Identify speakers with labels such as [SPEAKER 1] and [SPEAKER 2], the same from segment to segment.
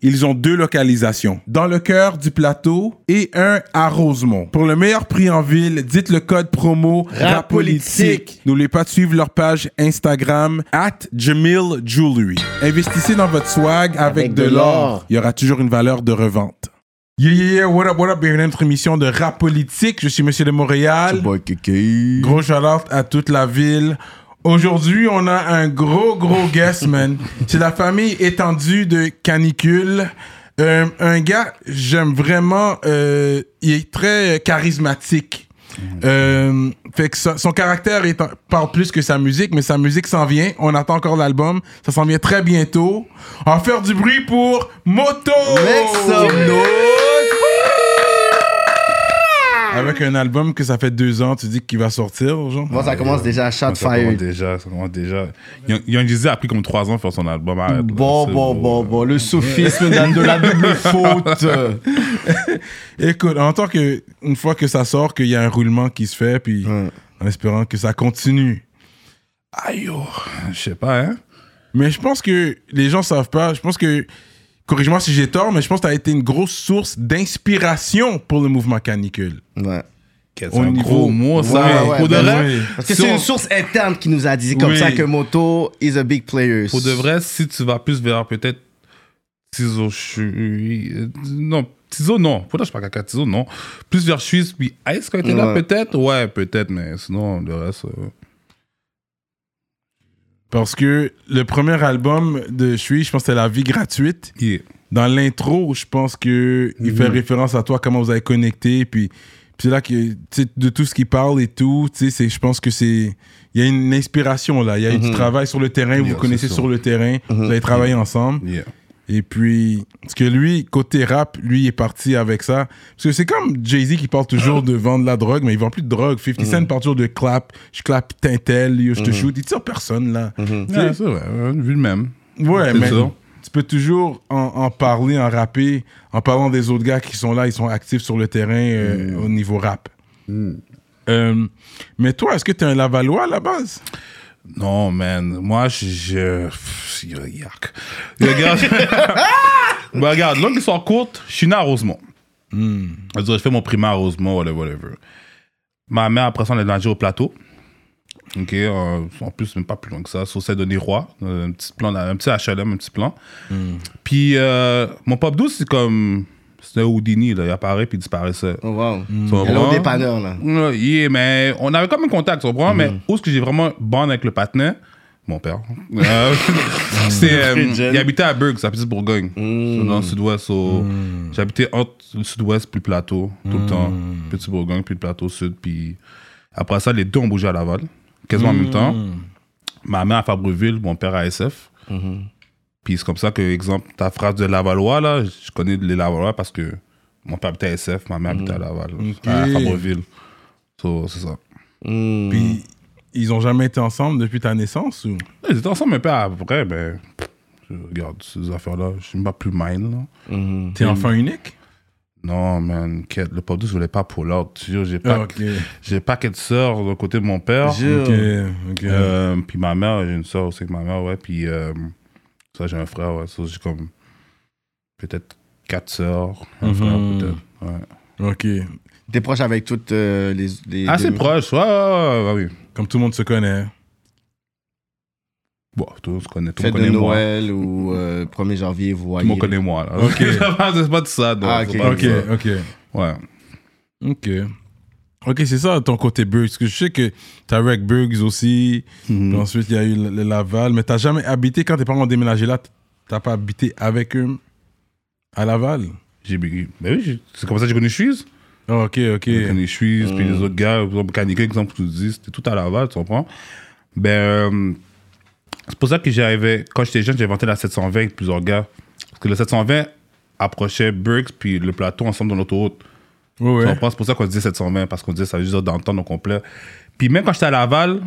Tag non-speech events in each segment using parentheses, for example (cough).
[SPEAKER 1] ils ont deux localisations, dans le cœur du plateau et un à Rosemont. Pour le meilleur prix en ville, dites le code promo RAPOLITIQUE. N'oubliez pas de suivre leur page Instagram at Jamil Jewelry. Investissez dans votre swag avec,
[SPEAKER 2] Avec
[SPEAKER 1] de
[SPEAKER 2] de
[SPEAKER 1] l'or
[SPEAKER 2] l'or.
[SPEAKER 1] il y aura toujours une valeur de revente. Yeah, yeah, yeah, what up, what up, bienvenue à notre émission de rap politique. Je suis Monsieur de Montréal. Gros shout-out à toute la ville. Aujourd'hui, on a un gros, gros guest, man. C'est la famille étendue de Canicule. Euh, un gars, j'aime vraiment, euh, il est très euh, charismatique. Euh, fait que son- son caractère est, en- parle plus que sa musique, mais sa musique s'en vient. On attend encore l'album. Ça s'en vient très bientôt. On va faire du bruit pour Moto! Avec un album que ça fait deux ans, tu dis qu'il va sortir, genre.
[SPEAKER 2] Moi, ça commence déjà à shot
[SPEAKER 3] Ça commence
[SPEAKER 2] fire.
[SPEAKER 3] déjà, ça commence déjà. Young Young Jeezy a pris comme 3 ans pour faire son album. Arrête, là,
[SPEAKER 2] Bon,
[SPEAKER 3] c'est
[SPEAKER 2] bon,
[SPEAKER 3] beau.
[SPEAKER 2] bon, bon. Le sophisme de de la
[SPEAKER 3] (laughs)
[SPEAKER 2] double faute.
[SPEAKER 1] Écoute, en tant que une fois que ça sort, qu'il y a un roulement qui se fait, puis en espérant que ça continue.
[SPEAKER 3] Aïe, yo, je sais pas, hein.
[SPEAKER 1] Mais je pense que les gens savent pas. Je pense que corrige-moi si j'ai tort, mais je pense que t'as été une grosse source d'inspiration pour le mouvement canicule.
[SPEAKER 2] Ouais.
[SPEAKER 3] C'est
[SPEAKER 1] Au
[SPEAKER 3] un
[SPEAKER 1] niveau-
[SPEAKER 3] gros mot, hein? ça.
[SPEAKER 2] Ouais, ouais,
[SPEAKER 3] pour de
[SPEAKER 2] ben
[SPEAKER 3] vrai,
[SPEAKER 1] oui.
[SPEAKER 2] Parce que
[SPEAKER 3] si
[SPEAKER 2] c'est
[SPEAKER 3] on-
[SPEAKER 2] une source interne qui nous a dit comme
[SPEAKER 3] Oui.
[SPEAKER 2] ça que Moto is a big player.
[SPEAKER 3] pour de vrai, si tu vas plus vers peut-être Tizo, Chui- euh, Non, Tizo, non. Pourquoi je suis pas caca Tizo, non. Plus vers Suisse, puis Ice quand il était là,
[SPEAKER 2] Ouais.
[SPEAKER 3] peut-être. Ouais, peut-être, mais sinon, le reste. euh,
[SPEAKER 1] Parce que le premier album de Chui, je pense que c'était La vie gratuite.
[SPEAKER 3] yeah.
[SPEAKER 1] Dans l'intro, je pense que il fait référence à toi, comment vous avez connecté, puis, puis c'est là que tu sais, de tout ce qu'il parle et tout, tu sais, c'est- je pense que c'est il y a une inspiration là, il y a eu du travail sur le terrain, vous
[SPEAKER 3] Yeah,
[SPEAKER 1] vous connaissez
[SPEAKER 3] c'est
[SPEAKER 1] sur le terrain, vous avez travaillé ensemble,
[SPEAKER 3] Yeah.
[SPEAKER 1] et puis parce que lui côté rap, lui il est parti avec ça, parce que c'est comme Jay Z qui parle toujours de vendre la drogue, mais il vend plus de drogue, 50 Cent parle toujours de clap, je clap Tintel, yo, je te shoot, il tire personne là, Tu sais,
[SPEAKER 3] Ouais, c'est vrai, euh, vu le même.
[SPEAKER 1] Ouais,
[SPEAKER 3] C'est
[SPEAKER 1] mais
[SPEAKER 3] ça.
[SPEAKER 1] tu peux toujours en, en parler, en rapper, en parlant des autres gars qui sont là, ils sont actifs sur le terrain euh,
[SPEAKER 3] Mm.
[SPEAKER 1] au niveau rap. Euh, mais toi, est-ce que tu es un Lavallois à la base?
[SPEAKER 3] Non, man. Moi, je. je... pff, yo, Yuck. Yo, Regarde. bah, regarde, longue histoire courte, je suis né à Rosemont. Je dirais, je fais mon primaire à Rosemont, whatever, whatever. Ma mère, après ça, on est nager au plateau. Ok, euh, en plus, même pas plus loin que ça, sur de Roy, un petit plan, là, un petit HLM, un petit plan. Puis, euh, mon pop douce, c'est comme. C'était Houdini, là. Il apparaît puis il disparaissait.
[SPEAKER 2] Oh, wow.
[SPEAKER 3] Tu comprends?
[SPEAKER 2] Elle est au dépanneur, là.
[SPEAKER 3] Ouais, yeah, mais on avait comme un contact, tu comprends? Mais où est-ce que j'ai vraiment bond avec le patin? Mon père. Euh, c'est, euh,
[SPEAKER 2] jeune.
[SPEAKER 3] il habitait à Burg, sa petite Bourgogne, dans le sud-ouest. so, J'habitais entre le sud-ouest puis le plateau, tout le temps. Petit Bourgogne puis le plateau sud. Puis après ça, les deux ont bougé à Laval, quasiment en même temps. Ma mère à Fabreville, mon père à SF. Puis c'est comme ça que, exemple, ta phrase de Lavalois, là, je connais les Lavalois parce que mon père habitait à SF, ma mère habitait à Laval, à
[SPEAKER 1] Mm. Ok.
[SPEAKER 3] Fabreville. So, c'est ça. Mm.
[SPEAKER 2] Mm.
[SPEAKER 1] Puis ils ont jamais été ensemble depuis ta naissance ou?
[SPEAKER 3] Ils étaient ensemble un peu après, mais je regarde ces affaires-là, je suis pas plus mine. Là.
[SPEAKER 2] Mm.
[SPEAKER 3] Mm.
[SPEAKER 1] T'es enfant unique?
[SPEAKER 3] Non, man, quête, le pop je voulais pas pour l'autre. Tu vois, J'ai pas,
[SPEAKER 1] ok.
[SPEAKER 3] j'ai pas qu'une sœur de côté de mon père.
[SPEAKER 2] Jure.
[SPEAKER 1] Ok, ok.
[SPEAKER 3] Euh, puis ma mère, j'ai une sœur aussi que ma mère, ouais. Puis euh, ça, j'ai un frère, ouais. Ça, j'ai comme peut-être quatre sœurs, un
[SPEAKER 1] Mhm.
[SPEAKER 3] frère peut-être. Ouais.
[SPEAKER 1] ok.
[SPEAKER 2] T'es proche avec toutes euh, les, les.
[SPEAKER 3] Assez
[SPEAKER 2] les-
[SPEAKER 3] Ah, proche, ouais, ouais, ouais, ouais, oui.
[SPEAKER 1] Comme tout le monde se connaît.
[SPEAKER 3] Bon, tout le monde se connaît, tout le
[SPEAKER 2] Fête
[SPEAKER 3] monde
[SPEAKER 2] de
[SPEAKER 3] connaît moi.
[SPEAKER 2] Noël ou euh, 1er janvier, vous
[SPEAKER 3] Tout le
[SPEAKER 2] voyez.
[SPEAKER 3] monde connaît moi, là.
[SPEAKER 1] Ok.
[SPEAKER 3] c'est pas de (laughs) ça, donc.
[SPEAKER 2] Ah,
[SPEAKER 3] c'est
[SPEAKER 2] ok.
[SPEAKER 3] pas de
[SPEAKER 1] Ok,
[SPEAKER 3] ça.
[SPEAKER 1] ok.
[SPEAKER 3] Ouais.
[SPEAKER 1] Ok. Ok, c'est ça ton côté Burgs. Parce que je sais que t'as Rec Burgs aussi.
[SPEAKER 3] Mhm.
[SPEAKER 1] Puis ensuite, il y a eu le, le Laval. Mais t'as jamais habité, quand tes parents ont déménagé là, t'as pas habité avec eux à Laval?
[SPEAKER 3] J'ai vécu. Ben oui, j'ai- c'est comme ça que j'ai connu Suisse.
[SPEAKER 1] Ah, ok, ok.
[SPEAKER 3] J'ai connu Suisse, puis
[SPEAKER 2] Hmm.
[SPEAKER 3] les autres gars, par exemple, Canicule, exemple, que tu dis, c'était tout à Laval, tu comprends? Ben, euh, c'est pour ça que j'avais, quand j'étais jeune, j'ai inventé la 720 avec plusieurs gars. Parce que le 720 approchait Burks puis le plateau ensemble dans l'autoroute.
[SPEAKER 1] Ouais, ouais.
[SPEAKER 3] Tu comprends? C'est pour ça qu'on disait 720, parce qu'on disait ça veut juste dire dans le temps au complet. Puis même quand j'étais à Laval,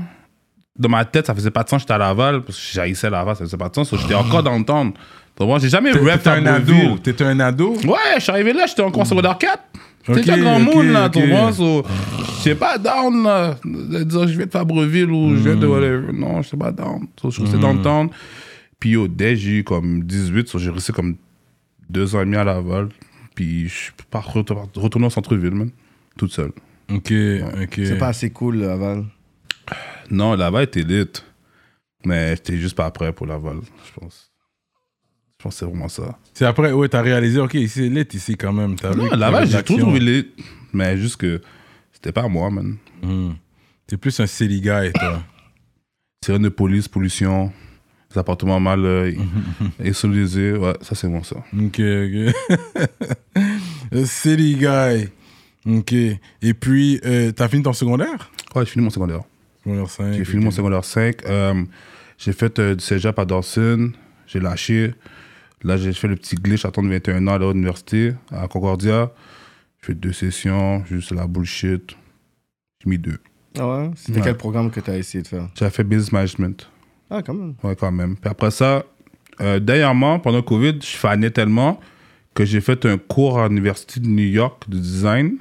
[SPEAKER 3] dans ma tête, ça faisait pas de sens, j'étais à Laval, parce que j'haïssais Laval, ça faisait pas de sens. so j'étais encore dans le temps. Tu comprends? J'ai jamais
[SPEAKER 1] Ah. T'es-
[SPEAKER 3] rap
[SPEAKER 1] T'étais
[SPEAKER 3] à
[SPEAKER 1] un
[SPEAKER 3] Beauville.
[SPEAKER 1] ado. T'étais un ado.
[SPEAKER 3] Ouais, je suis arrivé là, j'étais en cours secondaire 4.
[SPEAKER 1] Hmm. Ok,
[SPEAKER 3] T'es déjà grand
[SPEAKER 1] ok,
[SPEAKER 3] monde là,
[SPEAKER 1] ok.
[SPEAKER 3] ton moi, so, j'étais pas down là, de dire je vais de Fabreville ou je
[SPEAKER 1] Hmm.
[SPEAKER 3] vais de whatever. Non, j'étais pas down. So, je suis resté dans le town. Puis yo, dès que j'ai eu comme 18, so, j'ai resté comme deux ans et demi à Laval. Puis je suis pas retour- retourné au centre-ville, man, toute seule.
[SPEAKER 1] Ok, ok.
[SPEAKER 2] C'est pas assez cool, Laval.
[SPEAKER 3] Non, Laval était lit. Mais j'étais juste pas prêt pour Laval, je pense. Je pense que c'est vraiment ça.
[SPEAKER 1] C'est après, ouais, t'as réalisé, ok, c'est lit ici quand même. T'as vu
[SPEAKER 3] Non,
[SPEAKER 1] qu'il y
[SPEAKER 3] Laval,
[SPEAKER 1] avait de
[SPEAKER 3] j'ai tout
[SPEAKER 1] l'action.
[SPEAKER 3] trouvé lit. Mais juste que c'était pas à moi, man.
[SPEAKER 1] Hmm. T'es plus un silly guy, toi.
[SPEAKER 3] Sirène de police, pollution, les appartements mal euh, isolés. Ouais, ça c'est bon ça.
[SPEAKER 1] Ok, ok. (laughs) A City guy. Ok. Et puis, euh, t'as fini ton secondaire
[SPEAKER 3] Ouais, j'ai fini mon secondaire.
[SPEAKER 1] Secondaire 5.
[SPEAKER 3] J'ai fini mon secondaire 5. euh, j'ai fait euh, du cégep à Dawson. J'ai lâché. Là, j'ai fait le petit glitch à ton 21 ans à l'université, à Concordia. J'ai fait deux sessions, juste la bullshit. J'ai mis deux.
[SPEAKER 2] Ah ouais? C'était
[SPEAKER 3] Ouais.
[SPEAKER 2] quel programme que t'as essayé de faire?
[SPEAKER 3] J'ai fait business management.
[SPEAKER 2] Ah, quand même.
[SPEAKER 3] Ouais, quand même. Puis après ça, euh, dernièrement, pendant le COVID, je fanais tellement que j'ai fait un cours à l'Université de New York de design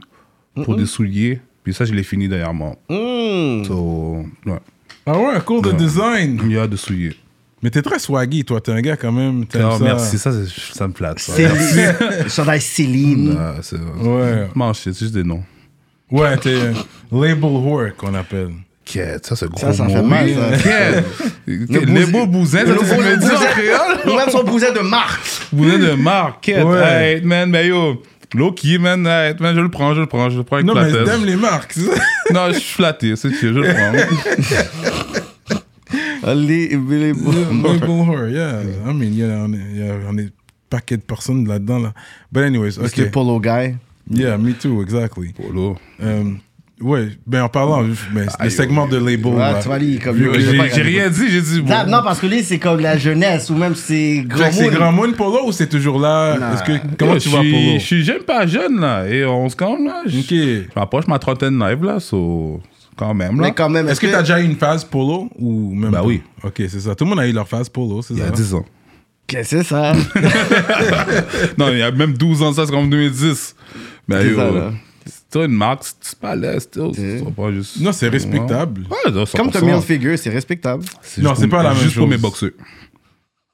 [SPEAKER 3] pour des souliers. Puis ça, je l'ai fini dernièrement. Hmm.
[SPEAKER 2] Hum!
[SPEAKER 3] So, ouais.
[SPEAKER 1] Ah ouais, un cours de
[SPEAKER 3] Ouais.
[SPEAKER 1] design.
[SPEAKER 3] New York de souliers.
[SPEAKER 1] Mais t'es très swaggy, toi. T'es un gars quand même. t'aimes
[SPEAKER 3] Ah,
[SPEAKER 1] ça.
[SPEAKER 3] Merci, ça, c'est- ça me flatte. ça.
[SPEAKER 2] (laughs) Céline. Chandail Céline.
[SPEAKER 3] Ah, c'est
[SPEAKER 1] Ouais.
[SPEAKER 3] Man, shit, c'est juste des noms.
[SPEAKER 1] Ouais, t'es un label whore qu'on appelle.
[SPEAKER 3] Quête, ça, c'est gros
[SPEAKER 2] ça
[SPEAKER 3] mot.
[SPEAKER 2] fait mal, ça.
[SPEAKER 3] Quête. Les beaux bousins, Eh, ça,
[SPEAKER 2] Le
[SPEAKER 3] c'est ce que je me dis en
[SPEAKER 2] bousin-
[SPEAKER 3] créole.
[SPEAKER 2] Même son bousin de marque.
[SPEAKER 3] Bousin de marque. Quête.
[SPEAKER 1] Ouais.
[SPEAKER 3] Hey, man, mais yo. Loki, man, hey, man, je le prends, je le prends, je le prends avec
[SPEAKER 1] Non, mais
[SPEAKER 3] la tête.
[SPEAKER 1] t'aimes les marques. (laughs) c'est ça
[SPEAKER 3] Non, je suis flatté, c'est chill, je le prends.
[SPEAKER 2] Allez, Billy
[SPEAKER 1] label whore, yeah. I mean, yeah, on est, yeah, on est paquet de personnes là-dedans. Là. But anyways,
[SPEAKER 2] C'était
[SPEAKER 1] ok.
[SPEAKER 2] Polo Guy.
[SPEAKER 1] Yeah, me too, exactly.
[SPEAKER 3] Polo.
[SPEAKER 1] Euh, ouais, ben en parlant, ben, le segment de label.
[SPEAKER 2] Ah,
[SPEAKER 1] là.
[SPEAKER 2] tu vois, lui, comme
[SPEAKER 1] Yo,
[SPEAKER 2] je sais pas,
[SPEAKER 3] J'ai
[SPEAKER 2] il
[SPEAKER 3] j'ai
[SPEAKER 2] a-
[SPEAKER 3] rien dit, j'ai dit. bon.
[SPEAKER 4] Ah, Non, parce que lui, c'est comme la jeunesse ou même c'est
[SPEAKER 1] Fait
[SPEAKER 4] grand
[SPEAKER 1] que C'est
[SPEAKER 4] monde.
[SPEAKER 1] Grand Moon Polo ou c'est toujours là Est-ce que, Comment
[SPEAKER 3] Yo,
[SPEAKER 1] tu
[SPEAKER 3] je
[SPEAKER 1] vois
[SPEAKER 3] suis-
[SPEAKER 1] Polo
[SPEAKER 3] Je suis jeune, pas jeune, là. Et on se calme, là. Je
[SPEAKER 1] Ok.
[SPEAKER 3] je m'approche ma trentaine live, là, so... Quand même, là.
[SPEAKER 2] Mais quand même,
[SPEAKER 1] hein. Est-ce que tu as déjà eu une phase polo ou même
[SPEAKER 3] Bah
[SPEAKER 1] pas?
[SPEAKER 3] oui.
[SPEAKER 1] Ok, c'est ça. Tout le monde a eu leur phase polo, c'est
[SPEAKER 3] Il y
[SPEAKER 1] ça
[SPEAKER 3] a 10 ans.
[SPEAKER 2] Qu'est-ce que c'est ça?
[SPEAKER 3] non, il y a même 12 ans, ça, c'est comme 2010. Mais
[SPEAKER 2] C'est
[SPEAKER 3] yo,
[SPEAKER 2] ça, là.
[SPEAKER 3] c'est toi une marque, c'est- c'est pas là, c'est c'est pas juste...
[SPEAKER 1] Non, c'est respectable.
[SPEAKER 3] Ouais, non, 100%.
[SPEAKER 2] Comme t'as mis en figure, c'est respectable.
[SPEAKER 3] juste
[SPEAKER 1] Non, c'est
[SPEAKER 3] pour-
[SPEAKER 1] pas la même
[SPEAKER 3] Juste pour
[SPEAKER 1] chose.
[SPEAKER 3] mes boxeurs.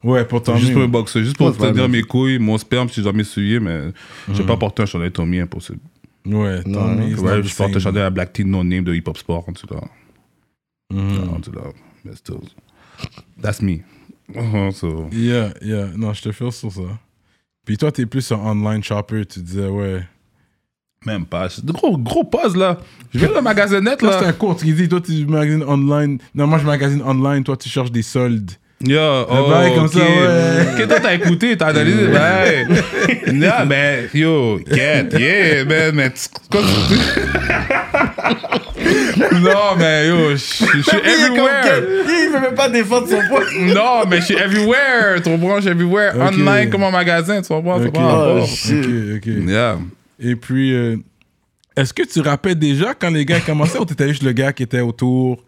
[SPEAKER 1] Ouais, pourtant.
[SPEAKER 3] Juste pour mes
[SPEAKER 1] mieux.
[SPEAKER 3] boxeurs. Juste pour
[SPEAKER 2] Ouais, c'est pas
[SPEAKER 3] te
[SPEAKER 2] la
[SPEAKER 3] dire
[SPEAKER 2] même
[SPEAKER 3] mes couilles, mon sperme, si je dois m'essuyer, mais je vais pas porter un chandail Tommy, impossible.
[SPEAKER 1] Ouais, tant
[SPEAKER 2] Non,
[SPEAKER 1] mieux,
[SPEAKER 2] non.
[SPEAKER 1] c'est
[SPEAKER 3] Ouais,
[SPEAKER 1] not
[SPEAKER 3] je
[SPEAKER 1] the
[SPEAKER 3] porte un
[SPEAKER 1] same.
[SPEAKER 3] chandail à Black Tea No Name de Hip Hop Sport, en tout cas. Ah,
[SPEAKER 1] Mhm.
[SPEAKER 3] En tout cas, mais still. That's me. Mhm, so.
[SPEAKER 1] Yeah, yeah. Non, je te fais sur ça. Puis toi, t'es plus un online shopper, tu disais, ouais.
[SPEAKER 3] Même pas. C'est- Gros, gros pause, là. Je vais à la magasinette,
[SPEAKER 1] Toi, c'est
[SPEAKER 3] là.
[SPEAKER 1] un court qui dit, toi, tu magasines online. Non, moi, je magasine online, toi, tu cherches des soldes.
[SPEAKER 3] Yo, oh,
[SPEAKER 1] bail comme
[SPEAKER 3] ok.
[SPEAKER 1] ça, ouais.
[SPEAKER 3] Ok, toi, t'as écouté, t'as
[SPEAKER 1] (laughs)
[SPEAKER 3] analysé, ben, non, mais, yo, get, yeah, man, mais, tu- quoi, tu- (laughs) non, mais, yo, je je suis everywhere.
[SPEAKER 2] Il veut même pas défendre son point.
[SPEAKER 3] Non, mais je suis everywhere. Tu comprends? Je suis everywhere.
[SPEAKER 1] Ok.
[SPEAKER 3] Online comme en magasin. Tu comprends? C'est
[SPEAKER 1] Ok,
[SPEAKER 3] pas un rapport.
[SPEAKER 1] ok, ok.
[SPEAKER 3] Yeah.
[SPEAKER 1] Et puis, euh, est-ce que tu rappelles déjà quand les gars commençaient ou t'étais juste le gars qui était autour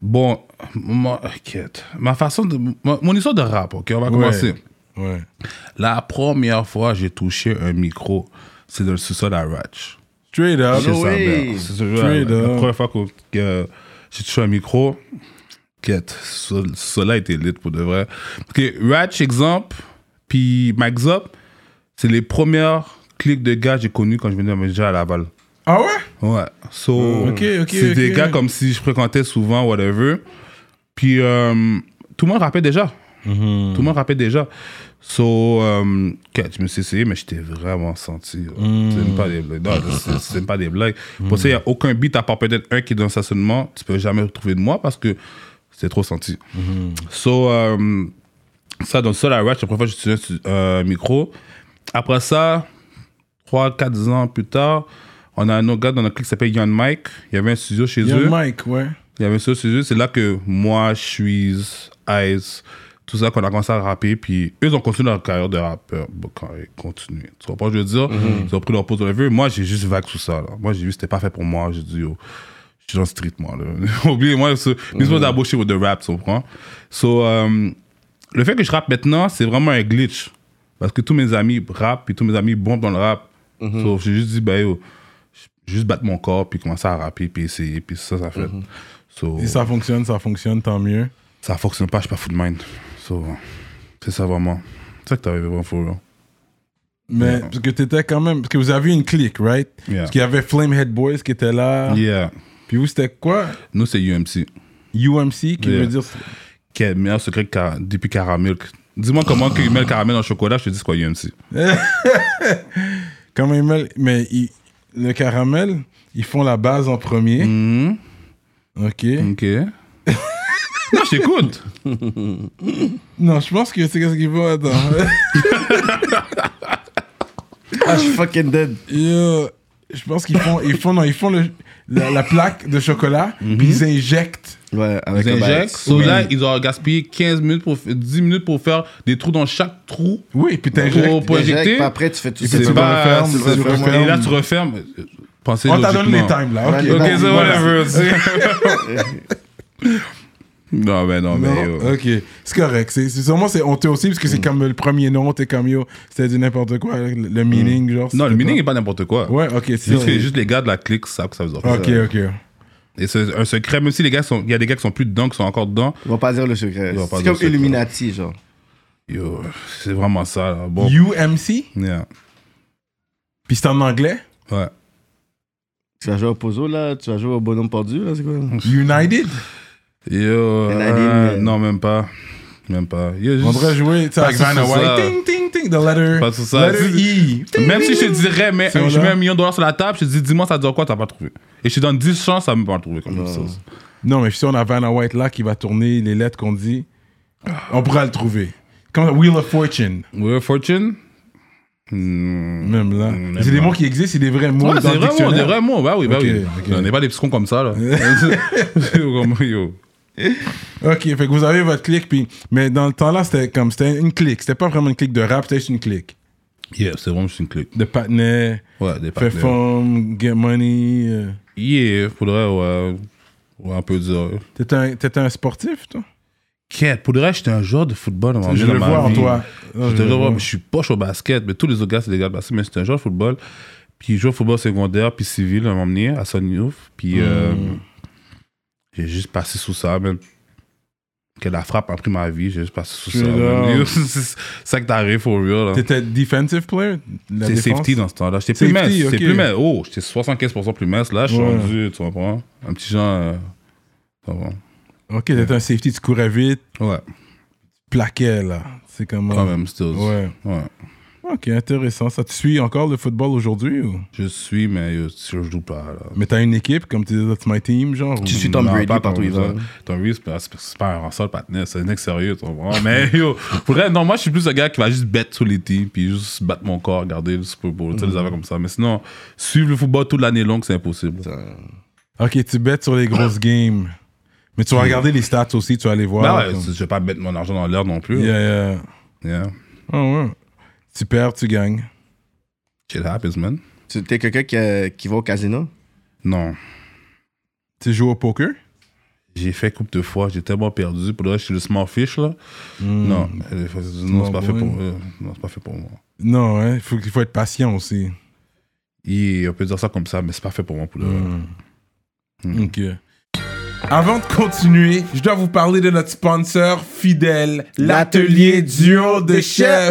[SPEAKER 3] Bon, moi, inquiète. Ma façon de. Mon, mon histoire de rap, OK? On va commencer.
[SPEAKER 1] Ouais.
[SPEAKER 3] La première fois j'ai touché un micro, c'est dans le sous-sol à Ratch.
[SPEAKER 1] Straight up.
[SPEAKER 3] Chez
[SPEAKER 2] No
[SPEAKER 3] sa
[SPEAKER 2] way.
[SPEAKER 3] mère. C'est toujours la,
[SPEAKER 1] Ah Straight
[SPEAKER 3] la
[SPEAKER 1] up.
[SPEAKER 3] première fois que, que j'ai touché un micro. Quête, cela était lit pour de vrai. Ok, Ratch, exemple, puis Max Up, c'est les premières clics de gars que j'ai connus quand je venais déjà à Laval.
[SPEAKER 1] Ah ouais
[SPEAKER 3] Ouais. So,
[SPEAKER 1] Oh. Ok, ok,
[SPEAKER 3] c'est des
[SPEAKER 1] ok.
[SPEAKER 3] gars comme si je fréquentais souvent, whatever. Puis, euh, tout le monde rappait déjà.
[SPEAKER 1] Mm-hmm.
[SPEAKER 3] Tout le monde rappait déjà. So, euh, ok, je me suis essayé, mais j'étais vraiment senti. là.
[SPEAKER 1] Mm.
[SPEAKER 3] C'est même pas des blagues. Non, c'est- c'est même pas des blagues. Pour ça, il n'y a aucun beat, à part peut-être un qui est dans le stationnement. Tu peux jamais retrouver de moi parce que c'est trop senti. So, euh, ça, dans le sol à Ratch, la première fois que j'ai utilisé un euh, micro. Après ça, 3-4 ans plus tard, on a un autre gars dans notre clique qui s'appelle Yann Mike. Il y avait un studio chez
[SPEAKER 1] Il y a
[SPEAKER 3] eux.
[SPEAKER 1] Mike, ouais.
[SPEAKER 3] Il y avait un studio chez eux. C'est là que moi, je suis Ice, tout ça, qu'on a commencé à rapper, puis eux ont continué leur carrière de rappeur. Bon, quand ils continuent. Tu comprends ce que je veux dire? Ils ont pris leur pause de vue. Moi, j'ai juste vague sous ça. là. Moi, j'ai vu, c'était pas fait pour moi. J'ai dit, yo, je suis dans le street, moi. là. (laughs) Oubliez-moi, ce mise moi d'aboucher de rap, tu comprends? So, euh, le fait que je rappe maintenant, c'est vraiment un glitch. Parce que tous mes amis rappent, puis tous mes amis bombent dans le rap. Sauf j'ai juste dit, bah yo, j'ai juste battre mon corps, puis commencer à rapper, puis essayer, puis ça, ça fait. So,
[SPEAKER 1] Si ça fonctionne, ça fonctionne, tant mieux.
[SPEAKER 3] ça fonctionne pas, je suis pas fou de mind. So, c'est ça vraiment. C'est ça que t'avais vraiment fou, là.
[SPEAKER 1] Mais parce que t'étais quand même. Parce que vous avez eu une clique, right?
[SPEAKER 3] Yeah.
[SPEAKER 1] Parce qu'il y avait Flamehead Boys qui était là.
[SPEAKER 3] Yeah.
[SPEAKER 1] Puis vous, c'était quoi?
[SPEAKER 3] Nous, c'est UMC.
[SPEAKER 1] UMC, qui
[SPEAKER 3] Yeah.
[SPEAKER 1] veut dire.
[SPEAKER 3] Quel est le meilleur secret que Car- depuis Caramel? Dis-moi comment que met le caramel dans le chocolat, je te dis c'est quoi UMC.
[SPEAKER 1] Comment ils mêlent- Mais ils- le caramel, ils font la base en premier.
[SPEAKER 3] Mhm.
[SPEAKER 1] OK.
[SPEAKER 3] Ok. non, je t'écoute.
[SPEAKER 1] Non, je pense que c'est qu'est-ce qu'ils font. Attends. (laughs)
[SPEAKER 2] Ah, je suis fucking dead.
[SPEAKER 1] Yo, euh, je pense qu'ils font. Ils font, non, ils font le, la, la plaque de chocolat,
[SPEAKER 3] Mhm.
[SPEAKER 1] puis ils injectent.
[SPEAKER 2] Ouais, avec
[SPEAKER 3] Ils
[SPEAKER 2] le
[SPEAKER 1] bah,
[SPEAKER 3] injectent.
[SPEAKER 2] bac.
[SPEAKER 3] So là, ils ont gaspillé 15 minutes pour, f- 10 minutes pour faire des trous dans chaque trou.
[SPEAKER 1] Oui, puis
[SPEAKER 3] Pour,
[SPEAKER 1] t'injectes.
[SPEAKER 3] pour
[SPEAKER 2] T'injectes,
[SPEAKER 3] injecter.
[SPEAKER 2] puis après, tu fais tout ça.
[SPEAKER 3] C'est
[SPEAKER 2] Tu
[SPEAKER 3] pas.
[SPEAKER 1] refermes,
[SPEAKER 3] c'est-
[SPEAKER 1] tu
[SPEAKER 3] c'est-
[SPEAKER 1] refermes.
[SPEAKER 3] Et là, tu refermes. euh, Pensez
[SPEAKER 1] On t'a donné les
[SPEAKER 3] logiquement.
[SPEAKER 1] times, là. OK,
[SPEAKER 2] Ouais, les
[SPEAKER 3] Ok,
[SPEAKER 2] times,
[SPEAKER 3] so
[SPEAKER 1] voilà.
[SPEAKER 3] whatever.
[SPEAKER 1] (laughs)
[SPEAKER 3] non, mais non, mais.
[SPEAKER 1] Non,
[SPEAKER 3] euh, Mhm.
[SPEAKER 1] ok, c'est correct. C'est, c'est, sûrement c'est honteux aussi parce que c'est comme le premier nom, t'es comme yo, c'était du n'importe quoi, le, le meaning, genre.
[SPEAKER 3] Mhm. Non, le
[SPEAKER 1] c'était
[SPEAKER 3] meaning
[SPEAKER 1] pas-
[SPEAKER 3] n'est pas n'importe quoi.
[SPEAKER 1] Ouais, ok, c'est
[SPEAKER 3] Juste, euh, que- juste les gars de la clique savent que ça veut dire.
[SPEAKER 1] Ok,
[SPEAKER 3] ça.
[SPEAKER 1] ok.
[SPEAKER 3] Et c'est un secret, même si les gars sont, il y a des gars qui sont plus dedans, qui sont encore dedans.
[SPEAKER 2] Ils vont pas dire le secret.
[SPEAKER 3] Ils vont pas
[SPEAKER 2] C'est
[SPEAKER 3] dire
[SPEAKER 2] comme
[SPEAKER 3] le secret.
[SPEAKER 2] Illuminati, genre.
[SPEAKER 3] Yo, c'est vraiment ça. Là. Bon,
[SPEAKER 1] UMC,
[SPEAKER 3] yeah.
[SPEAKER 1] puis c'est en anglais.
[SPEAKER 3] ouais.
[SPEAKER 2] Tu vas jouer au Pozo, là Tu vas jouer au Bonhomme Pendu, là C'est quoi
[SPEAKER 1] Hmm. United.
[SPEAKER 3] Yo, euh,
[SPEAKER 2] Nadine, euh,
[SPEAKER 3] non même pas, même pas. Yo, juste-
[SPEAKER 1] On devrait jouer tu sais,
[SPEAKER 3] Pas
[SPEAKER 1] avec
[SPEAKER 3] sur
[SPEAKER 1] Vanna
[SPEAKER 3] ça.
[SPEAKER 1] White. Ting, ting, ting, the letter.
[SPEAKER 3] Pas sur ça.
[SPEAKER 1] Letter E. Ting,
[SPEAKER 3] Même si
[SPEAKER 1] ting,
[SPEAKER 3] je te
[SPEAKER 1] ting.
[SPEAKER 3] dirais, mais
[SPEAKER 1] C'est
[SPEAKER 3] je
[SPEAKER 1] vrai.
[SPEAKER 3] mets un million de dollars sur la table, je te dis, dis-moi ça dure quoi, t'as pas trouvé. Et je te donne 10 chances, ça m'a pas trouvé comme ça.
[SPEAKER 1] Non, mais si on a Vanna White là qui va tourner les lettres qu'on dit, on pourra le trouver. Comme Wheel of Fortune,
[SPEAKER 3] We're Fortune.
[SPEAKER 1] même là.
[SPEAKER 3] Mm, Même
[SPEAKER 1] c'est des
[SPEAKER 3] là.
[SPEAKER 1] mots qui existent, c'est des vrais mots.
[SPEAKER 3] Ouais,
[SPEAKER 1] dans
[SPEAKER 3] c'est
[SPEAKER 1] le
[SPEAKER 3] vraiment,
[SPEAKER 1] dictionnaire.
[SPEAKER 3] c'est vraiment, bah oui, bah
[SPEAKER 1] Ok,
[SPEAKER 3] oui.
[SPEAKER 1] ok.
[SPEAKER 3] On n'est pas des petits cons comme ça, là. (laughs) Yo, comme- yo.
[SPEAKER 1] Ok, fait que vous avez votre clique, puis. Mais dans le temps-là, c'était comme. C'était une clique. C'était pas vraiment une clique de rap, c'était juste une clique.
[SPEAKER 3] Yeah, c'est vraiment juste une clique.
[SPEAKER 1] De Patnais,
[SPEAKER 3] Ouais, des
[SPEAKER 1] Fait
[SPEAKER 3] partenaires.
[SPEAKER 1] Femme, Get Money. euh.
[SPEAKER 3] Yeah, faudrait, ouais. Ouais, un peu dire.
[SPEAKER 1] T'étais un, t'étais un sportif, toi
[SPEAKER 3] Quête, pour le reste, j'étais un joueur de football. à un moment
[SPEAKER 1] Je
[SPEAKER 3] donné
[SPEAKER 1] le
[SPEAKER 3] dans
[SPEAKER 1] vois
[SPEAKER 3] ma
[SPEAKER 1] en
[SPEAKER 3] vie.
[SPEAKER 1] toi. Euh, Non,
[SPEAKER 3] J'étais
[SPEAKER 1] je
[SPEAKER 3] un
[SPEAKER 1] le
[SPEAKER 3] joueur,
[SPEAKER 1] vois.
[SPEAKER 3] mais je suis poche au basket, mais tous les autres gars, c'est des gars de basket, mais c'était un joueur de football. Puis je jouais au football secondaire, puis civil, à un moment donné, à Soniouf. Puis euh,
[SPEAKER 1] Hmm.
[SPEAKER 3] j'ai juste passé sous ça, même. Que la frappe a pris ma vie, j'ai juste passé sous
[SPEAKER 1] Je
[SPEAKER 3] ça.
[SPEAKER 1] suis
[SPEAKER 3] man.
[SPEAKER 1] là.
[SPEAKER 3] (laughs) C'est ça que t'arrives, for real. là.
[SPEAKER 1] T'étais defensive player la
[SPEAKER 3] C'est
[SPEAKER 1] défense?
[SPEAKER 3] safety dans ce temps-là. J'étais plus mince.
[SPEAKER 1] Safety,
[SPEAKER 3] J'étais
[SPEAKER 1] ok.
[SPEAKER 3] plus mince. Oh, j'étais 75% plus mince. Là, je suis
[SPEAKER 1] Ouais.
[SPEAKER 3] rendu, tu comprends? Un petit genre. euh, tu comprends?
[SPEAKER 1] Ok, t'étais un safety, tu courais vite,
[SPEAKER 3] Ouais,
[SPEAKER 1] plaquais, là. C'est comme.
[SPEAKER 3] quand même, still.
[SPEAKER 1] Ouais.
[SPEAKER 3] Ouais.
[SPEAKER 1] Ok, intéressant. Ça, tu suis encore le football aujourd'hui ou
[SPEAKER 3] Je suis, mais yo, je joue pas, là.
[SPEAKER 1] Mais t'as une équipe, comme tu disais, that's my team, genre ou-
[SPEAKER 2] Tu suis Tom
[SPEAKER 3] Non,
[SPEAKER 2] Brady
[SPEAKER 3] pas
[SPEAKER 2] partout où il va.
[SPEAKER 3] comme ça. Tom Brady, c'est pas- c'est pas- c'est pas un ranceur, partenaire. C'est un mec sérieux, tu comprends? (laughs) Mais yo, pour vrai, non, moi, je suis plus le gars qui va juste bête sur les teams, puis juste battre mon corps, regarder le Super Bowl, tu
[SPEAKER 2] Mhm.
[SPEAKER 3] sais, les affaires comme ça. Mais sinon, suivre le football toute l'année longue, c'est impossible.
[SPEAKER 1] Ok, tu bêtes sur les grosses games. Mais tu vas regarder les stats aussi, tu vas aller voir.
[SPEAKER 3] Bah ouais,
[SPEAKER 1] comme-
[SPEAKER 3] je vais pas mettre mon argent dans l'air non plus.
[SPEAKER 1] Yeah, yeah.
[SPEAKER 3] Yeah.
[SPEAKER 1] Ah ouais. Tu perds, tu gagnes.
[SPEAKER 3] Shit happens, man.
[SPEAKER 2] Tu es quelqu'un qui, euh, qui va au casino
[SPEAKER 3] Non.
[SPEAKER 1] Tu joues au poker?
[SPEAKER 3] J'ai fait coupe de fois, j'ai tellement perdu. Pour le reste, je suis le smart fish, là.
[SPEAKER 1] Hmm.
[SPEAKER 2] Hmm.
[SPEAKER 3] Non, euh, non c'est pas, fait
[SPEAKER 1] boy.
[SPEAKER 3] pour euh, non, c'est pas fait pour moi.
[SPEAKER 1] Non, hein. Il faut, il faut être patient aussi.
[SPEAKER 3] Et on peut dire ça comme ça, mais c'est pas fait pour moi. Pour le...
[SPEAKER 2] Hmm.
[SPEAKER 3] Mm.
[SPEAKER 1] Hmm. Ok. Avant de continuer, je dois vous parler de notre sponsor fidèle, l'atelier duo de chef.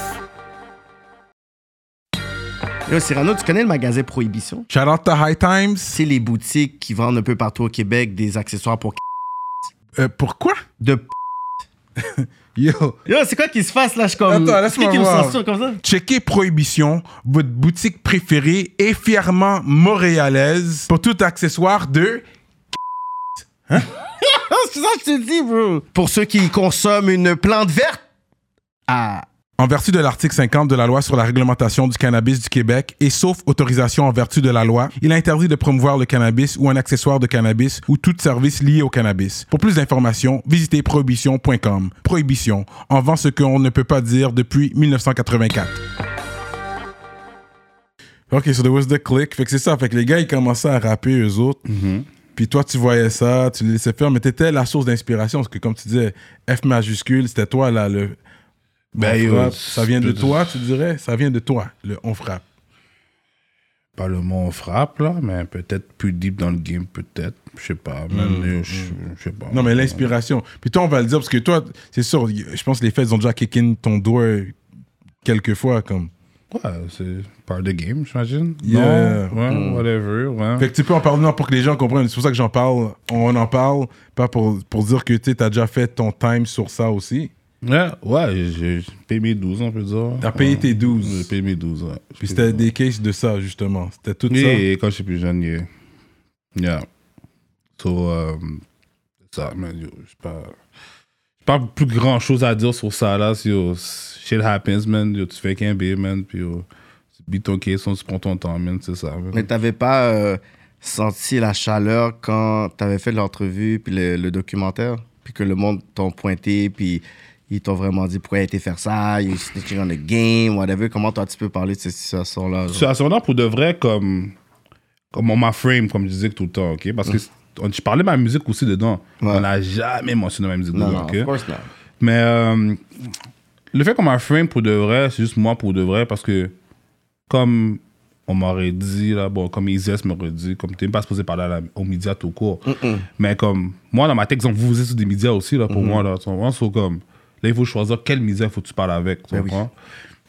[SPEAKER 2] Yo, Cyrano, tu connais le magasin Prohibition
[SPEAKER 1] Shout out to High Times.
[SPEAKER 2] C'est les boutiques qui vendent un peu partout au Québec des accessoires pour
[SPEAKER 1] Euh, pourquoi?
[SPEAKER 2] de p-
[SPEAKER 1] Yo,
[SPEAKER 2] Yo, c'est quoi qui se passe là? Je suis comme.
[SPEAKER 1] Attends, laisse-moi
[SPEAKER 2] Qui qui me
[SPEAKER 1] voir.
[SPEAKER 2] censure comme ça?
[SPEAKER 1] checkez Prohibition, votre boutique préférée et fièrement montréalaise pour tout accessoire de
[SPEAKER 2] Ah, c'est ça que je te dis, bro. Pour ceux qui consomment une plante verte. Ah.
[SPEAKER 1] En vertu de l'article 50 de la loi sur la réglementation du cannabis du Québec et sauf autorisation en vertu de la loi, il est interdit de promouvoir le cannabis ou un accessoire de cannabis ou tout service lié au cannabis. Pour plus d'informations, visitez prohibition.com. Prohibition, en vend ce qu'on ne peut pas dire depuis 1984. Ok, so there was the click. Fait que c'est ça. Fait que les gars, ils commençaient à rapper eux autres.
[SPEAKER 3] Mm-hmm.
[SPEAKER 1] Puis toi, tu voyais ça, tu les laissais faire, mais t'étais la source d'inspiration. Parce que comme tu disais, F majuscule, c'était toi là, le,
[SPEAKER 3] Ben,
[SPEAKER 1] on
[SPEAKER 3] yo,
[SPEAKER 1] frappe. ça vient de
[SPEAKER 3] je-
[SPEAKER 1] toi, tu dirais Ça vient de toi, le on frappe.
[SPEAKER 3] Pas le mot on frappe, là, mais peut-être plus deep dans le game, peut-être. Je sais pas. mais yo, Je je sais pas.
[SPEAKER 1] Mm, Non, mais l'inspiration. Puis toi, on va le dire, parce que toi, c'est sûr, y- je pense que les fêtes ont déjà kick in ton doigt quelques fois. Comme.
[SPEAKER 3] Ouais, c'est part de game, j'imagine.
[SPEAKER 1] Yeah. Mm.
[SPEAKER 3] Non, ouais, whatever, ouais.
[SPEAKER 1] Fait que tu peux en parler non, pour que les gens comprennent. C'est pour ça que j'en parle. On en parle, pas pour, pour dire que tu as déjà fait ton time sur ça aussi.
[SPEAKER 3] Ouais, ouais, j'ai j'ai payé mes 12, on peut dire.
[SPEAKER 1] T'as payé
[SPEAKER 3] Ouais.
[SPEAKER 1] tes 12.
[SPEAKER 3] J'ai payé mes 12, ouais.
[SPEAKER 1] Puis c'était des cases de ça, justement. C'était tout
[SPEAKER 3] Oui,
[SPEAKER 1] ça.
[SPEAKER 3] et quand j'étais plus jeune, yeah. Yeah. So, euh, ça, man, yo, j'ai pas. J'ai pas plus grand chose à dire sur ça, là. si, Yo, shit happens, man. Yo, tu fais qu'un B, man. Puis, yo, tu beat ton caisson, tu prends ton temps, man. C'est ça, man.
[SPEAKER 2] Mais t'avais pas euh, senti la chaleur quand t'avais fait l'entrevue puis le, le documentaire? Puis que le monde t'ont pointé, puis ils t'ont vraiment dit pourquoi il a été faire ça, il snitching on the game, whatever. Comment toi tu peux parler de cette situation-là? genre?
[SPEAKER 3] C'est à ce moment-là, pour de vrai, comme, comme on m'a frame, comme je disais tout le temps, OK? Parce que c'est- on- je parlais de ma musique aussi dedans.
[SPEAKER 2] Ouais.
[SPEAKER 3] On n'a jamais mentionné ma musique
[SPEAKER 2] Non,
[SPEAKER 3] dedans,
[SPEAKER 2] non,
[SPEAKER 3] OK?
[SPEAKER 2] of course not.
[SPEAKER 3] Mais euh, le fait qu'on m'a frame pour de vrai, c'est juste moi pour de vrai, parce que comme on m'aurait dit, là, bon, comme Isis m'aurait dit, comme t'es pas supposé parler à la- aux médias tout court, mais comme moi, dans ma tête, exemple, vous, vous êtes sur des médias aussi, là,
[SPEAKER 2] Mm-hmm.
[SPEAKER 3] pour moi, là, tu comprends? So, comme, là, il faut choisir quel média faut que tu parles avec, tu
[SPEAKER 2] Ben oui.
[SPEAKER 3] comprends?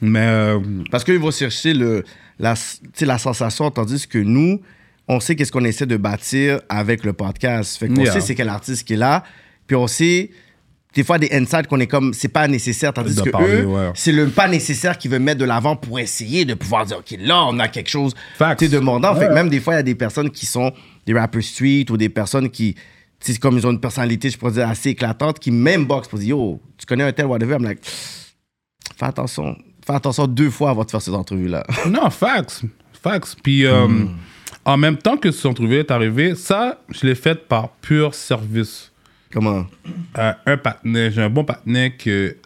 [SPEAKER 3] Mais euh,
[SPEAKER 2] Parce qu'ils vont chercher le, la, tu sais, la sensation, tandis que nous, on sait qu'est-ce qu'on essaie de bâtir avec le podcast. Fait qu'on
[SPEAKER 3] Yeah.
[SPEAKER 2] sait c'est quel artiste qui est là, puis on sait des fois des insights qu'on est comme c'est pas nécessaire, tandis
[SPEAKER 3] De
[SPEAKER 2] que
[SPEAKER 3] parler,
[SPEAKER 2] eux,
[SPEAKER 3] ouais.
[SPEAKER 2] c'est le pas nécessaire qu'ils veulent mettre de l'avant pour essayer de pouvoir dire ok là on a quelque chose,
[SPEAKER 3] Facts.
[SPEAKER 2] tu sais, de mordant. Fait que
[SPEAKER 3] Ouais.
[SPEAKER 2] même des fois il y a des personnes qui sont des rappers street ou des personnes qui tu sais, comme ils ont une personnalité, je pourrais dire, assez éclatante, qui même box pour dire, yo, tu connais un tel, whatever. I'm like, fais attention. Fais attention deux fois avant de faire ces entrevues-là. (laughs)
[SPEAKER 3] Non, fax. Fax. Puis euh,
[SPEAKER 2] Mm.
[SPEAKER 3] en même temps que ce trouvé est arrivé, ça, je l'ai fait par pur service.
[SPEAKER 2] Comment?
[SPEAKER 3] à un partenaire, j'ai un bon partenaire que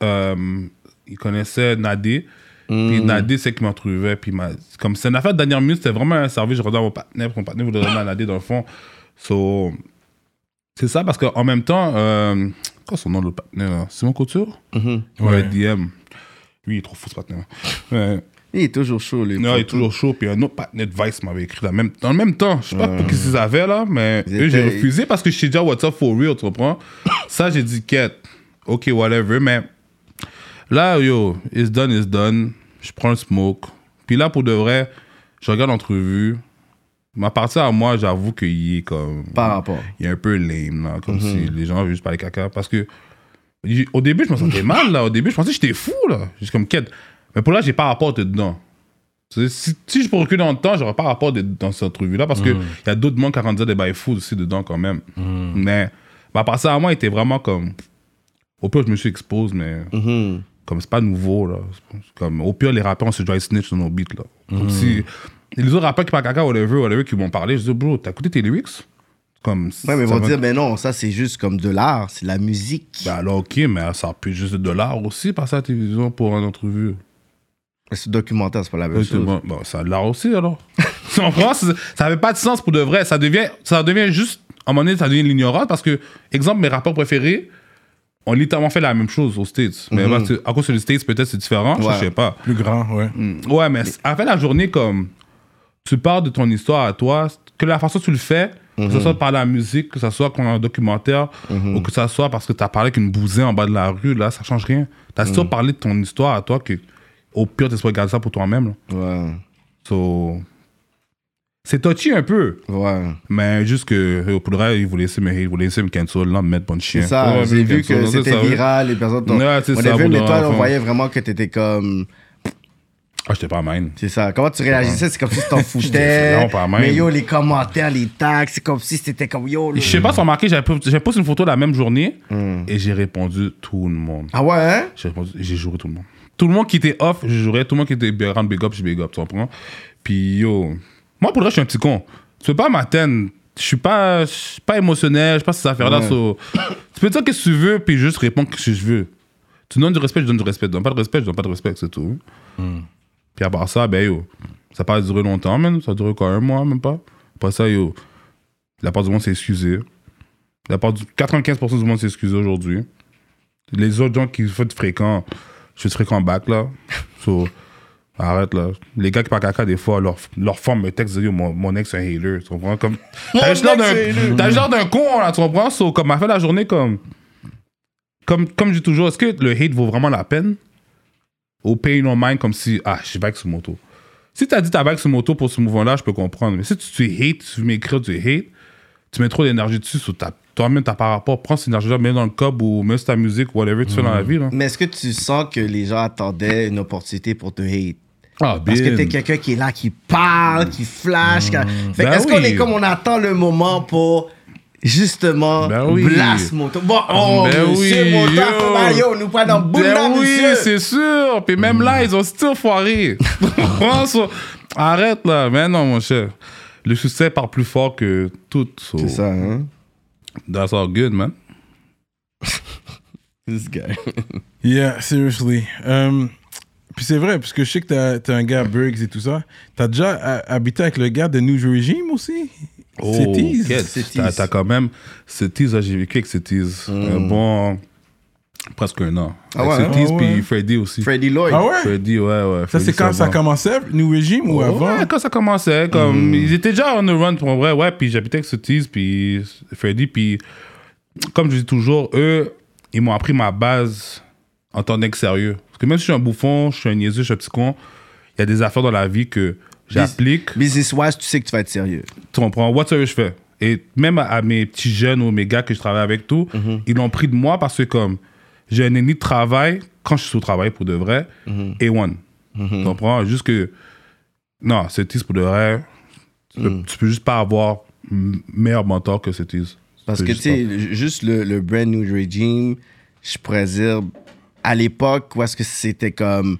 [SPEAKER 3] euh, il connaissait Nadé. Puis Nadé, c'est qui m'en trouvait. Puis il m'a- comme c'est une affaire de dernière minute, c'était vraiment un service. Je redonne à mon partenaire. puis Mon partenaire voulait donner à Nadé dans le fond. So, c'est ça parce qu'en même temps, euh, quoi son nom de l'autre partenaire là? Simon Couture Ouais, DM. Lui, il est trop fou ce partenaire. Ouais.
[SPEAKER 2] Il est toujours chaud, lui.
[SPEAKER 3] Non, il est toujours chaud. Puis un autre partenaire de Vice m'avait écrit la même, dans le même temps. Je sais pas qu'est-ce qu'ils avaient là, mais
[SPEAKER 2] Ils
[SPEAKER 3] eux, j'ai
[SPEAKER 2] étaient-
[SPEAKER 3] refusé parce que je sais déjà What's up for real, tu comprends? (coughs) Ça, j'ai dit quête. Ok, whatever. Mais là, yo, it's done, it's done. Je prends le smoke. Puis là, pour de vrai, je regarde l'entrevue. Ma partie à moi, j'avoue qu'il est comme.
[SPEAKER 2] Par rapport.
[SPEAKER 3] Il est un peu lame, là. Comme
[SPEAKER 2] Mm-hmm.
[SPEAKER 3] si les gens avaient juste parlé caca. Parce que j- au début, je
[SPEAKER 2] (laughs)
[SPEAKER 3] me sentais mal, là. Au début, je pensais que j'étais fou, là. Juste comme quête. Mais pour là, j'ai pas rapport d'être dedans. Tu sais, Si, si je peux reculer dans le temps, j'aurais pas rapport d'être dans cette revue-là parce que
[SPEAKER 2] Hmm.
[SPEAKER 3] qu'il y a d'autres monde qui rendent des bails fous aussi dedans quand même. Mais ma partie à moi était vraiment comme. Au pire, je me suis exposé, mais
[SPEAKER 2] Hmm.
[SPEAKER 3] comme c'est pas nouveau là C'est comme au pire les rappeurs on se dry snitch sur nos beats là
[SPEAKER 2] Hmm.
[SPEAKER 3] Comme si les autres rappeurs qui parlent caca whatever whatever qui vont parler je dis bro t'as écouté tes lyrics comme
[SPEAKER 2] Ouais, mais ils
[SPEAKER 3] ça
[SPEAKER 2] vont
[SPEAKER 3] va-
[SPEAKER 2] dire, ben non, ça c'est juste comme de l'art, c'est de la musique.
[SPEAKER 3] ben alors ok mais ça peut juste de l'art aussi passer à la télévision pour une entrevue
[SPEAKER 2] C'est documentaire, c'est pas la même
[SPEAKER 3] c'est
[SPEAKER 2] chose.
[SPEAKER 3] bon. Bon, ça a de l'art aussi alors (laughs) tu comprends ça ça avait pas de sens pour de vrai ça devient ça devient juste à un moment donné ça devient de l'ignorance parce que exemple mes rappeurs préférés ont littéralement fait la même chose aux States. Mais parce que- à cause des States, peut-être c'est différent, je
[SPEAKER 2] Ouais.
[SPEAKER 3] sais pas.
[SPEAKER 1] Plus grand, ouais.
[SPEAKER 3] Ouais, mais à la fin de la journée, comme tu parles de ton histoire à toi, que la façon dont tu le fais, que
[SPEAKER 2] Mhm.
[SPEAKER 3] ce soit par la musique, que ce soit qu'on a un documentaire, ou que ce soit parce que tu as parlé avec une bousée en bas de la rue, là, ça change rien. Tu as
[SPEAKER 2] Mhm.
[SPEAKER 3] toujours parlé de ton histoire à toi, que au pire, tu pas garder ça pour toi-même. là.
[SPEAKER 2] Ouais.
[SPEAKER 3] So, C'est touchy un peu.
[SPEAKER 2] Ouais.
[SPEAKER 3] Mais juste que euh, pour le reste, ils vous laissez me, ils vous laissez me cancel, là, me mettre bon chien.
[SPEAKER 2] C'est ça,
[SPEAKER 3] Ouais,
[SPEAKER 2] j'ai
[SPEAKER 3] me
[SPEAKER 2] vu
[SPEAKER 3] cancel,
[SPEAKER 2] que
[SPEAKER 3] non, c'est
[SPEAKER 2] c'était
[SPEAKER 3] ça, ouais.
[SPEAKER 2] viral, les personnes. t'ont-
[SPEAKER 3] Ouais, c'est
[SPEAKER 2] on
[SPEAKER 3] ça,
[SPEAKER 2] a vu
[SPEAKER 3] vous
[SPEAKER 2] une
[SPEAKER 3] devez
[SPEAKER 2] étoile, on
[SPEAKER 3] avoir-
[SPEAKER 2] voyait vraiment que t'étais comme.
[SPEAKER 3] Ah, j'étais pas mine.
[SPEAKER 2] C'est ça. Comment tu réagissais? C'est comme si tu t'en
[SPEAKER 3] (laughs) C'est
[SPEAKER 2] foutais.
[SPEAKER 3] non, pas même.
[SPEAKER 2] Mais yo, les commentaires, les tags, c'est comme si c'était comme yo. là.
[SPEAKER 3] Je sais pas si on remarqué, j'avais po- j'avais posté une photo la même journée
[SPEAKER 2] Mhm.
[SPEAKER 3] et j'ai répondu tout le monde.
[SPEAKER 2] Ah ouais, hein?
[SPEAKER 3] J'ai répondu- j'ai joué tout le monde. Tout le monde qui était off, je jouerais. Tout le monde qui était bien rendre big up, je big up, tu comprends? Puis yo, moi pour le reste, je suis un petit con. Tu peux pas m'atteindre. Je suis pas, je suis pas émotionnel, je sais pas ces affaires-là. so- Tu peux dire ce que tu veux, puis juste répondre ce que je veux. Tu donnes du respect, je donne du respect. Tu donnes pas de respect, je donne pas de respect, c'est tout. Puis à part ça, ben yo, ça a pas duré longtemps, man. Ça a duré quoi, un mois, même pas. Après ça, yo, la part du monde s'est excusé. La part du 95% du monde s'est excusé aujourd'hui. Les autres gens qui font de fréquent, je suis fréquent back, là. So, arrête, là. Les gars qui parlent caca, des fois, leur, leur forme me texte, yo, mon, mon ex est un hater, tu comprends? Comme, t'as juste l'air d'un- t'as juste l'air d'un con, là, tu comprends? So, comme, à la fin de la journée, comme, comme, comme je dis toujours, est-ce que le hate vaut vraiment la peine? Au pain no mind, comme si, ah, je suis back sur moto. Si t'as dit t'as back sur moto pour ce mouvement-là, je peux comprendre. Mais si tu, tu hates, tu m'écris, tu hates, tu mets trop d'énergie dessus, so t'as- toi-même, t'as pas rapport. Prends cette énergie-là, mets dans le cob ou mets sur ta musique ou whatever tu fais dans la vie. Là.
[SPEAKER 2] Mais est-ce que tu sens que les gens attendaient une opportunité pour te hate?
[SPEAKER 3] Ah,
[SPEAKER 2] Parce que t'es quelqu'un qui est là, qui parle, qui flash. qui a- Fait que
[SPEAKER 3] Ben
[SPEAKER 2] est-ce qu'on
[SPEAKER 3] oui.
[SPEAKER 2] est comme on attend le moment pour justement
[SPEAKER 3] Ben oui.
[SPEAKER 2] blast moto? Bon, oh,
[SPEAKER 3] Ben
[SPEAKER 2] monsieur
[SPEAKER 3] oui,
[SPEAKER 2] moto,
[SPEAKER 3] yo.
[SPEAKER 2] faut pas, yo, nous pas dans le bout de la,
[SPEAKER 3] Ben oui,
[SPEAKER 2] monsieur.
[SPEAKER 3] c'est sûr. Puis même là, ils ont still foiré. France, Arrête là. Mais non, mon cher. Le succès part plus fort que tout. so,
[SPEAKER 2] C'est ça, hein?
[SPEAKER 3] That's all good, man.
[SPEAKER 2] This (laughs) guy.
[SPEAKER 1] Yeah, seriously. Um, puis c'est vrai, parce que je sais que t'as- t'es un gars à Briggs et tout ça. T'as déjà euh, habité avec le gars de New Regime aussi?
[SPEAKER 3] Oh,
[SPEAKER 1] C'est Tease.
[SPEAKER 3] yes.
[SPEAKER 2] c'est
[SPEAKER 3] T'as-
[SPEAKER 2] tease.
[SPEAKER 3] T'as quand même. C'est tease, là, j'ai vécu avec c'est tease. Un bon. Presque un an.
[SPEAKER 2] Ah
[SPEAKER 3] Avec
[SPEAKER 2] ouais, hein?
[SPEAKER 3] c'est tease,
[SPEAKER 1] Ah ouais.
[SPEAKER 3] puis Freddy aussi.
[SPEAKER 2] Freddy Lloyd.
[SPEAKER 1] Ah ouais?
[SPEAKER 3] Freddy, ouais, ouais.
[SPEAKER 1] Ça, c'est quand ça
[SPEAKER 3] commence
[SPEAKER 1] commençait, New Regime ou avant?
[SPEAKER 3] Oh.
[SPEAKER 1] Hmm.
[SPEAKER 3] Ouais, quand ça commençait, comme ils étaient déjà on the run pour vrai, ouais, puis j'habitais avec Sotis, puis Freddy, puis comme je dis toujours, eux, ils m'ont appris ma base en tant que sérieux. Parce que même si je suis un bouffon, je suis un niaiseux, je suis un petit con, il y a des affaires dans la vie que j'applique,
[SPEAKER 2] Business-wise, tu sais que tu vas être sérieux.
[SPEAKER 3] tu comprends, whatever je fais. Et même à, à mes petits jeunes ou mes gars que je travaille avec, tout,
[SPEAKER 2] Mhm.
[SPEAKER 3] ils l'ont pris de moi parce que comme j'ai un ennemi de travail, quand je suis au travail pour de vrai,
[SPEAKER 2] Mhm.
[SPEAKER 3] et one. Tu comprends? Juste que. Non, c'est pour de vrai. Tu,
[SPEAKER 2] Mhm.
[SPEAKER 3] peux, tu peux juste pas avoir m- meilleur mentor que c'est
[SPEAKER 2] Parce que, tu sais, ju- juste le, le brand new regime, je pourrais dire, à l'époque, où est-ce que c'était comme.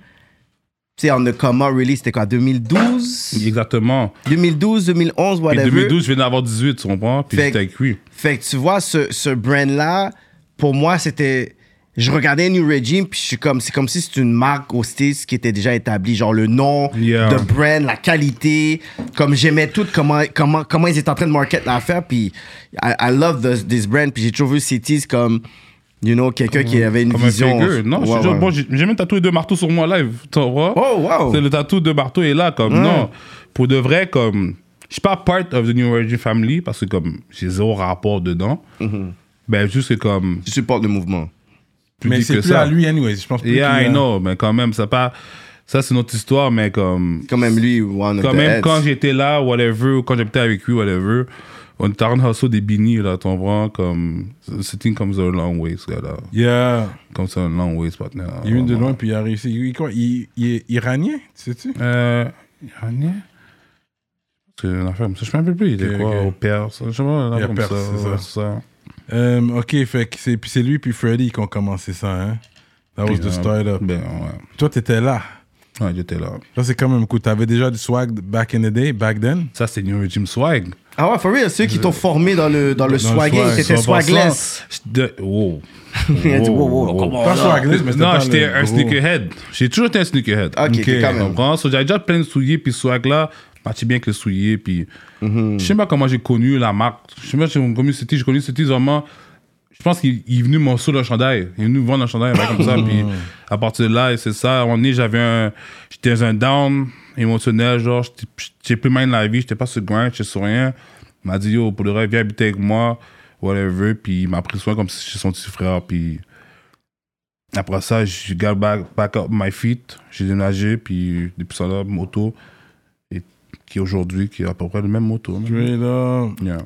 [SPEAKER 2] Tu sais, on the Coma release, c'était quoi, 2012
[SPEAKER 3] Exactement.
[SPEAKER 2] 2012, 2011,
[SPEAKER 3] Et
[SPEAKER 2] whatever.
[SPEAKER 3] 2012, je viens d'avoir 18, tu comprends? Puis
[SPEAKER 2] Fait
[SPEAKER 3] j'étais avec lui.
[SPEAKER 2] Fait que tu vois, ce, ce brand-là, pour moi, c'était. Je regardais New Regime, puis je suis comme, c'est comme si c'était une marque aux States qui était déjà établie. Genre le nom,
[SPEAKER 3] Yeah.
[SPEAKER 2] the brand, la qualité. Comme j'aimais tout, comment, comment, comment ils étaient en train de market l'affaire. Puis I, I love this, this brand. Puis j'ai toujours vu Cities comme, you know, quelqu'un qui avait une
[SPEAKER 3] Comme un
[SPEAKER 2] vision.
[SPEAKER 3] figure. Non, je
[SPEAKER 2] Ouais,
[SPEAKER 3] te jure,
[SPEAKER 2] ouais.
[SPEAKER 3] moi, j'ai j'ai même tatoué deux marteaux sur moi live. tu vois?
[SPEAKER 2] Oh, wow.
[SPEAKER 3] C'est le tatou de marteau est là, comme non. Pour de vrai, comme. Je suis pas part of the New Origin Family parce que, comme, j'ai zéro rapport dedans.
[SPEAKER 1] Mm-hmm.
[SPEAKER 3] Ben, juste que, comme.
[SPEAKER 2] Je supporte le mouvement.
[SPEAKER 3] tu
[SPEAKER 1] Mais
[SPEAKER 3] dis
[SPEAKER 1] c'est
[SPEAKER 3] que
[SPEAKER 1] plus à lui, anyways. Je pense plus
[SPEAKER 3] Yeah,
[SPEAKER 1] qu'il
[SPEAKER 3] I
[SPEAKER 1] a-
[SPEAKER 3] know, mais quand même, c'est pas. Ça, c'est notre histoire, mais comme.
[SPEAKER 2] Quand même, lui, one of
[SPEAKER 3] Quand
[SPEAKER 2] the
[SPEAKER 3] même,
[SPEAKER 2] heads.
[SPEAKER 3] quand j'étais là, whatever, ou quand j'habitais avec lui, whatever, on était en train de hustle des binis, là, tu comprends? Comme. Ce thing comes a long way, ce gars-là.
[SPEAKER 1] Yeah.
[SPEAKER 3] Comes a long way, ce partner.
[SPEAKER 1] Il est venu de
[SPEAKER 3] Vraiment.
[SPEAKER 1] loin, puis il a réussi. Il, quoi, il, il est iranien, tu sais-tu?
[SPEAKER 3] Euh, iranien C'est une affaire comme ça. Je me rappelle plus. Il était
[SPEAKER 1] Ok,
[SPEAKER 3] quoi
[SPEAKER 1] ok.
[SPEAKER 3] Au Perse. Je sais pas,
[SPEAKER 1] Il y
[SPEAKER 3] une
[SPEAKER 1] a
[SPEAKER 3] affaire comme
[SPEAKER 1] Perse,
[SPEAKER 3] ça.
[SPEAKER 1] c'est ça.
[SPEAKER 3] ouais, c'est ça.
[SPEAKER 1] Euh, ok, fait que c'est, puis c'est lui puis Freddy qui ont commencé ça, hein? That was the
[SPEAKER 3] Puis, euh,
[SPEAKER 1] start up.
[SPEAKER 3] Ben ouais.
[SPEAKER 1] Toi, t'étais là.
[SPEAKER 3] Ouais, j'étais là.
[SPEAKER 1] Là, c'est quand même cool. T'avais déjà du swag back in the day, back then?
[SPEAKER 3] Ça, c'est New Regime Swag.
[SPEAKER 2] Ah ouais, for real, ceux qui t'ont formé dans le, dans
[SPEAKER 1] Dans
[SPEAKER 2] le
[SPEAKER 1] le
[SPEAKER 2] swagging,
[SPEAKER 1] swag,
[SPEAKER 2] c'était
[SPEAKER 3] 100%.
[SPEAKER 2] swagless.
[SPEAKER 3] Je- De... oh. Wow.
[SPEAKER 2] (laughs) Il a dit, wow, wow,
[SPEAKER 3] Wow.
[SPEAKER 2] comment
[SPEAKER 1] Pas
[SPEAKER 2] là?
[SPEAKER 1] swagless, mais c'était
[SPEAKER 3] Non,
[SPEAKER 1] pas
[SPEAKER 3] j'étais
[SPEAKER 1] le
[SPEAKER 3] un
[SPEAKER 1] gros.
[SPEAKER 3] sneakerhead. J'ai toujours été un sneakerhead.
[SPEAKER 2] Ok, ok, quand
[SPEAKER 3] Tu
[SPEAKER 2] même.
[SPEAKER 3] comprends? So, J'avais déjà plein de souliers, puis swag là, matchait bien avec le soulier. Puis
[SPEAKER 1] Mhm.
[SPEAKER 3] je sais pas comment j'ai connu la marque. Je sais pas j'ai connu City. J'ai connu City vraiment. Je pense qu'il il est venu m'en sous le chandail. Il est venu me vendre un chandail un truc comme ça. Puis
[SPEAKER 1] Ah.
[SPEAKER 3] à partir de là, et c'est ça. À un moment donné, j'avais un. J'étais dans un down émotionnel. Genre, j'étais- j'étais plus main de la vie. J'étais pas sur grind, j'étais sur rien. Il m'a dit, yo, pour le reste, viens habiter avec moi. Whatever. Puis il m'a pris soin comme si j'étais son petit frère. Puis. Après ça, je got back, back up my feet. J'ai déménagé, puis depuis ça, là, moto. Et qui aujourd'hui, qui a à peu près le même moto. man.
[SPEAKER 1] Straight up.
[SPEAKER 3] Yeah.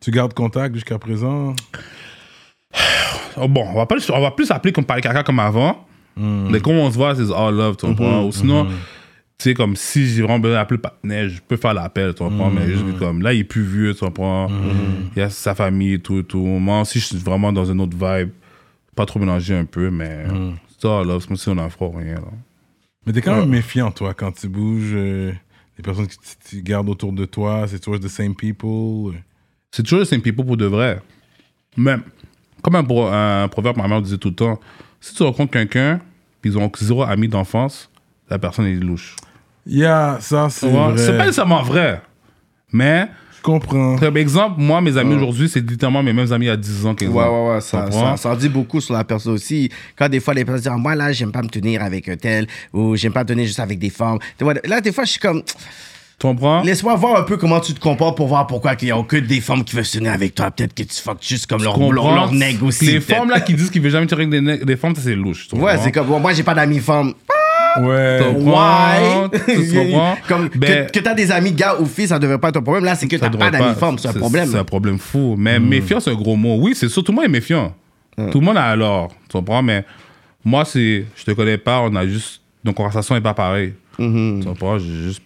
[SPEAKER 1] Tu gardes contact jusqu'à présent?
[SPEAKER 3] Oh, bon, on va, pas, on va plus appeler comme parler caca comme avant. Mais quand on se voit, c'est all love, tu comprends? Ou sinon, tu sais, comme si j'ai vraiment besoin d'appeler le partenaire, je peux faire l'appel, tu comprends? Mais juste que comme là, il est plus vieux, tu comprends? Il a sa famille, tout, tout. Moi aussi, je suis vraiment dans une autre vibe. Pas trop mélangé un peu, mais c'est all love, c'est comme si on a froid, rien. là.
[SPEAKER 1] Mais t'es quand même méfiant, toi, quand tu bouges. euh, les personnes que tu, tu gardes autour de toi, c'est toujours the same people.
[SPEAKER 3] C'est toujours le same people pour de vrai. Même, comme un, pro- un proverbe, ma mère disait tout le temps, si tu rencontres quelqu'un, puis ils ont zéro ami d'enfance, la personne est louche.
[SPEAKER 1] Yeah, ça, c'est
[SPEAKER 3] Tu vois?
[SPEAKER 1] vrai.
[SPEAKER 3] C'est pas nécessairement vrai, mais
[SPEAKER 1] Je comprends.
[SPEAKER 3] Comme exemple, moi, mes amis aujourd'hui, c'est littéralement mes mêmes amis à 10 ans, 15
[SPEAKER 2] Ouais,
[SPEAKER 3] ans.
[SPEAKER 2] ouais, ouais, ça, ça,
[SPEAKER 3] Comprends?
[SPEAKER 2] ça en dit beaucoup sur la personne aussi. Quand des fois, les personnes disent, Ah, moi, là, j'aime pas me tenir avec un tel, ou j'aime pas me tenir juste avec des femmes. Tu vois, là, des fois, je suis comme,
[SPEAKER 3] Hein? Tu comprends?
[SPEAKER 2] laisse-moi voir un peu comment tu te comportes pour voir pourquoi il y a que des femmes qui veulent se tenir avec toi. Peut-être que tu fuck juste comme leur,
[SPEAKER 3] Tu comprends?
[SPEAKER 2] leur, leur nègre aussi.
[SPEAKER 3] Les
[SPEAKER 2] peut-être.
[SPEAKER 3] femmes là qui disent qu'ils veulent jamais tirer avec des, nègres- des femmes, ça c'est louche. tu
[SPEAKER 2] Ouais,
[SPEAKER 3] comprends?
[SPEAKER 2] c'est comme, Bon, moi, j'ai pas d'amis femmes.
[SPEAKER 3] Tu
[SPEAKER 1] Ouais.
[SPEAKER 3] comprends?
[SPEAKER 2] Why?
[SPEAKER 3] Tu comprends?
[SPEAKER 2] (laughs) comme,
[SPEAKER 3] Ben,
[SPEAKER 2] que, que t'as des amis gars ou filles, ça devrait pas être un problème. Là, c'est que
[SPEAKER 3] ça
[SPEAKER 2] t'as
[SPEAKER 3] devrait
[SPEAKER 2] pas d'amis femmes, c'est un problème. Hmm.
[SPEAKER 3] C'est un problème fou. Mais méfiant, c'est un gros mot. Oui, c'est sûr, tout le monde est méfiant. Tout le monde a alors. Tu comprends? Mais moi, c'est. Je te connais pas, on a juste. Nos conversations n'est pas pareilles.
[SPEAKER 2] Hmm.
[SPEAKER 3] Tu comprends? J'ai juste.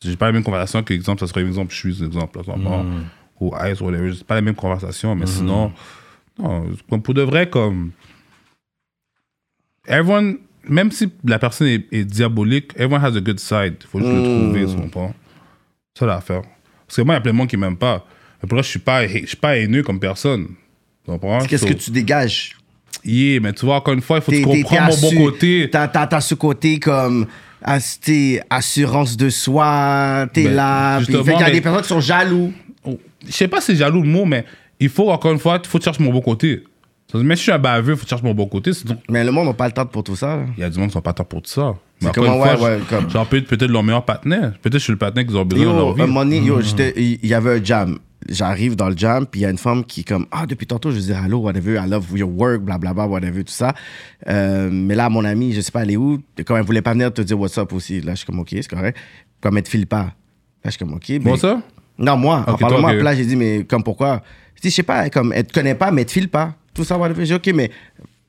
[SPEAKER 3] J'ai pas la même conversation que, exemple, ça serait un exemple, je suis un exemple, là, tu comprends?
[SPEAKER 2] Hmm.
[SPEAKER 3] Ou Ice, whatever. C'est pas la même conversation, mais sinon. Non, comme pour de vrai, comme. Everyone. Même si la personne est, est diabolique, everyone has a good side. Il faut juste le trouver,
[SPEAKER 2] Mm.
[SPEAKER 3] tu comprends? C'est ça l'affaire. Parce que moi, il y a plein de monde qui m'aime pas. Mais pour là, je suis pas, je suis pas haineux comme personne. Tu comprends?
[SPEAKER 2] Qu'est-ce
[SPEAKER 3] So-
[SPEAKER 2] que tu dégages?
[SPEAKER 3] Yeah, mais tu vois, encore une fois, il faut que
[SPEAKER 2] T'es-
[SPEAKER 3] tu
[SPEAKER 2] t'es- t'es
[SPEAKER 3] comprennes mon
[SPEAKER 2] assu-
[SPEAKER 3] bon côté.
[SPEAKER 2] T'as, t'as- t'as ce côté comme ass- t'es assurance de soi, t'es
[SPEAKER 3] Ben,
[SPEAKER 2] là. Puis,
[SPEAKER 3] justement,
[SPEAKER 2] fait qu'il y a
[SPEAKER 3] mais-
[SPEAKER 2] des personnes qui sont jaloux.
[SPEAKER 3] Oh, Je sais pas si c'est jaloux le mot, mais il faut, encore une fois, il faut que tu cherches mon bon côté. Ça veut dire, Même si je suis un baveux, il faut que tu cherches mon bon côté. Sinon,
[SPEAKER 2] Mais le monde n'a pas le temps pour tout ça. là.
[SPEAKER 3] il y a du monde qui sont pas temps pour ça.
[SPEAKER 2] C'est
[SPEAKER 3] Mais encore une
[SPEAKER 2] comme, ouais,
[SPEAKER 3] fois,
[SPEAKER 2] ouais, comme-
[SPEAKER 3] j'en peux être peut-être leur meilleur partenaire. Peut-être que je suis le partenaire qu'ils ont besoin dans
[SPEAKER 2] Yo,
[SPEAKER 3] leur vie.
[SPEAKER 2] un moment donné, yo, j'étais- il y, y avait un jam. J'arrive dans le jam, puis il y a une femme qui comme ah depuis tantôt je dis hello whatever I love your work blablabla whatever tout ça. Euh, mais là mon ami je sais pas elle est où. Comme elle voulait pas venir te dire what's up aussi. Là je suis comme ok c'est correct. Comme elle te file pas. Là je suis comme ok. mais-
[SPEAKER 3] Bon, ça?
[SPEAKER 2] Non, moi, en
[SPEAKER 3] Ok,
[SPEAKER 2] parlant
[SPEAKER 3] toi,
[SPEAKER 2] de moi,
[SPEAKER 3] ok.
[SPEAKER 2] puis là, j'ai dit, mais comme pourquoi Je dis, je sais pas, comme, elle te connaît pas, mais elle te file pas. Tout ça, whatever. J'ai dit, ok, mais,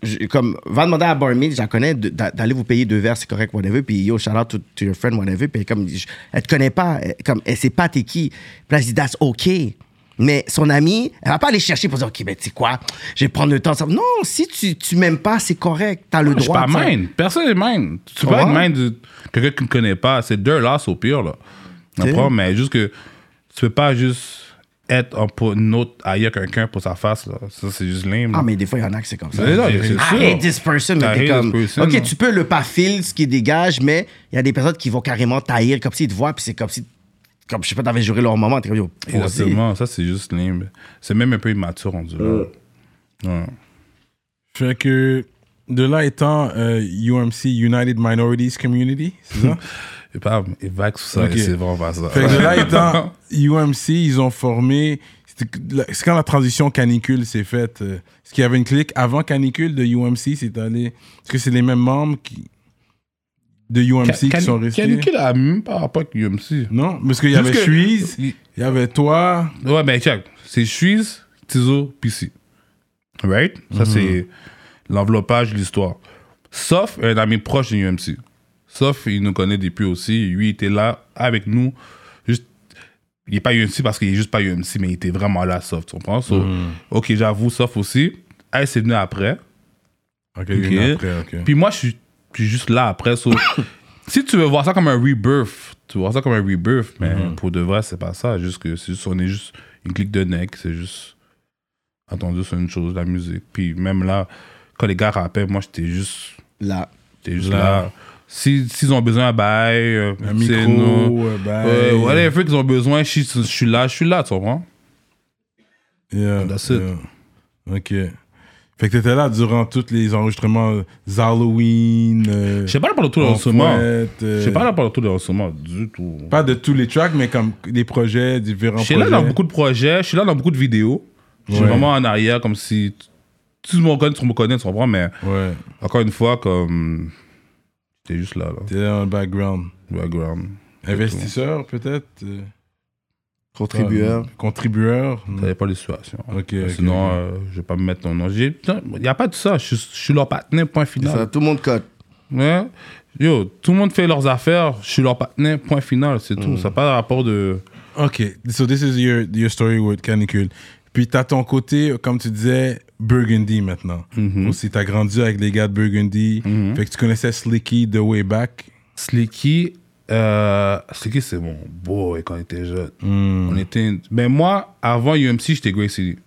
[SPEAKER 2] je- comme, va demander à Barmy, je la connais, de- d'a- d'aller vous payer deux verres, c'est correct, whatever. Puis yo, shout out to, to your friend, whatever. Puis comme, je- elle te connaît pas, elle- comme, elle sait pas t'es qui. Puis là, je dis, that's ok. Mais son ami, elle va pas aller chercher pour dire, ok, ben, tu sais quoi, je vais prendre le temps. de ça. Non, si tu, tu m'aimes pas, c'est correct, t'as le
[SPEAKER 3] Je suis
[SPEAKER 2] droit.
[SPEAKER 3] pas
[SPEAKER 2] tu sais.
[SPEAKER 3] mine. Personne n'est mine. Tu peux pas
[SPEAKER 2] Ouais.
[SPEAKER 3] être mine de quelqu'un qui ne connaît pas. C'est deux lasses au pire, là. Comprends? Mais juste que tu peux pas juste être un pour une autre ailleurs quelqu'un pour sa face, là. Ça, c'est juste lame.
[SPEAKER 2] Ah,
[SPEAKER 3] là.
[SPEAKER 2] mais des fois, il y en a que c'est comme ça.
[SPEAKER 3] Mais non, c'est
[SPEAKER 2] I
[SPEAKER 3] sûr.
[SPEAKER 2] hate Ah, this person,
[SPEAKER 3] I
[SPEAKER 2] mais t'es
[SPEAKER 3] hate
[SPEAKER 2] comme.
[SPEAKER 3] this person,
[SPEAKER 2] ok,
[SPEAKER 3] là.
[SPEAKER 2] tu peux le pas fil, ce qui dégage, mais il y a des personnes qui vont carrément taillir comme s'ils te voient, puis c'est comme si. Comme je sais pas, t'avais juré leur moment, t'es comme yo. vas-y.
[SPEAKER 3] Exactement. Ça, c'est juste lame. C'est même un peu immature, on dirait.
[SPEAKER 2] Euh.
[SPEAKER 3] Ouais.
[SPEAKER 1] Fait que de là étant euh, UMC, United Minorities Community, c'est
[SPEAKER 3] (laughs)
[SPEAKER 1] ça?
[SPEAKER 3] Et pas, il vague sur ça.
[SPEAKER 1] Ok.
[SPEAKER 3] et C'est vraiment pas ça.
[SPEAKER 1] Fait que de là
[SPEAKER 3] (laughs)
[SPEAKER 1] étant UMC, ils ont formé. c'était- la- C'est quand la transition canicule s'est faite. euh, Est-ce qu'il y avait une clique avant canicule de UMC C'est allé. Est-ce que c'est les mêmes membres qui de UMC qui sont restés
[SPEAKER 3] Canicule a même pas rapport avec UMC.
[SPEAKER 1] Non, parce qu'il y
[SPEAKER 3] Juste
[SPEAKER 1] avait
[SPEAKER 3] que-
[SPEAKER 1] Suisse, il y avait toi.
[SPEAKER 3] Ouais, ben check. C'est Suisse, Tizo, PC. Right?
[SPEAKER 1] Mhm.
[SPEAKER 3] Ça, c'est l'enveloppage de l'histoire. Sauf un ami proche de UMC. Sauf il nous connaît depuis aussi. Lui, il était là avec nous. Juste, il n'est pas UMC parce qu'il est juste pas UMC, mais il était vraiment là, Sauf. Tu comprends? So,
[SPEAKER 1] Mhm.
[SPEAKER 3] Ok, j'avoue, Sauf aussi. Hey, c'est venu après.
[SPEAKER 1] Ok,
[SPEAKER 3] Ok.
[SPEAKER 1] une après, ok.
[SPEAKER 3] Puis moi, je suis, je suis juste là après. so- (coughs) si tu veux voir ça comme un rebirth, tu vois ça comme un rebirth, mais
[SPEAKER 1] Mhm.
[SPEAKER 3] pour de vrai, c'est pas ça. Juste que c'est juste- on est juste une clique de neck, c'est juste attendu sur une chose, la musique. Puis même là, quand les gars rappellent, moi, j'étais juste,
[SPEAKER 2] Là.
[SPEAKER 3] j'étais juste là. Si S'ils ont besoin, bye. euh,
[SPEAKER 1] Un
[SPEAKER 3] c'est
[SPEAKER 1] micro,
[SPEAKER 3] nous.
[SPEAKER 1] euh, ben,
[SPEAKER 3] Ouais, whatever qu'ils ont besoin, je, suis- je suis là, je suis là, tu comprends?
[SPEAKER 1] Yeah,
[SPEAKER 3] That's it.
[SPEAKER 1] yeah. Ok. Fait que t'étais là durant tous les enregistrements euh, Halloween. euh,
[SPEAKER 3] Je sais pas là pour le tout
[SPEAKER 1] en
[SPEAKER 3] en ce moment.
[SPEAKER 1] fouette, euh,
[SPEAKER 3] Je sais pas là pour le tout en ce moment, du tout.
[SPEAKER 1] Pas de tous les tracks, mais comme des projets, différents
[SPEAKER 3] Je suis
[SPEAKER 1] projets.
[SPEAKER 3] là dans beaucoup de projets, je suis là dans beaucoup de vidéos. Je suis
[SPEAKER 1] Ouais.
[SPEAKER 3] vraiment en arrière, comme si t- tu me reconnais, tu me connais, tu comprends, mais
[SPEAKER 1] Ouais,
[SPEAKER 3] encore une fois, comme. J'étais juste là, là.
[SPEAKER 1] t'es là dans le background.
[SPEAKER 3] Background.
[SPEAKER 1] Investisseur, peut-être euh,
[SPEAKER 2] Contribueur.
[SPEAKER 1] Contribueur
[SPEAKER 3] Ça dépend de la situation.
[SPEAKER 1] Ok, ok,
[SPEAKER 3] Sinon,
[SPEAKER 1] ok.
[SPEAKER 3] euh, je vais pas me mettre ton nom. Il n'y a pas de ça. Je, suis- je suis leur partenaire, point final.
[SPEAKER 2] Ça, tout le monde cote.
[SPEAKER 3] Ouais. Yo, tout le monde fait leurs affaires. Je suis leur partenaire, point final. C'est
[SPEAKER 2] Mm.
[SPEAKER 3] tout. Ça n'a pas de rapport de.
[SPEAKER 1] Ok, so this is your, your story with Canicule. Puis t'as ton côté, comme tu disais, Burgundy maintenant.
[SPEAKER 2] Mm-hmm.
[SPEAKER 1] Aussi, t'as grandi avec les gars de Burgundy. Fait que tu connaissais Slicky de way back.
[SPEAKER 3] Slicky, euh, Slicky, c'est mon boy quand il était jeune.
[SPEAKER 2] Hmm.
[SPEAKER 3] On était. Mais moi, avant UMC, j'étais Grey City.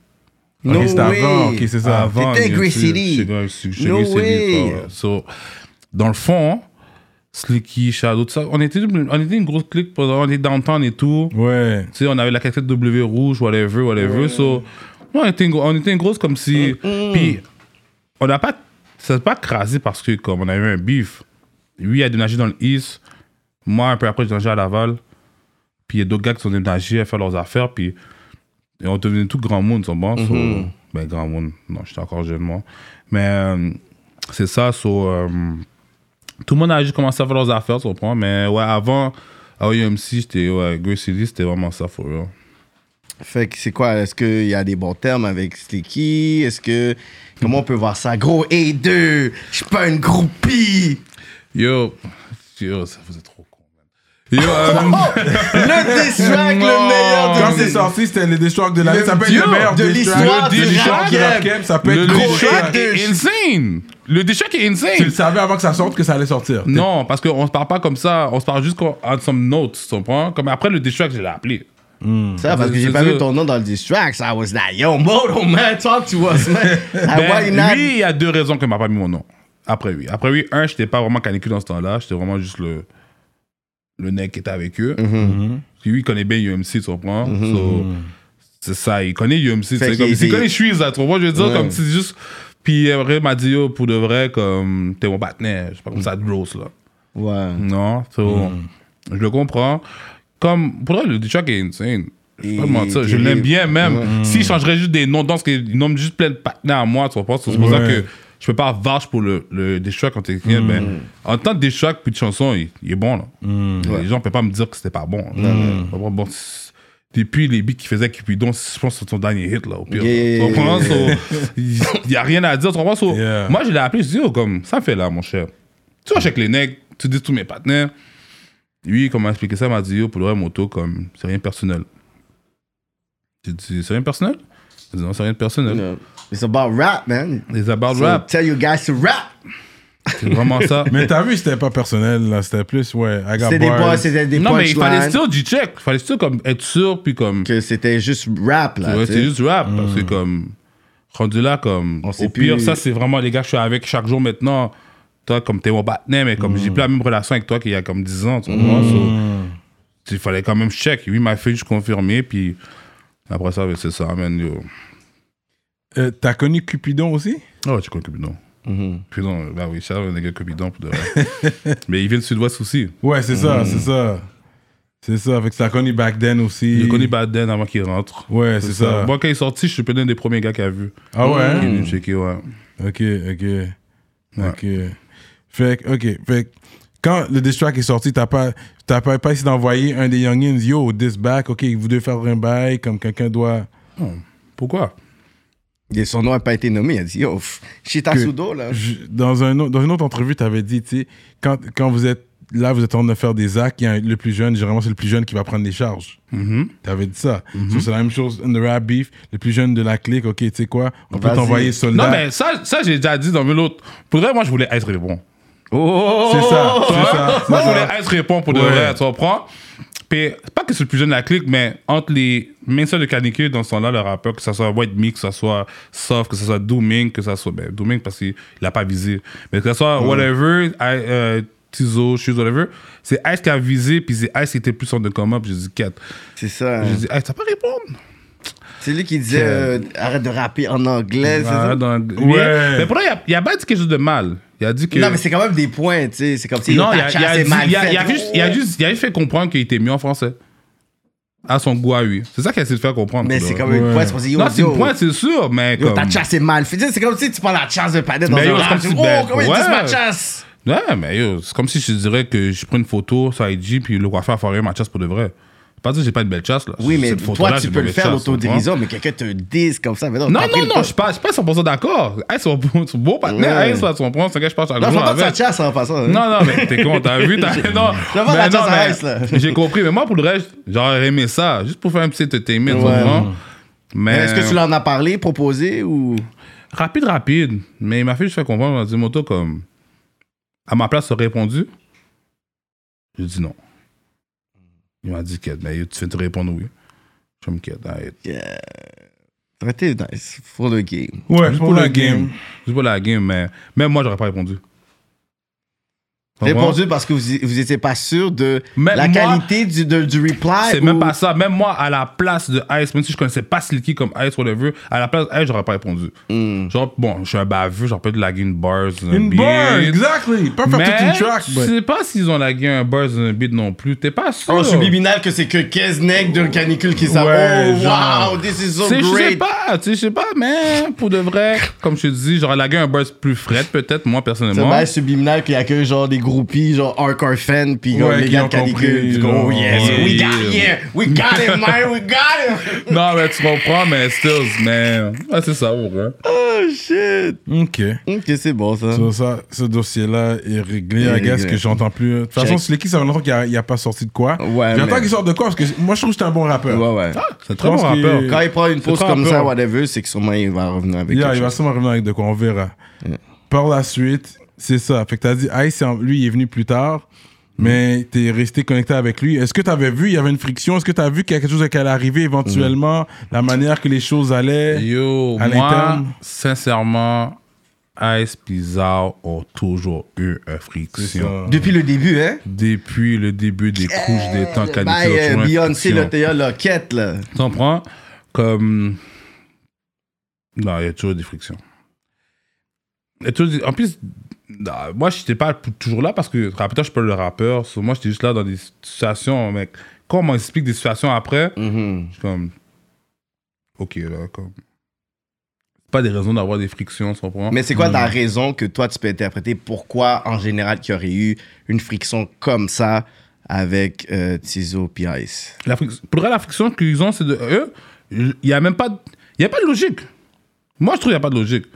[SPEAKER 2] No
[SPEAKER 1] Ok, c'était avant,
[SPEAKER 2] way.
[SPEAKER 1] ok, c'est ça.
[SPEAKER 3] Avant
[SPEAKER 2] T'étais
[SPEAKER 3] UMC,
[SPEAKER 2] Grey City.
[SPEAKER 3] j'étais Grey City. j'étais
[SPEAKER 2] No
[SPEAKER 3] Grey City,
[SPEAKER 2] way.
[SPEAKER 3] frère. So, dans le fond, Slicky, Shadow, tout ça, on était, on était une grosse clique. pendant- On était downtown et tout.
[SPEAKER 1] Ouais.
[SPEAKER 3] Tu sais, on avait la casquette W rouge, whatever, whatever. So, ouais, on était, une, gro- on était une grosse comme si. Puis, on n'a pas. Ça s'est pas crasé parce que, comme on avait un beef, lui il a déménagé dans le East. Moi, un peu après, j'ai déménagé à Laval. Puis, il y a d'autres gars qui sont déménagés à faire leurs affaires. Puis, et on devenait tout grand monde, sur bon. So, ben, grand monde. Non, j'étais encore jeune, moi. Mais, euh, c'est ça, so. euh, tout le monde a juste commencé à faire leurs affaires, tu comprends? Mais ouais, avant, à OUMC, j'étais, ouais, Grey City, c'était vraiment ça, for real.
[SPEAKER 2] Fait que c'est quoi? Est-ce qu'il y a des bons termes avec Slicky? Est-ce que. Comment on peut voir ça? Gros A2! Je suis pas une groupie!
[SPEAKER 3] Yo, yo, ça faisait trop con, man. Yo, euh, (laughs)
[SPEAKER 2] Le diss track,
[SPEAKER 3] Non.
[SPEAKER 2] Oh, le meilleur de
[SPEAKER 1] Quand c'est
[SPEAKER 2] diss-
[SPEAKER 1] sorti, c'était les destructs de l'année. Ça peut être
[SPEAKER 3] Dieu
[SPEAKER 1] le meilleur
[SPEAKER 2] de
[SPEAKER 1] diss
[SPEAKER 2] l'histoire
[SPEAKER 1] track.
[SPEAKER 2] du
[SPEAKER 1] Le diss track
[SPEAKER 2] rap.
[SPEAKER 1] de rap game, ça peut
[SPEAKER 3] le
[SPEAKER 1] être gros
[SPEAKER 3] déchet
[SPEAKER 1] track.
[SPEAKER 3] est insane! Le déchet est
[SPEAKER 1] Tu le
[SPEAKER 3] insane!
[SPEAKER 1] savais avant que ça sorte que ça allait sortir.
[SPEAKER 3] Non, parce qu'on se parle pas comme ça, on se parle juste qu'on- on some notes, tu comprends? Comme après le déchet, je l'ai appelé.
[SPEAKER 2] Ça, parce que j'ai
[SPEAKER 3] C'est
[SPEAKER 2] pas
[SPEAKER 3] ça.
[SPEAKER 2] vu ton nom dans le diss track. So I was like, yo, Moto, man, talk to us,
[SPEAKER 3] (laughs)
[SPEAKER 2] man. Like, Ah, why
[SPEAKER 3] Ben,
[SPEAKER 2] not?
[SPEAKER 3] lui, il y a deux raisons qu'il m'a pas mis mon nom. Après lui. Après lui, un, j'étais pas vraiment canicule dans ce temps-là. J'étais vraiment juste le, le nec qui était avec eux.
[SPEAKER 2] Mm-hmm.
[SPEAKER 3] Puis lui, il connaît bien UMC, tu comprends? So, c'est ça, il connaît UMC. tu sais,
[SPEAKER 2] qu'il
[SPEAKER 3] comme-
[SPEAKER 2] était-
[SPEAKER 3] Il connaît Suisse, là, tu comprends? Je veux dire,
[SPEAKER 2] Ouais.
[SPEAKER 3] comme c'est juste. Puis après, il m'a dit, yo, pour de vrai, comme, t'es mon partenaire. Je sais pas comme ça, de grosse, là.
[SPEAKER 2] Ouais.
[SPEAKER 3] Non, so,
[SPEAKER 2] Hmm.
[SPEAKER 3] je le comprends. Comme, pour vrai, le Detroit est insane. Je vais pas te
[SPEAKER 2] Il
[SPEAKER 3] mentir,
[SPEAKER 2] est
[SPEAKER 3] je l'aime
[SPEAKER 2] terrible.
[SPEAKER 3] bien même.
[SPEAKER 2] Hmm.
[SPEAKER 3] S'il changerait juste des noms, dans ce qu'il nomme juste plein de partenaires à moi, tu comprends? C'est pour ça
[SPEAKER 1] Ouais.
[SPEAKER 3] que je peux pas avoir vache pour le, le Detroit quand t'es
[SPEAKER 2] Hmm.
[SPEAKER 3] écrit. Ben, en tant que Detroit, puis de chanson, il, il est bon. Là.
[SPEAKER 2] Hmm.
[SPEAKER 3] Les gens ne peuvent pas me dire que c'était pas bon. là. Tu comprends? Bon, c'est- depuis les beats qu'il faisait avec Cupidon, je pense que c'est son dernier hit, là, au pire.
[SPEAKER 2] Yeah.
[SPEAKER 3] Tu comprends? So, (laughs) Il n'y a rien à dire. Tu comprends? So,
[SPEAKER 1] Yeah.
[SPEAKER 3] Moi, je l'ai appelé, je dis, oh, comme, ça fait là, mon cher. Tu vois, avec les nègres, tu dis tous mes partenaires. Lui, comment expliquer ça, il m'a dit, yo, pour le vrai, moto, comme, c'est rien de personnel. J'ai dit, c'est rien de personnel? Il dit, non, c'est rien de personnel.
[SPEAKER 2] No. It's about rap, man.
[SPEAKER 3] Les about
[SPEAKER 2] So
[SPEAKER 3] rap,
[SPEAKER 2] Tell you guys to rap.
[SPEAKER 3] c'est vraiment ça.
[SPEAKER 1] Mais t'as vu, c'était pas personnel, là. C'était plus, ouais, I got
[SPEAKER 2] C'était des
[SPEAKER 1] bars.
[SPEAKER 2] boys, c'était des
[SPEAKER 3] non, mais il fallait
[SPEAKER 2] punchlines.
[SPEAKER 3] still du check. Il fallait still, comme, être sûr, puis comme,
[SPEAKER 2] Que c'était juste rap, là.
[SPEAKER 3] Ouais,
[SPEAKER 2] Bah, tu
[SPEAKER 3] c'est
[SPEAKER 2] sais.
[SPEAKER 3] juste rap. Parce que comme, rendu là, comme,
[SPEAKER 2] On
[SPEAKER 3] au
[SPEAKER 2] sait
[SPEAKER 3] pire,
[SPEAKER 2] plus.
[SPEAKER 3] ça, c'est vraiment les gars que je suis avec chaque jour maintenant. Toi, comme t'es mon partenaire, mais comme j'ai plus la même relation avec toi qu'il y a comme 10 ans, tu comprends? So, il fallait quand même check. Lui, il m'a fait juste confirmer, puis après ça, ben, c'est ça, man. Yo.
[SPEAKER 1] Euh, t'as connu Cupidon aussi
[SPEAKER 3] Oh, tu connais Cupidon. Cupidon, bah oui, ça, un gars Cupidon, pour de vrai. (laughs) mais il vient du sud-ouest aussi.
[SPEAKER 1] Ouais, c'est ça,
[SPEAKER 2] Hmm.
[SPEAKER 1] c'est ça. C'est ça, fait que t'as connu back then aussi.
[SPEAKER 3] Je connais Baden avant qu'il rentre.
[SPEAKER 1] Ouais, c'est ça.
[SPEAKER 3] Moi, quand il est sorti, je suis peut-être un des premiers gars qu'il a vu.
[SPEAKER 1] Ah ouais
[SPEAKER 3] Qui est
[SPEAKER 1] hein?
[SPEAKER 3] venu checker, ouais.
[SPEAKER 1] Ok, ok. Ok. Fait que, ok, fait que quand le diss track est sorti, t'as pas, t'as pas, pas essayé d'envoyer un des youngins, yo, this back, ok, vous devez faire un bail, comme quelqu'un doit.
[SPEAKER 3] Pourquoi?
[SPEAKER 2] Et son nom n'a pas été nommé. Il a dit, yo, pff, Chita
[SPEAKER 1] Que-
[SPEAKER 2] Sudo, là.
[SPEAKER 1] Je- dans, un autre, dans une autre entrevue, tu avais dit, tu sais, quand, quand vous êtes là, vous êtes en train de faire des actes, il y a un- le plus jeune, généralement, c'est le plus jeune qui va prendre les charges. Tu avais dit ça. So, c'est la même chose in the rap beef, le plus jeune de la clique, ok, tu sais quoi, on peut
[SPEAKER 2] Vas-y.
[SPEAKER 1] t'envoyer soldat.
[SPEAKER 3] Non, mais ça, ça j'ai déjà dit dans une autre. Pour de vrai, moi, je voulais être bon.
[SPEAKER 1] C'est ça, c'est
[SPEAKER 2] Ah,
[SPEAKER 1] ça.
[SPEAKER 3] Moi, je
[SPEAKER 1] c'est
[SPEAKER 3] voulais
[SPEAKER 1] ça.
[SPEAKER 3] être répond pour de
[SPEAKER 1] Ouais.
[SPEAKER 3] vrai, tu comprends? Puis, c'est pas que c'est le plus jeune de la clique, mais entre les minceurs de canicule dans ce temps-là, le rappeur, que ce soit White Meek, que ce soit Soft, que ce soit Dooming, que ce soit. Ben, Dooming parce qu'il l'a pas visé. Mais que ce soit whatever, I- euh, Tizo, Shoes, whatever, c'est Ice qui a visé, puis c'est Ice qui était plus en de commun, puis j'ai dit 4.
[SPEAKER 2] C'est ça.
[SPEAKER 3] J'ai dit, Ice, t'as pas répondre?
[SPEAKER 2] C'est lui qui disait, euh, arrête de rapper en anglais. c'est ça?
[SPEAKER 3] Ah, dans-
[SPEAKER 1] Ouais.
[SPEAKER 3] Mais pour là, il a- il a pas dit quelque chose de mal. Il a dit que.
[SPEAKER 2] Non, mais c'est quand même des points, tu sais. C'est comme si
[SPEAKER 3] Non, il
[SPEAKER 2] ta
[SPEAKER 3] a,
[SPEAKER 2] chatte,
[SPEAKER 3] il a
[SPEAKER 2] c'est
[SPEAKER 3] dit-
[SPEAKER 2] mal
[SPEAKER 3] il a- il a
[SPEAKER 2] faite.
[SPEAKER 3] juste, il a juste- il a juste fait comprendre qu'il était mieux en français. À son goût à lui. C'est ça qu'il a essayé de faire comprendre.
[SPEAKER 2] Mais
[SPEAKER 3] pour
[SPEAKER 2] c'est
[SPEAKER 3] de
[SPEAKER 2] quand
[SPEAKER 3] vrai.
[SPEAKER 2] même une pointe. C'est pour dire, yo,
[SPEAKER 3] Non, c'est une
[SPEAKER 2] yo,
[SPEAKER 3] pointe, c'est sûr, mais
[SPEAKER 2] Yo,
[SPEAKER 3] comme...
[SPEAKER 2] ta chasse est mal faite. Tu sais, C'est comme si tu prends la chasse de Padet dans
[SPEAKER 3] Ben,
[SPEAKER 2] un
[SPEAKER 3] yo, c'est
[SPEAKER 2] rap.
[SPEAKER 3] comme
[SPEAKER 2] Tu
[SPEAKER 3] si-
[SPEAKER 2] dis, Oh,
[SPEAKER 3] ben,
[SPEAKER 2] comment il dit
[SPEAKER 3] ouais.
[SPEAKER 2] ma chasse?
[SPEAKER 3] Ouais, mais yo, c'est comme si je te dirais que je prends une photo sur IG puis le coiffeur a foiré ma chasse pour de vrai. C'est Pas dire que j'ai pas une belle chasse, là.
[SPEAKER 2] Oui,
[SPEAKER 3] C'est-
[SPEAKER 2] mais
[SPEAKER 3] cette
[SPEAKER 2] toi,
[SPEAKER 3] photo-là,
[SPEAKER 2] tu
[SPEAKER 3] j'ai
[SPEAKER 2] peux le
[SPEAKER 3] mauvaise
[SPEAKER 2] faire
[SPEAKER 3] chasse,
[SPEAKER 2] l'autodérision, mais quelqu'un te dise comme ça. Mais non,
[SPEAKER 3] Non,
[SPEAKER 2] t'as pris
[SPEAKER 3] non,
[SPEAKER 2] le
[SPEAKER 3] non,
[SPEAKER 2] temps.
[SPEAKER 3] je suis pas, je suis pas 100% d'accord. Hey, son, son beau partenaire,
[SPEAKER 2] Ouais.
[SPEAKER 3] hey, soit son prend, c'est que je passe à
[SPEAKER 2] Non, je
[SPEAKER 3] jour
[SPEAKER 2] parle pas de
[SPEAKER 3] avec.
[SPEAKER 2] sa chasse en passant. hein.
[SPEAKER 3] Non, non, mais t'es con, t'as vu,
[SPEAKER 2] (laughs)
[SPEAKER 3] t'as. Non,
[SPEAKER 2] j'avais la chasse
[SPEAKER 3] mais non,
[SPEAKER 2] à
[SPEAKER 3] mais
[SPEAKER 2] Ice, là.
[SPEAKER 3] (laughs) J'ai compris, mais moi, pour le reste, j'aurais aimé ça, juste pour faire un petit entertainment, tu
[SPEAKER 2] Ouais.
[SPEAKER 3] comprends? Mais.
[SPEAKER 2] Mais
[SPEAKER 3] euh,
[SPEAKER 2] Est-ce que tu leur en as parlé, proposé ou.
[SPEAKER 3] Rapide, rapide. Mais ma fille, je fais comprendre, elle m'a dit, moto, comme. À ma place, tu répondu? J'ai dit non. Il m'a dit, quête, mais tu fais te répondre oui. Je me quête, arrête.
[SPEAKER 2] Ça aurait été nice ben, pour le game.
[SPEAKER 1] Ouais,
[SPEAKER 3] Juste
[SPEAKER 1] pour le game.
[SPEAKER 3] Juste pour la game, mais même moi, j'aurais pas répondu. Comprends?
[SPEAKER 2] Répondu parce que vous vous étiez pas sûr de
[SPEAKER 3] Mais
[SPEAKER 2] la
[SPEAKER 3] moi,
[SPEAKER 2] qualité du, de- du reply.
[SPEAKER 3] C'est
[SPEAKER 2] ou-
[SPEAKER 3] même pas ça. Même moi, à la place de Ice, même si je connaissais pas Slicky comme Ice, whatever, à la place d'Ice, j'aurais pas répondu.
[SPEAKER 2] Hmm.
[SPEAKER 3] Genre, bon, je suis un baveux, j'aurais peut-être lagué une bars. un
[SPEAKER 1] Une
[SPEAKER 3] beat.
[SPEAKER 1] bar, exactly. Pas faire toute
[SPEAKER 3] Mais
[SPEAKER 1] une track,
[SPEAKER 3] je
[SPEAKER 1] but-
[SPEAKER 3] sais pas s'ils ont lagué un buzz un beat non plus. T'es pas sûr.
[SPEAKER 2] Oh, subliminal que c'est que 15 necks de canicule qui savent.
[SPEAKER 1] Ouais,
[SPEAKER 2] oh,
[SPEAKER 1] genre.
[SPEAKER 2] wow, this is
[SPEAKER 3] Tu
[SPEAKER 2] so
[SPEAKER 3] sais, je sais
[SPEAKER 2] great.
[SPEAKER 3] pas, tu sais, je sais pas, mais pour
[SPEAKER 2] (laughs)
[SPEAKER 3] de vrai, comme je te dis, j'aurais lagué un buzz plus fret, peut-être, moi,
[SPEAKER 2] C'est un
[SPEAKER 3] personnellement.
[SPEAKER 2] bail subliminal qui accueille genre des groupies, genre hardcore fans, pis comme
[SPEAKER 1] Ouais,
[SPEAKER 2] les
[SPEAKER 1] qui
[SPEAKER 2] gars
[SPEAKER 1] ont
[SPEAKER 2] de canicule.
[SPEAKER 1] compris,
[SPEAKER 2] puis comme,
[SPEAKER 1] genre,
[SPEAKER 2] oh yes,
[SPEAKER 3] ouais,
[SPEAKER 2] we
[SPEAKER 3] yeah.
[SPEAKER 2] got it, yeah, we got it, man, we got
[SPEAKER 3] (laughs)
[SPEAKER 2] it.
[SPEAKER 3] Non, mais tu comprends, mais still, mais. Ouais, c'est ça, pour vrai.
[SPEAKER 2] Oh shit.
[SPEAKER 1] Ok.
[SPEAKER 2] Ok, c'est bon ça.
[SPEAKER 1] So, ça, ce dossier-là est réglé,
[SPEAKER 2] Est
[SPEAKER 1] I guess,
[SPEAKER 2] réglé.
[SPEAKER 1] que j'entends plus. De toute façon,
[SPEAKER 2] Check.
[SPEAKER 1] Slicky, ça fait longtemps qu'il n'y a, pas sorti de quoi.
[SPEAKER 2] Ouais,
[SPEAKER 1] J'attends
[SPEAKER 2] mais-
[SPEAKER 1] qu'il sorte de quoi, parce que moi, je trouve que c'est un bon rappeur.
[SPEAKER 2] Ouais, ouais.
[SPEAKER 3] C'est Ah, un très bon
[SPEAKER 1] Ah, pense qu'il-
[SPEAKER 3] rappeur.
[SPEAKER 2] Quand il prend une pause
[SPEAKER 3] très
[SPEAKER 2] comme
[SPEAKER 3] rappeur.
[SPEAKER 2] ça, whatever, c'est que sûrement il va revenir avec
[SPEAKER 1] Yeah,
[SPEAKER 2] quelque
[SPEAKER 1] il va
[SPEAKER 2] chose. Mm.
[SPEAKER 1] sûrement revenir avec de quoi, on verra. Par la suite, c'est ça. Fait que t'as dit, Ice, c'est en- lui, il est venu plus tard,
[SPEAKER 2] Mm.
[SPEAKER 1] mais t'es resté connecté avec lui. Est-ce que t'avais vu, il y avait une friction Est-ce que t'as vu qu'il y a quelque chose qui allait arriver
[SPEAKER 2] Mm.
[SPEAKER 1] éventuellement La manière que les choses allaient
[SPEAKER 3] Yo,
[SPEAKER 1] À
[SPEAKER 3] moi,
[SPEAKER 1] l'interne.
[SPEAKER 3] sincèrement, Ice Pizarre ont toujours eu un friction.
[SPEAKER 2] Depuis le début, hein?
[SPEAKER 3] Depuis le début des couches des temps
[SPEAKER 2] Le bail,
[SPEAKER 3] canicules.
[SPEAKER 2] euh,
[SPEAKER 3] toujours une
[SPEAKER 2] Beyoncé,
[SPEAKER 3] friction.
[SPEAKER 2] le Théa, la quête, là.
[SPEAKER 3] Tu comprends? Comme. Non, il y a toujours des frictions. Il y a toujours des- En plus, non, moi, je n'étais pas toujours là parce que, rappelle-toi, je suis pas le rappeur. so, moi, j'étais juste là dans des situations, mec. Quand on m'explique des situations après,
[SPEAKER 2] Mhm.
[SPEAKER 3] je suis comme. Ok, là, comme. Pas des raisons d'avoir des frictions, tu comprends?
[SPEAKER 2] Mais c'est quoi
[SPEAKER 1] Mm-hmm.
[SPEAKER 2] la raison que toi, tu peux interpréter pourquoi, en général, qu'il y aurait eu une friction comme ça avec euh, Tizo puis Ice?
[SPEAKER 3] La fric- pour vrai, la friction qu'ils ont, c'est de eux. Il n'y a même pas, de- il y a pas de logique. Moi, je trouve qu'il n'y a pas de logique.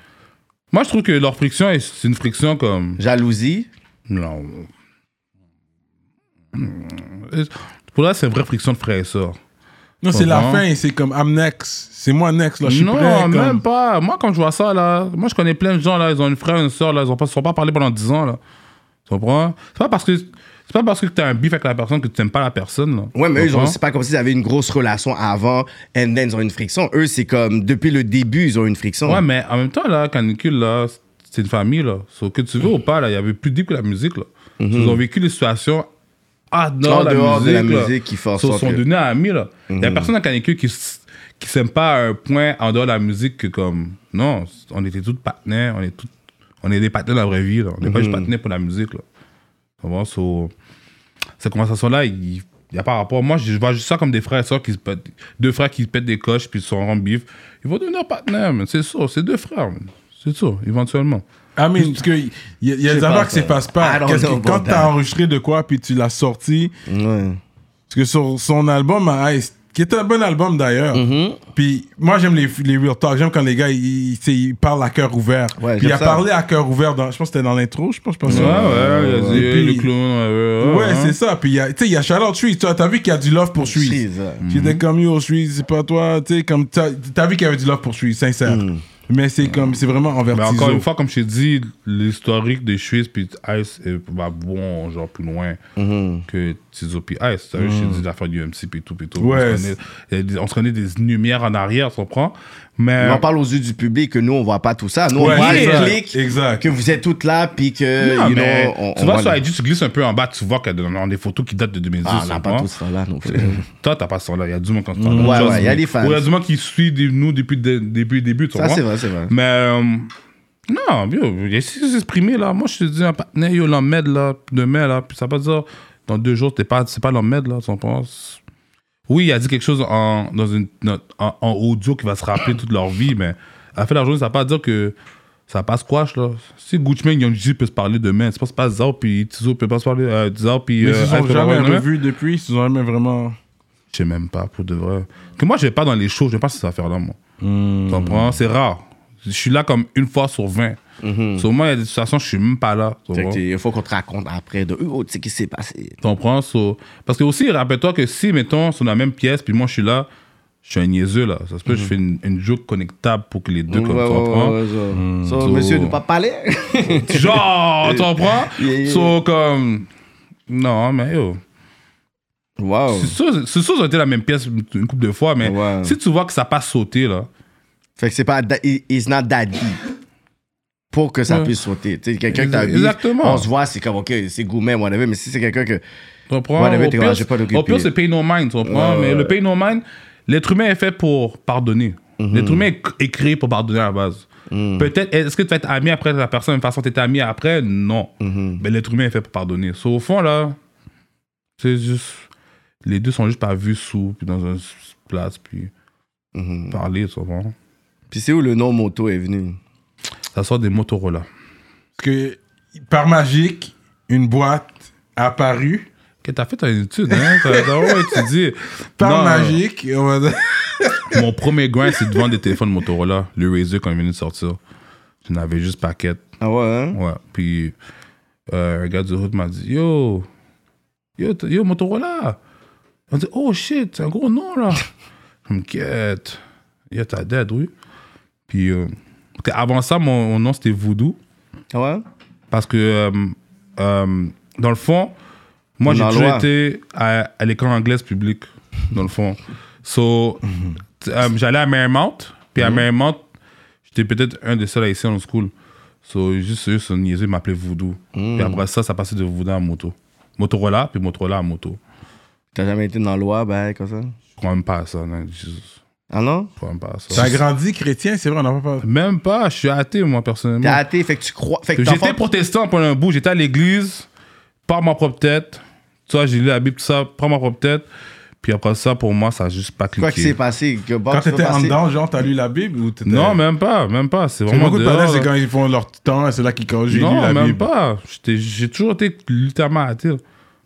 [SPEAKER 3] Moi, je trouve que leur friction, est- c'est une friction comme.
[SPEAKER 2] Jalousie?
[SPEAKER 3] Non. Pour là, c'est une vraie friction de frère et sœur.
[SPEAKER 1] Non, c'est la
[SPEAKER 3] Comment?
[SPEAKER 1] fin, c'est comme, I'm next. C'est moi next, là, je suis
[SPEAKER 3] Non,
[SPEAKER 1] prêt. comme-
[SPEAKER 3] même pas. Moi, quand je vois ça, là, moi, je connais plein de gens, là, ils ont une frère, une sœur, là, ils ont pas, se sont pas parlé pendant 10 ans, là. Tu comprends? C'est pas parce que. C'est pas parce que t'as un bif avec la personne que tu n'aimes pas la personne. Là.
[SPEAKER 2] Ouais, mais eux,
[SPEAKER 3] Tu
[SPEAKER 2] ils ont-
[SPEAKER 3] comprends?
[SPEAKER 2] c'est pas comme s'ils avaient une grosse relation avant, and then ils ont une friction. Eux, c'est comme, depuis le début, ils ont une friction.
[SPEAKER 3] Ouais, mais en même temps, là, Canicule, là, c'est une famille, là. So, que tu veux ou pas, là, il y avait plus deep que la musique, là. So, Ils ont vécu les situations en dehors,
[SPEAKER 2] En
[SPEAKER 3] de, la
[SPEAKER 2] dehors
[SPEAKER 3] musique,
[SPEAKER 2] de la
[SPEAKER 3] là.
[SPEAKER 2] musique qui font en
[SPEAKER 3] So, Ils
[SPEAKER 2] sorte
[SPEAKER 3] sont
[SPEAKER 2] que-
[SPEAKER 3] devenus amis, là. Il
[SPEAKER 2] Mhm.
[SPEAKER 3] y a personne dans Canicule qui, s- qui s'aime pas à un point en dehors de la musique que, comme, non, on était tous partenaires, on est tous. On est des partenaires dans la vraie vie, là. On n'est pas
[SPEAKER 2] Mhm.
[SPEAKER 3] juste partenaires pour la musique, là. Tu comprends? So, cette conversation-là, il n'y a pas rapport. Moi, je vois juste ça comme des frères et sœurs qui se pètent, deux frères qui se pètent des coches puis ils sont en bif. Ils vont devenir partenaires, man. c'est sûr. C'est deux frères, man. c'est sûr, éventuellement.
[SPEAKER 1] Ah, mais parce que il y a, y a
[SPEAKER 2] Je
[SPEAKER 1] des
[SPEAKER 2] sais pas,
[SPEAKER 1] affaires qui
[SPEAKER 2] ça.
[SPEAKER 1] s'effacent
[SPEAKER 2] I
[SPEAKER 1] pas.
[SPEAKER 2] don't
[SPEAKER 1] Qu'est-ce
[SPEAKER 2] know
[SPEAKER 1] que- quand
[SPEAKER 2] about
[SPEAKER 1] t'as
[SPEAKER 2] that.
[SPEAKER 1] enregistré de quoi puis tu l'as sorti,
[SPEAKER 2] Ouais.
[SPEAKER 1] parce que sur son album à Ice, qui est un bon album d'ailleurs. Puis moi j'aime les, les real talk, j'aime quand les gars ils, ils- tu sais, ils parlent à cœur ouvert.
[SPEAKER 2] Ouais,
[SPEAKER 1] Puis il
[SPEAKER 2] j'aime
[SPEAKER 1] a
[SPEAKER 2] ça.
[SPEAKER 1] parlé à cœur ouvert dans, je pense que c'était dans l'intro, je pense, je pense.
[SPEAKER 3] Ouais, ouais, il a dit,
[SPEAKER 1] Et
[SPEAKER 3] hey,
[SPEAKER 1] puis-
[SPEAKER 3] le clown, ouais, hein.
[SPEAKER 1] Ouais, c'est
[SPEAKER 3] ça.
[SPEAKER 1] ça. Puis il y a- tu sais, il y a Charlotte Suisse. Tu as vu qu'il y a du love pour Suisse.
[SPEAKER 2] Suisse, ouais.
[SPEAKER 1] J'étais comme yo, Suisse, c'est pas toi. Tu sais, comme t'as t'as vu qu'il y avait du love pour Suisse, sincère. Mais c'est comme, c'est vraiment envers
[SPEAKER 3] Mais encore
[SPEAKER 1] Tizo.
[SPEAKER 3] une fois, comme je t'ai dit, l'historique des Suisses puis Ice est- va bon, genre plus loin
[SPEAKER 2] Mm-hmm.
[SPEAKER 3] que Tizo puis Ice. Tu sais, Je t'ai dit l'affaire du MC puis tout, puis tout.
[SPEAKER 1] Ouais,
[SPEAKER 3] on, se connaît, il y a des- on se connaît des lumières en arrière, tu comprends? Mais.
[SPEAKER 2] Mais on parle aux yeux du public que nous, on voit pas tout ça. Nous,
[SPEAKER 1] Euh, Ouais,
[SPEAKER 2] on voit
[SPEAKER 1] c'est ça.
[SPEAKER 2] le clic,
[SPEAKER 1] Exact.
[SPEAKER 2] que vous êtes toutes là, puis que,
[SPEAKER 3] Non,
[SPEAKER 2] you
[SPEAKER 3] mais
[SPEAKER 2] know, on,
[SPEAKER 3] tu
[SPEAKER 2] on
[SPEAKER 3] vois,
[SPEAKER 2] voit
[SPEAKER 3] sur
[SPEAKER 2] le-
[SPEAKER 3] IG, tu glisses un peu en bas, tu vois qu'il y a des- des photos qui datent de 2010.
[SPEAKER 2] Ah, on
[SPEAKER 3] tu
[SPEAKER 2] n'a pas
[SPEAKER 3] comprends?
[SPEAKER 2] tout ça là, non plus.
[SPEAKER 3] Euh, Toi, t'as pas ça là. Il y a du monde quand tu
[SPEAKER 2] Ouais, ouais, il y a des fans.
[SPEAKER 3] Il y a du monde qui suit des- nous depuis le dé- début, début, tu
[SPEAKER 2] Ça,
[SPEAKER 3] vois.
[SPEAKER 2] c'est vrai, c'est vrai.
[SPEAKER 3] Mais, euh, non, yo, il y a ici s'exprimer là. Moi, je te dis, un partenaire, yo, l'emmède là, demain là, puis ça veut pas dire, dans deux jours, t'es pas, c'est pas l'emmède là, tu comprends? Oui, il a dit quelque chose en, dans une, dans- en, en audio qui va se rappeler toute leur vie, mais à la fin de la journée, ça veut pas dire que Ça passe quoi, là? Si Gucci Mane, Young Jeezy peut se parler demain, c'est pas, c'est pas Zao, puis Tizo peut pas se parler, euh, Zao, puis.
[SPEAKER 1] Mais
[SPEAKER 3] euh,
[SPEAKER 1] ils se
[SPEAKER 3] Ice
[SPEAKER 1] sont
[SPEAKER 3] peut pas
[SPEAKER 1] jamais
[SPEAKER 3] parler demain.
[SPEAKER 1] revus depuis, ils se sont jamais vraiment.
[SPEAKER 3] Je sais même pas, pour de vrai. Que moi, je vais pas dans les shows, je vais pas ces affaires-là, moi.
[SPEAKER 2] Hmm.
[SPEAKER 3] Tu comprends? C'est rare. Je suis là comme une fois sur 20. Sur moi, il y a des situations, je suis même pas là.
[SPEAKER 2] (laughs)
[SPEAKER 3] tu
[SPEAKER 2] Mhm. Fait que
[SPEAKER 3] comprends?
[SPEAKER 2] t'es- Il faut qu'on te raconte après de oh, tu sais qui s'est passé.
[SPEAKER 3] Tu comprends? So- Parce que aussi, rappelle-toi que si, mettons, sur la même pièce, puis moi je suis là, je suis un niaiseux là. Ça se peut, que je
[SPEAKER 2] Mhm.
[SPEAKER 3] fais une, une joke connectable pour que les deux, comme, tu comprends? Hmm,
[SPEAKER 2] ça. Ça, Monsieur, ne pas parler. (laughs)
[SPEAKER 3] Genre, tu comprends?
[SPEAKER 2] Yeah, yeah.
[SPEAKER 3] So, comme. Non, mais yo.
[SPEAKER 2] wow.
[SPEAKER 3] C'est sûr, c'est sûr, ça a été la même pièce une couple de fois, mais
[SPEAKER 2] Ouais.
[SPEAKER 3] si tu vois que ça passe sauter, là.
[SPEAKER 2] Fait que c'est pas. da- i- It's not that deep. Pour que ça puisse sauter. Tu sais, quelqu'un que t'as vu.
[SPEAKER 3] Exactement.
[SPEAKER 2] On se voit, c'est comme, ok, c'est gourmet, whatever. Mais si c'est quelqu'un que.
[SPEAKER 3] Tu comprends?
[SPEAKER 2] Ouais, mais
[SPEAKER 3] au,
[SPEAKER 2] t'es
[SPEAKER 3] pire,
[SPEAKER 2] j'ai pas d'occupé.
[SPEAKER 3] au pire, c'est pay no mind, tu comprends?
[SPEAKER 2] Ouais,
[SPEAKER 3] mais
[SPEAKER 2] ouais.
[SPEAKER 3] le pay no mind, l'être humain est fait pour pardonner.
[SPEAKER 2] Mhm.
[SPEAKER 3] L'être humain est est créé pour pardonner à la base. Peut-être, est-ce que tu vas être ami après la personne, de toute façon, tu étais ami après? Non.
[SPEAKER 2] Mhm.
[SPEAKER 3] Mais l'être humain est fait pour pardonner. So, au fond, là, c'est juste. Les deux sont juste pas vus sous, puis dans une place, puis
[SPEAKER 2] Mhm.
[SPEAKER 3] parler, tu comprends?
[SPEAKER 2] Puis c'est où le nom moto est venu?
[SPEAKER 3] Ça sort des Motorola.
[SPEAKER 1] que par magique, une boîte apparue.
[SPEAKER 3] Que t'as fait ton étude, hein? T'as t'as vraiment
[SPEAKER 2] (laughs)
[SPEAKER 3] étudié.
[SPEAKER 1] Par
[SPEAKER 3] Non,
[SPEAKER 1] magique, on va
[SPEAKER 3] (laughs)
[SPEAKER 1] dire-
[SPEAKER 3] Mon premier grind, c'est de vendre des téléphones Motorola, le Razer quand il venait de sortir. Je n'avais juste paquet.
[SPEAKER 2] Ah ouais, hein?
[SPEAKER 3] Ouais. Puis euh, un gars du route m'a dit Yo, yo, t- yo, Motorola. On dit Oh shit, c'est un gros nom là. Je me quête. Yo, t'as dead, oui. Puis euh, parce que avant ça, mon, mon nom c'était Voodoo.
[SPEAKER 2] Ah ouais?
[SPEAKER 3] Parce que euh, euh, dans le fond, moi j'ai
[SPEAKER 2] Nalois.
[SPEAKER 3] toujours été à, à l'école anglaise publique, dans le fond. So, t- euh, j'allais à Marymount, puis à Marymount, j'étais peut-être un des seuls haïtiens en school. So, juste eux, son niaiseux, ils m'appelaient Voodoo. Puis après ça, ça passait de Voodoo à moto. Motorola, puis Motorola à moto.
[SPEAKER 2] T'as jamais été dans l'Oie, ben, comme ça?
[SPEAKER 3] Je crois même pas à ça, non, Jesus,
[SPEAKER 2] Ah non?
[SPEAKER 3] je crois même pas à
[SPEAKER 1] T'as
[SPEAKER 3] ça.
[SPEAKER 1] grandi chrétien, c'est vrai, on n'a pas parlé.
[SPEAKER 3] Même pas, je suis athée, moi,
[SPEAKER 2] T'es
[SPEAKER 3] personnellement.
[SPEAKER 2] athée, fait que tu crois. Fait que t'as
[SPEAKER 3] J'étais protestant pendant un bout, j'étais à l'église, par ma propre tête. Tu vois, j'ai lu la Bible, tout ça, par ma propre tête. Puis après ça, pour moi, ça a juste pas cliqué.
[SPEAKER 2] Quoi qui s'est passé? Que bon,
[SPEAKER 1] Quand
[SPEAKER 2] tu peux
[SPEAKER 1] t'étais en
[SPEAKER 2] passer-
[SPEAKER 1] dedans, genre, t'as lu la Bible ou t'étais-
[SPEAKER 3] Non, même pas, même pas. C'est
[SPEAKER 1] Parce que
[SPEAKER 3] vraiment
[SPEAKER 1] beaucoup de parents,
[SPEAKER 3] dehors,
[SPEAKER 1] c'est
[SPEAKER 3] là.
[SPEAKER 1] quand ils font leur temps, c'est là qu'ils quand j'ai lu
[SPEAKER 3] Non,
[SPEAKER 1] la
[SPEAKER 3] même
[SPEAKER 1] Bible.
[SPEAKER 3] pas. J'étais- J'ai toujours été littéralement athée.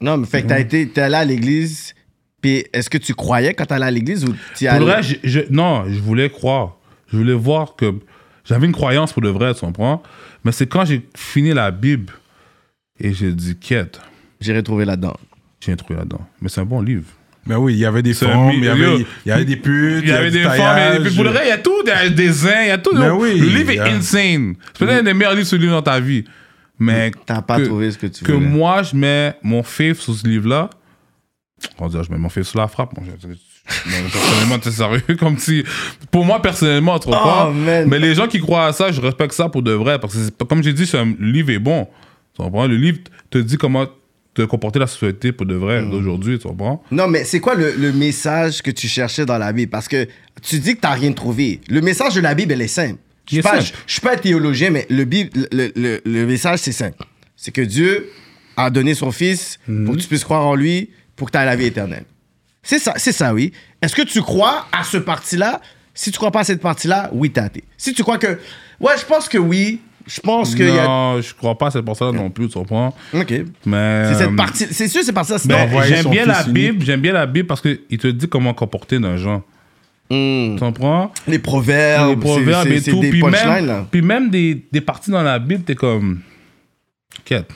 [SPEAKER 2] Non, mais fait que t'as
[SPEAKER 3] Mhm.
[SPEAKER 2] été, t'es allé à l'église. Puis est-ce que tu croyais quand t'allais à l'église ou t'y
[SPEAKER 3] Pour
[SPEAKER 2] allais?
[SPEAKER 3] le vrai, je, je- non, je voulais croire. Je voulais voir que j'avais une croyance pour le vrai, tu comprends? Mais c'est quand j'ai fini la Bible et j'ai dit, quête,
[SPEAKER 2] J'ai retrouvé là-dedans.
[SPEAKER 3] j'ai un truc là-dedans. Mais c'est un bon livre.
[SPEAKER 1] Mais Ben oui, il y avait des
[SPEAKER 3] C'est un
[SPEAKER 1] formes,
[SPEAKER 3] mi-
[SPEAKER 1] il y avait,
[SPEAKER 3] yo.
[SPEAKER 1] il y avait des putes,
[SPEAKER 3] Il y avait
[SPEAKER 1] du
[SPEAKER 3] des formes, il y avait-
[SPEAKER 1] taillage.
[SPEAKER 3] pour le vrai, il y a tout, il y a des dessins, il y a tout.
[SPEAKER 1] Mais
[SPEAKER 3] Donc,
[SPEAKER 1] oui,
[SPEAKER 3] le livre est
[SPEAKER 1] yeah.
[SPEAKER 3] insane. C'est peut-être un des meilleurs livres sur le livre dans ta vie. Mais
[SPEAKER 2] T'as pas
[SPEAKER 3] que-
[SPEAKER 2] trouvé ce que tu
[SPEAKER 3] que
[SPEAKER 2] voulais.
[SPEAKER 3] moi, je mets mon fave sur ce livre-là. On dirait, je mets mon fave sur la frappe. Moi, je- non, personnellement, t'es sérieux. (laughs) Comme si, pour moi, personnellement, trop
[SPEAKER 2] Oh, man.
[SPEAKER 3] Mais les gens qui croient à ça, je respecte ça pour de vrai. Parce que, c'est pas- comme j'ai dit, c'est un- le livre est bon. Tu comprends? Le livre te dit comment te comporter la société pour de vrai d'aujourd'hui. Tu comprends?
[SPEAKER 2] Non, mais c'est quoi le, le message que tu cherchais dans la Bible? Parce que tu dis que t'as rien trouvé. Le message de la Bible, elle est simple. Je
[SPEAKER 3] Il
[SPEAKER 2] suis
[SPEAKER 3] est
[SPEAKER 2] pas,
[SPEAKER 3] simple.
[SPEAKER 2] je- je suis pas théologien, mais le, Bible, le, le- le message, c'est simple. C'est que Dieu a donné son Fils
[SPEAKER 3] Mhm.
[SPEAKER 2] pour que tu puisses croire en lui, pour que tu aies la vie éternelle. C'est ça, c'est ça, oui. Est-ce que tu crois à ce parti-là? Si tu crois pas à cette partie-là, oui, t'as athée. Si tu crois que... Ouais, je pense que oui. Je pense qu'il y a...
[SPEAKER 3] Non, je crois pas à cette personne-là non plus. Tu comprends?
[SPEAKER 2] OK. C'est
[SPEAKER 3] Mais.
[SPEAKER 2] cette
[SPEAKER 3] euh,
[SPEAKER 2] partie... C'est sûr, c'est partie-là.
[SPEAKER 3] Ben,
[SPEAKER 2] sinon-
[SPEAKER 1] Envoyer
[SPEAKER 3] j'aime
[SPEAKER 1] son
[SPEAKER 3] bien la
[SPEAKER 1] fils unique.
[SPEAKER 3] Bible, j'aime bien la Bible parce qu'il te dit comment comporter d'un genre.
[SPEAKER 2] Hmm.
[SPEAKER 3] Tu comprends?
[SPEAKER 2] Les proverbes,
[SPEAKER 3] les proverbes
[SPEAKER 2] c'est-
[SPEAKER 3] et
[SPEAKER 2] c'est
[SPEAKER 3] tout.
[SPEAKER 2] des
[SPEAKER 3] Puis
[SPEAKER 2] punchlines,
[SPEAKER 3] même,
[SPEAKER 2] là.
[SPEAKER 3] puis même des, des parties dans la Bible, t'es comme. Quête.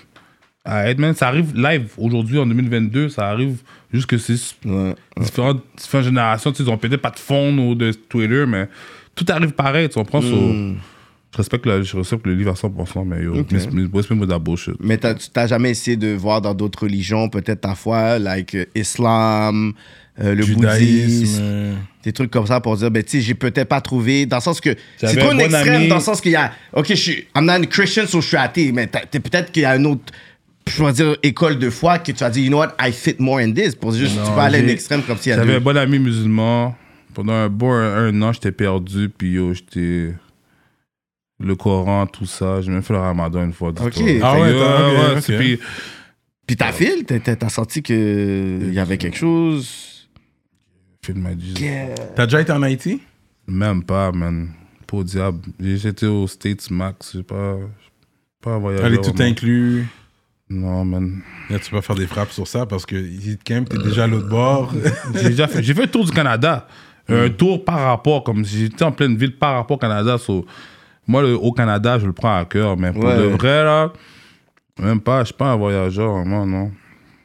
[SPEAKER 3] Arrête, man. Ça arrive live aujourd'hui en 2022. Ça arrive juste que c'est
[SPEAKER 2] Ouais.
[SPEAKER 3] différentes, différentes générations. tu sais, Ils ont peut-être pas de phone ou de Twitter, mais tout arrive pareil. Tu comprends? So,
[SPEAKER 2] Hmm.
[SPEAKER 3] je, respecte le, je respecte le livre à 100%, mais yo, mis- mis- respect moi de la bullshit.
[SPEAKER 2] Mais t'as- tu t'as jamais essayé de voir dans d'autres religions, peut-être ta foi, like euh, islam, euh, le
[SPEAKER 1] Judaïsme.
[SPEAKER 2] bouddhisme,
[SPEAKER 1] euh,
[SPEAKER 2] des trucs comme ça pour dire, ben tu sais, j'ai peut-être pas trouvé, dans le sens que c'est
[SPEAKER 3] J'avais
[SPEAKER 2] trop
[SPEAKER 3] un
[SPEAKER 2] un
[SPEAKER 3] bon
[SPEAKER 2] extrême,
[SPEAKER 3] ami-
[SPEAKER 2] dans le sens qu'il y a, ok, je suis, I'm not a Christian, so je suis athée, mais t'as- t'es- peut-être qu'il y a une autre, je vais dire, école de foi que tu as dit, you know what, I fit more in this, pour juste, tu peux aller à un
[SPEAKER 3] j'ai-
[SPEAKER 2] extrême comme s'il y a
[SPEAKER 3] J'avais un
[SPEAKER 2] deux.
[SPEAKER 3] bon ami musulman. Pendant un bon un, un an, j'étais perdu, puis yo, j'étais. Le Coran, tout ça. J'ai même fait le ramadan une fois. dis-toi.
[SPEAKER 2] Ok. Ah
[SPEAKER 3] Fait
[SPEAKER 1] ouais,
[SPEAKER 3] que,
[SPEAKER 1] t'as- ok, ok.
[SPEAKER 3] c'est- puis,
[SPEAKER 2] Puis t'as fil, t'as- t'as t'as senti qu'il y avait quelque chose.
[SPEAKER 3] film m'a dit,
[SPEAKER 1] T'as déjà été en Haïti?
[SPEAKER 3] Même pas, man. Pour pas au diable. J'ai- J'étais aux States Max, j'ai pas, j'ai pas voyagé.
[SPEAKER 1] Elle est tout
[SPEAKER 3] vraiment.
[SPEAKER 1] inclus.
[SPEAKER 3] Non, man.
[SPEAKER 1] Là, tu vas faire des frappes sur ça parce que ici, quand même, t'es déjà à l'autre
[SPEAKER 3] (laughs)
[SPEAKER 1] bord.
[SPEAKER 3] J'ai déjà fait, j'ai fait le tour du Canada.
[SPEAKER 2] Hmm.
[SPEAKER 3] Un tour par rapport, comme si j'étais en pleine ville par rapport au Canada. so- moi, le, au Canada, je le prends à cœur, mais pour
[SPEAKER 2] Ouais.
[SPEAKER 3] de vrai, là, même pas, je suis pas un voyageur, vraiment, non.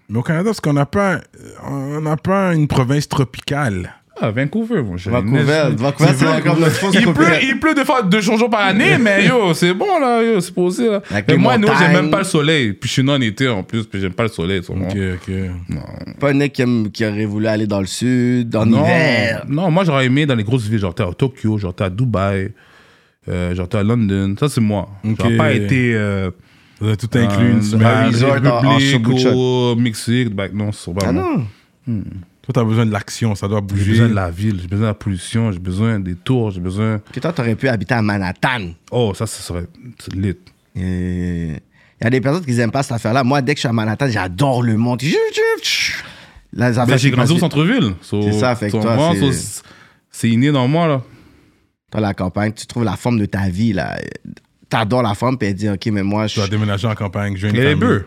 [SPEAKER 1] Mais au Canada, parce qu'on n'a pas, on n'a pas une province tropicale.
[SPEAKER 3] Ah, Vancouver, mon cher.
[SPEAKER 2] Vancouver, Vancouver, c'est encore notre fausse
[SPEAKER 3] Il pleut,
[SPEAKER 2] copie.
[SPEAKER 3] il pleut deux fois, deux jours par année, mais yo, c'est bon là, yo, c'est posé là.
[SPEAKER 2] Avec
[SPEAKER 3] Mais
[SPEAKER 2] les
[SPEAKER 3] moi, nous, j'aime
[SPEAKER 2] montagnes.
[SPEAKER 3] même pas le soleil. Puis je suis non en été en plus, puis j'aime pas le soleil. tu comprends?
[SPEAKER 1] ok.
[SPEAKER 2] Pas un mec qui, aime- qui aurait voulu aller dans le sud, en
[SPEAKER 3] Non,
[SPEAKER 2] hiver.
[SPEAKER 3] non, moi j'aurais aimé dans les grosses villes, genre t'es à Tokyo, genre t'es à Dubaï, euh, genre t'es à London. Ça c'est moi.
[SPEAKER 1] Ok.
[SPEAKER 3] J'aurais pas été euh,
[SPEAKER 1] Vous avez tout inclus, une
[SPEAKER 3] euh,
[SPEAKER 1] semaine.
[SPEAKER 3] à la
[SPEAKER 2] resort en- en
[SPEAKER 3] République
[SPEAKER 2] Chouboutchak.
[SPEAKER 3] ou au Mexique. Bah, non, c'est pas
[SPEAKER 2] Ah
[SPEAKER 3] moi.
[SPEAKER 2] non.
[SPEAKER 1] Toi, t'as besoin de l'action, ça doit
[SPEAKER 3] J'ai
[SPEAKER 1] bouger.
[SPEAKER 3] besoin de la ville, j'ai besoin de la pollution, j'ai besoin des tours, j'ai besoin.
[SPEAKER 2] Que toi, t'aurais pu habiter à Manhattan.
[SPEAKER 3] Oh, ça, ça serait c'est lit.
[SPEAKER 2] Il y a des personnes qui n'aiment pas cette affaire-là. Moi, dès que je suis à Manhattan, j'adore le monde. Chou, chou, chou. Là, les affaires
[SPEAKER 3] Ben, j'ai
[SPEAKER 2] qui
[SPEAKER 3] grandi au
[SPEAKER 2] passent-
[SPEAKER 3] centre-ville. so-
[SPEAKER 2] C'est ça, fait que
[SPEAKER 3] so,
[SPEAKER 2] toi,
[SPEAKER 3] moi,
[SPEAKER 2] c'est-
[SPEAKER 3] so, c'est inné dans moi, là.
[SPEAKER 2] Dans la campagne, tu trouves la forme de ta vie. là. T'adores la forme, puis elle dit, OK, mais moi,
[SPEAKER 1] Tu
[SPEAKER 2] je
[SPEAKER 1] dois déménager en campagne, jeune
[SPEAKER 3] Elle est
[SPEAKER 1] famille.
[SPEAKER 3] bœuf.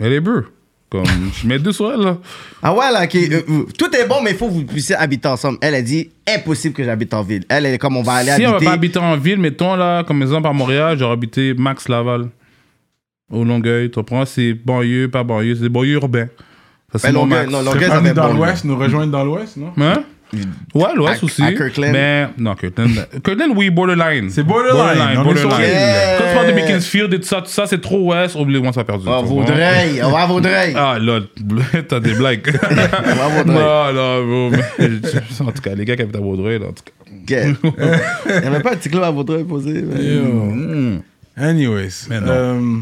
[SPEAKER 3] Elle est bœuf. Comme, je mets deux sur elle, là.
[SPEAKER 2] Ah ouais, là, ok. Euh, euh, tout est bon, mais il faut que vous puissiez habiter ensemble. Elle a dit, impossible que j'habite en ville. Elle, elle est comme, on va Bah, aller
[SPEAKER 3] si on va
[SPEAKER 2] habiter.
[SPEAKER 3] pas habiter en ville, mettons, là, comme exemple à Montréal, j'aurais habité Max Laval. Au Longueuil, tu comprends? C'est banlieue, pas banlieue, c'est banlieue urbain. Ça, c'est
[SPEAKER 2] Ben,
[SPEAKER 3] mon
[SPEAKER 2] Longueuil,
[SPEAKER 3] max.
[SPEAKER 2] non,
[SPEAKER 1] Tu
[SPEAKER 2] Longueuil,
[SPEAKER 1] peux
[SPEAKER 2] ça
[SPEAKER 1] pas venir
[SPEAKER 2] fait
[SPEAKER 1] dans
[SPEAKER 2] bon,
[SPEAKER 1] l'Ouest, nous rejoindre dans l'Ouest, non?
[SPEAKER 3] Hein? Ouais, l'Ouest
[SPEAKER 2] À-
[SPEAKER 3] aussi.
[SPEAKER 2] à Kirkland.
[SPEAKER 3] Mais,
[SPEAKER 2] (laughs)
[SPEAKER 3] non, Kirkland. Kirkland, oui, borderline.
[SPEAKER 1] C'est borderline, on est sur l'île.
[SPEAKER 3] Quand tu parles de Beaconsfield et tout ça, tout ça, c'est trop Ouest. Oublie-moi, ça a perdu.
[SPEAKER 2] On va à
[SPEAKER 3] tu comprends?
[SPEAKER 2] Ah, Vaudreuil, on va à Vaudreuil.
[SPEAKER 3] Ah, lol, (laughs) t'as des blagues.
[SPEAKER 2] On va à (laughs) Vaudreuil.
[SPEAKER 3] (laughs) Non, non, bro, mais (laughs) je- en tout cas, les gars qui habitent à Vaudreuil, là, en tout cas.
[SPEAKER 2] Ok.
[SPEAKER 3] (laughs)
[SPEAKER 2] Il n'y avait pas un petit club à Vaudreuil posé. mais-
[SPEAKER 3] Mm.
[SPEAKER 1] Anyways.
[SPEAKER 3] Mais non.
[SPEAKER 1] euh,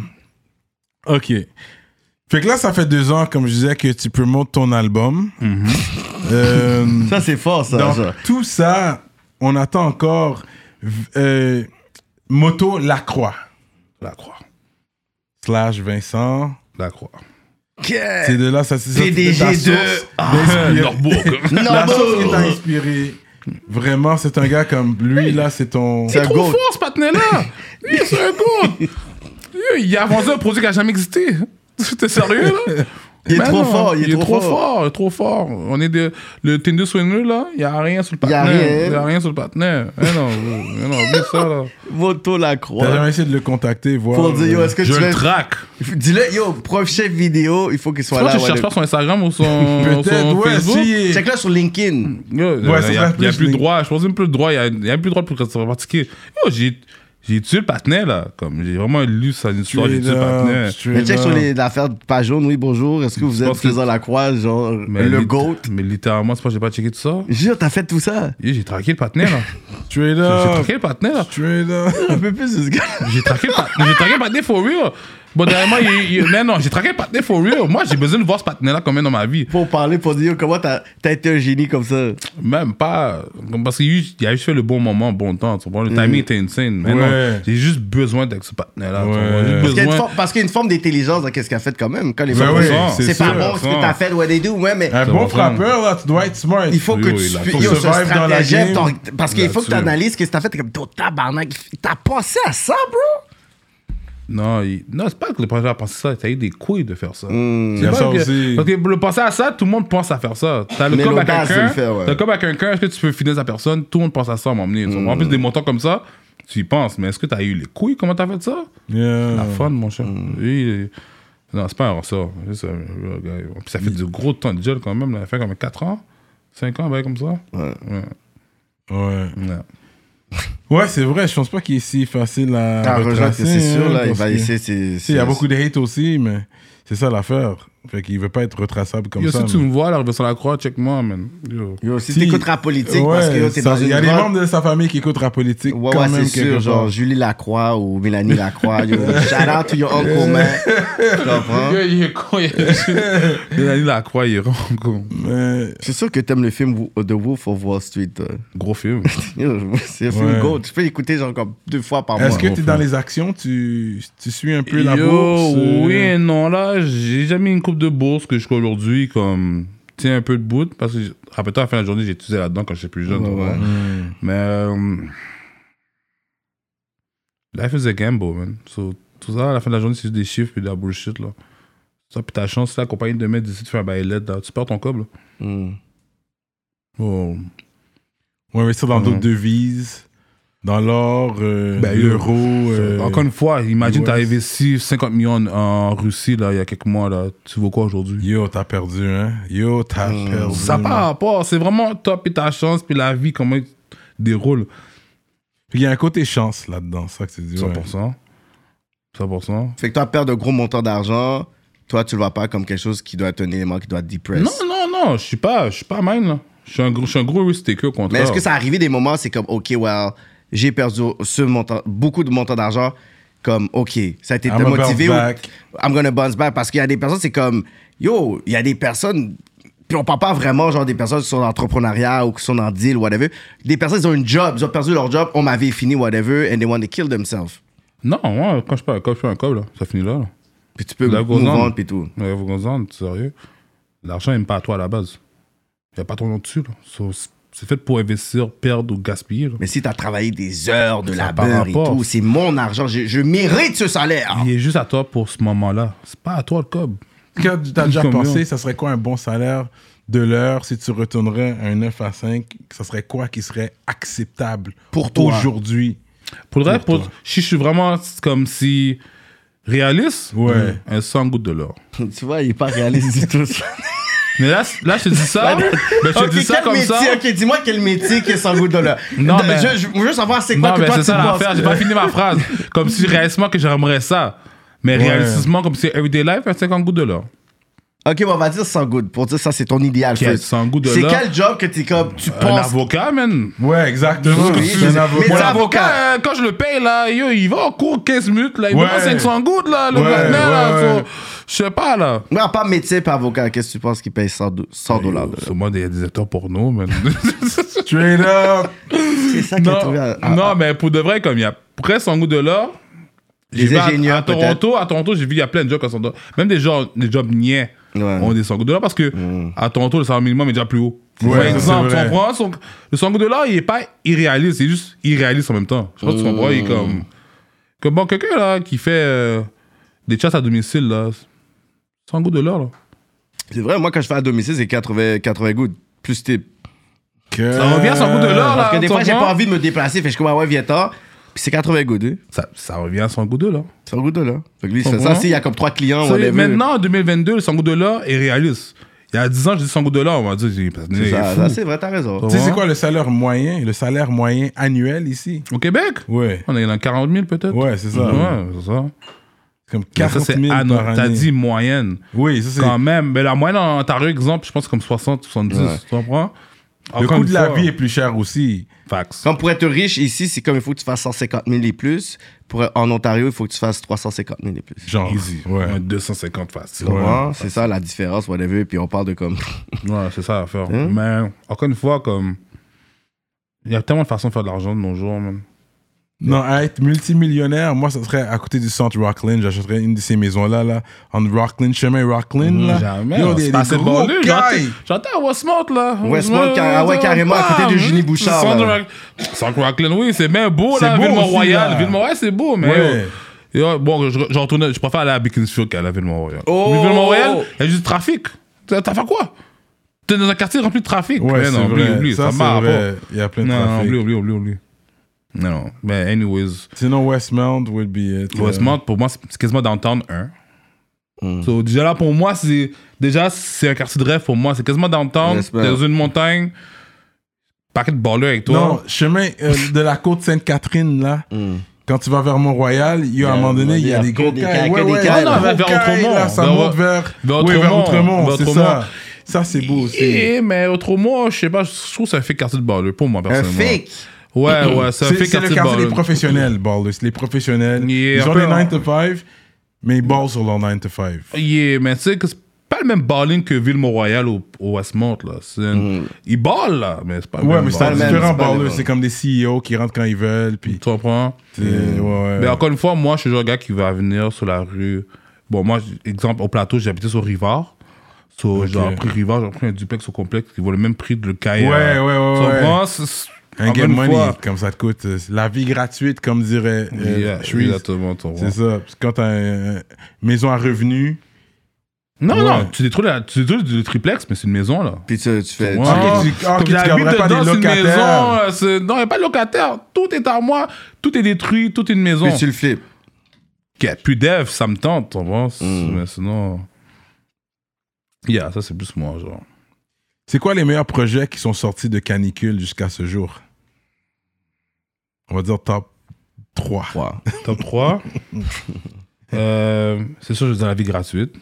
[SPEAKER 1] ok. Fait que là, ça fait deux ans, comme je disais, que tu promotes ton album.
[SPEAKER 3] Mm-hmm.
[SPEAKER 1] (laughs) Euh,
[SPEAKER 2] Ça, c'est fort, ça.
[SPEAKER 1] donc,
[SPEAKER 2] ça.
[SPEAKER 1] tout ça, on attend encore v- euh, Moto Lacroix
[SPEAKER 3] La croix.
[SPEAKER 1] slash Vincent.
[SPEAKER 3] La croix.
[SPEAKER 2] Ok.
[SPEAKER 3] Euh,
[SPEAKER 1] C'est de là, ça c'est ça,
[SPEAKER 2] PDG
[SPEAKER 1] ta
[SPEAKER 2] de-
[SPEAKER 1] source
[SPEAKER 3] Ah,
[SPEAKER 1] d'inspira-
[SPEAKER 3] (laughs) Norbourg.
[SPEAKER 2] (laughs) Ah
[SPEAKER 1] La source qui
[SPEAKER 2] Norbourg.
[SPEAKER 1] t'a inspiré. Vraiment, c'est un gars comme lui, là, c'est ton...
[SPEAKER 2] C'est un
[SPEAKER 3] Trop
[SPEAKER 2] goat.
[SPEAKER 3] fort, ce
[SPEAKER 2] (laughs)
[SPEAKER 3] patinet-là. Lui, c'est un goat. Lui, Il a inventé un produit qui n'a jamais existé. T'es sérieux, là?
[SPEAKER 2] Il est
[SPEAKER 3] Ben
[SPEAKER 2] trop
[SPEAKER 3] non,
[SPEAKER 2] fort, il est trop fort.
[SPEAKER 3] il est trop fort. On est de, le tennis winner, là, il n'y a rien sur le
[SPEAKER 2] Il y a
[SPEAKER 3] partenaire.
[SPEAKER 2] rien.
[SPEAKER 3] Il n'y a rien sur le partenaire. Eh non, eh non, oublie ça, là.
[SPEAKER 2] Voto la
[SPEAKER 1] T'as
[SPEAKER 2] croix.
[SPEAKER 1] jamais essayé de le contacter, voir... euh,
[SPEAKER 2] Pour dire, yo, est-ce (laughs) que
[SPEAKER 3] Je
[SPEAKER 2] tu
[SPEAKER 3] le
[SPEAKER 2] veux.
[SPEAKER 3] traque.
[SPEAKER 2] Dis-le, yo, prof chef vidéo, il faut qu'il soit
[SPEAKER 3] Toi,
[SPEAKER 2] là.
[SPEAKER 3] tu cherches
[SPEAKER 2] ouais,
[SPEAKER 3] pas son Instagram
[SPEAKER 2] (laughs)
[SPEAKER 3] ou son,
[SPEAKER 1] Peut-être,
[SPEAKER 3] son
[SPEAKER 1] ouais,
[SPEAKER 3] Facebook?
[SPEAKER 1] si...
[SPEAKER 2] Check-le sur LinkedIn.
[SPEAKER 3] Il n'y
[SPEAKER 1] Ouais, ça
[SPEAKER 3] a,
[SPEAKER 1] serait
[SPEAKER 3] y a
[SPEAKER 1] plus
[SPEAKER 3] plus de
[SPEAKER 1] les-
[SPEAKER 3] droit. Je pense même plus de droit. Il n'y a, plus de droit pour se pratiquer. Yo, j'ai j'ai tué le patinet, là. Comme j'ai vraiment lu sa histoire, j'ai tué le patinet.
[SPEAKER 2] Mais check sur les affaires de page jaune, oui, bonjour. Est-ce que vous êtes
[SPEAKER 3] pense que-
[SPEAKER 2] faisant la croix, genre
[SPEAKER 3] Mais
[SPEAKER 2] le
[SPEAKER 3] lit-
[SPEAKER 2] GOAT?
[SPEAKER 3] Mais littéralement, c'est pas que j'ai pas checké tout ça.
[SPEAKER 2] Jure, t'as fait tout ça.
[SPEAKER 3] Yo, J'ai traqué le
[SPEAKER 2] (laughs)
[SPEAKER 3] patinet, là.
[SPEAKER 1] Tu es
[SPEAKER 3] J'ai
[SPEAKER 2] Ah.
[SPEAKER 1] là.
[SPEAKER 3] traqué le patinet, là.
[SPEAKER 1] Tu es là.
[SPEAKER 2] Un peu plus, ce gars.
[SPEAKER 3] J'ai traqué le patinet. J'ai traqué le patinet for real. Bon, dernièrement, il, il- non, non, j'ai traqué le patinet for real. Moi, j'ai besoin de voir ce patinet-là combien dans ma vie.
[SPEAKER 2] Pour parler, pour dire yo, comment t'as t'as été un génie comme ça.
[SPEAKER 3] Même pas. comme Parce qu'il y a eu- il a juste fait le bon moment, bon temps. tu comprends? Le
[SPEAKER 2] Mm.
[SPEAKER 3] timing était insane. Mais
[SPEAKER 1] Ouais.
[SPEAKER 3] non, j'ai juste besoin d'être ce patinet-là. tu
[SPEAKER 1] Ouais.
[SPEAKER 3] comprends? J'ai juste
[SPEAKER 2] Parce qu'il y a une
[SPEAKER 3] besoin-
[SPEAKER 2] forme- Parce qu'il y a une forme d'intelligence dans ce qu'elle a fait quand même. Quand les
[SPEAKER 1] Ben
[SPEAKER 2] femmes
[SPEAKER 1] oui,
[SPEAKER 2] font ça,
[SPEAKER 3] c'est
[SPEAKER 2] c'est pas
[SPEAKER 3] sûr,
[SPEAKER 2] bon ce
[SPEAKER 3] ça. Ah
[SPEAKER 2] que t'as fait, what they do, ouais, mais
[SPEAKER 1] Un bon
[SPEAKER 3] va prendre.
[SPEAKER 1] frappeur, là, tu dois être smart.
[SPEAKER 2] il faut que
[SPEAKER 3] Yo,
[SPEAKER 2] tu.
[SPEAKER 3] il a
[SPEAKER 2] yo,
[SPEAKER 3] tout
[SPEAKER 2] ce
[SPEAKER 1] survive dans la game.
[SPEAKER 2] stratagème, ton- parce qu'il faut que
[SPEAKER 3] Là-dessus.
[SPEAKER 2] t'analyses ce que t'as fait. T'es comme, ton tabarnak, t'as pensé à ça, bro?
[SPEAKER 3] Non, il- non c'est pas que le projet a pensé ça. T'as eu des couilles de faire ça.
[SPEAKER 1] Il
[SPEAKER 2] Hmm.
[SPEAKER 3] C'est
[SPEAKER 1] y a
[SPEAKER 3] pas
[SPEAKER 1] ça
[SPEAKER 3] que-
[SPEAKER 1] aussi.
[SPEAKER 3] Parce que pour le penser à ça, tout le monde pense à faire ça. T'as le
[SPEAKER 2] Mais
[SPEAKER 3] club à
[SPEAKER 2] l'audace de
[SPEAKER 3] quelqu'un.
[SPEAKER 2] le faire, ouais.
[SPEAKER 3] T'as le club à quelqu'un. Est-ce que tu peux finir sa personne Tout le monde pense à ça à m'emmener. En
[SPEAKER 2] Hmm.
[SPEAKER 3] plus, des montants comme ça, tu y penses. Mais est-ce que t'as eu les couilles Comment t'as fait ça
[SPEAKER 1] Yeah.
[SPEAKER 3] La
[SPEAKER 2] Hmm.
[SPEAKER 3] fun, mon cher. Oui, euh, non, c'est pas un ressort. Juste, euh, le gars, Puis ça fait du gros temps de gel quand même. Là. Il fait comme 4 ans, 5 ans, ben, comme ça.
[SPEAKER 2] Ouais.
[SPEAKER 1] Ouais.
[SPEAKER 3] Ouais.
[SPEAKER 1] Ouais, c'est vrai, je pense pas qu'il est si facile à.
[SPEAKER 2] Ah, rejoins,
[SPEAKER 1] retracer,
[SPEAKER 2] c'est sûr,
[SPEAKER 1] hein,
[SPEAKER 2] là, il
[SPEAKER 1] parce
[SPEAKER 2] va
[SPEAKER 1] que-
[SPEAKER 2] essayer. c'est-
[SPEAKER 1] Tu sais, Il y a
[SPEAKER 2] c'est-
[SPEAKER 1] beaucoup de hate aussi, mais c'est ça l'affaire. Fait qu'il veut pas être retraçable comme
[SPEAKER 3] Yo,
[SPEAKER 1] ça.
[SPEAKER 3] si tu
[SPEAKER 1] mais-
[SPEAKER 3] me vois, là, sur la croix, check-moi, man. Yo.
[SPEAKER 2] Yo, si
[SPEAKER 1] Si-
[SPEAKER 2] t'écoutes la politique, parce que
[SPEAKER 1] Ouais,
[SPEAKER 2] yo, t'es
[SPEAKER 1] ça-
[SPEAKER 2] dans une
[SPEAKER 1] Il y a des
[SPEAKER 2] grotte-
[SPEAKER 1] membres de sa famille qui écoutent la politique.
[SPEAKER 2] Ouais,
[SPEAKER 1] quand
[SPEAKER 2] ouais,
[SPEAKER 1] même,
[SPEAKER 2] c'est
[SPEAKER 1] quelque
[SPEAKER 2] sûr.
[SPEAKER 1] part.
[SPEAKER 2] Genre Julie Lacroix ou Mélanie Lacroix.
[SPEAKER 1] (laughs)
[SPEAKER 2] Yo, shout out to your uncle, man. Tu comprends?
[SPEAKER 3] Yo, il est con. Il est la croix, (laughs) il est rond, con.
[SPEAKER 1] Mais-
[SPEAKER 2] C'est sûr que t'aimes le film Wo- The Wolf of Wall Street. toi.
[SPEAKER 3] Gros film.
[SPEAKER 2] Yo, (laughs) C'est un film
[SPEAKER 1] Ouais.
[SPEAKER 2] gold. Tu peux l'écouter genre comme deux fois par mois.
[SPEAKER 1] Est-ce que
[SPEAKER 3] mon
[SPEAKER 1] t'es
[SPEAKER 3] frère.
[SPEAKER 1] dans les actions Tu, tu suis un peu la
[SPEAKER 3] Yo,
[SPEAKER 1] bourse euh,
[SPEAKER 3] oui et non. Là, j'ai jamais une coupe de bourse que jusqu'à aujourd'hui, comme, tiens un peu de bout. Parce que, rappelle-toi, à la fin de la journée, j'étudiais là-dedans quand j'étais plus jeune. tu vois. Mais, euh, Life is a gamble, man. So, tout ça, à la fin de la journée, c'est juste des chiffres et de la bullshit, là. Ça, puis ta chance, c'est la compagnie de mettre décide de faire un bailette, là. Tu perds ton câble, là.
[SPEAKER 2] Hmm.
[SPEAKER 3] Oh.
[SPEAKER 1] On va investir dans
[SPEAKER 2] Mhm.
[SPEAKER 1] d'autres devises, dans l'or, euh,
[SPEAKER 3] Ben,
[SPEAKER 1] l'euro. euh,
[SPEAKER 3] Encore une fois, imagine,
[SPEAKER 1] US.
[SPEAKER 3] t'as investi 50 millions en, en Russie, là, il y a quelques mois, là. Tu vaux quoi aujourd'hui?
[SPEAKER 1] Yo, t'as perdu, hein? Yo, t'as
[SPEAKER 2] Hmm.
[SPEAKER 1] perdu.
[SPEAKER 3] Ça part à rapport. C'est vraiment toi, puis ta chance, puis la vie, comment elle se déroule.
[SPEAKER 1] Il y a un côté chance là-dedans, c'est ça que tu dis. ouais.
[SPEAKER 3] 100%. 100%.
[SPEAKER 2] Fait que toi, perdre de gros montants d'argent, toi, tu le vois pas comme quelque chose qui doit être un élément qui doit te depress.
[SPEAKER 3] Non, non, non, je suis pas, je suis pas mine, là. Je suis un gros, je suis un gros risk taker, au
[SPEAKER 2] Mais
[SPEAKER 3] contraire.
[SPEAKER 1] Oh.
[SPEAKER 2] est-ce que ça arrivait des moments, c'est comme, OK, well, j'ai perdu ce montant, beaucoup de montants d'argent, comme, OK, ça a été
[SPEAKER 1] I'm gonna
[SPEAKER 2] démotivé.
[SPEAKER 1] bounce
[SPEAKER 2] ou-
[SPEAKER 1] back.
[SPEAKER 2] I'm gonna bounce back. Parce qu'il y a des personnes, c'est comme, yo, il y a des personnes, puis on parle pas vraiment, genre, des personnes qui sont dans l'entrepreneuriat ou qui sont dans le deal, whatever. Des personnes, ils ont une job, ils ont perdu leur job, oh, on m'avait fini, whatever, and they want to kill themselves.
[SPEAKER 3] Non, moi, quand je suis pas un cop, je suis un cop, là. Ça finit là, là.
[SPEAKER 2] Puis tu peux
[SPEAKER 3] Là,
[SPEAKER 2] move
[SPEAKER 3] Gozan.
[SPEAKER 2] on, puis tout.
[SPEAKER 3] Ouais, vous comprenez, sérieux. L'argent n'est pas à toi à la base. Il n'y a pas ton nom dessus, là. So, c'est- c'est fait pour investir, perdre ou gaspiller, là.
[SPEAKER 2] Mais si t'as travaillé des heures de
[SPEAKER 3] Ça a pas
[SPEAKER 2] labeur et
[SPEAKER 3] rapport.
[SPEAKER 2] tout, c'est mon argent, je, je mérite ce salaire.
[SPEAKER 3] Il est juste à toi pour ce moment-là. C'est pas à toi le cob.
[SPEAKER 1] Quand tu as déjà
[SPEAKER 3] Combien?
[SPEAKER 1] pensé, ça serait quoi un bon salaire de l'heure si tu retournerais un 9 à 5 Ça serait quoi qui serait acceptable
[SPEAKER 2] Pour toi.
[SPEAKER 1] aujourd'hui
[SPEAKER 3] Pour le reste,
[SPEAKER 1] Pour
[SPEAKER 3] pour- si je suis vraiment c'est comme si réaliste, euh,
[SPEAKER 1] Ouais.
[SPEAKER 3] un 100 gouttes de l'or.
[SPEAKER 2] tu vois, il est pas réaliste du tout. ça.
[SPEAKER 3] Mais là, c- là je te dis ça, ben, je
[SPEAKER 2] (laughs)
[SPEAKER 3] te
[SPEAKER 2] Ok,
[SPEAKER 3] dis ça
[SPEAKER 2] quel
[SPEAKER 3] comme
[SPEAKER 2] métier,
[SPEAKER 3] ça.
[SPEAKER 2] Ok, dis-moi quel métier qui est sans goût de l'heure.
[SPEAKER 3] Non,
[SPEAKER 2] De-
[SPEAKER 3] mais-
[SPEAKER 2] Je, je veux juste savoir c'est quoi
[SPEAKER 3] Non,
[SPEAKER 2] que
[SPEAKER 3] mais
[SPEAKER 2] toi
[SPEAKER 3] c'est
[SPEAKER 2] tu
[SPEAKER 3] ça
[SPEAKER 2] penses.
[SPEAKER 3] l'affaire, j'ai pas fini ma phrase. Comme si réalistement que j'aimerais ça. Mais
[SPEAKER 1] Ouais.
[SPEAKER 3] réalistement, comme si everyday life, un 50 gouttes de l'or.
[SPEAKER 2] Ok, on va dire sans goût. Pour dire ça, c'est ton idéal.
[SPEAKER 3] Quel
[SPEAKER 2] Feu.
[SPEAKER 3] sans goût de
[SPEAKER 2] C'est
[SPEAKER 3] l'heure.
[SPEAKER 2] quel job que tu comme tu
[SPEAKER 3] Un
[SPEAKER 2] penses.
[SPEAKER 3] avocat, man.
[SPEAKER 1] Ouais, exactement.
[SPEAKER 2] Oui,
[SPEAKER 1] C'est
[SPEAKER 2] mais-
[SPEAKER 1] un
[SPEAKER 2] mais
[SPEAKER 3] Mon
[SPEAKER 1] avocat.
[SPEAKER 2] ça-
[SPEAKER 3] avocat, euh, quand je le paye, là, yo, il va en cours 15 minutes, là, il
[SPEAKER 1] Ouais.
[SPEAKER 3] me prend 500 gouttes, là, le
[SPEAKER 1] Ouais,
[SPEAKER 3] matin, là,
[SPEAKER 1] ouais,
[SPEAKER 3] so-
[SPEAKER 1] ouais.
[SPEAKER 3] je sais pas, là.
[SPEAKER 2] Mais à part métier pas avocat, qu'est-ce que tu penses qu'il paye 100, do- 100 dollars de l'heure?
[SPEAKER 3] Sur moi, des, des acteurs
[SPEAKER 2] (laughs)
[SPEAKER 3] porno, man. (laughs)
[SPEAKER 1] Straight up.
[SPEAKER 2] C'est ça qu'il a
[SPEAKER 3] non,
[SPEAKER 2] trouvé à- à-
[SPEAKER 3] non, mais pour de vrai, comme il y a presque 100 gouttes de l'or,
[SPEAKER 2] Les
[SPEAKER 3] j'ai vu à-
[SPEAKER 2] ingénieurs,
[SPEAKER 3] à, Toronto, à Toronto, j'ai vu, il y a plein de jobs à 100 dollars. Même des gens, des jobs niais
[SPEAKER 2] Ouais. Mm.
[SPEAKER 3] ont des 100 gouttes de l'or parce que à Toronto, le salaire minimum est déjà plus haut.
[SPEAKER 1] Ouais,
[SPEAKER 3] Par
[SPEAKER 1] ça,
[SPEAKER 3] exemple,
[SPEAKER 1] c'est
[SPEAKER 3] tu
[SPEAKER 1] vrai.
[SPEAKER 3] comprends? Son- le 100 gouttes de l'or, il est pas irréaliste, c'est juste irréaliste en même temps. Je pense que tu
[SPEAKER 1] Mm.
[SPEAKER 3] comprends, il est comme. Comme bon, quelqu'un là qui fait euh, des chasses à domicile, là, 100 gouttes de l'or, là.
[SPEAKER 2] C'est vrai, moi quand je fais à domicile, c'est 80, 80 gouttes. Plus tip.
[SPEAKER 1] Que-
[SPEAKER 3] Ça revient à 100 gouttes de l'or, là.
[SPEAKER 2] Euh, Parce que des
[SPEAKER 3] tu
[SPEAKER 2] fois, j'ai
[SPEAKER 3] comprends?
[SPEAKER 2] pas envie de me déplacer, fait que je comme, ah ouais, viens tard. Puis c'est 80 gouttes, hein.
[SPEAKER 3] Ça, ça revient à 100 gouttes de l'or.
[SPEAKER 2] 100 gouttes de l'heure. Fait que lui, il fait
[SPEAKER 3] Comprends?
[SPEAKER 2] ça. S'il y a comme 3 clients,
[SPEAKER 3] Ça,
[SPEAKER 2] on les veut.
[SPEAKER 3] maintenant, en 2022, le 100 gouttes de l'or est réaliste. Il y a 10 ans, je dis 100 gouttes de l'or, on va dire, il est- il
[SPEAKER 2] C'est
[SPEAKER 3] est
[SPEAKER 2] ça,
[SPEAKER 3] fou.
[SPEAKER 2] ça, c'est vrai, t'as raison.
[SPEAKER 3] Tu
[SPEAKER 1] Tu sais, c'est quoi le salaire moyen Le salaire moyen annuel ici
[SPEAKER 3] Au Québec
[SPEAKER 1] Ouais.
[SPEAKER 3] On est dans 40 000 peut-être
[SPEAKER 1] Ouais, c'est ça.
[SPEAKER 3] Ouais, c'est ça.
[SPEAKER 1] Comme
[SPEAKER 3] Mais
[SPEAKER 1] 40
[SPEAKER 3] ça,
[SPEAKER 1] 000
[SPEAKER 3] c'est
[SPEAKER 1] par
[SPEAKER 3] anno- T'as
[SPEAKER 1] année.
[SPEAKER 3] dit moyenne.
[SPEAKER 1] Oui, ça c'est.
[SPEAKER 3] Quand même. Mais la moyenne en Ontario, exemple, je pense comme 60, 70. Tu comprends
[SPEAKER 1] Le coût de la vie est plus cher aussi.
[SPEAKER 3] Fax.
[SPEAKER 2] Comme pour être riche ici, c'est comme il faut que tu fasses 150 000 et plus. Pour, en Ontario, il faut que tu fasses 350 000 et plus.
[SPEAKER 1] Genre.
[SPEAKER 3] Easy.
[SPEAKER 1] Ouais.
[SPEAKER 3] Un 250 facile.
[SPEAKER 2] Tu comprends? C'est ça la différence, whatever. Puis on parle de comme.
[SPEAKER 3] Ouais, c'est ça à faire.
[SPEAKER 1] Hein?
[SPEAKER 3] Mais encore une fois, comme. Il y a tellement de façons de faire de l'argent de nos jours, même.
[SPEAKER 1] Non, à être multimillionnaire, moi, ça serait à côté du centre Rockland. J'achèterais une de ces maisons-là, là, en Rockland, chemin Rockland, là.
[SPEAKER 3] Jamais.
[SPEAKER 1] Yo,
[SPEAKER 3] on
[SPEAKER 1] des,
[SPEAKER 3] se
[SPEAKER 1] des
[SPEAKER 3] passait de
[SPEAKER 1] gros
[SPEAKER 3] banlieue.
[SPEAKER 1] guys.
[SPEAKER 3] J'entends- J'entends à Westmount, là.
[SPEAKER 2] Westmount, car- ah ouais, carrément, à côté de Julie Bouchard, là.
[SPEAKER 3] Sans Rockland, oui, c'est bien beau,
[SPEAKER 1] C'est
[SPEAKER 3] là.
[SPEAKER 1] beau aussi,
[SPEAKER 3] Ville-Mont-Royal.
[SPEAKER 1] là.
[SPEAKER 3] Ville-Mont-Royal, c'est beau, mais.
[SPEAKER 1] Ouais.
[SPEAKER 3] yo, yo, bon, je, je, retourne, je préfère aller à Beaconsfield qu'à la Ville-Mont-Royal.
[SPEAKER 2] Oh!
[SPEAKER 3] Mais Ville-Mont-Royal, il y a juste du trafic. T'as t'as fait quoi? T'es dans un quartier rempli de trafic.
[SPEAKER 1] Ouais,
[SPEAKER 3] Mais
[SPEAKER 1] c'est
[SPEAKER 3] non, oublie,
[SPEAKER 1] vrai.
[SPEAKER 3] oublie,
[SPEAKER 1] ça,
[SPEAKER 3] ça
[SPEAKER 1] c'est
[SPEAKER 3] marche
[SPEAKER 1] vrai.
[SPEAKER 3] pas.
[SPEAKER 1] Il y a plein de
[SPEAKER 3] Non, non,
[SPEAKER 1] trafic.
[SPEAKER 3] oublie, oublie, oublie, oublie. Non, mais anyways.
[SPEAKER 1] Sinon, Westmount would be it.
[SPEAKER 3] Westmount, pour moi, c'est c'est quasiment downtown 1.
[SPEAKER 1] Hmm.
[SPEAKER 3] So, déjà là, pour moi, c'est déjà c'est un quartier de rêve pour moi. C'est quasiment downtown,
[SPEAKER 2] J'espère.
[SPEAKER 3] dans une montagne, paquet de balleux avec
[SPEAKER 1] Euh,
[SPEAKER 3] toi.
[SPEAKER 1] Non, chemin euh, de la côte Sainte-Catherine, là. Quand tu vas vers Mont-Royal, Hmm. il y a à un moment donné, il y a des
[SPEAKER 2] que
[SPEAKER 1] gros
[SPEAKER 2] des
[SPEAKER 1] cailles.
[SPEAKER 2] cailles, que des
[SPEAKER 1] Ah
[SPEAKER 2] cailles,
[SPEAKER 1] non,
[SPEAKER 2] là.
[SPEAKER 1] vers
[SPEAKER 3] Vers
[SPEAKER 1] Outremont.
[SPEAKER 3] Outremont.
[SPEAKER 1] Là, ça
[SPEAKER 3] Vers-
[SPEAKER 1] monte vers...
[SPEAKER 3] vers
[SPEAKER 1] Oui, vers
[SPEAKER 3] Outremont.
[SPEAKER 1] Outremont, c'est
[SPEAKER 3] Vers
[SPEAKER 1] ça. Ça, c'est beau aussi.
[SPEAKER 3] Eh, mais autrement, je sais pas, je trouve que c'est un fake quartier de balleux pour moi,
[SPEAKER 2] Un
[SPEAKER 3] personnellement.
[SPEAKER 2] fake!
[SPEAKER 3] Ouais, ouais, c'est un
[SPEAKER 1] C'est c'est
[SPEAKER 3] fake
[SPEAKER 1] le
[SPEAKER 3] quartier de
[SPEAKER 1] quartier des
[SPEAKER 3] balleux.
[SPEAKER 1] professionnels, ballers. Les professionnels.
[SPEAKER 3] Yeah,
[SPEAKER 1] Ils ont
[SPEAKER 3] un peu,
[SPEAKER 1] les
[SPEAKER 3] hein.
[SPEAKER 1] 9 to 5, mais ils ballent sur leur 9 to 5.
[SPEAKER 3] Yeah, mais tu sais que c'est pas le même balling que Ville-Mont-Royal au, au Westmont, là. C'est une- Ils ballent, là, mais c'est pas le
[SPEAKER 1] Hmm. Ouais,
[SPEAKER 3] même
[SPEAKER 1] mais c'est
[SPEAKER 3] ballin.
[SPEAKER 2] le même,
[SPEAKER 1] différent
[SPEAKER 2] c'est pas le
[SPEAKER 1] ballers.
[SPEAKER 2] même.
[SPEAKER 1] C'est comme des CEO qui rentrent quand ils veulent, puis...
[SPEAKER 3] Tu comprends?
[SPEAKER 1] c'est- ouais, ouais.
[SPEAKER 3] Mais encore une fois, moi, je suis le genre de gars qui va venir sur la rue. Bon, moi, j- exemple, au plateau, j'habitais sur Rivard. So, J'ai pris Rivard, j'ai pris un duplex au complexe qui vaut le même prix de le cahier. euh.
[SPEAKER 1] Ouais, ouais, ouais, ouais.
[SPEAKER 3] Moi, c'est- c'est-
[SPEAKER 1] Un
[SPEAKER 3] En
[SPEAKER 1] game
[SPEAKER 3] bonne
[SPEAKER 1] money,
[SPEAKER 3] foi.
[SPEAKER 1] comme ça te coûte. euh, La vie gratuite, comme dirait euh,
[SPEAKER 3] Yeah,
[SPEAKER 1] Shreeze.
[SPEAKER 3] exactement, ton roi.
[SPEAKER 1] C'est ça. Parce que quand t'as une maison à revenus,
[SPEAKER 3] Non,
[SPEAKER 1] Ouais.
[SPEAKER 3] non, tu détruis, la, tu détruis le triplex, mais c'est une maison, là.
[SPEAKER 2] Puis tu, tu fais. tu-
[SPEAKER 3] Ouais.
[SPEAKER 1] Ah, ok, tu- ah,
[SPEAKER 3] Faut
[SPEAKER 1] ok,
[SPEAKER 3] que
[SPEAKER 1] tu
[SPEAKER 3] j'habite
[SPEAKER 1] garderais pas des
[SPEAKER 3] dedans, c'est une
[SPEAKER 1] locataires.
[SPEAKER 3] maison, euh, c'est- Non, il n'y a pas de locataire. Tout est à moi. Tout est détruit. Tout est une maison.
[SPEAKER 2] Puis tu le flippes.
[SPEAKER 3] Ok, plus d'Eve, ça me tente, tu vois. c'est-
[SPEAKER 2] Mm.
[SPEAKER 3] Mais sinon. Yeah, ça, c'est plus moi, genre.
[SPEAKER 1] c'est quoi les meilleurs projets qui sont sortis de canicule jusqu'à ce jour On va dire top 3.
[SPEAKER 2] Ouais.
[SPEAKER 3] (laughs) Top 3. c'est sûr, je vais dire la vie gratuite.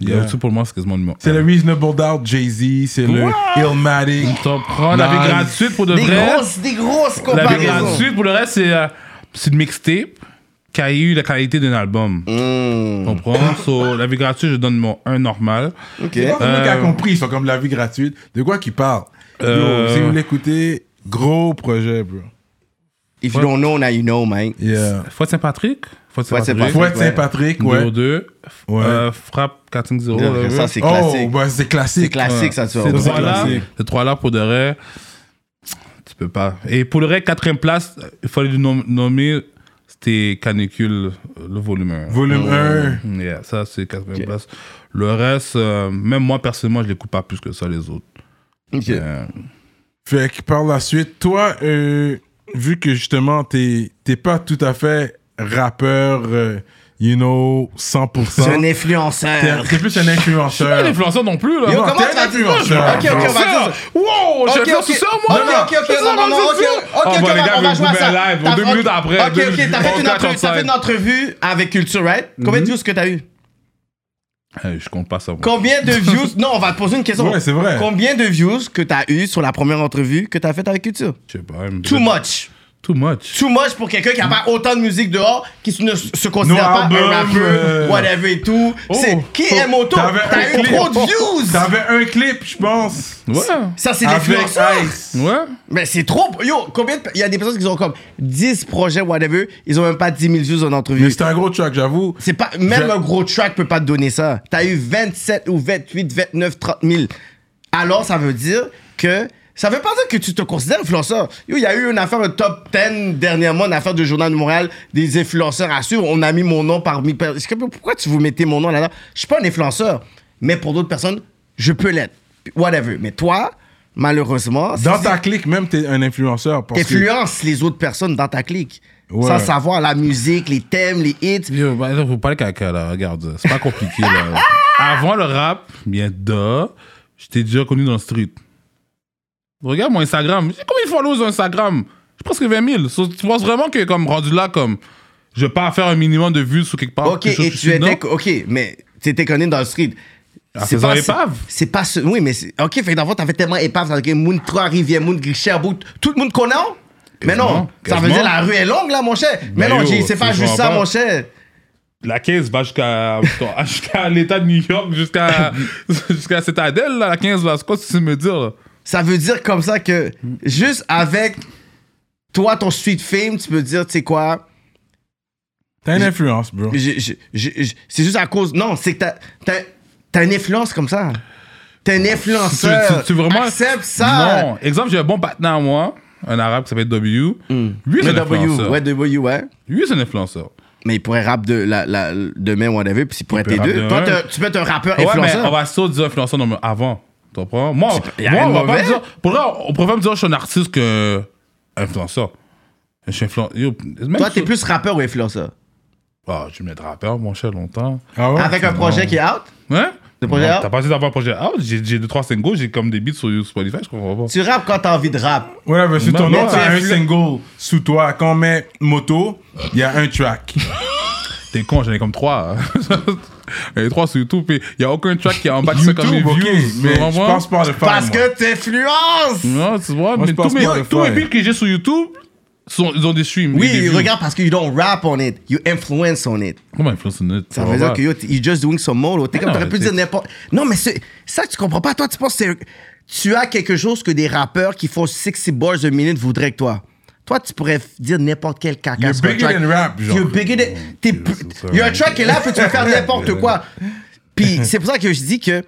[SPEAKER 3] Il y a
[SPEAKER 1] Yeah.
[SPEAKER 3] Tout pour moi, c'est quasiment le mot.
[SPEAKER 1] C'est le Reasonable Doubt, Jay-Z, c'est le Illmatic.
[SPEAKER 3] Euh, Top 3, la
[SPEAKER 1] Nice.
[SPEAKER 3] vie gratuite pour de
[SPEAKER 2] Des
[SPEAKER 3] vrai.
[SPEAKER 2] grosses, des grosses
[SPEAKER 3] La vie
[SPEAKER 2] comparaisons.
[SPEAKER 3] gratuite pour le reste, c'est, euh, c'est une mixtape qui a eu la qualité d'un album.
[SPEAKER 2] Mmh. (laughs)
[SPEAKER 3] Tu comprends? So, la vie gratuite, je donne mon 1 normal.
[SPEAKER 2] Ok.
[SPEAKER 1] C'est pas comme le
[SPEAKER 3] Euh,
[SPEAKER 1] gars qui a compris, ils sont comme la vie gratuite. De quoi qu'ils parlent
[SPEAKER 3] Euh.
[SPEAKER 1] Yo, Si vous l'écoutez, gros projet, bro.
[SPEAKER 2] If you don't know, now you know, man.
[SPEAKER 1] Yeah.
[SPEAKER 3] Fouette Saint-Patrick. Fouette
[SPEAKER 2] Fouette Saint-Patrick.
[SPEAKER 3] Saint-Patrick.
[SPEAKER 1] Fouette Saint-Patrick, ouais.
[SPEAKER 3] 2
[SPEAKER 1] Ouais.
[SPEAKER 3] euh, Frappe 4-5-0. là,
[SPEAKER 2] Ça,
[SPEAKER 3] ouais.
[SPEAKER 2] Ah, c'est
[SPEAKER 1] Oh,
[SPEAKER 2] classique.
[SPEAKER 1] bah, c'est
[SPEAKER 2] C'est
[SPEAKER 1] classique.
[SPEAKER 2] classique, ça, tu vois.
[SPEAKER 3] Ces
[SPEAKER 1] c'est
[SPEAKER 3] trois-là,
[SPEAKER 1] classique.
[SPEAKER 3] ces trois-là, pour de vrai, tu peux pas. Et pour le reste, quatrième place, il fallait le nom- nommer, c'était Canicule, euh, le volume 1.
[SPEAKER 1] Volume
[SPEAKER 2] Oh.
[SPEAKER 1] 1.
[SPEAKER 3] Yeah, ça, c'est quatrième place. Le reste, euh, même moi, personnellement, je l'écoute pas plus que ça, les autres.
[SPEAKER 2] Ok.
[SPEAKER 3] Euh,
[SPEAKER 1] Fait que par la suite, toi, euh, vu que justement, t'es t'es pas tout à fait rappeur, euh, you know,
[SPEAKER 2] C'est un
[SPEAKER 1] 100%. T'es
[SPEAKER 2] influenceur.
[SPEAKER 1] t'es plus un
[SPEAKER 3] je suis pas un
[SPEAKER 1] influenceur.
[SPEAKER 3] influenceur non plus, là.
[SPEAKER 2] Yo,
[SPEAKER 1] Non,
[SPEAKER 2] comment
[SPEAKER 1] t'es
[SPEAKER 2] tu
[SPEAKER 1] un
[SPEAKER 2] vas dire ça?
[SPEAKER 1] influenceur.
[SPEAKER 2] Ok, ok, on va dire ça.
[SPEAKER 3] Wow,
[SPEAKER 2] Ok,
[SPEAKER 3] j'ai fait
[SPEAKER 2] ok.
[SPEAKER 3] tout ça, moi!
[SPEAKER 2] Non,
[SPEAKER 3] là.
[SPEAKER 2] ok, ok,
[SPEAKER 3] C'est ça,
[SPEAKER 2] non, non,
[SPEAKER 3] moi,
[SPEAKER 2] non,
[SPEAKER 3] c'est
[SPEAKER 2] ok,
[SPEAKER 3] ça.
[SPEAKER 2] ok,
[SPEAKER 3] Ah,
[SPEAKER 2] ok,
[SPEAKER 3] bah,
[SPEAKER 2] on
[SPEAKER 3] les gars,
[SPEAKER 2] va- on
[SPEAKER 3] vous
[SPEAKER 2] va jouer à
[SPEAKER 3] pouvez
[SPEAKER 2] ça.
[SPEAKER 3] live,
[SPEAKER 2] T'as-
[SPEAKER 3] deux minutes après. Mhm.
[SPEAKER 2] Ok,
[SPEAKER 3] deux
[SPEAKER 2] ok,
[SPEAKER 3] minutes,
[SPEAKER 2] t'as fait une
[SPEAKER 3] on
[SPEAKER 2] entrevue, t'as fait une
[SPEAKER 3] 45.
[SPEAKER 2] entrevue avec Culture Red. Combien de views que t'as eu?
[SPEAKER 3] Eh, Je compte pas ça. moi.
[SPEAKER 2] Combien
[SPEAKER 3] (laughs)
[SPEAKER 2] de views? Non, on va te poser une question.
[SPEAKER 1] Ouais, c'est vrai.
[SPEAKER 2] Combien de views que t'as eu sur la première entrevue que t'as faite avec Culture?
[SPEAKER 3] Je sais pas. mais-
[SPEAKER 2] Too much.
[SPEAKER 3] Too much.
[SPEAKER 2] Too much pour quelqu'un qui a pas autant de musique dehors, qui ne se se considère
[SPEAKER 1] No
[SPEAKER 2] pas
[SPEAKER 1] album,
[SPEAKER 2] un rappeur,
[SPEAKER 1] euh.
[SPEAKER 2] whatever et tout.
[SPEAKER 3] Oh,
[SPEAKER 2] C'est qui aime autant?
[SPEAKER 1] T'avais un
[SPEAKER 2] T'as eu
[SPEAKER 1] clip.
[SPEAKER 2] trop de views!
[SPEAKER 1] T'avais un clip, je pense.
[SPEAKER 3] Ouais.
[SPEAKER 2] Ça, c'est
[SPEAKER 1] Avec
[SPEAKER 2] l'influenceur.
[SPEAKER 1] Ice.
[SPEAKER 3] Ouais.
[SPEAKER 2] Mais c'est trop. Yo, combien de. Il y a des personnes qui ont comme 10 projets, whatever. Ils ont même pas 10 000 views en
[SPEAKER 1] Mais
[SPEAKER 2] entrevue.
[SPEAKER 1] c'était un gros track, j'avoue.
[SPEAKER 2] C'est pas. Même
[SPEAKER 1] Je-
[SPEAKER 2] un gros track peut pas te donner ça. T'as eu 27 ou 28, 29, 30 000. Alors, ça veut dire que. Ça veut pas dire que tu te considères influenceur. Yo, il y a eu une affaire, un top 10 dernièrement, une affaire du Journal de Montréal, des influenceurs à suivre. On a mis mon nom parmi. par- Est-ce que- Pourquoi tu vous mettez mon nom là-dedans? Je suis pas un influenceur. Mais pour d'autres personnes, je peux l'être. Whatever. Mais toi, malheureusement. si
[SPEAKER 1] Dans
[SPEAKER 2] tu-
[SPEAKER 1] ta clique, même, t'es un influenceur. Parce que
[SPEAKER 2] influence les autres personnes dans ta clique.
[SPEAKER 1] Ouais.
[SPEAKER 2] Sans savoir la musique, les thèmes, les hits.
[SPEAKER 3] Yo, bah, là, vous parlez caca, là. Regarde, c'est pas
[SPEAKER 2] (laughs)
[SPEAKER 3] compliqué, là. Avant le rap, bien d'or, j'étais déjà connu dans le street. Regarde mon Instagram. J'ai combien de followers sur Instagram? J'ai presque 20 000. So, tu penses vraiment que, comme rendu là, comme, je vais pas faire un minimum de vues sur quelque part?
[SPEAKER 2] Ok,
[SPEAKER 3] quelque chose
[SPEAKER 2] et
[SPEAKER 3] que je
[SPEAKER 2] tu
[SPEAKER 3] suis dedans?
[SPEAKER 2] étais, ok, mais tu étais connu dans le street.
[SPEAKER 3] Ah, faisant épave.
[SPEAKER 2] C'est pas ce. Oui, mais. c'est- Ok, fait que d'abord, t'avais tellement épave. T'as dit, Moun Trois Rivières, Moun Cherbourg, tout le monde connaît. hein? Mais non,
[SPEAKER 3] Quasiment,
[SPEAKER 2] ça veut
[SPEAKER 3] quasiment.
[SPEAKER 2] dire la rue est longue, là, mon cher. Mais
[SPEAKER 3] Ben
[SPEAKER 2] non,
[SPEAKER 3] yo,
[SPEAKER 2] j'ai- c'est pas
[SPEAKER 3] je
[SPEAKER 2] juste
[SPEAKER 3] comprends
[SPEAKER 2] ça,
[SPEAKER 3] pas.
[SPEAKER 2] mon cher.
[SPEAKER 3] La caisse va jusqu'à (laughs) jusqu'à l'État de New York, (laughs) jusqu'à jusqu'à Citadel, là, la 15, là. C'est quoi ce que tu me dis, là?
[SPEAKER 2] Ça veut dire comme ça que juste avec toi, ton street fame, tu peux dire, tu sais quoi,
[SPEAKER 1] T'as une influence, bro.
[SPEAKER 2] Je- je- je- je- c'est juste à cause. Non, c'est que t'as, t'as, t'as une influence comme ça. T'es un influenceur.
[SPEAKER 3] Tu, tu- tu vraiment.
[SPEAKER 2] Accepte ça.
[SPEAKER 3] Non. Exemple, j'ai un bon partenaire à moi, un arabe qui s'appelle W. Lui, c'est
[SPEAKER 2] Le
[SPEAKER 3] un
[SPEAKER 2] Mm. W,
[SPEAKER 3] influenceur.
[SPEAKER 2] ouais, W, ouais.
[SPEAKER 3] Lui, c'est un influenceur.
[SPEAKER 2] Mais il pourrait rap de, la, la, demain, whatever, puis il pourrait être
[SPEAKER 3] peut
[SPEAKER 2] les
[SPEAKER 3] rap
[SPEAKER 2] deux.
[SPEAKER 3] demain.
[SPEAKER 2] Toi, t'es- tu peux être un rappeur
[SPEAKER 3] Ouais, mais
[SPEAKER 2] influenceur.
[SPEAKER 3] on va surtout dire influenceur non, mais avant. Tu comprends? Moi,
[SPEAKER 2] y a
[SPEAKER 3] moi,
[SPEAKER 2] rien
[SPEAKER 3] on
[SPEAKER 2] de
[SPEAKER 3] va pas
[SPEAKER 2] mauvais.
[SPEAKER 3] me dire. Pour vrai, on préfère me dire que je suis un artiste que influenceur. Je suis influenceur.
[SPEAKER 2] Toi, t'es plus rappeur ou influenceur
[SPEAKER 3] Ah, je vais me mettre rappeur, mon cher, longtemps.
[SPEAKER 1] Ah ouais?
[SPEAKER 2] Avec un projet qui est out
[SPEAKER 3] Hein?
[SPEAKER 2] Le projet
[SPEAKER 3] Non,
[SPEAKER 2] out?
[SPEAKER 3] T'as pas essayé d'avoir un projet out? J'ai j'ai deux, trois singles, j'ai comme des beats sur Spotify, je comprends pas.
[SPEAKER 2] Tu rappes quand t'as envie de rap.
[SPEAKER 1] Ouais, parce que ton
[SPEAKER 3] Mais
[SPEAKER 1] nom,
[SPEAKER 2] tu
[SPEAKER 1] t'as un
[SPEAKER 2] influ-
[SPEAKER 1] single sous toi. Quand on met moto, il y a un track.
[SPEAKER 3] T'es con, j'en ai comme trois. hein. (laughs) J'en ai trois sur YouTube, et y a aucun track qui est en bas de 50
[SPEAKER 1] YouTube,
[SPEAKER 3] 000
[SPEAKER 1] ok,
[SPEAKER 3] views.
[SPEAKER 1] mais
[SPEAKER 3] tu comprends,
[SPEAKER 1] je
[SPEAKER 3] moi? Mm.
[SPEAKER 1] pense pas le faire.
[SPEAKER 2] Parce
[SPEAKER 1] moi.
[SPEAKER 2] que t'influences
[SPEAKER 3] Non, tu vois,
[SPEAKER 1] Moi, je
[SPEAKER 3] mais
[SPEAKER 1] pense
[SPEAKER 3] tous mes,
[SPEAKER 1] pas le
[SPEAKER 3] tous mes
[SPEAKER 1] faire.
[SPEAKER 3] beats que j'ai sur YouTube, sont, ils ont des streams. et des
[SPEAKER 2] Oui,
[SPEAKER 3] views.
[SPEAKER 2] regarde, parce que you don't rap on it, you influence on it.
[SPEAKER 3] Comment influence on it?
[SPEAKER 2] Ça veut dire que yo, t- you're just doing some more. là. T'es
[SPEAKER 3] Mais
[SPEAKER 2] comme,
[SPEAKER 3] non,
[SPEAKER 2] t'aurais pu
[SPEAKER 3] c'est-
[SPEAKER 2] dire n'importe. Non, mais c'est ça que tu comprends pas. Toi, tu penses que c'est- tu as quelque chose que des rappeurs qui font 60 bars a minute voudraient que toi. Toi, tu pourrais f- dire n'importe quel caca.
[SPEAKER 1] You're
[SPEAKER 2] sur un
[SPEAKER 1] bigger
[SPEAKER 2] track.
[SPEAKER 1] than rap, genre.
[SPEAKER 2] You're bigger than. T'es plus-
[SPEAKER 3] Oh, c'est ça.
[SPEAKER 2] You're a track qui est là, puis tu vas
[SPEAKER 3] (laughs)
[SPEAKER 2] faire n'importe quoi. Puis c'est pour ça que je dis que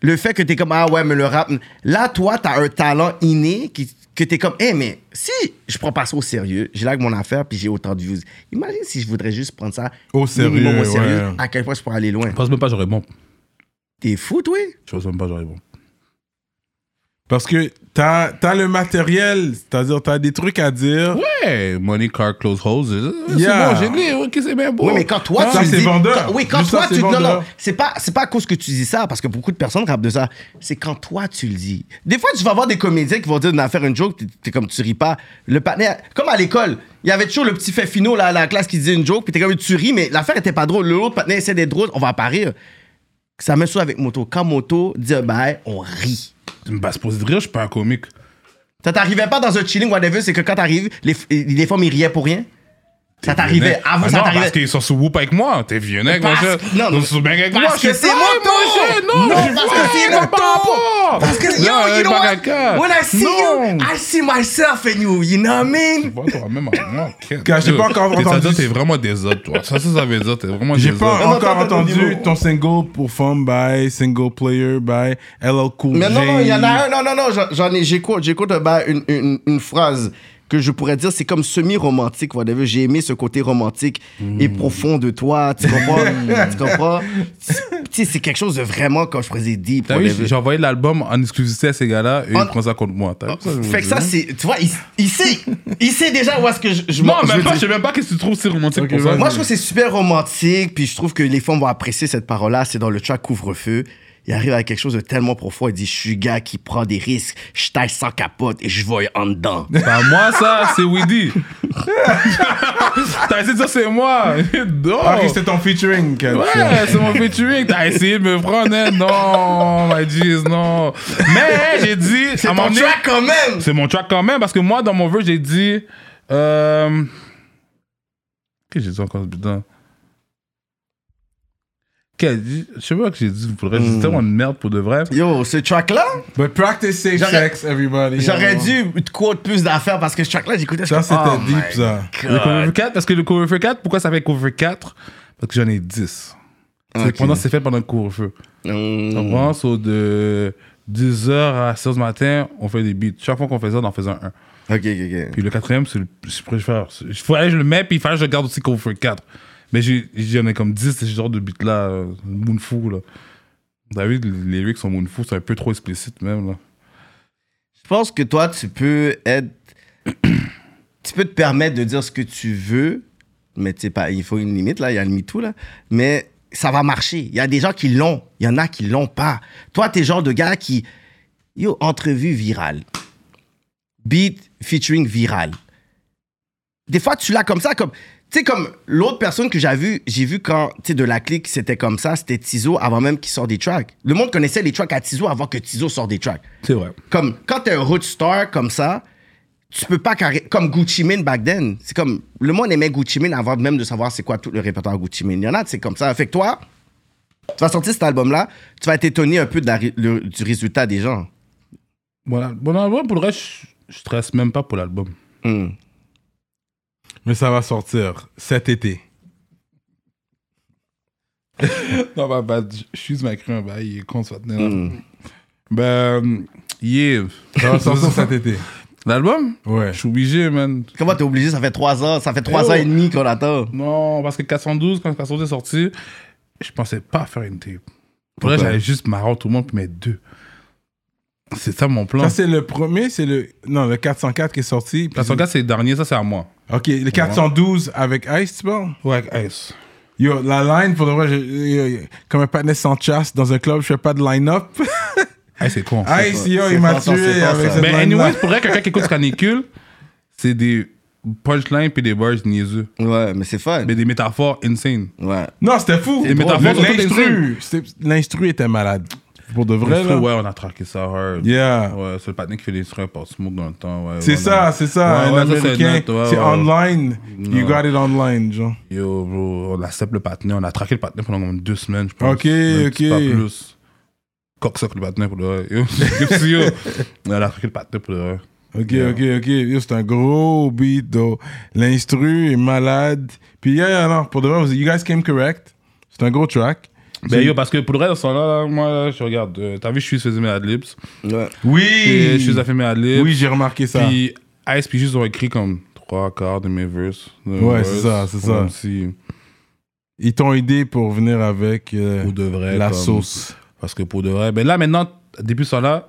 [SPEAKER 2] le fait que t'es comme, ah ouais, mais le rap. Là, toi, t'as un talent inné qui, que t'es comme, hé, mais si je prends pas ça au sérieux, j'ai là mon affaire puis j'ai autant de views. Imagine si je voudrais juste prendre ça
[SPEAKER 1] Au sérieux,
[SPEAKER 2] minimum au
[SPEAKER 1] ouais.
[SPEAKER 2] sérieux, à quel point je pourrais aller loin.
[SPEAKER 3] Je pense même pas que j'aurais bon.
[SPEAKER 2] T'es fou, toi?
[SPEAKER 3] Je pense même pas que j'aurais bon.
[SPEAKER 1] Parce que t'as as le matériel, c'est-à-dire t'as des trucs à dire.
[SPEAKER 3] Ouais, money, car, close, hose. euh,
[SPEAKER 1] Yeah.
[SPEAKER 3] C'est bon, j'ai dit, ok, c'est bien beau.
[SPEAKER 2] Oui, mais quand toi,
[SPEAKER 1] Oh. ça,
[SPEAKER 2] tu
[SPEAKER 1] c'est
[SPEAKER 2] dis...
[SPEAKER 1] vendeur.
[SPEAKER 2] quand- oui, quand
[SPEAKER 1] Juste
[SPEAKER 2] toi,
[SPEAKER 1] ça, c'est
[SPEAKER 2] tu... Non, non,
[SPEAKER 1] vendeur.
[SPEAKER 2] c'est pas, c'est pas à cause que tu dis ça, parce que beaucoup de personnes rappent de ça. C'est quand toi, tu le dis. Des fois, tu vas voir des comédiens qui vont dire, on a faire une joke, t'es- t'es comme, tu ris pas. Le partenaire... Comme à l'école, il y avait toujours le petit fait finot, là, à la classe qui disait une joke, puis t'es comme, tu ris, mais l'affaire était pas drôle. L'autre partenaire essaie d'être drôle, on va pas rire. Ça me ça avec Moto. Quand Moto dit, ben, on rit.
[SPEAKER 3] Bah, c'est pour se dire, je suis pas un comique.
[SPEAKER 2] Ça t'arrivait pas dans un chilling, whatever, c'est que quand t'arrives, les, les femmes, ils riaient pour rien. Ça t'arrivait.
[SPEAKER 3] Ah
[SPEAKER 2] Avant,
[SPEAKER 3] non,
[SPEAKER 2] ça
[SPEAKER 3] parce
[SPEAKER 2] t'arrivait.
[SPEAKER 3] qu'ils sont sous whoop avec moi. T'es vieux, avec moi.
[SPEAKER 2] Parce-
[SPEAKER 3] je-
[SPEAKER 2] non, non.
[SPEAKER 3] Ils sont bien avec moi.
[SPEAKER 2] Parce que
[SPEAKER 3] je suis
[SPEAKER 2] c'est
[SPEAKER 3] plein,
[SPEAKER 2] moto.
[SPEAKER 3] mon chien. Non,
[SPEAKER 2] Non,
[SPEAKER 3] je
[SPEAKER 2] parce
[SPEAKER 3] suis plein,
[SPEAKER 2] que c'est
[SPEAKER 3] je suis
[SPEAKER 2] moto.
[SPEAKER 3] pas.
[SPEAKER 2] Parce que, yo,
[SPEAKER 3] Non,
[SPEAKER 2] you know
[SPEAKER 3] pas
[SPEAKER 2] what?
[SPEAKER 3] quelqu'un.
[SPEAKER 2] When I see
[SPEAKER 3] Non.
[SPEAKER 2] you, I see myself in you, you know what I mean?
[SPEAKER 3] Bon, toi-même, à moi, ok.
[SPEAKER 1] Gars, j'ai pas encore
[SPEAKER 3] T'es- ça veut dire
[SPEAKER 1] entendu-
[SPEAKER 3] T'es vraiment des autres, toi. Ça, ça, ça veut dire t'es vraiment
[SPEAKER 1] J'ai
[SPEAKER 3] des
[SPEAKER 1] pas
[SPEAKER 3] autres.
[SPEAKER 2] Non, non,
[SPEAKER 1] encore
[SPEAKER 2] attends,
[SPEAKER 1] entendu
[SPEAKER 2] dis-moi.
[SPEAKER 1] ton single performed by Single Player by LL Cool
[SPEAKER 2] Mais non,
[SPEAKER 1] J.
[SPEAKER 2] non, il y en a un, non, non, non, j'en- j'en ai, j'écoute, j'écoute euh, ben, une, une, une phrase que je pourrais dire, c'est comme semi-romantique, whatever. J'ai aimé ce côté romantique et
[SPEAKER 3] Hmm.
[SPEAKER 2] profond de toi, tu
[SPEAKER 3] (laughs)
[SPEAKER 2] comprends? tu comprends? Tu sais, c'est quelque chose de vraiment, comme je faisais deep,
[SPEAKER 3] T'as vu,
[SPEAKER 2] whatever.
[SPEAKER 3] j'ai envoyé l'album en exclusivité à ces gars-là et
[SPEAKER 2] Oh.
[SPEAKER 3] ils prennent ça contre moi. T'as vu ça, je vous
[SPEAKER 2] Fait que
[SPEAKER 3] dis.
[SPEAKER 2] ça, c'est, tu vois, il, il sait, il sait déjà où est-ce que je, je
[SPEAKER 3] Non,
[SPEAKER 2] m'en- je veux
[SPEAKER 3] même pas,
[SPEAKER 2] dire.
[SPEAKER 3] je sais même pas qu'est-ce que tu trouves si romantique
[SPEAKER 1] Ok,
[SPEAKER 3] pour ça.
[SPEAKER 1] vas-y.
[SPEAKER 2] Moi, je trouve que c'est super romantique, puis je trouve que les femmes vont apprécier cette parole-là. C'est dans le track Couvre-feu. Il arrive avec quelque chose de tellement profond. Il dit Je suis gars qui prend des risques, je taille sans capote et je voyais en dedans.
[SPEAKER 3] Bah, moi, ça, c'est
[SPEAKER 2] (laughs)
[SPEAKER 3] Weedy. T'as essayé de dire c'est moi. Non.
[SPEAKER 1] Ah, ok, c'était ton featuring. Kat.
[SPEAKER 3] Ouais, c'est mon featuring. T'as essayé de me prendre. hein. Non, my jeez, non. Mais j'ai dit. à
[SPEAKER 2] C'est
[SPEAKER 3] un moment
[SPEAKER 2] mon
[SPEAKER 3] donné-
[SPEAKER 2] track quand même
[SPEAKER 3] C'est mon track quand même, parce que moi, dans mon vœu, j'ai dit. Euh... Qu'est-ce que j'ai dit encore ce putain? Qu'est-ce que j'ai- Je sais pas ce que j'ai dit, pour le
[SPEAKER 2] Hmm.
[SPEAKER 3] reste, j'ai dit tellement de merde pour de vrai.
[SPEAKER 2] Yo, ce track-là,
[SPEAKER 1] But practice safe
[SPEAKER 2] J'aurais-
[SPEAKER 1] sex, everybody.
[SPEAKER 2] j'aurais dû te quote plus d'affaires parce que ce track-là, j'écoutais.
[SPEAKER 1] Ça, c'était
[SPEAKER 2] Oh
[SPEAKER 1] deep,
[SPEAKER 2] my
[SPEAKER 1] ça.
[SPEAKER 3] Le
[SPEAKER 2] God.
[SPEAKER 3] cover 4, parce que le cover 4, pourquoi ça fait cover 4 Parce que j'en ai 10. C'est
[SPEAKER 2] Ok.
[SPEAKER 3] pendant- c'est fait pendant le couvre-feu.
[SPEAKER 2] Mm.
[SPEAKER 3] On commence au de 10h à 6h du matin, on fait des beats. Chaque fois qu'on fait ça, on en faisait un.
[SPEAKER 2] Ok, ok, ok.
[SPEAKER 3] Puis le quatrième, c'est le je préfère. Il fallait que je le mets, puis il fallait que je le garde aussi qu'on fait 4. Mais j'ai- j'en ai comme 10, ce genre de beat là, euh, Moonfou là. T'as vu, les lyrics sont Moonfou, c'est un peu trop explicite même là.
[SPEAKER 2] Je pense que toi, tu peux être. tu peux te permettre de dire ce que tu veux, mais tu sais pas, il faut une limite, là, il y a le MeToo, là. Mais ça va marcher. Il y a des gens qui l'ont, il y en a qui l'ont pas. Toi, t'es le genre de gars qui. Yo, entrevue virale. Beat featuring virale. Des fois, tu l'as comme ça, comme. Tu sais, comme l'autre personne que j'ai vu, j'ai vu quand, tu sais, de la clique, c'était comme ça, c'était Tizo avant même qu'il sorte des tracks. Le monde connaissait les tracks à Tizo avant que Tizo sorte des tracks
[SPEAKER 3] C'est vrai.
[SPEAKER 2] comme quand t'es un road star comme ça, tu peux pas carré- comme Gucci Mane back then. C'est comme le monde aimait Gucci Mane avant même de savoir c'est quoi tout le répertoire Gucci Mane. Il y en a, c'est comme ça. Fait que toi, tu vas sortir cet album-là, tu vas être étonné un peu de la ré- le- du résultat des gens.
[SPEAKER 3] Voilà. Bon, non, ouais, pour le reste, je- je stresse même pas pour l'album.
[SPEAKER 2] Hmm.
[SPEAKER 1] Mais ça va sortir cet
[SPEAKER 2] (laughs)
[SPEAKER 1] été.
[SPEAKER 3] Non, bah, bah, je- je suis ma crainte, bah, il est con, ce matin, là. Ben,
[SPEAKER 2] (laughs)
[SPEAKER 3] yeah.
[SPEAKER 1] Ça va sortir cet été.
[SPEAKER 3] L'album
[SPEAKER 1] Ouais.
[SPEAKER 3] Je suis obligé, man.
[SPEAKER 2] Comment t'es obligé Ça fait trois ans, ça fait trois
[SPEAKER 3] Yo.
[SPEAKER 2] ans et demi qu'on attend.
[SPEAKER 3] Non, parce que 412, quand 412 est sorti, je pensais pas faire une tape. Pour
[SPEAKER 2] Pourquoi
[SPEAKER 3] là, j'allais juste marrer tout le monde puis mettre deux. C'est ça mon plan.
[SPEAKER 1] Ça, c'est le premier, c'est le. Non, le 404 qui est sorti. puis-
[SPEAKER 3] 404, c'est le dernier, ça c'est à moi.
[SPEAKER 1] Ok, le 412 avec Ice, tu parles
[SPEAKER 3] Ouais, avec Ice.
[SPEAKER 1] Yo, la line, pour de vrai, je- yo, yo, comme un patinet sans chasse dans un club, je fais pas de line-up.
[SPEAKER 3] Ice, c'est con.
[SPEAKER 1] (laughs) Ice, yo,
[SPEAKER 2] c'est
[SPEAKER 1] il m'a
[SPEAKER 2] fort, ça, c'est
[SPEAKER 1] tué
[SPEAKER 2] fort,
[SPEAKER 1] avec
[SPEAKER 2] ça.
[SPEAKER 1] cette
[SPEAKER 3] Mais
[SPEAKER 1] line-là.
[SPEAKER 3] anyway, pour vrai, quelqu'un qui écoute ce canicule, c'est des punchlines puis des bars niaiseux.
[SPEAKER 2] Ouais, mais c'est fun.
[SPEAKER 3] Mais des métaphores insane.
[SPEAKER 2] Ouais.
[SPEAKER 1] Non, c'était fou.
[SPEAKER 3] Les métaphores
[SPEAKER 1] Le-
[SPEAKER 3] sont toutes
[SPEAKER 1] L'instru, c'était- l'instru était malade. Pour de vrai, là.
[SPEAKER 3] Ouais, on a traqué ça hard.
[SPEAKER 1] Yeah.
[SPEAKER 3] Ouais, c'est le patin qui fait des instruments par smoke dans le temps. Ouais,
[SPEAKER 1] C'est
[SPEAKER 3] ouais,
[SPEAKER 1] ça,
[SPEAKER 3] non.
[SPEAKER 1] c'est ça.
[SPEAKER 3] Ouais,
[SPEAKER 1] un
[SPEAKER 3] ouais, ça,
[SPEAKER 1] américain.
[SPEAKER 3] net, ouais,
[SPEAKER 1] c'est
[SPEAKER 3] ouais.
[SPEAKER 1] online. You
[SPEAKER 3] Non.
[SPEAKER 1] got it online, genre.
[SPEAKER 3] Yo, bro, on accepte le patinet. On a traqué le patinet pendant comme deux semaines, je pense.
[SPEAKER 1] Ok,
[SPEAKER 3] Même si
[SPEAKER 1] ok.
[SPEAKER 3] Pas plus. Cocksuck le patinet pour le vrai. Yo, (laughs) si, yo. On a traqué le patinet pour le vrai.
[SPEAKER 1] Ok,
[SPEAKER 3] Yeah.
[SPEAKER 1] ok, ok. Yo, C'est un gros beat, though. L'instru est malade. Puis, yeah, yeah, non, pour de vrai, you guys came correct. C'est un gros track.
[SPEAKER 3] Ben yo, parce que pour le reste, là, là, moi, là, je regarde. euh, T'as vu, je suis faisais mes adlibs.
[SPEAKER 2] Ouais.
[SPEAKER 3] Et
[SPEAKER 1] Oui.
[SPEAKER 3] Je suis à fait mes adlibs.
[SPEAKER 1] Oui, j'ai remarqué ça.
[SPEAKER 3] Puis Ice puis Juice ont écrit comme trois quarts de mes verses. de mes
[SPEAKER 1] Ouais,
[SPEAKER 3] verses,
[SPEAKER 1] c'est ça, c'est
[SPEAKER 3] comme
[SPEAKER 1] ça.
[SPEAKER 3] Si
[SPEAKER 1] Ils t'ont aidé pour venir avec euh,
[SPEAKER 3] pour de vrai.
[SPEAKER 1] la
[SPEAKER 3] comme-
[SPEAKER 1] sauce.
[SPEAKER 3] Parce que pour de vrai. Ben là, maintenant, depuis ça là,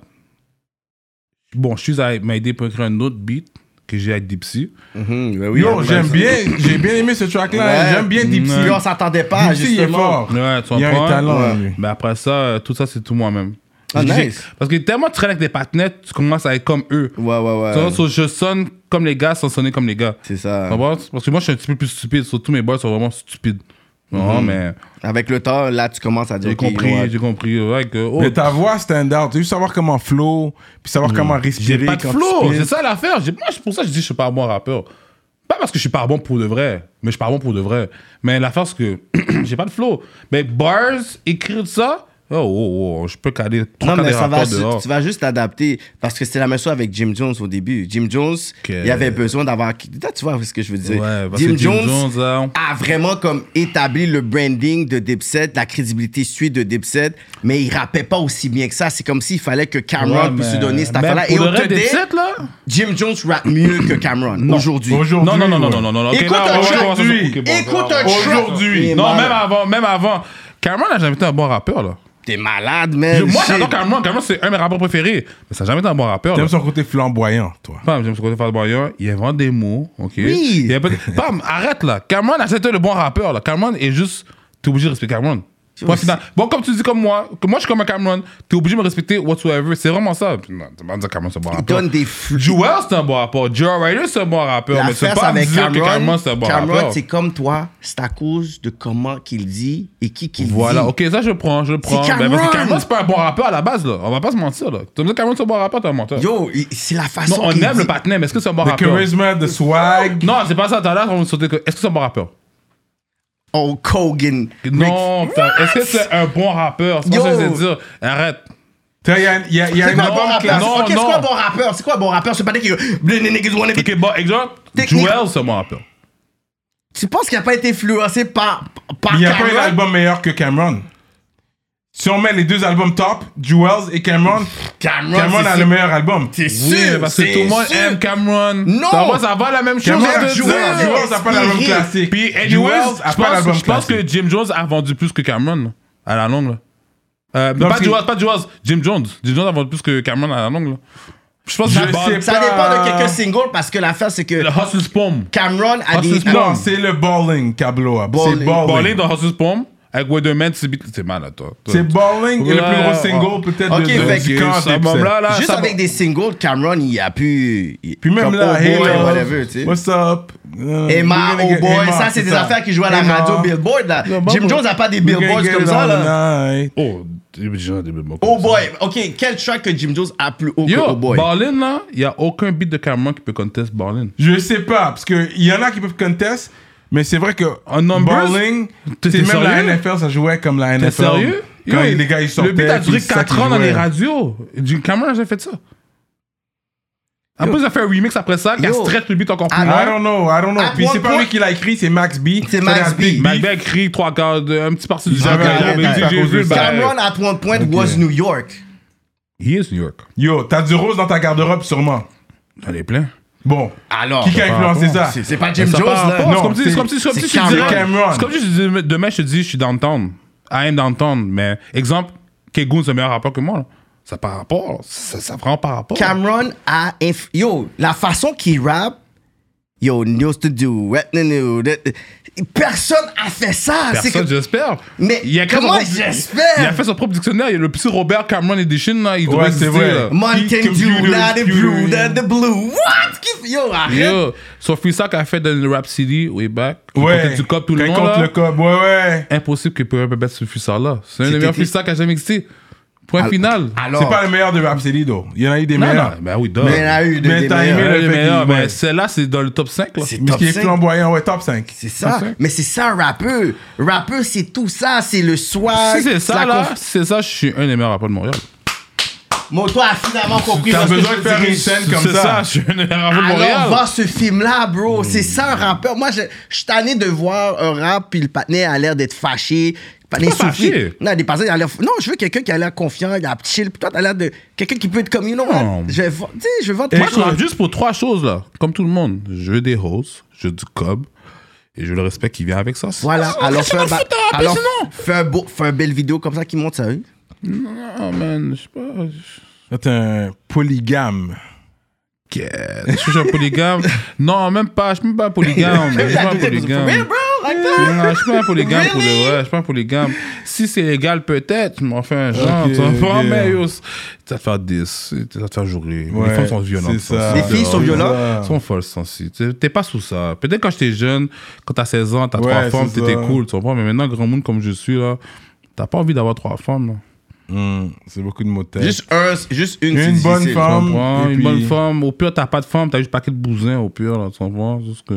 [SPEAKER 3] bon, je suis à m'a aidé pour écrire un autre beat que j'ai avec Dipsy.
[SPEAKER 2] Mhm, ben oui,
[SPEAKER 1] Yo,
[SPEAKER 2] après
[SPEAKER 1] j'aime
[SPEAKER 2] ça.
[SPEAKER 1] bien, j'ai bien aimé ce track-là.
[SPEAKER 2] Ouais.
[SPEAKER 1] J'aime bien Dipsy.
[SPEAKER 2] Puis on s'attendait pas,
[SPEAKER 1] Dipsy, il est
[SPEAKER 2] justement.
[SPEAKER 1] fort.
[SPEAKER 3] Ouais, tu
[SPEAKER 1] Il a un
[SPEAKER 3] comprends?
[SPEAKER 1] talent,
[SPEAKER 2] Ouais.
[SPEAKER 1] lui.
[SPEAKER 3] Mais après ça, euh, tout ça, c'est tout moi-même.
[SPEAKER 2] Ah,
[SPEAKER 3] J'ai-
[SPEAKER 2] nice.
[SPEAKER 3] Parce que tellement tu traînes avec des partenaires, tu commences à être comme eux.
[SPEAKER 2] Ouais, ouais, ouais.
[SPEAKER 3] Tu vois, so, je sonne comme les gars sans sonner comme les gars.
[SPEAKER 2] C'est ça.
[SPEAKER 3] Tu comprends? Parce que moi, je suis un petit peu plus stupide. so, tous mes boys sont vraiment stupides. Non, mais
[SPEAKER 2] Avec le temps, là, tu commences à dire.
[SPEAKER 3] j'ai
[SPEAKER 2] Mhm. ok,
[SPEAKER 3] compris,
[SPEAKER 2] ouais.
[SPEAKER 3] j'ai compris. Ouais, que, oh,
[SPEAKER 1] Mais ta voix stand out. Tu veux savoir comment flow, puis savoir comment
[SPEAKER 3] J'ai
[SPEAKER 1] respirer.
[SPEAKER 3] pas de
[SPEAKER 1] quand
[SPEAKER 3] flow,
[SPEAKER 1] tu
[SPEAKER 3] c'est
[SPEAKER 1] spits.
[SPEAKER 3] ça l'affaire. J'ai- Moi, c'est pour ça que je dis que je suis pas un bon rappeur. Pas parce que je suis pas bon pour de vrai, mais je suis pas bon pour de vrai. Mais l'affaire, c'est que (clears throat) j'ai pas de flow. Mais bars, écrire de ça, oh, oh, oh, je peux caler
[SPEAKER 2] Non,
[SPEAKER 3] trois quarts
[SPEAKER 2] mais
[SPEAKER 3] des
[SPEAKER 2] ça va,
[SPEAKER 3] rapports
[SPEAKER 2] tu,
[SPEAKER 3] dehors.
[SPEAKER 2] tu vas juste t'adapter. Parce que c'est la même chose avec Jim Jones au début. Jim Jones,
[SPEAKER 3] Que-
[SPEAKER 2] il avait besoin d'avoir. Là, tu vois ce que je veux dire.
[SPEAKER 3] Ouais, parce que Jim Jones, hein.
[SPEAKER 2] a vraiment comme établi le branding de Dipset, la crédibilité suite de Dipset, mais il rappait pas aussi bien que ça. C'est comme s'il fallait que Cameron
[SPEAKER 3] Ouais,
[SPEAKER 2] puisse
[SPEAKER 3] mais-
[SPEAKER 2] se donner cette
[SPEAKER 3] mais
[SPEAKER 2] affaire-là.
[SPEAKER 3] pour
[SPEAKER 2] Et
[SPEAKER 3] le
[SPEAKER 2] au
[SPEAKER 3] rap des
[SPEAKER 2] today,
[SPEAKER 3] titres, là?
[SPEAKER 2] Jim Jones rappe mieux que Cameron aujourd'hui.
[SPEAKER 1] Aujourd'hui.
[SPEAKER 3] Non, non, non, non,
[SPEAKER 1] ouais.
[SPEAKER 3] non, non, non.
[SPEAKER 2] Écoute un track. Écoute un track.
[SPEAKER 3] Aujourd'hui.
[SPEAKER 2] T'es
[SPEAKER 3] Non,
[SPEAKER 2] malade.
[SPEAKER 3] même avant, même avant. Cameron n'a jamais été un bon rappeur, là.
[SPEAKER 2] T'es malade, man.
[SPEAKER 3] Je- moi,
[SPEAKER 2] Shit.
[SPEAKER 3] j'adore Cameron. Cameron, c'est un de mes rappeurs préférés. Mais ça n'a jamais été un bon rappeur. là.
[SPEAKER 1] T'aimes son côté flamboyant, toi.
[SPEAKER 3] Pam, j'aime ce côté Fat Boyard. Il invente des mots, ok?
[SPEAKER 2] Oui.
[SPEAKER 3] Il y a peut- Pam, arrête là. Cameron a été le bon rappeur là. Cameron est juste. T'es obligé de respecter Cameron. Point final. Bon, comme tu dis comme moi, que moi je suis comme un Cameron, t'es obligé de me respecter whatsoever. C'est vraiment ça. Non, t'as pas à dire Cameron c'est un bon
[SPEAKER 2] Il
[SPEAKER 3] rappeur.
[SPEAKER 2] donne des flux.
[SPEAKER 3] Jewel c'est un bon rappeur. Joe Ryder c'est un bon rappeur.
[SPEAKER 2] La
[SPEAKER 3] mais c'est
[SPEAKER 2] fesse
[SPEAKER 3] pas à
[SPEAKER 2] avec
[SPEAKER 3] dire que Cameron
[SPEAKER 2] Cameron,
[SPEAKER 3] c'est un bon
[SPEAKER 2] Cameron,
[SPEAKER 3] rappeur.
[SPEAKER 2] c'est comme toi. C'est à cause de comment qu'il dit et qui qu'il dit.
[SPEAKER 3] Voilà, ok, ça je le prends, je le prends. Ben, parce
[SPEAKER 2] Cameron.
[SPEAKER 3] que Cameron c'est pas un bon rappeur à la base là. On va pas se mentir là. Tu me dis Cameron c'est un bon rappeur, t'es un menteur.
[SPEAKER 2] Yo, il- c'est la façon
[SPEAKER 3] non, on
[SPEAKER 2] qu'il
[SPEAKER 3] aime
[SPEAKER 2] dit.
[SPEAKER 3] le partenaire, mais est-ce que c'est un bon
[SPEAKER 1] The
[SPEAKER 3] rappeur?
[SPEAKER 1] charisma, the swag.
[SPEAKER 3] Non, c'est pas ça. T'as l'air on va sauter que. Est-ce que c'est un bon rappeur?
[SPEAKER 2] Hulk Hogan.
[SPEAKER 3] Non,
[SPEAKER 2] Rick-
[SPEAKER 3] putain, est-ce que c'est un bon rappeur? C'est pas
[SPEAKER 2] Yo.
[SPEAKER 3] ça que je veux dire. Arrête.
[SPEAKER 1] Tu sais, il y a- il y a, il y a
[SPEAKER 2] C'est
[SPEAKER 1] une
[SPEAKER 2] quoi un bon
[SPEAKER 1] bonne
[SPEAKER 2] rappeur?
[SPEAKER 1] classe.
[SPEAKER 2] C'est quoi-
[SPEAKER 3] Non,
[SPEAKER 2] qu'est-ce
[SPEAKER 3] non.
[SPEAKER 2] quoi un bon rappeur? C'est quoi un bon rappeur? C'est pas des qui. Niggas wanna be-
[SPEAKER 3] Ok, bon, exemple,
[SPEAKER 2] Technique.
[SPEAKER 3] Joel, c'est un bon rappeur.
[SPEAKER 2] Tu penses qu'il n'a pas été influencé par, par
[SPEAKER 1] Il n'y a pas
[SPEAKER 2] Cameron?
[SPEAKER 1] un album meilleur que Cameron. Si on met les deux albums top, Jewels et Cameron,
[SPEAKER 2] Cameron,
[SPEAKER 1] Cameron
[SPEAKER 2] c'est
[SPEAKER 1] a
[SPEAKER 2] sûr.
[SPEAKER 1] le meilleur album.
[SPEAKER 2] C'est
[SPEAKER 3] Oui,
[SPEAKER 2] sûr,
[SPEAKER 3] parce que
[SPEAKER 2] c'est
[SPEAKER 3] tout le monde
[SPEAKER 2] sûr.
[SPEAKER 3] aime Cameron.
[SPEAKER 2] Non.
[SPEAKER 3] Ça va, ça va la même chose.
[SPEAKER 1] Cameron,
[SPEAKER 3] je te dis.
[SPEAKER 1] Jewels, Jewels n'a pas l'album
[SPEAKER 2] Inspiré.
[SPEAKER 1] classique.
[SPEAKER 3] Puis,
[SPEAKER 1] Jewels
[SPEAKER 3] anyways,
[SPEAKER 1] a
[SPEAKER 3] je
[SPEAKER 1] pas
[SPEAKER 3] pense,
[SPEAKER 1] l'album
[SPEAKER 3] je pense que
[SPEAKER 1] classique.
[SPEAKER 3] Jim Jones a vendu plus que Cameron, là, à la longue. là. Euh, mais
[SPEAKER 1] Non,
[SPEAKER 3] pas
[SPEAKER 1] parce
[SPEAKER 3] Jewels,
[SPEAKER 1] que-
[SPEAKER 3] pas Jewels. Jim Jones. Jim Jones a vendu plus que Cameron à la longue. là. Je pense que
[SPEAKER 1] Je
[SPEAKER 3] la bande-
[SPEAKER 1] sais
[SPEAKER 2] Ça dépend de
[SPEAKER 1] pas-
[SPEAKER 2] quelques singles parce que l'affaire, c'est que
[SPEAKER 3] Le Hustle's Poem.
[SPEAKER 2] Cameron a
[SPEAKER 3] Ah,
[SPEAKER 2] des.
[SPEAKER 3] c'est-
[SPEAKER 1] Non, c'est le balling, Cablo. C'est
[SPEAKER 2] Balling.
[SPEAKER 3] Parler
[SPEAKER 1] balling.
[SPEAKER 3] dans Hustle's Poem avec Weatherman, c'est c'est malade, toi.
[SPEAKER 1] C'est balling et le plus gros
[SPEAKER 3] Ouais,
[SPEAKER 1] single peut-être
[SPEAKER 2] Ok,
[SPEAKER 1] de,
[SPEAKER 2] fait
[SPEAKER 1] de- du
[SPEAKER 3] que
[SPEAKER 1] camp
[SPEAKER 3] ça
[SPEAKER 1] des
[SPEAKER 3] va
[SPEAKER 1] Psy.
[SPEAKER 3] là, là.
[SPEAKER 2] Juste
[SPEAKER 3] ça-
[SPEAKER 2] avec des singles, Cameron, il a pu. il-
[SPEAKER 1] Puis même
[SPEAKER 2] comme
[SPEAKER 1] là,
[SPEAKER 2] Oh
[SPEAKER 1] hey
[SPEAKER 2] Boy,
[SPEAKER 1] love,
[SPEAKER 2] whatever, tu sais.
[SPEAKER 1] what's up? Euh,
[SPEAKER 2] Emma,
[SPEAKER 1] we're gonna
[SPEAKER 2] Oh
[SPEAKER 1] get
[SPEAKER 2] Boy,
[SPEAKER 1] Emma,
[SPEAKER 2] ça, c'est des affaires qui jouent à la
[SPEAKER 1] Emma.
[SPEAKER 2] radio Billboard, là.
[SPEAKER 1] Le bon
[SPEAKER 2] Jim
[SPEAKER 1] boy.
[SPEAKER 2] Jones n'a pas des
[SPEAKER 1] We're gonna
[SPEAKER 2] billboards
[SPEAKER 1] get
[SPEAKER 2] comme
[SPEAKER 1] it
[SPEAKER 2] ça,
[SPEAKER 1] on
[SPEAKER 2] là.
[SPEAKER 1] tonight.
[SPEAKER 3] Oh, j'ai un début de mots comme
[SPEAKER 2] Oh
[SPEAKER 3] ça.
[SPEAKER 2] Boy, ok, quel track que Jim Jones a plus haut que
[SPEAKER 3] Yo, bah,
[SPEAKER 2] Oh Boy?
[SPEAKER 3] Ballin, là, il n'y a aucun beat de Cameron qui peut contester Ballin.
[SPEAKER 1] Je sais pas, parce qu'il y en a qui peuvent contest, mais c'est vrai que
[SPEAKER 3] En numbers,
[SPEAKER 1] bowling, c'est
[SPEAKER 3] t'es- t'es
[SPEAKER 1] même la
[SPEAKER 3] sérieux?
[SPEAKER 1] NFL, ça jouait comme la NFL.
[SPEAKER 3] T'es sérieux?
[SPEAKER 1] Quand
[SPEAKER 3] Yo,
[SPEAKER 1] les gars ils sortaient.
[SPEAKER 3] Le beat a duré
[SPEAKER 1] puis c'est ça
[SPEAKER 3] 4
[SPEAKER 1] qu'ils
[SPEAKER 3] ans dans les
[SPEAKER 1] jouaient.
[SPEAKER 3] radios. Jim Cameron a jamais fait ça. En plus, il a fait un remix après ça qui a
[SPEAKER 2] Yo.
[SPEAKER 3] stretch le beat encore plus.
[SPEAKER 2] Ah,
[SPEAKER 3] loin.
[SPEAKER 1] I don't know, I don't know.
[SPEAKER 2] À
[SPEAKER 1] Puis
[SPEAKER 2] what
[SPEAKER 1] c'est pas
[SPEAKER 2] point-
[SPEAKER 1] lui qui l'a écrit, c'est Max B.
[SPEAKER 2] C'est
[SPEAKER 1] Ça,
[SPEAKER 2] Mac
[SPEAKER 1] la Big
[SPEAKER 2] B.
[SPEAKER 1] Beef.
[SPEAKER 3] Macbeth crie trois quarts, de- un petit parti du
[SPEAKER 1] J'avais
[SPEAKER 3] Jacques
[SPEAKER 1] regardé
[SPEAKER 3] Cameron,
[SPEAKER 1] ça à
[SPEAKER 3] j'ai
[SPEAKER 1] cause
[SPEAKER 3] vu
[SPEAKER 1] de
[SPEAKER 3] bah. le
[SPEAKER 1] ça.
[SPEAKER 3] bail.
[SPEAKER 2] Cameron, at one point, was New York.
[SPEAKER 3] He is New York.
[SPEAKER 1] Yo, t'as du rose dans ta garde-robe sûrement.
[SPEAKER 3] J'en ai plein.
[SPEAKER 1] Bon.
[SPEAKER 3] Ah,
[SPEAKER 2] Alors.
[SPEAKER 1] Qui qui a influencé ça?
[SPEAKER 2] C'est c'est pas Jim
[SPEAKER 3] Mais bah, ça
[SPEAKER 2] Jones,
[SPEAKER 3] part
[SPEAKER 2] là.
[SPEAKER 3] pas.
[SPEAKER 1] Non,
[SPEAKER 3] C'est comme si-
[SPEAKER 1] c'est-
[SPEAKER 3] c'est comme si c'est comme si
[SPEAKER 2] c'est
[SPEAKER 3] je te dirais-
[SPEAKER 1] Cameron.
[SPEAKER 3] c'est comme si je dis- demain je te dis je suis downtown. I am downtown. Mais exemple, Kegoon c'est un meilleur rapport que moi. là. Ça par rapport. Ça, ça prend par rapport.
[SPEAKER 2] Cameron a. inf- Yo, la façon qu'il rappe, yo, no studio, ouais, no, no, that- personne a fait ça. C'est
[SPEAKER 3] Personne,
[SPEAKER 2] que-
[SPEAKER 3] j'espère.
[SPEAKER 2] Mais
[SPEAKER 3] Il a créé
[SPEAKER 2] comment
[SPEAKER 3] son propre-
[SPEAKER 2] j'espère?
[SPEAKER 3] Il a fait son propre dictionnaire. Il y a le petit Robert Cameron Edition. Là, il
[SPEAKER 1] Ouais,
[SPEAKER 3] doit
[SPEAKER 1] c'est
[SPEAKER 3] exister.
[SPEAKER 1] vrai.
[SPEAKER 3] là.
[SPEAKER 2] Mountain Dew,
[SPEAKER 1] Computers,
[SPEAKER 2] là, the blue, là, the blue. What? Qui- Yo, arrête.
[SPEAKER 3] Yo, Sophie Sack a fait dans Rap City, way back.
[SPEAKER 1] Ouais.
[SPEAKER 3] Quand du cop tout le
[SPEAKER 1] Quand
[SPEAKER 3] long.
[SPEAKER 1] contre
[SPEAKER 3] là,
[SPEAKER 1] le cop, ouais, ouais.
[SPEAKER 3] Impossible qu'il puisse battre ce Fissa là. C'est un des
[SPEAKER 2] C'était-
[SPEAKER 3] meilleurs Fissa qui a jamais existé. Point final.
[SPEAKER 2] Alors.
[SPEAKER 1] C'est pas le meilleur de Rap City, though. Il y en a eu des
[SPEAKER 3] Non,
[SPEAKER 1] meilleurs.
[SPEAKER 3] non, ben oui, dog.
[SPEAKER 2] Mais il y en a eu des-
[SPEAKER 1] Mais
[SPEAKER 2] des
[SPEAKER 1] t'as aimé
[SPEAKER 2] meilleurs.
[SPEAKER 3] Elle est
[SPEAKER 1] le fait
[SPEAKER 3] meilleure,
[SPEAKER 1] qu'il-
[SPEAKER 3] mais
[SPEAKER 1] ouais.
[SPEAKER 3] celle-là, c'est dans le top 5. Là.
[SPEAKER 2] C'est
[SPEAKER 1] Mais ce
[SPEAKER 2] top
[SPEAKER 1] qui est
[SPEAKER 2] 5.
[SPEAKER 1] flamboyant, ouais, top 5.
[SPEAKER 2] C'est ça. Mais c'est ça, un rappeur. Rappeur, c'est tout ça. C'est le swag.
[SPEAKER 3] Si c'est ça,
[SPEAKER 2] la
[SPEAKER 3] là,
[SPEAKER 2] conf-
[SPEAKER 3] si c'est ça, je suis un des meilleurs rappeurs de Montréal.
[SPEAKER 2] Mon toi a finalement compris.
[SPEAKER 1] T'as
[SPEAKER 2] ce que
[SPEAKER 1] besoin
[SPEAKER 2] je
[SPEAKER 1] de faire
[SPEAKER 2] dis.
[SPEAKER 1] une scène comme
[SPEAKER 3] C'est ça,
[SPEAKER 1] ça.
[SPEAKER 3] je suis un des meilleurs rappeurs de
[SPEAKER 2] Alors,
[SPEAKER 3] Montréal.
[SPEAKER 2] va ce film-là, bro. C'est ça, un rappeur. Moi, je je suis tanné de voir un rap, puis le patinet a l'air d'être fâché. Pas des
[SPEAKER 3] Pas fâché.
[SPEAKER 2] soufflés. Non, des personnes, qui ont l'air- Non, je veux quelqu'un qui a l'air confiant, qui a l'air chill. Puis toi, t'as l'air de. Quelqu'un qui peut être comme, you know,
[SPEAKER 3] Non.
[SPEAKER 2] je vais vendre- tu sais, je vais vendre
[SPEAKER 3] Moi, je
[SPEAKER 2] toi.
[SPEAKER 3] travaille juste pour trois choses, là. Comme tout le monde. Je veux des roses, je veux du cob, et je veux le respect qui vient avec ça.
[SPEAKER 2] Voilà, alors fais un, ba-
[SPEAKER 3] foutre, hein,
[SPEAKER 2] alors,
[SPEAKER 3] sinon.
[SPEAKER 2] fais un beau, fais un belle vidéo comme ça qui monte ça. hein. oui.
[SPEAKER 3] Oh, man, je sais pas. je-
[SPEAKER 1] Là, t'es un polygame.
[SPEAKER 3] Yeah. Je suis un polygame. Non, même pas. Je suis même pas
[SPEAKER 2] (laughs)
[SPEAKER 3] un polygame. Je suis pas un polygame.
[SPEAKER 2] Real, bro, like that.
[SPEAKER 3] Non, je suis pas un polygame pour le
[SPEAKER 2] Really?
[SPEAKER 3] ouais, je suis pas un polygame. Si c'est légal, peut-être, mais enfin, genre,
[SPEAKER 1] Ok,
[SPEAKER 3] tu vas
[SPEAKER 1] ok.
[SPEAKER 3] mais yo, tu vas te faire 10, tu vas te faire jouer.
[SPEAKER 1] Ouais,
[SPEAKER 3] les femmes sont violentes.
[SPEAKER 1] c'est ça.
[SPEAKER 2] Les filles sont
[SPEAKER 3] Elles
[SPEAKER 2] violentes?
[SPEAKER 3] Elles sont folles, sensi. Tu- T'es pas sous ça. Peut-être quand j'étais jeune, quand t'as 16 ans, t'as
[SPEAKER 1] Ouais,
[SPEAKER 3] trois
[SPEAKER 1] c'est
[SPEAKER 3] femmes, t'étais
[SPEAKER 1] ça.
[SPEAKER 3] cool, tu comprends, mais maintenant, grand monde comme je suis, là, t'as pas envie d'avoir trois femmes, là.
[SPEAKER 1] Hmm, c'est beaucoup de mots de tête.
[SPEAKER 2] Juste un, juste une. c'est
[SPEAKER 1] une bonne
[SPEAKER 2] difficile.
[SPEAKER 3] Tu
[SPEAKER 1] femme. et
[SPEAKER 3] comprends? Une
[SPEAKER 1] puis-
[SPEAKER 3] bonne femme, au pire, t'as pas de femme, t'as juste un paquet de bousins, au pire, là, tu comprends, juste que.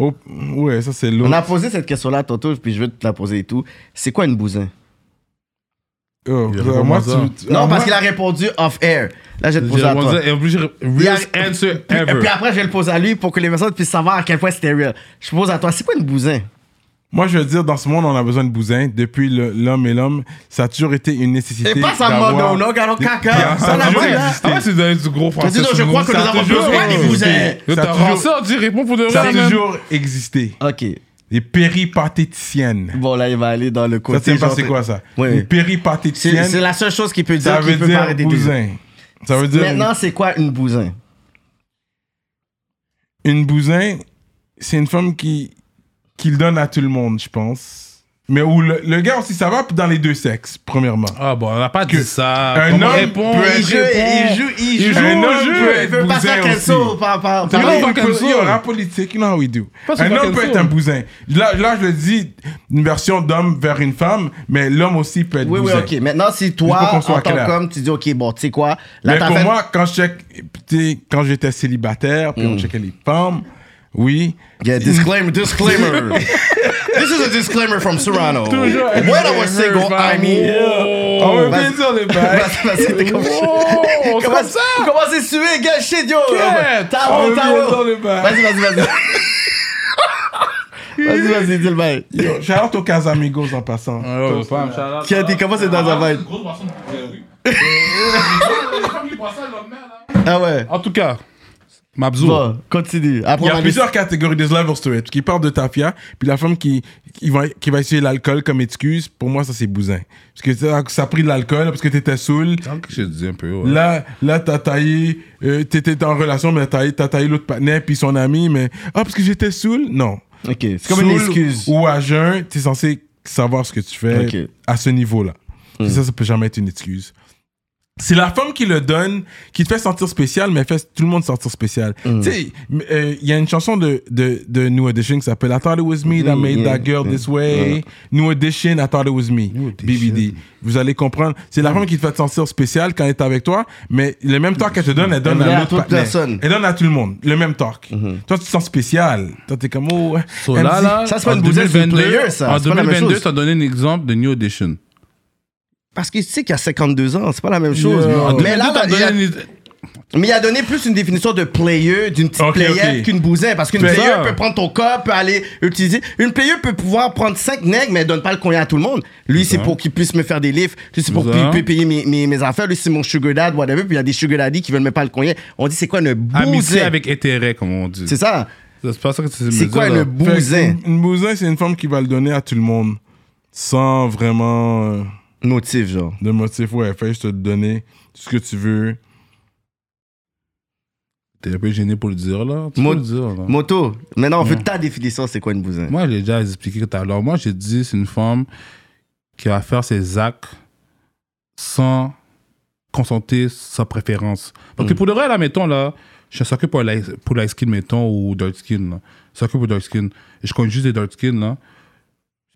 [SPEAKER 1] Oh, ouais, ça c'est
[SPEAKER 2] On
[SPEAKER 1] l'autre.
[SPEAKER 2] a posé cette question-là tantôt, puis je veux te la poser et tout. C'est quoi une bousin
[SPEAKER 1] Oh,
[SPEAKER 3] Il y a
[SPEAKER 1] moi,
[SPEAKER 3] vraiment
[SPEAKER 1] tu-
[SPEAKER 2] Non,
[SPEAKER 1] ah,
[SPEAKER 2] parce
[SPEAKER 1] moi-
[SPEAKER 2] qu'il a répondu off-air. Là, je vais te poser à toi.
[SPEAKER 3] Et en plus, j'ai-
[SPEAKER 2] Il y a-
[SPEAKER 3] Realest
[SPEAKER 2] (laughs)
[SPEAKER 3] answer
[SPEAKER 2] Puis-
[SPEAKER 3] ever.
[SPEAKER 2] Puis après, je vais le poser à lui pour que les personnes puissent savoir à quel point c'était real. Je pose à toi, c'est quoi une bousin
[SPEAKER 1] Moi, je veux dire, dans ce monde, on a besoin de bousins. Depuis le- l'homme et l'homme, ça a toujours été une nécessité.
[SPEAKER 2] Et pas ça,
[SPEAKER 1] d'avoir-
[SPEAKER 2] Mondo, non, gars, non, caca.
[SPEAKER 1] Ça
[SPEAKER 2] Ça,
[SPEAKER 1] a
[SPEAKER 2] la
[SPEAKER 1] toujours
[SPEAKER 2] bonne, là.
[SPEAKER 1] existé.
[SPEAKER 3] Ah, c'est dans du gros français.
[SPEAKER 2] dis donc, je crois que
[SPEAKER 3] Ça
[SPEAKER 2] nous
[SPEAKER 3] a
[SPEAKER 2] avons
[SPEAKER 3] toujours
[SPEAKER 2] besoin des
[SPEAKER 3] existé.
[SPEAKER 2] cousins.
[SPEAKER 3] Là,
[SPEAKER 1] Ça a
[SPEAKER 3] T'as
[SPEAKER 1] toujours-
[SPEAKER 3] rancé, on dit réponds pour de
[SPEAKER 1] Ça a
[SPEAKER 3] vrai, man.
[SPEAKER 1] toujours existé.
[SPEAKER 2] Ok.
[SPEAKER 1] Les péripatéticiennes.
[SPEAKER 2] Bon, là, il va aller dans le
[SPEAKER 1] Ça,
[SPEAKER 2] côté.
[SPEAKER 1] c'est pas
[SPEAKER 2] genre-
[SPEAKER 1] c'est quoi ça
[SPEAKER 2] Ouais.
[SPEAKER 1] Les
[SPEAKER 2] C'est c'est
[SPEAKER 1] péripatéticiennes,
[SPEAKER 2] la seule chose qu'il peut
[SPEAKER 1] ça
[SPEAKER 2] dire
[SPEAKER 1] veut
[SPEAKER 2] qu'il peut parler
[SPEAKER 1] dire
[SPEAKER 2] des deux.
[SPEAKER 1] bousin. Ça veut dire
[SPEAKER 2] Maintenant, c'est quoi une bousin
[SPEAKER 1] une bousin, c'est une femme qui, qui le donne à tout le monde, je pense. Mais où le, le gars aussi, ça va dans les deux sexes, premièrement.
[SPEAKER 3] Ah bon, on n'a pas dit ça.
[SPEAKER 1] un
[SPEAKER 3] Comment
[SPEAKER 1] homme
[SPEAKER 3] répondre
[SPEAKER 1] peut être-
[SPEAKER 2] Il joue, il joue, il
[SPEAKER 1] Il
[SPEAKER 2] joue.
[SPEAKER 1] joue
[SPEAKER 2] il
[SPEAKER 1] au
[SPEAKER 2] joue.
[SPEAKER 1] jeu,
[SPEAKER 2] Il veut pas
[SPEAKER 1] bousin
[SPEAKER 2] faire
[SPEAKER 1] aussi.
[SPEAKER 2] cancel par par-
[SPEAKER 3] You
[SPEAKER 2] par-
[SPEAKER 3] know,
[SPEAKER 1] Yo,
[SPEAKER 3] fucking
[SPEAKER 1] yo,
[SPEAKER 3] soul.
[SPEAKER 1] rap politique, you know how we do.
[SPEAKER 3] Pas sur
[SPEAKER 1] Un
[SPEAKER 3] fucking
[SPEAKER 1] homme peut
[SPEAKER 3] soul.
[SPEAKER 1] être un bousin. Là, là, je le dis, une version d'homme vers une femme, mais l'homme aussi peut être
[SPEAKER 2] Oui, oui,
[SPEAKER 1] bousin.
[SPEAKER 2] ok. Maintenant, si
[SPEAKER 1] Juste
[SPEAKER 2] toi,
[SPEAKER 1] pour
[SPEAKER 2] en
[SPEAKER 1] qu'on soit
[SPEAKER 2] tant
[SPEAKER 1] clair.
[SPEAKER 2] qu'homme, tu dis, ok, bon, tu sais quoi, là,
[SPEAKER 1] Mais
[SPEAKER 2] t'as
[SPEAKER 1] pour
[SPEAKER 2] fait.
[SPEAKER 1] moi, quand je check, tu sais, quand j'étais célibataire, puis on
[SPEAKER 2] Mm.
[SPEAKER 1] checkait les femmes, oui.
[SPEAKER 2] Yeah, disclaimer, disclaimer. This is a disclaimer from Serrano.
[SPEAKER 3] Toujours un
[SPEAKER 2] When I was
[SPEAKER 3] disclaimer,
[SPEAKER 2] single, I mean.
[SPEAKER 3] Oh,
[SPEAKER 1] on veut
[SPEAKER 2] vas-
[SPEAKER 1] bien dire les bails.
[SPEAKER 2] Vas-y, vas-y, t'es comme
[SPEAKER 3] c'est
[SPEAKER 2] Comment
[SPEAKER 3] comme ça.
[SPEAKER 2] Comment c'est sué, gars, shit, yo.
[SPEAKER 3] Yeah,
[SPEAKER 1] on
[SPEAKER 2] Taro,
[SPEAKER 1] veut bien dire
[SPEAKER 2] taro.
[SPEAKER 1] les bails.
[SPEAKER 2] Vas-y, vas-y, (laughs) vas-y. Vas-y, vas-y, dis le bail.
[SPEAKER 1] Yo, shout aux Casamigos en passant.
[SPEAKER 2] Ah,
[SPEAKER 3] Oh, femme, shout-out.
[SPEAKER 2] Tiens, t'es comment c'est dans un vibe
[SPEAKER 3] Grosse boisson de Pérou.
[SPEAKER 2] (laughs) Ah ouais.
[SPEAKER 3] En tout cas, Mabzou.
[SPEAKER 2] Bon, continue. Après,
[SPEAKER 1] Il y
[SPEAKER 2] on
[SPEAKER 1] a
[SPEAKER 2] va
[SPEAKER 1] plusieurs catégories, there's levels to it. Qui parle de tafia, puis la femme qui, qui, va, qui va essayer l'alcool comme excuse, pour moi, ça c'est bousin. Parce que ça, ça a pris de l'alcool, parce que t'étais saoul,
[SPEAKER 3] Tant que je dis un peu. ouais.
[SPEAKER 1] Là, là t'as taillé, euh, t'étais en relation, mais t'as taillé, t'as taillé l'autre partenaire, puis son ami, mais ah, parce que j'étais saoul? Non.
[SPEAKER 2] Ok, c'est comme une
[SPEAKER 1] Saoul
[SPEAKER 2] excuse.
[SPEAKER 1] Ou à jeun, t'es censé savoir ce que tu fais
[SPEAKER 2] Ok. Hmm.
[SPEAKER 1] à ce niveau-là. Et Ça, ça peut jamais être une excuse. C'est la femme qui le donne, qui te fait sentir spécial, mais fait tout le monde sentir spécial.
[SPEAKER 2] Hmm.
[SPEAKER 1] Tu sais, m- euh, il y a une chanson de, de, de New Edition qui s'appelle I thought it was me that
[SPEAKER 2] Mm,
[SPEAKER 1] made
[SPEAKER 2] yeah,
[SPEAKER 1] that girl
[SPEAKER 2] yeah.
[SPEAKER 1] this way. New Edition, I thought it was me. BBD. Vous allez comprendre. C'est
[SPEAKER 2] Hmm.
[SPEAKER 1] la femme qui te fait te sentir spécial quand elle est avec toi, mais le même talk qu'elle te donne, elle donne
[SPEAKER 2] Elle
[SPEAKER 1] à
[SPEAKER 2] donne à
[SPEAKER 1] l'autre
[SPEAKER 2] toute
[SPEAKER 1] partenaire.
[SPEAKER 2] personne.
[SPEAKER 1] Elle donne à tout le monde, le même talk. Toi, tu te sens spécial. Toi, t'es comme, oh,
[SPEAKER 3] Mhm. So
[SPEAKER 1] elle me
[SPEAKER 3] là,
[SPEAKER 1] dit-
[SPEAKER 3] là,
[SPEAKER 2] ça, c'est pas
[SPEAKER 3] en
[SPEAKER 2] une bousette, c'est une
[SPEAKER 3] 2022,
[SPEAKER 2] player, ça.
[SPEAKER 3] En
[SPEAKER 2] C'est pas la même
[SPEAKER 3] 2022,
[SPEAKER 2] chose.
[SPEAKER 3] t'as donné un exemple de New Edition.
[SPEAKER 2] Parce que tu sais qu'il y a 52 ans, c'est pas la même chose.
[SPEAKER 1] Yeah. En
[SPEAKER 2] Ah, Mais là, là, il y a- mais il a donné plus une définition de player, d'une petite
[SPEAKER 1] Ok,
[SPEAKER 2] player
[SPEAKER 1] ok.
[SPEAKER 2] qu'une bousin. Parce qu'une
[SPEAKER 1] Fais
[SPEAKER 2] player
[SPEAKER 3] ça.
[SPEAKER 2] peut prendre ton corps, peut aller utiliser. Une player peut pouvoir prendre 5 nègres, mais elle donne pas le cognac à tout le monde. Lui, c'est pour qu'il puisse me faire des livres. Lui, c'est pour
[SPEAKER 3] Ça.
[SPEAKER 2] qu'il puisse payer mes, mes, mes affaires. Lui, c'est mon sugar dad, whatever. Puis il y a des sugar daddy qui veulent même pas le cognac. On dit, c'est quoi une
[SPEAKER 3] Amitié
[SPEAKER 2] bousin?
[SPEAKER 3] avec intérêt, comme on dit.
[SPEAKER 2] C'est ça.
[SPEAKER 3] C'est pas ça que tu me
[SPEAKER 2] C'est
[SPEAKER 3] dis,
[SPEAKER 2] quoi
[SPEAKER 3] là.
[SPEAKER 2] une
[SPEAKER 1] Fait que
[SPEAKER 2] bousin?
[SPEAKER 1] Une, une bousin, c'est une femme qui va le donner à tout le monde sans vraiment euh,
[SPEAKER 2] Motif, genre.
[SPEAKER 1] de motif. Ouais, fais je te le donner ce que tu veux.
[SPEAKER 3] T'es un peu gêné pour le dire, là. Tu
[SPEAKER 2] Moi-
[SPEAKER 3] peux le dire, là.
[SPEAKER 2] Moto, maintenant, on veut ta définition, c'est quoi une bousin?
[SPEAKER 3] Moi, j'ai déjà expliqué tout à l'heure. Moi, j'ai dit, c'est une femme qui va faire ses actes sans consentir sa préférence. Parce que pour le vrai, là, mettons, là, je suis soccer pour la, pour la skin, mettons, ou dark skin, là. Soccer pour dark skin. Et je connais juste des dark skin, là.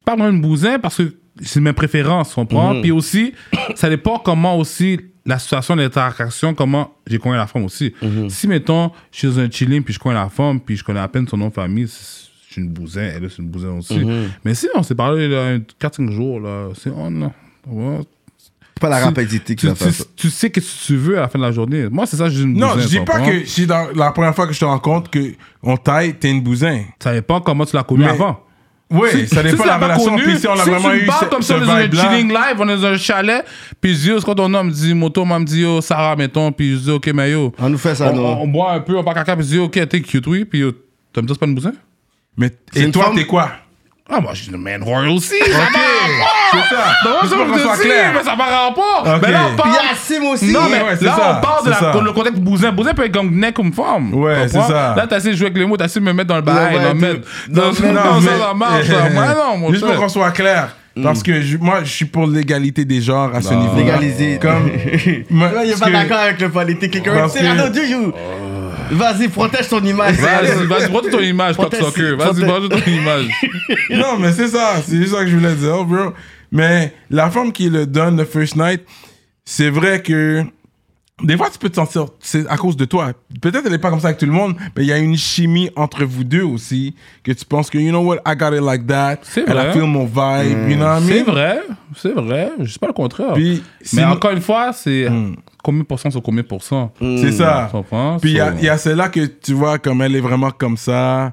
[SPEAKER 3] Je parle même bousin parce que c'est mes préférences, tu comprends? Puis aussi, ça dépend comment aussi la situation de l'interaction, comment j'ai connu la femme aussi. Si, mettons, je suis dans un chilling, puis je connais la femme, puis je connais à peine son nom de famille, c'est c'est une bousin, elle c'est une bousin aussi. Mais si on s'est parlé là, 4-5 jours, là, c'est on, là. Tu vois?
[SPEAKER 2] C'est pas la
[SPEAKER 3] Tu-
[SPEAKER 2] rapidité qui
[SPEAKER 3] Tu,
[SPEAKER 2] va faire
[SPEAKER 3] tu-
[SPEAKER 2] ça.
[SPEAKER 3] tu sais que tu veux à la fin de la journée. Moi, c'est ça, j'ai une
[SPEAKER 1] Non,
[SPEAKER 3] bousin,
[SPEAKER 1] je dis
[SPEAKER 3] tu
[SPEAKER 1] pas
[SPEAKER 3] comprends?
[SPEAKER 1] que si dans- la première fois que je te rencontre que on taille, t'es une bousin.
[SPEAKER 3] Ça dépend comment tu l'as connu
[SPEAKER 1] Mais-
[SPEAKER 3] avant.
[SPEAKER 1] Oui, ça
[SPEAKER 3] tu
[SPEAKER 1] dépend de
[SPEAKER 3] l'as
[SPEAKER 1] la relation.
[SPEAKER 3] connu,
[SPEAKER 1] Puis si on a
[SPEAKER 3] si
[SPEAKER 1] vraiment
[SPEAKER 3] tu me
[SPEAKER 1] eu
[SPEAKER 3] parles
[SPEAKER 1] ce-
[SPEAKER 3] comme
[SPEAKER 1] ce
[SPEAKER 3] ça dans un
[SPEAKER 1] vibe-là.
[SPEAKER 3] chilling live, on est dans un chalet, puis je dis, quand ton homme dit, moto, m'a dit, yo, Sarah, mettons, puis je dis, ok, mais yo,
[SPEAKER 2] On nous fait ça,
[SPEAKER 3] on,
[SPEAKER 2] non?
[SPEAKER 3] on- on boit un peu, on part caca, puis je dis, ok, t'es cute, oui, puis yo, t'aimes ça, c'est pas une bousin?
[SPEAKER 1] Mais
[SPEAKER 2] une
[SPEAKER 1] et toi,
[SPEAKER 2] femme-
[SPEAKER 1] t'es quoi
[SPEAKER 3] Ah, moi, je dis, man, royal aussi,
[SPEAKER 1] Ok,
[SPEAKER 3] Ah!
[SPEAKER 1] c'est ça.
[SPEAKER 3] Non,
[SPEAKER 1] Juste
[SPEAKER 3] ça
[SPEAKER 1] pour qu'on
[SPEAKER 3] me
[SPEAKER 1] soit
[SPEAKER 3] dit, mais
[SPEAKER 1] clair.
[SPEAKER 3] ça va rapport.
[SPEAKER 1] Ok.
[SPEAKER 3] Mais là, on
[SPEAKER 2] Puis
[SPEAKER 3] parle.
[SPEAKER 2] il y a Sim aussi.
[SPEAKER 3] Non, mais
[SPEAKER 1] ouais, c'est
[SPEAKER 3] là,
[SPEAKER 1] ça,
[SPEAKER 3] on parle de
[SPEAKER 1] c'est
[SPEAKER 3] la,
[SPEAKER 1] ça.
[SPEAKER 3] le contexte bousin. Bousin peut être comme nec comme femme.
[SPEAKER 1] Ouais,
[SPEAKER 3] Comprends?
[SPEAKER 1] c'est ça.
[SPEAKER 3] Là, t'as essayé de jouer avec les mots, t'as essayé de me mettre dans le bail,
[SPEAKER 2] ouais,
[SPEAKER 3] dans le
[SPEAKER 2] tu-
[SPEAKER 3] mettre.
[SPEAKER 2] non,
[SPEAKER 3] Dans
[SPEAKER 2] non,
[SPEAKER 3] dans ça,
[SPEAKER 1] mais-
[SPEAKER 3] ça
[SPEAKER 1] (laughs)
[SPEAKER 3] marche. ça. Ouais, non, mon
[SPEAKER 1] Juste pour
[SPEAKER 3] cher.
[SPEAKER 1] qu'on soit clair. Parce que je- moi, je suis pour l'égalité des genres à ce niveau.
[SPEAKER 2] Légaliser. (laughs)
[SPEAKER 1] Comme. moi,
[SPEAKER 2] Toi, il est
[SPEAKER 1] parce
[SPEAKER 2] pas
[SPEAKER 1] que-
[SPEAKER 2] d'accord avec le politique. Quelqu'un
[SPEAKER 1] Parce
[SPEAKER 2] dit, I
[SPEAKER 1] que-
[SPEAKER 2] don't do you. Vas-y, protège ton image.
[SPEAKER 3] Vas-y, vas-y, prends ton image, Pop
[SPEAKER 2] Proteste-
[SPEAKER 3] Soccer. Vas-y,
[SPEAKER 2] proteste-
[SPEAKER 3] prends ton image.
[SPEAKER 1] Non, mais c'est ça. C'est juste ça que je voulais dire, oh, bro. Mais la femme qui le donne le first night, c'est vrai que des fois, tu peux te sentir, c'est à cause de toi. Peut-être elle n'est pas comme ça avec tout le monde, mais il y a une chimie entre vous deux aussi, que tu penses que, you know what, I got it like that.
[SPEAKER 3] C'est
[SPEAKER 1] Elle a
[SPEAKER 3] vrai.
[SPEAKER 1] fait mon vibe, you know what I mean?
[SPEAKER 3] C'est vrai, c'est vrai. Je dis pas le contraire.
[SPEAKER 1] Puis, Hmm.
[SPEAKER 3] mais
[SPEAKER 1] sinon-
[SPEAKER 3] encore une fois, c'est combien de pourcents sur combien de pourcents.
[SPEAKER 1] C'est ça.
[SPEAKER 3] Tu Hmm, comprends?
[SPEAKER 1] Puis il y a,
[SPEAKER 3] So-
[SPEAKER 1] il y a celle-là que tu vois comme elle est vraiment comme ça.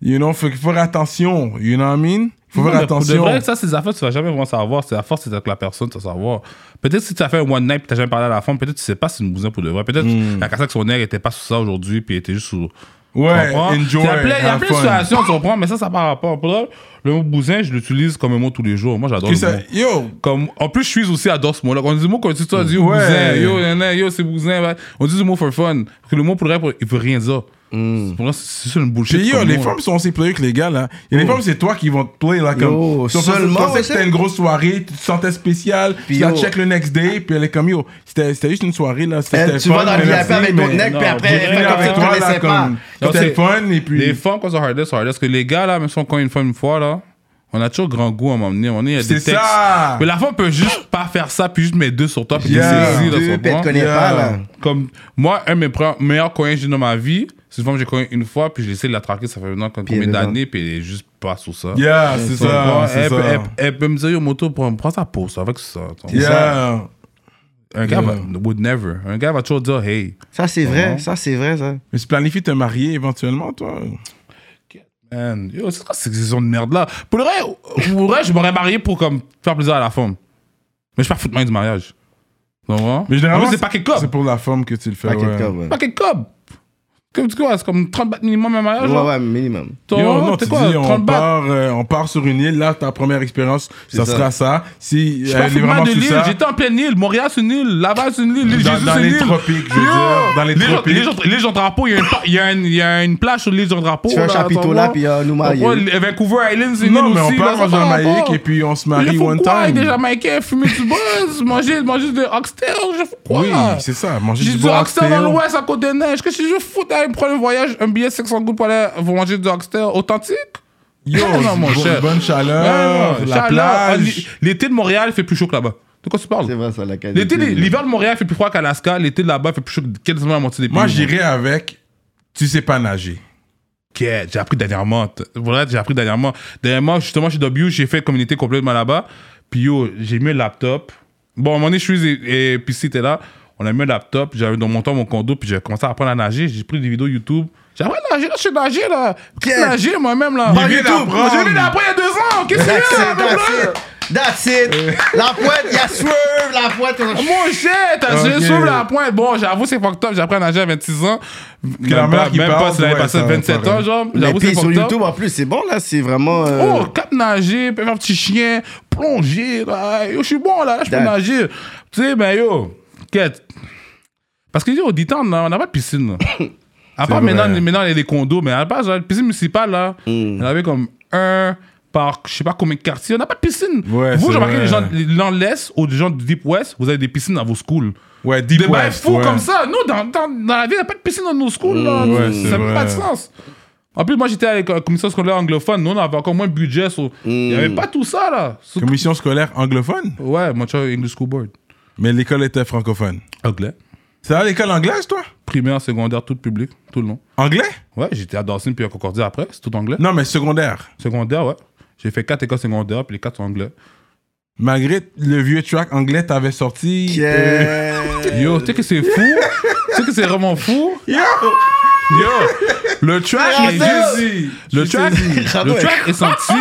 [SPEAKER 1] You know, faut faut faire attention, you know what I mean? Faut
[SPEAKER 3] Non,
[SPEAKER 1] faire
[SPEAKER 3] mais pour de
[SPEAKER 1] attention.
[SPEAKER 3] vrai, ça, ces affaires, tu vas jamais vraiment savoir. C'est à force, c'est avec la personne, tu vas savoir. Peut-être si tu as fait un one night et tu jamais parlé à la femme, peut-être tu sais pas si c'est une bousin pour de vrai. Peut-être
[SPEAKER 1] Hmm.
[SPEAKER 3] la cassette, son air était pas sous ça aujourd'hui puis elle était juste sous.
[SPEAKER 1] Ouais,
[SPEAKER 3] Tu comprends?
[SPEAKER 1] enjoy,
[SPEAKER 3] Il y a plein, il y a
[SPEAKER 1] have
[SPEAKER 3] plein de
[SPEAKER 1] fun.
[SPEAKER 3] situations, tu comprends, mais ça, ça par rapport. Pour de vrai, le mot bousin, je l'utilise comme un mot tous les jours. Moi, j'adore
[SPEAKER 1] Puis
[SPEAKER 3] le
[SPEAKER 1] ça-
[SPEAKER 3] mot.
[SPEAKER 1] Yo,
[SPEAKER 3] Comme, en plus, je suis aussi à ce mot-là. Quand on dit le mot, quand tu toi, dis
[SPEAKER 1] Ouais.
[SPEAKER 3] bousin, yo, nan, nan, yo, c'est bousin, ouais. on dit le mot for fun. Parce que le mot pour vrai, pour- il veut rien dire. Pour moi, c'est c'est une bullshit.
[SPEAKER 1] Hmm. Puis yo,
[SPEAKER 3] comme
[SPEAKER 1] les
[SPEAKER 3] mot.
[SPEAKER 1] femmes sont aussi players que les gars, là. Il y a
[SPEAKER 3] Oh.
[SPEAKER 1] des femmes, c'est toi qui vont te play, là, comme.
[SPEAKER 2] Yo,
[SPEAKER 1] tu pensais- tu
[SPEAKER 2] seulement,
[SPEAKER 1] pensais
[SPEAKER 2] ouais,
[SPEAKER 1] que c'était
[SPEAKER 2] c'est-
[SPEAKER 1] une grosse soirée, tu te sentais spécial, tu
[SPEAKER 2] Puis
[SPEAKER 1] la
[SPEAKER 2] yo.
[SPEAKER 1] check le next day, puis elle est comme, yo, c'était c'était juste une soirée, là. c'était-
[SPEAKER 2] Elle,
[SPEAKER 1] C'était
[SPEAKER 2] Eh, tu vas dans le
[SPEAKER 1] mais
[SPEAKER 2] VIP
[SPEAKER 1] merci,
[SPEAKER 2] avec ton
[SPEAKER 1] mais-
[SPEAKER 2] neck, puis
[SPEAKER 3] non,
[SPEAKER 2] après,
[SPEAKER 3] j'ai
[SPEAKER 2] elle
[SPEAKER 3] rien
[SPEAKER 2] fait
[SPEAKER 1] Rien
[SPEAKER 2] comme si
[SPEAKER 1] avec
[SPEAKER 2] tu
[SPEAKER 1] toi,
[SPEAKER 2] ne
[SPEAKER 1] là,
[SPEAKER 2] connaissais pas.
[SPEAKER 1] comme.
[SPEAKER 3] Non,
[SPEAKER 1] C'était
[SPEAKER 3] c'est-
[SPEAKER 1] fun, et puis.
[SPEAKER 3] Les femmes, quand ils sont hardest, sont hardest. Parce que les gars, là, même si on cogne une fois une fois, là, on a toujours grand goût à m'emmener. On est, il y a des
[SPEAKER 1] C'est
[SPEAKER 3] textes.
[SPEAKER 1] ça!
[SPEAKER 3] Mais la femme peut juste pas faire ça, puis juste mettre deux sur toi, puis
[SPEAKER 1] Yeah.
[SPEAKER 3] t'es saisi dans
[SPEAKER 2] Deux,
[SPEAKER 3] son
[SPEAKER 2] puis elle te
[SPEAKER 3] point.
[SPEAKER 2] connaît pas, là.
[SPEAKER 3] Comme, moi, un de mes pre- meilleurs coins que j'ai dans ma vie, c'est une femme que j'ai connue une fois, puis j'ai essayé de la traquer, ça fait maintenant combien
[SPEAKER 2] elle est
[SPEAKER 3] d'années, puis elle est juste pas sur ça.
[SPEAKER 1] Yeah, c'est
[SPEAKER 3] Tu comprends?
[SPEAKER 1] ça, c'est
[SPEAKER 3] elle, peut- elle-
[SPEAKER 1] ça.
[SPEAKER 3] elle peut me dire, yo, moto, prends, prends sa peau, ça, avec ça. tu comprends?
[SPEAKER 1] Yeah.
[SPEAKER 3] Un gars va- would never. Un gars va toujours dire, hey.
[SPEAKER 2] Ça, c'est vrai. Ça, c'est vrai, ça.
[SPEAKER 1] Mais tu planifies te marier éventuellement, toi?
[SPEAKER 3] Man, yo, c'est quoi cette saison de merde là Pour le vrai, pour le vrai, je m'aurais marié pour comme faire plaisir à la femme. Mais je suis pas foutu de du mariage. Tu comprends
[SPEAKER 1] Mais généralement,
[SPEAKER 3] En plus, c'est pas quelque
[SPEAKER 1] C'est
[SPEAKER 3] cob.
[SPEAKER 1] pour la femme que tu le fais.
[SPEAKER 2] Paquet de
[SPEAKER 1] ouais.
[SPEAKER 2] cob, ouais.
[SPEAKER 3] Pas quelque cob. Comme tu vois, c'est comme 30 bahts minimum un mariage.
[SPEAKER 2] Ouais,
[SPEAKER 3] là.
[SPEAKER 2] ouais, minimum.
[SPEAKER 3] T'as-
[SPEAKER 1] Yo, non,
[SPEAKER 3] t'es
[SPEAKER 1] tu
[SPEAKER 3] quoi,
[SPEAKER 1] dis, on
[SPEAKER 3] 30 bahts
[SPEAKER 1] part, euh, on part sur une île, là, ta première expérience, ça,
[SPEAKER 2] ça.
[SPEAKER 1] sera ça. Si
[SPEAKER 3] Je suis
[SPEAKER 1] euh,
[SPEAKER 3] pas
[SPEAKER 1] elle est
[SPEAKER 3] foutu mal
[SPEAKER 1] vraiment
[SPEAKER 3] de
[SPEAKER 1] sur
[SPEAKER 3] l'île.
[SPEAKER 1] ça.
[SPEAKER 3] J'étais en pleine île. Montréal, c'est une île. Laval, c'est une île. L'île
[SPEAKER 1] Dans-
[SPEAKER 3] Jésus,
[SPEAKER 1] dans
[SPEAKER 3] c'est une
[SPEAKER 1] les
[SPEAKER 3] île.
[SPEAKER 1] tropiques, je veux
[SPEAKER 3] Yo!
[SPEAKER 1] dire. Dans les
[SPEAKER 3] gens-
[SPEAKER 1] tropiques.
[SPEAKER 3] gens- Les gens drapeaux, il y a une pa- il y a une- il y a une plage sur l'île gens drapeau.
[SPEAKER 2] Tu fais un chapiteau là, puis euh, nous marier.
[SPEAKER 3] Vancouver Island, c'est une île
[SPEAKER 1] Non, mais on
[SPEAKER 3] aussi, là,
[SPEAKER 1] part
[SPEAKER 3] ça
[SPEAKER 1] en
[SPEAKER 3] a pas
[SPEAKER 1] Jamaïque
[SPEAKER 3] rapport.
[SPEAKER 1] et puis on se
[SPEAKER 3] Il
[SPEAKER 1] marie
[SPEAKER 3] faut
[SPEAKER 1] one
[SPEAKER 3] quoi,
[SPEAKER 1] time.
[SPEAKER 3] Des Jamaïcains, fumer du buzz, (laughs) manger, manger de oxtail, je fous quoi?
[SPEAKER 1] Oui, c'est ça. Manger
[SPEAKER 3] J'ai
[SPEAKER 1] du
[SPEAKER 3] du
[SPEAKER 1] bon
[SPEAKER 3] oxtail dans
[SPEAKER 1] oxtail.
[SPEAKER 3] l'ouest à côte des neiges. Qu'est-ce que je fous d'aller me prendre un voyage, un billet 500 gouttes pour aller vous manger du oxtail authentique?
[SPEAKER 1] Yo,
[SPEAKER 3] (laughs) Non, non, mon
[SPEAKER 1] bon-
[SPEAKER 3] cher.
[SPEAKER 1] bonne chaleur,
[SPEAKER 3] Ouais, non,
[SPEAKER 1] la
[SPEAKER 3] chaleur. Ah,
[SPEAKER 1] plage.
[SPEAKER 3] l'i- L'été de Montréal fait plus chaud que là-bas. De quoi tu
[SPEAKER 2] C'est
[SPEAKER 3] parles?
[SPEAKER 2] vrai, ça, la qualité.
[SPEAKER 3] L'été, l'hiver de Montréal fait plus froid qu'Alaska. L'été de là-bas fait plus chaud que quasiment la moitié des pays.
[SPEAKER 1] Moi, j'irais avec tu sais pas nager.
[SPEAKER 3] Ok, j'ai appris dernièrement. t- Voilà, j'ai appris dernièrement. Dernièrement, justement, chez W, j'ai fait communauté complètement là-bas. Puis yo, j'ai mis un laptop. Bon, à un moment donné, je suis et, et puis si t'es là, on a mis un laptop. J'avais dans mon temps mon condo, puis j'ai commencé à apprendre à nager. J'ai pris des vidéos YouTube. J'ai appris à nager, là, je sais nager, là. Qu'est-ce que
[SPEAKER 2] Yeah.
[SPEAKER 3] nager, moi-même, là?
[SPEAKER 1] Il vient d'apprendre.
[SPEAKER 3] J'ai vu d'apprendre il y a deux ans. Qu'est-ce que
[SPEAKER 2] That's
[SPEAKER 3] c'est, là,
[SPEAKER 2] it,
[SPEAKER 3] mon
[SPEAKER 2] that's
[SPEAKER 3] frère?
[SPEAKER 2] it. That's it. La pointe, y'a swerve, la pointe.
[SPEAKER 3] Mon cher, t'as
[SPEAKER 1] Ok.
[SPEAKER 3] okay. sur la pointe. Bon, j'avoue, c'est fucked up. J'ai appris à nager à 26 ans. Même
[SPEAKER 1] la mère
[SPEAKER 3] pas,
[SPEAKER 1] qui
[SPEAKER 3] même
[SPEAKER 1] parle,
[SPEAKER 3] pas si j'avais
[SPEAKER 1] ouais,
[SPEAKER 3] passé
[SPEAKER 1] ça-
[SPEAKER 3] 27
[SPEAKER 1] ça-
[SPEAKER 3] ans, genre.
[SPEAKER 2] Mais
[SPEAKER 3] J'avoue, c'est
[SPEAKER 2] puis sur
[SPEAKER 3] fucked up.
[SPEAKER 2] YouTube, en plus, c'est bon, là. C'est vraiment. euh,
[SPEAKER 3] Oh, cap nager, peut faire un petit chien, plonger. là. Yo, je suis bon là, là, je peux
[SPEAKER 2] That-
[SPEAKER 3] nager. Tu sais, ben yo, quête. Parce que yo, dit on n'a on n'a pas de piscine.
[SPEAKER 1] (coughs)
[SPEAKER 3] là. À part
[SPEAKER 1] vrai. Mm.
[SPEAKER 3] maintenant, maintenant, il y a des condos, mais à la base, la piscine municipale, là, il y en avait comme un par je sais pas combien de quartiers. On n'a pas de piscine.
[SPEAKER 1] Ouais,
[SPEAKER 3] vous,
[SPEAKER 1] c'est
[SPEAKER 3] j'ai remarqué
[SPEAKER 1] vrai.
[SPEAKER 3] les gens dans l'Est ou des gens du Deep West, vous avez des piscines dans vos schools.
[SPEAKER 1] Ouais, deep
[SPEAKER 3] Des bails
[SPEAKER 1] west,
[SPEAKER 3] fous
[SPEAKER 1] ouais.
[SPEAKER 3] comme ça. Nous, dans, dans, dans la ville, il n'y a pas de piscine dans nos schools. là.
[SPEAKER 1] ouais, c'est
[SPEAKER 3] ça n'a pas de
[SPEAKER 1] vrai.
[SPEAKER 3] sens. En plus, moi, j'étais avec la commission scolaire anglophone. Nous, on avait encore moins de budget. so- Il n'y avait pas tout ça, là. So-
[SPEAKER 1] Commission scolaire anglophone,
[SPEAKER 3] Ouais, mon chat, English School Board.
[SPEAKER 1] mais l'école était francophone.
[SPEAKER 3] Anglais.
[SPEAKER 1] C'est à l'école anglaise, toi
[SPEAKER 3] Primaire, secondaire, tout public, tout le long.
[SPEAKER 1] Anglais
[SPEAKER 3] Ouais, j'étais à Dawson puis à Concordia après. C'est tout anglais.
[SPEAKER 1] Non, mais secondaire.
[SPEAKER 3] Secondaire, ouais. J'ai fait quatre écoles secondaires, puis les quatre sont anglais.
[SPEAKER 1] Malgré le vieux track anglais, t'avais sorti. euh,
[SPEAKER 2] yeah.
[SPEAKER 3] Yo, tu sais que c'est fou? tu sais que c'est vraiment fou?
[SPEAKER 1] Yo
[SPEAKER 3] Yo, le track,
[SPEAKER 2] Ah,
[SPEAKER 3] est
[SPEAKER 2] ça-
[SPEAKER 1] Ah,
[SPEAKER 3] juste- le track,
[SPEAKER 2] Radeau
[SPEAKER 3] le
[SPEAKER 2] est-
[SPEAKER 3] track est sorti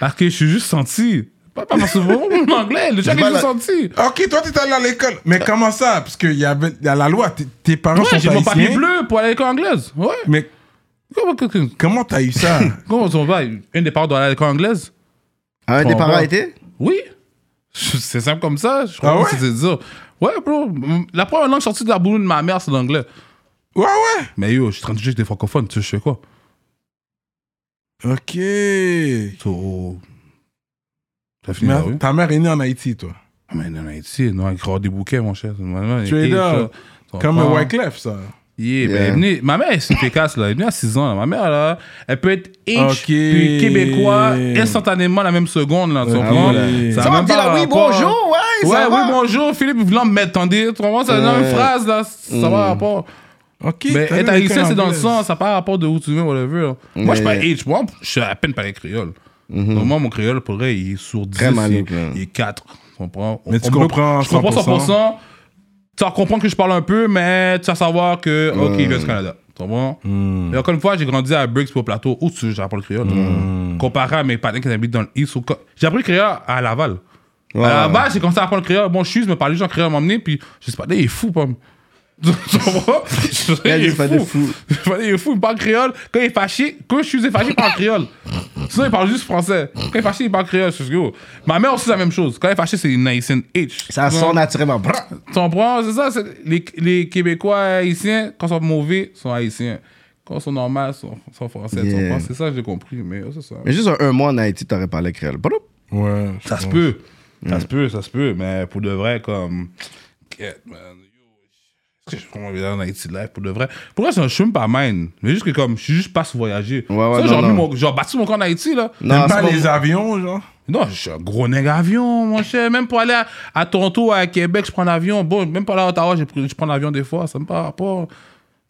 [SPEAKER 3] Parce que je suis juste senti. Pas par mon anglais, le Jack est
[SPEAKER 2] pas
[SPEAKER 3] juste
[SPEAKER 2] la-
[SPEAKER 3] senti.
[SPEAKER 1] Ok, toi, t'es allé à l'école. Mais comment ça? Parce qu'il y avait y a la loi, t- tes parents
[SPEAKER 3] Ouais, j'ai
[SPEAKER 1] sont
[SPEAKER 3] mon papier
[SPEAKER 1] haïtiens.
[SPEAKER 3] bleu pour aller à l'école anglaise. Ouais.
[SPEAKER 1] Mais
[SPEAKER 3] Comment, comment,
[SPEAKER 1] comment t'as eu
[SPEAKER 3] (laughs)
[SPEAKER 1] ça?
[SPEAKER 3] comment on va Un des parents doit aller à l'école anglaise
[SPEAKER 2] Un des
[SPEAKER 3] Bon,
[SPEAKER 2] parents
[SPEAKER 3] bon.
[SPEAKER 2] était
[SPEAKER 3] Oui. (laughs) C'est simple comme ça. Je crois
[SPEAKER 1] Ah
[SPEAKER 3] que
[SPEAKER 1] ouais?
[SPEAKER 3] c'était ça. Ouais, bro. La première langue sortie de la boule de ma mère, c'est l'anglais.
[SPEAKER 1] ouais, ouais.
[SPEAKER 3] Mais yo, je suis en train de dire que j'étais francophone. Tu sais, je fais quoi
[SPEAKER 1] Ok.
[SPEAKER 3] So, T'as fini la
[SPEAKER 1] Mais
[SPEAKER 3] rue
[SPEAKER 1] ta mère est née en Haïti, toi.
[SPEAKER 3] Ah, Mais non, non, ici, non, avec des bouquets, mon cher.
[SPEAKER 1] Tu es là. Comme un Wyclef, ça.
[SPEAKER 3] Yeah, ben,
[SPEAKER 2] Yeah.
[SPEAKER 3] elle est venue- ma mère est efficace, là. Elle est venue à 6 ans, là. Ma mère, là, elle peut être inch
[SPEAKER 1] Ok.
[SPEAKER 3] puis québécois instantanément la même seconde, là. Tu
[SPEAKER 1] Ok.
[SPEAKER 3] comprends?
[SPEAKER 1] Ça
[SPEAKER 3] a
[SPEAKER 2] Ça
[SPEAKER 3] même
[SPEAKER 2] on dit
[SPEAKER 3] pas
[SPEAKER 2] là, oui,
[SPEAKER 3] rapport.
[SPEAKER 2] bonjour, ouais,
[SPEAKER 3] Ouais,
[SPEAKER 2] ça
[SPEAKER 3] oui,
[SPEAKER 2] va.
[SPEAKER 3] bonjour, Philippe, vous me m'attendez. Tu comprends? C'est la même
[SPEAKER 2] Ouais. Mm.
[SPEAKER 3] phrase, là. Ça va rapport.
[SPEAKER 1] Ok.
[SPEAKER 3] Mais
[SPEAKER 1] t'as
[SPEAKER 3] être
[SPEAKER 1] eu
[SPEAKER 3] haïtien,
[SPEAKER 1] l'école
[SPEAKER 3] c'est dans le
[SPEAKER 1] anglaise.
[SPEAKER 3] sens, ça n'a pas rapport de où tu viens, whatever. là. Moi, je suis pas H, moi, je suis à peine parler créole.
[SPEAKER 1] Mhm.
[SPEAKER 3] Donc, moi, mon créole, pour vrai, il est sur 10,
[SPEAKER 2] Très
[SPEAKER 3] il,
[SPEAKER 2] maluque, là.
[SPEAKER 3] il est 4. Tu comprends?
[SPEAKER 1] Mais tu
[SPEAKER 3] me-
[SPEAKER 1] comprends
[SPEAKER 3] Je comprends
[SPEAKER 1] 100%.
[SPEAKER 3] 100%. Tu vas comprendre que je parle un peu, mais tu vas savoir que, OK, il vient du Canada. Tu comprends?
[SPEAKER 1] Hmm.
[SPEAKER 3] Et encore une fois, j'ai grandi à Briggs pour plateau, où tu j'apprends le créole.
[SPEAKER 1] Hmm.
[SPEAKER 3] Comparé à mes parents qui habitent dans le East. ou co- J'ai appris le créole à Laval. À la base, Euh, bah, j'ai commencé à apprendre le créole. Bon, je suis, mais parler les gens créole m'emmener, puis je sais pas, il est fou, pomme. (laughs) Tu comprends? Je sais,
[SPEAKER 2] Il
[SPEAKER 3] Il
[SPEAKER 2] est pas de
[SPEAKER 3] est
[SPEAKER 2] fou.
[SPEAKER 3] fou. Il est fou, il parle créole. Quand il est fâché, quand je suis il est fâché, il parle créole. Sinon, il parle juste français. Quand il est fâché, il parle créole. Je suis gros. Ma mère aussi, c'est la même chose. Quand elle est fâchée, c'est une Haïtienne H.
[SPEAKER 2] Ça
[SPEAKER 3] Tu
[SPEAKER 2] sort naturellement. Brrr.
[SPEAKER 3] tu comprends? C'est ça. c'est- Les, les Québécois haïtiens, quand ils sont mauvais, sont haïtiens. Quand ils sont normaux, sont, sont français. Tu
[SPEAKER 2] Yeah.
[SPEAKER 3] comprends? C'est ça, j'ai compris. Mais c'est ça.
[SPEAKER 2] Mais juste un, un mois en Haïti, t'aurais parlé créole. Broup.
[SPEAKER 1] Ouais. je
[SPEAKER 3] Ça se
[SPEAKER 1] pense.
[SPEAKER 3] peut.
[SPEAKER 1] Mm.
[SPEAKER 3] Ça se peut, ça se peut. Mais pour de vrai, comme. Quête, man. Yo, Est-ce que je suis vraiment bien en Haïti live pour de vrai? Pour vrai, c'est un chemin pas mine. Mais juste que comme, je suis juste pas sous voyager.
[SPEAKER 2] Ouais, ouais,
[SPEAKER 3] ça,
[SPEAKER 2] non,
[SPEAKER 3] genre,
[SPEAKER 2] non.
[SPEAKER 3] mis mon- genre, battu mon camp en Haïti, là.
[SPEAKER 2] Non,
[SPEAKER 1] Pas
[SPEAKER 2] c'est pas-
[SPEAKER 1] les avions, genre.
[SPEAKER 3] Non, je suis un gros nègre avion, mon cher. Même pour aller à, à Toronto, à Québec, je prends l'avion. Bon, même pour aller à Ottawa, je, pr- je prends l'avion des fois. Ça me parle pas.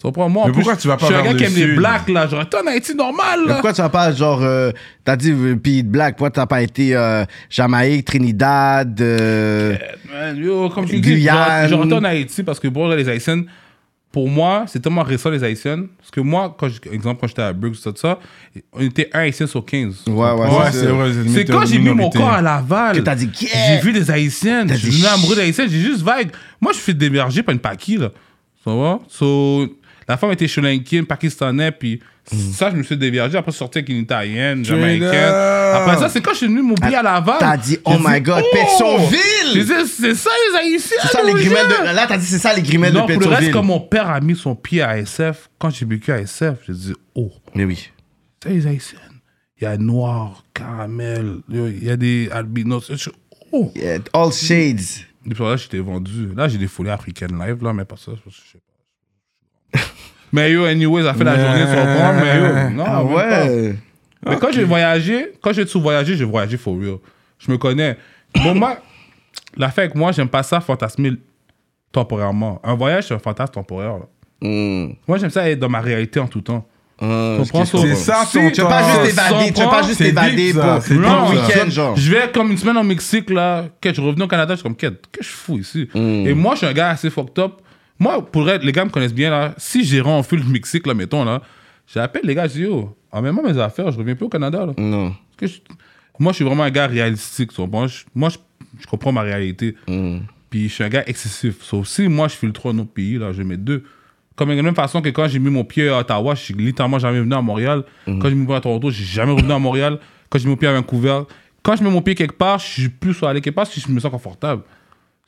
[SPEAKER 3] Tu comprends? Moi, en
[SPEAKER 1] Mais
[SPEAKER 3] plus,
[SPEAKER 1] pourquoi tu vas pas
[SPEAKER 3] Je suis un
[SPEAKER 1] vers
[SPEAKER 3] gars
[SPEAKER 1] le
[SPEAKER 3] qui aime les
[SPEAKER 1] sud?
[SPEAKER 3] blacks, là. Genre, t'es en Haïti normal,
[SPEAKER 2] Mais
[SPEAKER 3] là.
[SPEAKER 2] Pourquoi tu n'as pas, genre, euh, t'as dit euh, pays de blague, pourquoi t'as pas été euh, Jamaïque, Trinidad, euh,
[SPEAKER 3] Man, yo, oh, comme je te dis,
[SPEAKER 2] Guyane.
[SPEAKER 3] je retourne en Haïti parce que pour les Haïtiennes, pour moi, c'est tellement récent les Haïtiennes. Parce que moi, quand je- exemple, quand j'étais à Brooks, tout ça, on était un Haïtien sur 15.
[SPEAKER 2] Ouais, ouais,
[SPEAKER 1] Ouais,
[SPEAKER 2] c'est
[SPEAKER 1] c'est
[SPEAKER 2] ça.
[SPEAKER 1] vrai. une
[SPEAKER 3] C'est quand j'ai mis mon
[SPEAKER 1] minorité.
[SPEAKER 3] corps à Laval.
[SPEAKER 2] Que t'as dit, Yeah!
[SPEAKER 3] J'ai vu des Haïtiennes. Je suis
[SPEAKER 2] dit,
[SPEAKER 3] devenu amoureux d'Haïtiennes. J'ai juste vague. Moi, je suis fait démerger par une paquille, là. Ça va? So, la femme était sholankienne, pakistanais, puis
[SPEAKER 2] Mm.
[SPEAKER 3] ça, je me suis dévergé. Après, je sortais avec une italienne, jamaïcaine.
[SPEAKER 1] up.
[SPEAKER 3] Après ça, c'est quand je suis venu m'oublier à Laval.
[SPEAKER 2] T'as dit, oh
[SPEAKER 3] J'ai
[SPEAKER 2] my god,
[SPEAKER 3] Je
[SPEAKER 2] Pétionville!
[SPEAKER 3] disais, c'est ça les Haïtiens.
[SPEAKER 2] C'est ça les
[SPEAKER 3] mon
[SPEAKER 2] grimelles
[SPEAKER 3] gars.
[SPEAKER 2] de. Là, t'as dit, c'est ça les grimelles de
[SPEAKER 3] Non, pour le reste,
[SPEAKER 2] Pétionville.
[SPEAKER 3] quand mon père a mis son pied à SF, quand j'ai vécu à SF, j'ai dit, oh,
[SPEAKER 2] Mais oui.
[SPEAKER 3] c'est les Haïtiennes. Il y a noir, caramel, il y a des albinos. Je- Oh!
[SPEAKER 2] Yeah, Euh, All shades.
[SPEAKER 3] Et puis là, j'étais vendu. Là, j'ai des folies africaines live, là, mais pas ça, je sais pas.
[SPEAKER 2] (laughs)
[SPEAKER 3] Mais yo, anyway, ça fait la journée sur le point, mais yo, non,
[SPEAKER 2] Ah
[SPEAKER 3] même pas.
[SPEAKER 2] ouais.
[SPEAKER 3] Mais quand j'ai voyagé, quand j'ai tout voyagé, j'ai voyagé for real. Je me connais. Bon, moi, l'affaire avec moi, j'aime pas ça fantasmer temporairement. Un voyage, c'est un fantasme temporaire. là.
[SPEAKER 2] Hum.
[SPEAKER 3] Moi, j'aime ça être dans ma réalité en tout temps.
[SPEAKER 2] Ah,
[SPEAKER 3] Tu comprends
[SPEAKER 2] excuse-
[SPEAKER 3] so-
[SPEAKER 1] Hmm. C'est ça,
[SPEAKER 3] Si,
[SPEAKER 1] ton
[SPEAKER 3] tu
[SPEAKER 2] Tu veux pas
[SPEAKER 3] Ah,
[SPEAKER 1] temps.
[SPEAKER 2] juste évader, tu veux pas
[SPEAKER 3] sans
[SPEAKER 2] juste
[SPEAKER 1] c'est
[SPEAKER 2] évader
[SPEAKER 1] deep, ça,
[SPEAKER 2] pour
[SPEAKER 1] c'est
[SPEAKER 2] pour un
[SPEAKER 3] Non,
[SPEAKER 1] deep,
[SPEAKER 2] week-end, genre.
[SPEAKER 3] Je vais comme une semaine au Mexique, là, que je revenais au Canada, je suis comme, qu'est-ce que je fous ici?
[SPEAKER 2] Hmm.
[SPEAKER 3] Et moi, je suis un gars assez fucked up. Moi, pour être, les gars me connaissent bien, là. Si j'ai renfui le Mexique, là, mettons, là, j'appelle les gars, je dis, yo, emmène-moi mes affaires, je reviens plus au Canada, là.
[SPEAKER 2] Non.
[SPEAKER 3] Parce que je- moi, je suis vraiment un gars réalistique. tu comprends? Je- moi, je, je comprends ma réalité.
[SPEAKER 2] Hmm.
[SPEAKER 3] Puis, je suis un gars excessif. Sauf si moi, je filtre un autre pays, là, je mets deux. Comme de la même façon que quand j'ai mis mon pied à Ottawa, je suis littéralement jamais venu à Montréal. Quand j'ai mis mon pied à Toronto, je suis jamais revenu à Montréal. Quand j'ai mis mon pied à Vancouver, quand je mets mon pied quelque part, je suis plus allé quelque part si je me sens confortable.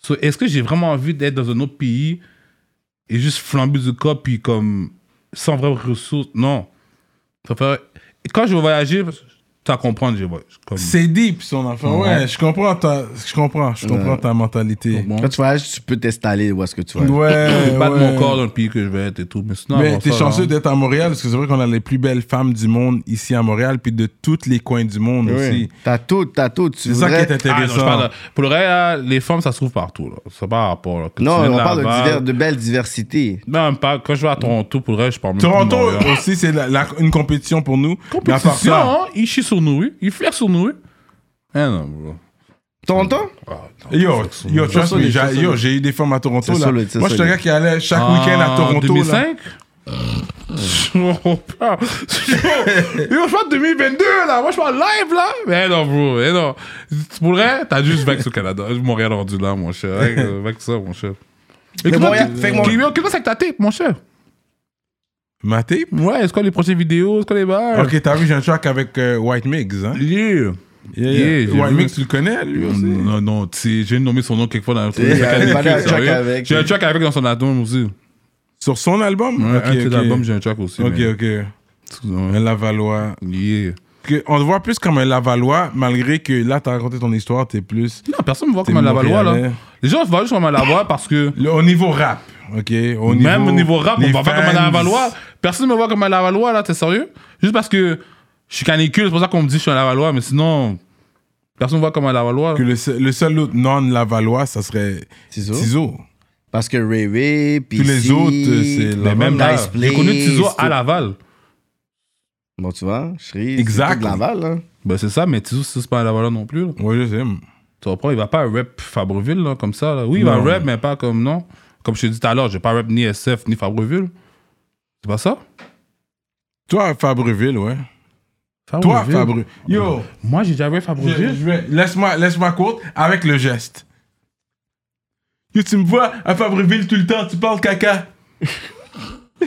[SPEAKER 3] So, Est-ce que j'ai vraiment envie d'être dans un autre pays et juste flamber du corps, puis comme sans vraies ressources Non. Ça fait- et Quand je vais voyager, tu vas comprendre, je vois. Comme...
[SPEAKER 1] C'est deep, son enfant. Ouais, je comprends ta, je comprends, je comprends ta mentalité.
[SPEAKER 3] Bon.
[SPEAKER 2] Quand tu voyages, tu peux t'installer où est-ce que tu vas.
[SPEAKER 1] Ouais,
[SPEAKER 3] battre
[SPEAKER 1] ouais.
[SPEAKER 3] mon corps dans le pays que je vais être et tout. Mais sinon,
[SPEAKER 1] Mais
[SPEAKER 3] avant
[SPEAKER 1] t'es
[SPEAKER 3] ça,
[SPEAKER 1] chanceux
[SPEAKER 3] là,
[SPEAKER 1] d'être à Montréal parce que c'est vrai qu'on a les plus belles femmes du monde ici à Montréal, puis de tous les coins du monde aussi.
[SPEAKER 2] T'as tout, t'as tout. Tu
[SPEAKER 1] C'est ça qui
[SPEAKER 2] voudrais-
[SPEAKER 1] est
[SPEAKER 3] Ah, non, je
[SPEAKER 1] intéressant.
[SPEAKER 3] parle de- Pour le reste, là, les femmes, ça se trouve partout. Là. C'est pas rapport. Là. Que
[SPEAKER 2] Non,
[SPEAKER 3] tu viennes
[SPEAKER 2] on parle de,
[SPEAKER 3] Laval-
[SPEAKER 2] divers- de belle diversité.
[SPEAKER 3] Non, pas. Quand je vais à Toronto, pour le reste, je parle même
[SPEAKER 1] Toronto
[SPEAKER 3] plus de Montréal.
[SPEAKER 1] aussi, c'est la- la- une compétition pour nous. Mais à part
[SPEAKER 3] Compétition,
[SPEAKER 1] ça,
[SPEAKER 3] hein, il chie sur nous, oui. il flaire sur nous. oui. Ah non, bro.
[SPEAKER 2] Toronto?
[SPEAKER 3] Ah, non,
[SPEAKER 1] yo,
[SPEAKER 3] fuck sur
[SPEAKER 1] yo,
[SPEAKER 3] nous.
[SPEAKER 1] trust me,
[SPEAKER 2] solide,
[SPEAKER 1] j'a-
[SPEAKER 2] c'est
[SPEAKER 1] yo, j'ai eu des femmes à Toronto. Là.
[SPEAKER 2] C'est solide, c'est
[SPEAKER 1] Moi, je suis un
[SPEAKER 2] solide.
[SPEAKER 1] gars qui allait chaque
[SPEAKER 3] Ah,
[SPEAKER 1] week-end à Toronto. là.
[SPEAKER 3] 2005? Je comprends pas. Yo, yo, je parle de 2022, là. Moi, je parle live, là. Mais Eh non, bro. Mais non. Pour le reste, t'as juste vax au Canada. Montréal rendu là, mon cher. Vax- Vax ça, mon cher. Et comment
[SPEAKER 2] Montréal- fait que mon-
[SPEAKER 3] ça que ta tape, mon cher?
[SPEAKER 1] Ma tape?
[SPEAKER 3] Ouais, est-ce qu'on a les prochaines vidéos? Est-ce qu'on les barres?
[SPEAKER 1] Ok, t'as vu, j'ai un track avec euh, White Migs, hein?
[SPEAKER 3] Yeah.
[SPEAKER 1] Yeah,
[SPEAKER 3] Yeah,
[SPEAKER 1] yeah.
[SPEAKER 3] j'ai
[SPEAKER 1] White
[SPEAKER 3] vu.
[SPEAKER 1] Migs, tu le connais, lui aussi?
[SPEAKER 3] Non, non, tu sais, j'ai nommé son nom quelquefois dans le
[SPEAKER 2] il y a-
[SPEAKER 3] J'ai
[SPEAKER 2] il y a un track
[SPEAKER 3] sérieux.
[SPEAKER 2] avec.
[SPEAKER 3] J'ai un track avec dans son album aussi.
[SPEAKER 1] Sur son album?
[SPEAKER 3] Ouais,
[SPEAKER 1] Ok,
[SPEAKER 3] un de ses
[SPEAKER 1] ok.
[SPEAKER 3] albums, j'ai un track aussi.
[SPEAKER 1] Ok,
[SPEAKER 3] mais-
[SPEAKER 1] ok. Un Lavallois.
[SPEAKER 3] Yeah.
[SPEAKER 1] Que- on te voit plus comme un Lavallois, malgré que là, t'as raconté ton histoire, t'es plus.
[SPEAKER 3] Non, personne me voit
[SPEAKER 1] T'es
[SPEAKER 3] comme un Lavalois, là.
[SPEAKER 1] Montréalais.
[SPEAKER 3] Les gens se voient juste comme un Lavalois parce que,
[SPEAKER 1] Le- au niveau rap, ok? Au
[SPEAKER 3] même au niveau rap, on
[SPEAKER 1] les
[SPEAKER 3] me voit pas comme un
[SPEAKER 1] fans.
[SPEAKER 3] Lavalois. Personne me voit comme un Lavalois, là, t'es sérieux? Juste parce que je suis canicule, c'est pour ça qu'on me dit que je suis un Lavalois, mais sinon, personne me voit comme un Lavalois.
[SPEAKER 1] Que le, seul- le seul autre non-Lavallois, ça serait
[SPEAKER 2] Tizo.
[SPEAKER 1] Tizo.
[SPEAKER 2] Parce que Ray Ray, puis
[SPEAKER 1] Tous les autres, c'est
[SPEAKER 3] Mais
[SPEAKER 1] la
[SPEAKER 3] euh, même là,
[SPEAKER 2] Dice
[SPEAKER 3] j'ai connu
[SPEAKER 2] Place,
[SPEAKER 3] Tizo à
[SPEAKER 2] tout.
[SPEAKER 3] Laval.
[SPEAKER 2] Bon, tu vois, Chérie,
[SPEAKER 1] Exact.
[SPEAKER 2] c'est tout de Laval, hein.
[SPEAKER 3] Ben, c'est ça, mais Tizo, c'est pas un Lavalois non plus, là.
[SPEAKER 1] Ouais, je sais.
[SPEAKER 3] Tu comprends? Il va pas rap Fabreville, là, comme ça, là. Oui, il va
[SPEAKER 1] Non.
[SPEAKER 3] rap, mais pas comme, non. Comme je te dit tout à l'heure, j'ai pas rap ni SF, ni Fabreville. C'est pas ça?
[SPEAKER 1] Toi, Fabreville, ouais.
[SPEAKER 3] Oh,
[SPEAKER 1] Toi, Fabreville. Yo,
[SPEAKER 3] Moi, j'ai déjà rap
[SPEAKER 1] je-
[SPEAKER 3] Fabreville.
[SPEAKER 1] (laughs) je vais- laisse-moi laisse courte avec le geste. Yo, tu me vois à Fabreville tout le temps, tu parles caca.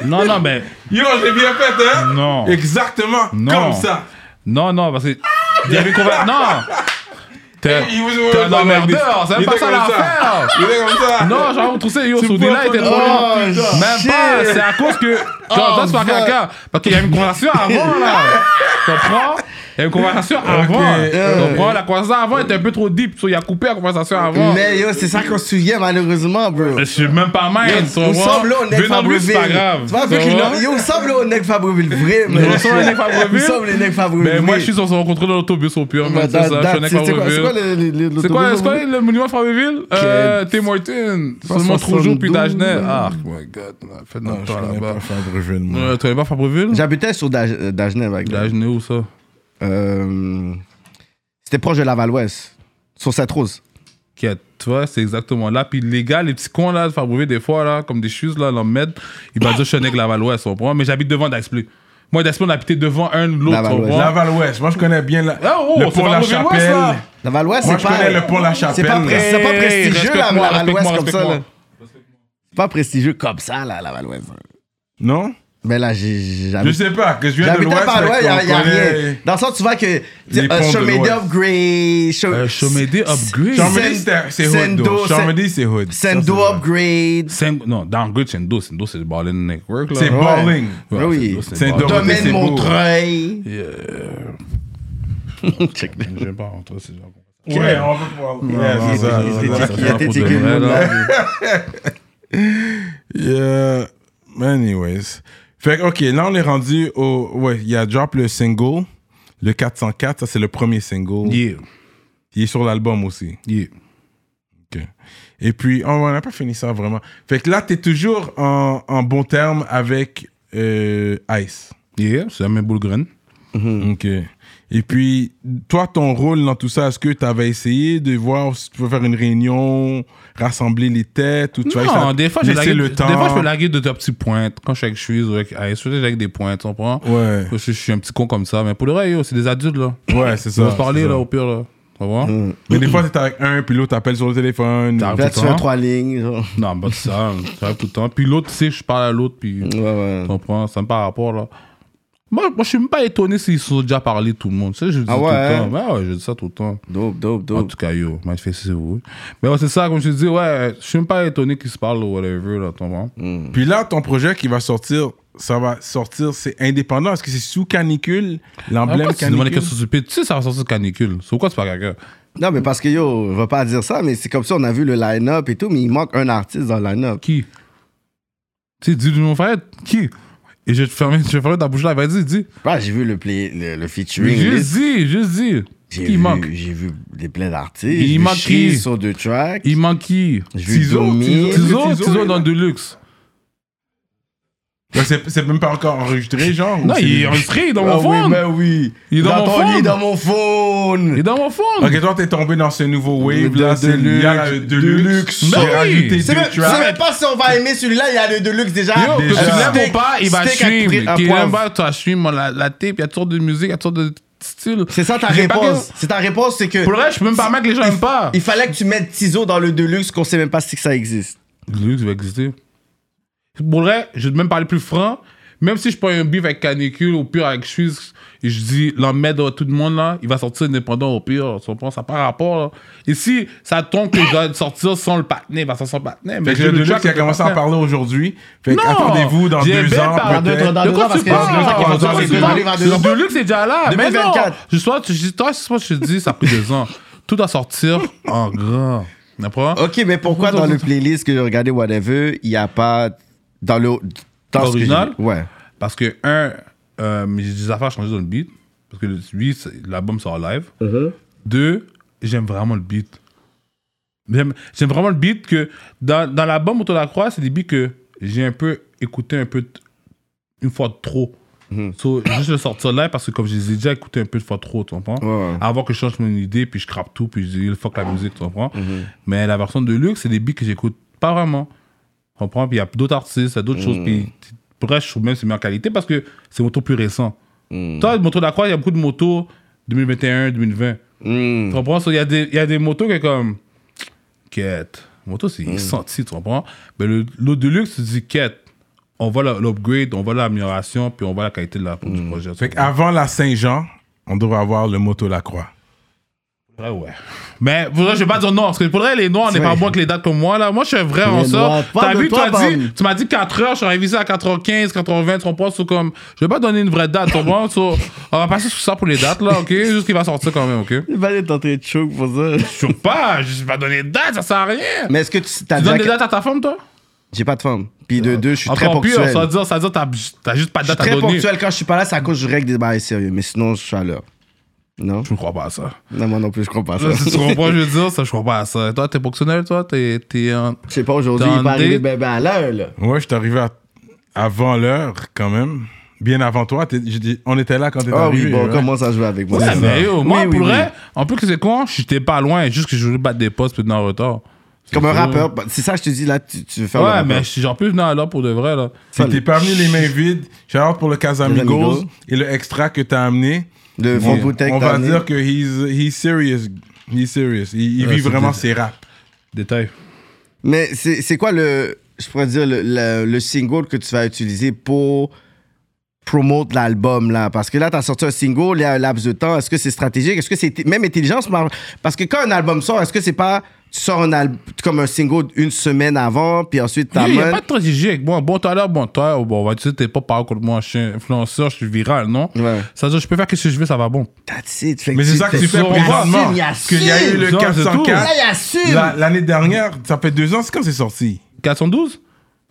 [SPEAKER 3] Non, non, mais.
[SPEAKER 1] Yo, j'ai bien fait, hein?
[SPEAKER 3] Non.
[SPEAKER 1] Exactement,
[SPEAKER 3] Non.
[SPEAKER 1] comme ça.
[SPEAKER 3] Non, non, parce que. Il y avait convaincu. Non! T'es
[SPEAKER 1] Il vous-
[SPEAKER 3] t'es un
[SPEAKER 1] dans la-
[SPEAKER 3] emmerdeur, c'est
[SPEAKER 1] il
[SPEAKER 3] même pas
[SPEAKER 1] était
[SPEAKER 3] ça
[SPEAKER 1] comme
[SPEAKER 3] l'affaire!
[SPEAKER 1] Il est comme ça.
[SPEAKER 3] Non, genre, trouvé ça, yo, ce délai était trop long.
[SPEAKER 2] Oh,
[SPEAKER 3] Même pas, c'est à cause que. Genre, toi, c'est pas
[SPEAKER 2] fuck.
[SPEAKER 3] caca. Parce qu'il y a une conversation avant, là. Tu comprends? Il y a une conversation avant. Tu comprends? La conversation avant était un peu trop deep, so il a coupé la conversation avant.
[SPEAKER 2] Mais yo, c'est ça qu'on se souvient, malheureusement, bro.
[SPEAKER 3] Je suis même pas mal.
[SPEAKER 2] Yo, on semble là, on est
[SPEAKER 3] Venant
[SPEAKER 2] Fabreville.
[SPEAKER 3] c'est pas grave.
[SPEAKER 2] Tu vois, vu
[SPEAKER 3] Tu
[SPEAKER 2] qu'il
[SPEAKER 3] comprends?
[SPEAKER 2] a- yo, on semble là, on est Fabreville, vrai, man.
[SPEAKER 3] On semble les nègres Fabreville.
[SPEAKER 2] On semble les nègres Fabreville.
[SPEAKER 3] Mais Ben, moi, je suis sur son contrôle dans l'autobus au pire.
[SPEAKER 2] Bah,
[SPEAKER 3] man,
[SPEAKER 2] da-
[SPEAKER 3] C'est ça,
[SPEAKER 2] da-
[SPEAKER 3] je connais
[SPEAKER 2] c'est- c'est quoi- c'est quoi
[SPEAKER 3] Fabreville.
[SPEAKER 2] le- le- le-
[SPEAKER 3] C'est quoi,
[SPEAKER 2] l'autobus,
[SPEAKER 3] c'est quoi le monument à Fabreville euh, Tim Horton. Seulement Trougeau puis
[SPEAKER 2] 72.
[SPEAKER 3] Dagenet. Ah, my god, on a fait notre
[SPEAKER 1] Non, je
[SPEAKER 3] temps
[SPEAKER 1] connais
[SPEAKER 3] là-bas.
[SPEAKER 1] pas Fabreville, moi.
[SPEAKER 3] Euh, Tu connais pas Fabreville
[SPEAKER 2] J'habitais sur Daj- Dagenais, par exemple.
[SPEAKER 3] Dagenet où ça
[SPEAKER 2] Euh, C'était proche de Laval-Ouest, sur Sainte-Rose.
[SPEAKER 3] Qui a- tu vois, c'est exactement là. Puis les gars, les petits cons là de Fabreville, des fois, là, comme des choses là, l'en mettent. Ils vont dire je suis un nègre Lavalois, tu comprends Mais j'habite devant Daxplay. Moi, Daxplay, on habitait devant un ou l'autre, tu
[SPEAKER 2] Laval-Ouest.
[SPEAKER 3] comprends
[SPEAKER 1] Laval-Ouest, moi je connais bien la,
[SPEAKER 3] Ah, oh,
[SPEAKER 1] le
[SPEAKER 3] c'est
[SPEAKER 1] pont La
[SPEAKER 3] Fabreville-Ouest, là.
[SPEAKER 1] Chapelle.
[SPEAKER 2] Laval-Ouest,
[SPEAKER 1] Moi
[SPEAKER 2] c'est
[SPEAKER 1] je
[SPEAKER 2] pas...
[SPEAKER 1] connais le pont La Chapelle.
[SPEAKER 2] C'est pas,
[SPEAKER 1] là.
[SPEAKER 2] pres- c'est pas
[SPEAKER 3] Hey,
[SPEAKER 2] prestigieux, là,
[SPEAKER 3] respecte-moi,
[SPEAKER 2] Laval-Ouest,
[SPEAKER 3] respecte-moi,
[SPEAKER 2] comme ça, là.
[SPEAKER 3] respecte-moi.
[SPEAKER 2] C'est pas prestigieux comme ça, là, Laval-Ouest.
[SPEAKER 1] Non
[SPEAKER 2] Ah, Mais là, j'ai... j'ai-
[SPEAKER 1] Je
[SPEAKER 2] j'habite-
[SPEAKER 1] sais pas, que je viens de
[SPEAKER 2] J'habitais
[SPEAKER 1] l'Ouest.
[SPEAKER 2] pas loin,
[SPEAKER 1] fait
[SPEAKER 2] il y a,
[SPEAKER 1] qu'on
[SPEAKER 2] y a rien.
[SPEAKER 1] connaît-
[SPEAKER 2] Dans le sens, tu vois que.
[SPEAKER 1] Les
[SPEAKER 2] euh,
[SPEAKER 1] ponts de
[SPEAKER 2] Chomedey
[SPEAKER 1] l'Ouest.
[SPEAKER 2] Upgrade. Chom-
[SPEAKER 3] Euh, Chomedey Upgrade.
[SPEAKER 1] Chambéry, c'est- c'est hood.
[SPEAKER 2] Sendo-
[SPEAKER 1] though. Chambéry, c'est hood. Ça, c'est
[SPEAKER 2] Sendo
[SPEAKER 1] vrai.
[SPEAKER 2] Upgrade.
[SPEAKER 3] Cinq- non, downgrade, c'est Ndo. C'est Ndo, c'est le Ballin Network. là.
[SPEAKER 1] C'est
[SPEAKER 3] Ouais,
[SPEAKER 1] balling.
[SPEAKER 3] c'est
[SPEAKER 2] oui.
[SPEAKER 3] Ndo, c'est
[SPEAKER 1] C'est
[SPEAKER 3] Ballin.
[SPEAKER 1] Ndo.
[SPEAKER 2] Domaine
[SPEAKER 1] c'est beau.
[SPEAKER 2] Montreuil. Check.
[SPEAKER 3] J'aime pas rentrer, c'est genre.
[SPEAKER 1] Ouais, on peut pouvoir. Yeah,
[SPEAKER 2] Il
[SPEAKER 1] c'est ça,
[SPEAKER 2] était-
[SPEAKER 1] c'est
[SPEAKER 2] il
[SPEAKER 1] ça.
[SPEAKER 2] était- il était
[SPEAKER 3] Pour de
[SPEAKER 2] tiqué, le
[SPEAKER 3] vrai,
[SPEAKER 2] monde,
[SPEAKER 3] là.
[SPEAKER 2] là.
[SPEAKER 1] Yeah. Anyways. Fait que, ok, là on est rendu au. Ouais, il y a drop le single, le 404, ça c'est le premier single.
[SPEAKER 3] Yeah,
[SPEAKER 1] Il est sur l'album aussi.
[SPEAKER 3] yeah.
[SPEAKER 1] Ok. Et puis, oh, on n'a pas fini ça vraiment. Fait que là, t'es toujours en, en bon terme avec euh, Ice.
[SPEAKER 3] Yeah, c'est la même boule graine.
[SPEAKER 1] Ok. Et puis, toi, ton rôle dans tout ça, est-ce que tu avais essayé de voir si tu peux faire une réunion, rassembler les têtes ou tu vas
[SPEAKER 3] Non, des fois, je
[SPEAKER 1] laisser
[SPEAKER 3] laguer,
[SPEAKER 1] le temps
[SPEAKER 3] Des fois, je peux laguer de ta petite pointe. Quand je suis avec Suisse ou avec Ice, je suis avec des pointes, tu comprends?
[SPEAKER 1] Ouais,
[SPEAKER 3] Je, je suis un petit con comme ça, mais pour le vrai, yo, c'est des adultes, là.
[SPEAKER 1] ouais, c'est
[SPEAKER 3] Tu
[SPEAKER 1] ça.
[SPEAKER 3] vas se parler,
[SPEAKER 1] c'est ça.
[SPEAKER 3] là, au pire, là. Tu comprends?
[SPEAKER 1] Mais des fois, t'es avec un, puis l'autre t'appelle sur le téléphone.
[SPEAKER 3] T'as-
[SPEAKER 2] Là,
[SPEAKER 3] Tout
[SPEAKER 2] tu
[SPEAKER 3] le temps.
[SPEAKER 2] fais trois lignes. genre.
[SPEAKER 3] Non, bah, c'est ça, ça arrive tout le temps. Puis l'autre, tu sais, je parle à l'autre, puis.
[SPEAKER 2] Ouais, ouais.
[SPEAKER 3] Tu comprends? Ça me par rapport, là. Moi, moi, je suis même pas étonné s'ils se sont déjà parlé, tout le monde. Tu sais, je dis
[SPEAKER 2] Ah
[SPEAKER 3] tout
[SPEAKER 2] ouais,
[SPEAKER 3] le temps.
[SPEAKER 2] hein? Oh.
[SPEAKER 3] Ouais, ouais, je dis ça tout le temps.
[SPEAKER 2] Dope, dope,
[SPEAKER 3] En
[SPEAKER 2] dope.
[SPEAKER 3] tout cas, yo, my face is wood. Mais ouais, c'est ça, comme je te dis, ouais, je suis même pas étonné qu'ils se parlent ou whatever, là, tu comprends?
[SPEAKER 2] Mm.
[SPEAKER 1] Puis là, ton projet qui va sortir, ça va sortir, c'est indépendant. Est-ce que c'est sous canicule, l'emblème
[SPEAKER 3] Pourquoi tu demandes les
[SPEAKER 1] canicule?
[SPEAKER 3] questions stupides? Tu sais, ça va sortir de canicule. C'est pourquoi c'est pas caca?
[SPEAKER 2] Non, mais parce que yo, on va pas dire ça, mais c'est comme ça, on a vu le line-up et tout, mais il manque un artiste dans le line-up.
[SPEAKER 3] Qui? Tu sais, dis mon frère, qui? Et je vais te fermer, je vais fermer ta bouche là, vas-y, dis.
[SPEAKER 2] Ouais, Ah, j'ai vu le, play- le, le featuring.
[SPEAKER 3] Juste
[SPEAKER 2] list.
[SPEAKER 3] dis, juste dis.
[SPEAKER 2] J'ai
[SPEAKER 3] Qui
[SPEAKER 2] vu-
[SPEAKER 3] manque?
[SPEAKER 2] J'ai vu des pleins d'artistes.
[SPEAKER 3] Il
[SPEAKER 2] J'ai vu
[SPEAKER 3] manque qui?
[SPEAKER 2] Chiz sur deux tracks.
[SPEAKER 3] Il manque qui?
[SPEAKER 2] J'ai vu
[SPEAKER 1] Tizo,
[SPEAKER 2] Domi.
[SPEAKER 1] Tizo.
[SPEAKER 3] Tizo,
[SPEAKER 1] Tizo est
[SPEAKER 3] Tizo
[SPEAKER 1] là.
[SPEAKER 3] dans Deluxe.
[SPEAKER 1] Là, C'est c'est même pas encore enregistré, genre ou
[SPEAKER 3] Non,
[SPEAKER 1] c'est-
[SPEAKER 3] il est enregistré, il est dans
[SPEAKER 2] Ah
[SPEAKER 3] mon
[SPEAKER 2] oui,
[SPEAKER 3] phone.
[SPEAKER 2] ben oui.
[SPEAKER 3] Il est dans mon
[SPEAKER 2] ton-
[SPEAKER 3] phone.
[SPEAKER 2] Il est dans mon phone.
[SPEAKER 3] Il est dans mon phone.
[SPEAKER 1] Ok, toi, t'es tombé dans ce nouveau wave,
[SPEAKER 2] De-
[SPEAKER 1] là,
[SPEAKER 2] de
[SPEAKER 1] c'est le
[SPEAKER 2] luxe.
[SPEAKER 1] de luxe.
[SPEAKER 3] Ben
[SPEAKER 1] J'ai
[SPEAKER 3] oui.
[SPEAKER 1] rajouté
[SPEAKER 2] C'est même,
[SPEAKER 1] deux
[SPEAKER 2] c'est même
[SPEAKER 1] tracks.
[SPEAKER 2] pas si on va aimer celui-là, il y a le Deluxe déjà.
[SPEAKER 3] Yo, que tu
[SPEAKER 1] Ah, Déjà.
[SPEAKER 3] l'aimes
[SPEAKER 2] Steak-
[SPEAKER 3] ou pas, il va
[SPEAKER 2] steak à
[SPEAKER 3] stream.
[SPEAKER 2] prix- à
[SPEAKER 3] Qu'il
[SPEAKER 2] poivre.
[SPEAKER 3] aime pas, tu vas stream mon la, la tape, il y a toutes sortes de musique, il y a toutes sortes de styles.
[SPEAKER 2] C'est ça ta
[SPEAKER 3] J'ai pas
[SPEAKER 2] réponse.
[SPEAKER 3] que-
[SPEAKER 2] C'est ta réponse, c'est que.
[SPEAKER 3] Pour le reste, je peux même pas mettre que les gens aiment pas.
[SPEAKER 2] Il fallait que tu mettes Tizo dans le Deluxe qu'on sait même pas si que ça existe.
[SPEAKER 3] Deluxe va exister. Pour le reste, je vais même parler plus franc. Même si je prends un beef avec Canicule, au pire avec Suisse, et je dis l'emmède à tout le monde là, il va sortir indépendant au pire. Tu comprends? Ça n'a pas rapport. là. Et si ça tombe que je dois sortir sans le patiné, il va sortir sans le patiné.
[SPEAKER 1] Fait que le Deluxe, il a commencé à en parler aujourd'hui. Fait que
[SPEAKER 3] Non.
[SPEAKER 1] attendez-vous dans
[SPEAKER 3] J'ai
[SPEAKER 1] deux
[SPEAKER 3] bien
[SPEAKER 1] ans,
[SPEAKER 3] parlé
[SPEAKER 2] de-
[SPEAKER 1] peut-être.
[SPEAKER 2] dans-
[SPEAKER 3] De quoi
[SPEAKER 2] parce
[SPEAKER 3] tu
[SPEAKER 2] que c'est comme ça qu'il
[SPEAKER 3] parles? Ah,
[SPEAKER 2] faut
[SPEAKER 3] De quoi
[SPEAKER 2] sortir,
[SPEAKER 3] tu
[SPEAKER 2] c'est
[SPEAKER 3] parles?
[SPEAKER 2] le livre à deux ans.
[SPEAKER 3] Le Deluxe est déjà là. Mais non!
[SPEAKER 2] 2024.
[SPEAKER 3] Je sois- tu- je- Toi, je je te dis, ça a pris deux ans. Tout doit sortir en grand. D'accord?
[SPEAKER 2] Ok, mais pourquoi dans le playlist que j'ai regardé Whatever, il n'y a pas. Dans le. Dans ce que j'ai-
[SPEAKER 3] Original?
[SPEAKER 2] Ouais.
[SPEAKER 3] Parce que, un, euh, j'ai des affaires à changer dans le beat. Parce que, lui, c'est- l'album sort live. Deux, j'aime vraiment le beat. J'aime j'aime vraiment le beat que dans, dans l'album Autour de la Croix, c'est des beats que j'ai un peu écouté un peu t- une fois de trop.
[SPEAKER 2] Mhm.
[SPEAKER 3] So, juste le sortir là parce que comme je les ai déjà écoutés un peu de fois trop, tu comprends?
[SPEAKER 2] Ouais.
[SPEAKER 3] Avant que je change mon idée, puis je crappe tout, puis je dis fuck la musique, tu comprends?
[SPEAKER 2] Mhm.
[SPEAKER 3] Mais la version de Luxe, c'est des beats que j'écoute pas vraiment. Tu comprends? Puis il y a d'autres artistes, il y a d'autres choses,
[SPEAKER 2] Mhm.
[SPEAKER 3] puis t- pour le reste, je trouve même que c'est meilleure qualité parce que c'est mon tour plus récent.
[SPEAKER 2] Mhm.
[SPEAKER 3] Toi, Moto de la Croix, il y a beaucoup de motos 2021, 2020.
[SPEAKER 2] Hmm.
[SPEAKER 3] Tu comprends? So, Il y, a des- il y a des motos que comme. Quête. Moto, c'est
[SPEAKER 2] Hmm.
[SPEAKER 3] senti, tu comprends? Mais le- l'autre de luxe, tu dis quête. On voit la- l'upgrade, on voit l'amélioration, puis on voit la qualité de la,
[SPEAKER 2] Hmm.
[SPEAKER 3] du projet. tu
[SPEAKER 1] Fait
[SPEAKER 3] comprends?
[SPEAKER 1] qu'avant la Saint-Jean, on devrait avoir le moto Lacroix.
[SPEAKER 3] Ouais, ouais. Mais pour vrai, je vais pas dire non. Parce que pour vrai, les noirs, on n'est pas
[SPEAKER 2] vrai.
[SPEAKER 3] moins que les dates comme moi, là. Moi, je suis un vrai en
[SPEAKER 2] Noirs,
[SPEAKER 3] sort.
[SPEAKER 2] parle
[SPEAKER 3] T'as
[SPEAKER 2] de
[SPEAKER 3] vu, tu
[SPEAKER 2] toi,
[SPEAKER 3] as
[SPEAKER 2] Bam.
[SPEAKER 3] dit, tu m'as dit 4 heures, je suis arrivé ici à 4h15, 4h20, tu comprends? So, comme, je vais pas donner une vraie date, tu comprends? So, on va passer sur ça pour les dates, là, ok? Juste qu'il va sortir quand même, ok?
[SPEAKER 2] Il fallait tenter de choke pour ça.
[SPEAKER 3] Je sais pas, je vais pas donner de date, ça sert à rien.
[SPEAKER 2] Mais est-ce que tu t'as
[SPEAKER 3] Tu donnes
[SPEAKER 2] déjà.
[SPEAKER 3] des dates à ta femme, toi?
[SPEAKER 2] J'ai pas de femme. Puis de deux, je suis très
[SPEAKER 3] Encore pire,
[SPEAKER 2] ponctuel.
[SPEAKER 3] ça veut dire, ça veut dire, t'as, t'as juste pas de
[SPEAKER 2] Je suis
[SPEAKER 3] date à
[SPEAKER 2] très
[SPEAKER 3] donner.
[SPEAKER 2] ponctuel quand je suis pas là, c'est à cause que je règle des bails sérieux. Mais sinon, je suis à l'heure. Non?
[SPEAKER 3] Je ne crois pas à ça.
[SPEAKER 2] Non, moi non plus, je crois pas à ça.
[SPEAKER 3] Si (laughs) tu comprends, je veux dire, ça, je crois pas à ça. Toi, t'es fonctionnel, toi, t'es, t'es un.
[SPEAKER 2] (laughs) Je sais pas, aujourd'hui,
[SPEAKER 3] T'as
[SPEAKER 2] il est pas
[SPEAKER 3] un
[SPEAKER 2] arrivé
[SPEAKER 3] date?
[SPEAKER 2] ben, ben à l'heure, là.
[SPEAKER 1] Ouais, je suis arrivé à- avant l'heure, quand même. Bien avant toi, t'es- j'ai dit- on était là quand t'es
[SPEAKER 2] Ah
[SPEAKER 1] arrivé.
[SPEAKER 2] oui, bon,
[SPEAKER 1] ouais.
[SPEAKER 2] commence à jouer avec moi.
[SPEAKER 3] Ouais,
[SPEAKER 2] C'est ça.
[SPEAKER 3] Ah, mais yo, moi,
[SPEAKER 2] Oui, oui,
[SPEAKER 3] pour
[SPEAKER 2] oui.
[SPEAKER 3] vrai, en plus que c'est con, j'étais pas loin, juste que je voulais battre des postes, puis venir en retard. C'est
[SPEAKER 2] Comme un
[SPEAKER 3] tout.
[SPEAKER 2] rappeur, bah, c'est ça que je te dis, là, tu, tu veux faire le
[SPEAKER 3] Ouais,
[SPEAKER 2] rappeur.
[SPEAKER 3] mais je- j'en peux venir là pour de vrai, là.
[SPEAKER 1] Si t'es pas venu les mains vides, shout pour le
[SPEAKER 2] Les
[SPEAKER 1] Casamigos
[SPEAKER 2] Amigos.
[SPEAKER 1] et le extra que t'as amené.
[SPEAKER 2] Le
[SPEAKER 1] On,
[SPEAKER 2] Front Protect,
[SPEAKER 1] on va
[SPEAKER 2] t'as
[SPEAKER 1] dire que he's, he's serious. He's serious. Il, il
[SPEAKER 3] Ouais,
[SPEAKER 1] vit
[SPEAKER 3] c'est
[SPEAKER 1] vraiment
[SPEAKER 3] des-
[SPEAKER 1] ses raps.
[SPEAKER 3] Détail.
[SPEAKER 2] Mais c'est c'est quoi le, je pourrais dire, le, le- le single que tu vas utiliser pour promote l'album, là? Parce que là, t'as sorti un single, il y a un laps de temps. Est-ce que c'est stratégique? Est-ce que c'est même intelligence? Parce que quand un album sort, est-ce que c'est pas, tu sors un album comme un single une semaine avant, puis ensuite
[SPEAKER 3] Yo,
[SPEAKER 2] t'as
[SPEAKER 3] Il y a pas de stratégie avec moi. Bon, toi, là, bon, toi, bon, on va dire, t'es pas par contre moi, je suis influenceur, je suis viral, non?
[SPEAKER 2] Ouais.
[SPEAKER 3] Ça veut dire, je peux faire ce que je veux, ça va bon.
[SPEAKER 2] That's it. Fait
[SPEAKER 1] Mais c'est ça que tu fais
[SPEAKER 3] sur-
[SPEAKER 1] présentement.
[SPEAKER 2] Il y a
[SPEAKER 1] Parce qu'il y a eu
[SPEAKER 2] sur-
[SPEAKER 1] le
[SPEAKER 3] Non, c'est
[SPEAKER 2] Là,
[SPEAKER 3] tout.
[SPEAKER 1] 404.
[SPEAKER 2] il assume.
[SPEAKER 1] La- L'année dernière, ça fait deux ans, c'est quand c'est sorti
[SPEAKER 3] 412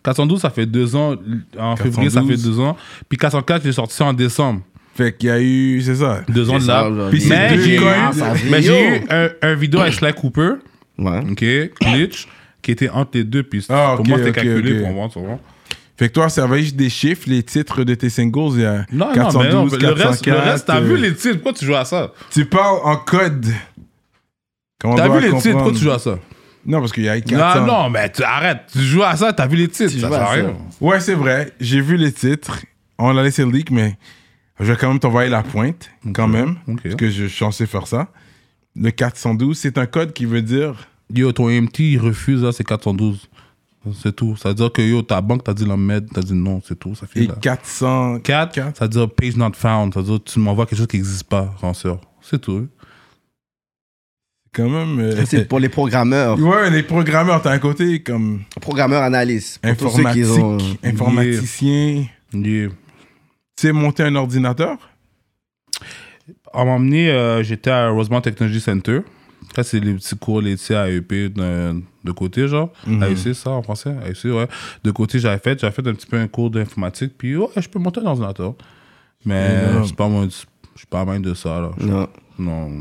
[SPEAKER 3] 412, ça fait deux ans. En février, ça fait
[SPEAKER 1] 412.
[SPEAKER 3] deux ans. Puis 404, j'ai sorti ça en décembre.
[SPEAKER 1] Fait qu'il y a eu, c'est ça.
[SPEAKER 3] Deux ans de
[SPEAKER 2] C'est
[SPEAKER 3] là.
[SPEAKER 2] ça, genre,
[SPEAKER 3] Puis
[SPEAKER 1] c'est
[SPEAKER 3] mais
[SPEAKER 1] deux
[SPEAKER 3] j'ai eu,
[SPEAKER 1] coins,
[SPEAKER 2] ça
[SPEAKER 3] mais
[SPEAKER 2] vit,
[SPEAKER 3] j'ai
[SPEAKER 2] yo.
[SPEAKER 3] eu un, un vidéo avec Sly Cooper,
[SPEAKER 2] Ouais.
[SPEAKER 3] OK, Glitch, qui était entre les deux. Puis
[SPEAKER 1] Ah,
[SPEAKER 3] pour
[SPEAKER 1] ok,
[SPEAKER 3] moi, c'était
[SPEAKER 1] ok,
[SPEAKER 3] calculé
[SPEAKER 1] ok.
[SPEAKER 3] pour moi, tu vois.
[SPEAKER 1] Fait que toi, ça va juste des chiffres, les titres de tes singles, il y a
[SPEAKER 3] Non,
[SPEAKER 1] 412,
[SPEAKER 3] non, mais non, le
[SPEAKER 1] 404.
[SPEAKER 3] reste, le reste, t'as
[SPEAKER 1] euh,
[SPEAKER 3] vu les titres, pourquoi tu joues à ça?
[SPEAKER 1] Tu parles en code. Comment
[SPEAKER 3] T'as
[SPEAKER 1] on doit
[SPEAKER 3] vu les titres,
[SPEAKER 1] comprendre?
[SPEAKER 3] pourquoi tu joues à ça?
[SPEAKER 1] Non, parce qu'il y a eu 400.
[SPEAKER 3] Non, non, mais tu, arrête, tu joues à ça, t'as vu les titres,
[SPEAKER 2] Tu
[SPEAKER 3] ça
[SPEAKER 2] joues à
[SPEAKER 3] sert à
[SPEAKER 2] ça.
[SPEAKER 3] rien.
[SPEAKER 1] Ouais, c'est vrai. J'ai vu les titres. On l'a laissé le leak, mais je vais quand même t'envoyer la pointe, quand même.
[SPEAKER 3] ok.
[SPEAKER 1] Parce que je suis censé faire ça. Le 412, c'est un code qui veut dire.
[SPEAKER 3] Yo, ton MT, il refuse, là, c'est 412. C'est tout. Ça veut dire que yo, ta banque, t'as dit la merde, t'as dit non, c'est tout, ça fait
[SPEAKER 1] Et
[SPEAKER 3] là.
[SPEAKER 1] 400.
[SPEAKER 3] 4,
[SPEAKER 1] Quatre.
[SPEAKER 3] ça veut dire page not found, ça veut dire tu m'envoies quelque chose qui n'existe pas, ranceur. C'est tout.
[SPEAKER 1] Quand même. euh,
[SPEAKER 2] Ça, C'est pour les programmeurs.
[SPEAKER 1] (laughs) ouais, les programmeurs, t'as un côté comme
[SPEAKER 2] Programmeurs analystes. Pour tous ceux qui
[SPEAKER 1] informatique,
[SPEAKER 2] ont-
[SPEAKER 1] informaticien.
[SPEAKER 3] Yeah.
[SPEAKER 1] Tu sais monter un ordinateur
[SPEAKER 3] On m'a emmené, euh, j'étais à Rosemont Technology Center. Ça, c'est les petits cours, les petits AEP de, de côté, genre. AEC, ça, en français. AEC, ouais. De côté, j'avais fait, j'avais fait un petit peu un cours d'informatique, puis ouais, je peux monter un ordinateur. Mais
[SPEAKER 1] Énorme.
[SPEAKER 3] je suis pas moi, je suis pas à même de ça, là. Je-
[SPEAKER 2] Non.
[SPEAKER 3] Non.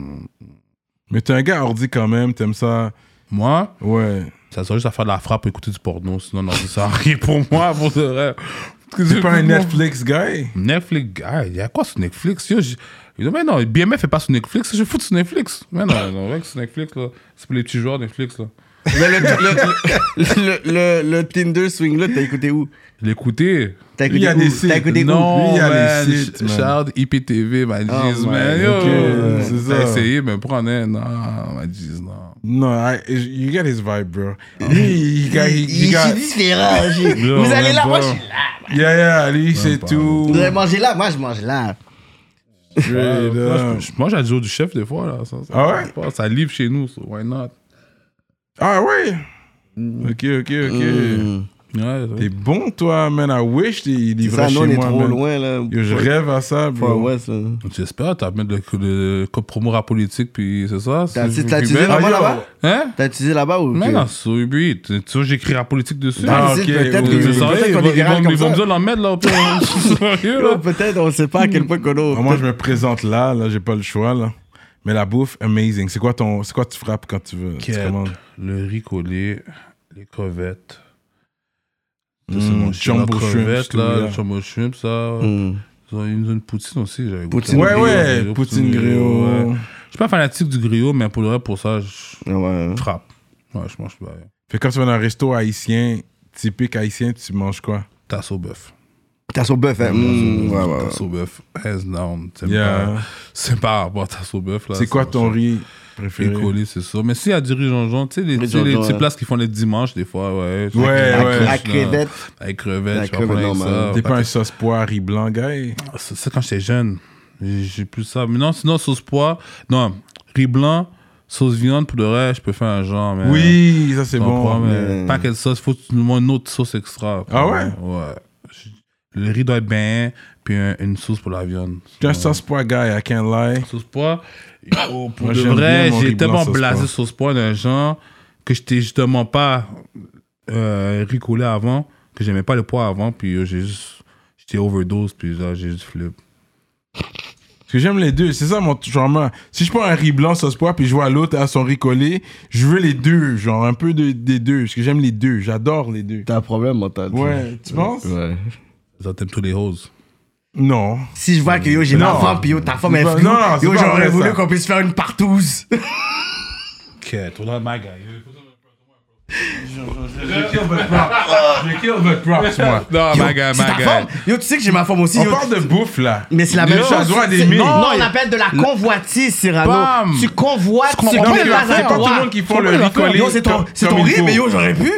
[SPEAKER 1] Mais t'es un gars ordi quand même, t'aimes ça.
[SPEAKER 3] Moi,
[SPEAKER 1] Ouais.
[SPEAKER 3] ça sert juste à faire de la frappe et écouter du porno, sinon, non, ça sert à rien pour moi, pour de vrai.
[SPEAKER 1] C'est pas un Netflix guy.
[SPEAKER 3] Netflix, ah, il y a quoi sur Netflix Yo, je- je dis, mais non, BMF est pas sur Netflix, je fous sur Netflix. Mais non, non, ouais, sur Netflix, là. C'est pour les petits joueurs Netflix, là.
[SPEAKER 2] Mais le, le, le, le, le Tinder swing là, t'as écouté où
[SPEAKER 3] L'écouter.
[SPEAKER 2] T'as
[SPEAKER 1] Il y
[SPEAKER 2] écouté
[SPEAKER 1] a
[SPEAKER 2] où
[SPEAKER 1] des sites.
[SPEAKER 2] T'as écouté où
[SPEAKER 3] Non,
[SPEAKER 1] Lui, il y a
[SPEAKER 3] man,
[SPEAKER 1] les sites,
[SPEAKER 3] Ch-
[SPEAKER 1] man.
[SPEAKER 3] Charles, IPTV, my jeez,
[SPEAKER 2] ouais,
[SPEAKER 3] man. Yo,
[SPEAKER 1] ok, c'est
[SPEAKER 3] t'as
[SPEAKER 1] ça.
[SPEAKER 3] essayé, mais prends un. Non, my jeez, non.
[SPEAKER 1] Non, I, you got his vibe,
[SPEAKER 2] (laughs)
[SPEAKER 1] bro. Lui, he got, he, he
[SPEAKER 2] Je
[SPEAKER 1] got,
[SPEAKER 2] suis différent. je-
[SPEAKER 3] Yo,
[SPEAKER 2] Vous allez
[SPEAKER 3] même
[SPEAKER 2] là, moi
[SPEAKER 3] pas.
[SPEAKER 2] je suis là.
[SPEAKER 1] yeah, yeah, lui, c'est
[SPEAKER 2] bah,
[SPEAKER 1] tout.
[SPEAKER 2] Vous allez manger là, moi je mange là.
[SPEAKER 3] Ouais,
[SPEAKER 1] Straight
[SPEAKER 3] Moi,
[SPEAKER 1] up.
[SPEAKER 3] je- moi, j'ai le jour du chef, des fois, là. Ça, ça,
[SPEAKER 1] Ah ouais?
[SPEAKER 3] pas, ça livre chez nous, so why not
[SPEAKER 1] Ah ouais? Ok, ok, ok.
[SPEAKER 3] Ouais,
[SPEAKER 1] T'es bon, toi, man. I wish t'es
[SPEAKER 2] Ça,
[SPEAKER 1] livrait
[SPEAKER 2] nous
[SPEAKER 1] chez
[SPEAKER 2] on est
[SPEAKER 1] moi,
[SPEAKER 2] trop
[SPEAKER 1] man.
[SPEAKER 2] loin là.
[SPEAKER 1] Yo, je
[SPEAKER 2] Far-
[SPEAKER 1] rêve à ça,
[SPEAKER 2] Far
[SPEAKER 1] bro.
[SPEAKER 2] West, là.
[SPEAKER 3] J'espère, t'as mis le, le, code promo rap politique, puis c'est ça.
[SPEAKER 2] T'as
[SPEAKER 3] c'est-
[SPEAKER 2] t'as
[SPEAKER 3] puis
[SPEAKER 2] utilisé
[SPEAKER 3] ben-
[SPEAKER 1] Ah,
[SPEAKER 2] là-bas
[SPEAKER 1] yo.
[SPEAKER 2] là-bas
[SPEAKER 3] Hein
[SPEAKER 2] T'as utilisé là-bas ou
[SPEAKER 3] Mais
[SPEAKER 2] que-
[SPEAKER 3] non, sur Ubi, tu tu vois, j'écris rap politique dessus.
[SPEAKER 1] Ah,
[SPEAKER 2] Ah, c'est
[SPEAKER 1] ok,
[SPEAKER 2] peut-être
[SPEAKER 1] oui,
[SPEAKER 3] C'est
[SPEAKER 2] que-
[SPEAKER 1] oui,
[SPEAKER 3] sérieux,
[SPEAKER 2] peut-être
[SPEAKER 3] ils
[SPEAKER 2] qu'on
[SPEAKER 3] vont-
[SPEAKER 2] est
[SPEAKER 3] ils
[SPEAKER 2] viral
[SPEAKER 3] vont
[SPEAKER 2] comme
[SPEAKER 3] ils vont
[SPEAKER 2] ça.
[SPEAKER 3] me dire l'en mettre, là. au pire. Sérieux, là.
[SPEAKER 2] Yo, Peut-être, on sait pas à quel point qu'on
[SPEAKER 1] Ah,
[SPEAKER 2] a.
[SPEAKER 1] moi, je me présente là, là, j'ai pas le choix, là. Mais la bouffe, amazing. C'est quoi ton. C'est quoi tu frappes quand tu veux? Tu
[SPEAKER 3] Quête,
[SPEAKER 1] commandes?
[SPEAKER 3] le riz collé, les crevettes. Ça,
[SPEAKER 1] Mm,
[SPEAKER 3] c'est mon chien, la
[SPEAKER 1] jumbo shrimp,
[SPEAKER 3] crevette,
[SPEAKER 1] tout,
[SPEAKER 3] là,
[SPEAKER 1] là.
[SPEAKER 3] le jumbo shrimp, ça.
[SPEAKER 2] Hmm.
[SPEAKER 3] Ils ont ils ont une poutine aussi, j'avais
[SPEAKER 2] Poutine
[SPEAKER 3] goûté.
[SPEAKER 1] Ouais,
[SPEAKER 2] griot,
[SPEAKER 1] ouais, poutine griot.
[SPEAKER 3] ouais. Je suis pas fanatique du griot, mais pour le reste, pour ça, je
[SPEAKER 2] Ah Ouais.
[SPEAKER 3] frappe. Ouais, je mange pas.
[SPEAKER 1] Fait que quand tu vas dans un resto haïtien, typique haïtien, tu manges quoi?
[SPEAKER 3] Tasse au bœuf.
[SPEAKER 2] T'as son bœuf, hein. Hmm, Ouais, ouais. ouais.
[SPEAKER 3] Tasse au bœuf, hands down. C'est
[SPEAKER 1] Yeah.
[SPEAKER 3] pas- C'est pas à rapport à tasse au bœuf, là.
[SPEAKER 1] C'est quoi
[SPEAKER 3] ça,
[SPEAKER 1] ton
[SPEAKER 3] ça.
[SPEAKER 1] riz
[SPEAKER 3] Riz
[SPEAKER 1] préféré?
[SPEAKER 3] collé, c'est ça. Mais s'il y a du riz jonjon, tu sais, les,
[SPEAKER 2] Riz
[SPEAKER 3] tu sais, les
[SPEAKER 2] jonjon,
[SPEAKER 3] petites
[SPEAKER 2] ouais.
[SPEAKER 3] places qu'ils font les dimanches, des fois, ouais.
[SPEAKER 1] Ouais,
[SPEAKER 3] Avec-
[SPEAKER 1] ouais.
[SPEAKER 2] À crevette.
[SPEAKER 3] Avec
[SPEAKER 2] La
[SPEAKER 3] crevettes, je vais
[SPEAKER 2] crevette
[SPEAKER 3] prendre avec
[SPEAKER 2] normale.
[SPEAKER 3] ça.
[SPEAKER 1] T'es pas un sauce poire, riz blanc, gars?
[SPEAKER 3] Ça, ça, quand j'étais jeune, j'ai j'ai plus ça. Mais non, sinon, sauce pois, non, riz blanc, sauce viande, pour le reste, je peux faire un genre. Mais
[SPEAKER 1] Oui, ça c'est
[SPEAKER 3] T'en prends,
[SPEAKER 1] bon.
[SPEAKER 3] mais
[SPEAKER 2] mais-
[SPEAKER 3] Pas quelle sauce, faut que tu nous montres une autre sauce extra.
[SPEAKER 1] Ah ouais?
[SPEAKER 3] Ouais. Le riz doit être bien, puis un- une sauce pour la viande.
[SPEAKER 1] T'es un sauce poire, guy, I can't lie.
[SPEAKER 3] Sauce pois, oh, pour
[SPEAKER 1] Moi,
[SPEAKER 3] de
[SPEAKER 1] j'aime bien
[SPEAKER 3] vrai,
[SPEAKER 1] mon riz
[SPEAKER 3] j'ai
[SPEAKER 1] blanc
[SPEAKER 3] tellement
[SPEAKER 1] sauce
[SPEAKER 3] blasé
[SPEAKER 1] pois.
[SPEAKER 3] sauce pois d'un genre que j'étais justement pas euh, riz collé avant, que j'aimais pas le pois avant, puis euh, j'ai juste. J'étais overdose, puis là, j'ai juste flip.
[SPEAKER 1] Parce que j'aime les deux, c'est ça mon genre. man. Si je prends un riz blanc sauce poire puis je vois l'autre à son riz collé, je veux les deux, genre un peu de- des deux, parce que j'aime les deux, j'adore les deux.
[SPEAKER 2] T'as un problème mental.
[SPEAKER 1] Ouais, tu penses
[SPEAKER 2] Ouais.
[SPEAKER 3] Ça t'aime tous les roses.
[SPEAKER 1] Non.
[SPEAKER 2] Si je vois que yo j'ai
[SPEAKER 1] Non.
[SPEAKER 2] ma femme puis yo ta femme est
[SPEAKER 1] pas-
[SPEAKER 2] floue,
[SPEAKER 1] non, non, c'est
[SPEAKER 2] yo
[SPEAKER 1] pas vrai,
[SPEAKER 2] j'aurais
[SPEAKER 1] ça.
[SPEAKER 2] voulu qu'on puisse faire une partouze.
[SPEAKER 3] Ok, toi là, ma guy.
[SPEAKER 1] Je kill the props, je kill the props,
[SPEAKER 2] (laughs)
[SPEAKER 1] moi.
[SPEAKER 3] Non,
[SPEAKER 2] Yo,
[SPEAKER 3] ma guy,
[SPEAKER 2] c'est
[SPEAKER 3] ma
[SPEAKER 2] ta
[SPEAKER 3] guy.
[SPEAKER 2] femme. Yo tu sais que j'ai ma femme aussi.
[SPEAKER 1] On
[SPEAKER 2] yo.
[SPEAKER 1] parle de bouffe là.
[SPEAKER 2] Mais c'est la même
[SPEAKER 1] Yo,
[SPEAKER 2] chose.
[SPEAKER 1] ça doit des
[SPEAKER 2] C'est-
[SPEAKER 1] mille.
[SPEAKER 2] Non,
[SPEAKER 3] Non,
[SPEAKER 2] on appelle de la convoitise, Cyrano.
[SPEAKER 3] Bam.
[SPEAKER 2] Tu convoites, tu
[SPEAKER 1] Non, mais
[SPEAKER 2] convoites
[SPEAKER 1] c'est pas tout le monde qui font le riz collé
[SPEAKER 2] Yo, c'est ton,
[SPEAKER 1] comme-
[SPEAKER 2] c'est
[SPEAKER 1] comme
[SPEAKER 2] ton
[SPEAKER 1] il
[SPEAKER 2] riz,
[SPEAKER 1] faut.
[SPEAKER 2] mais yo, j'aurais pu.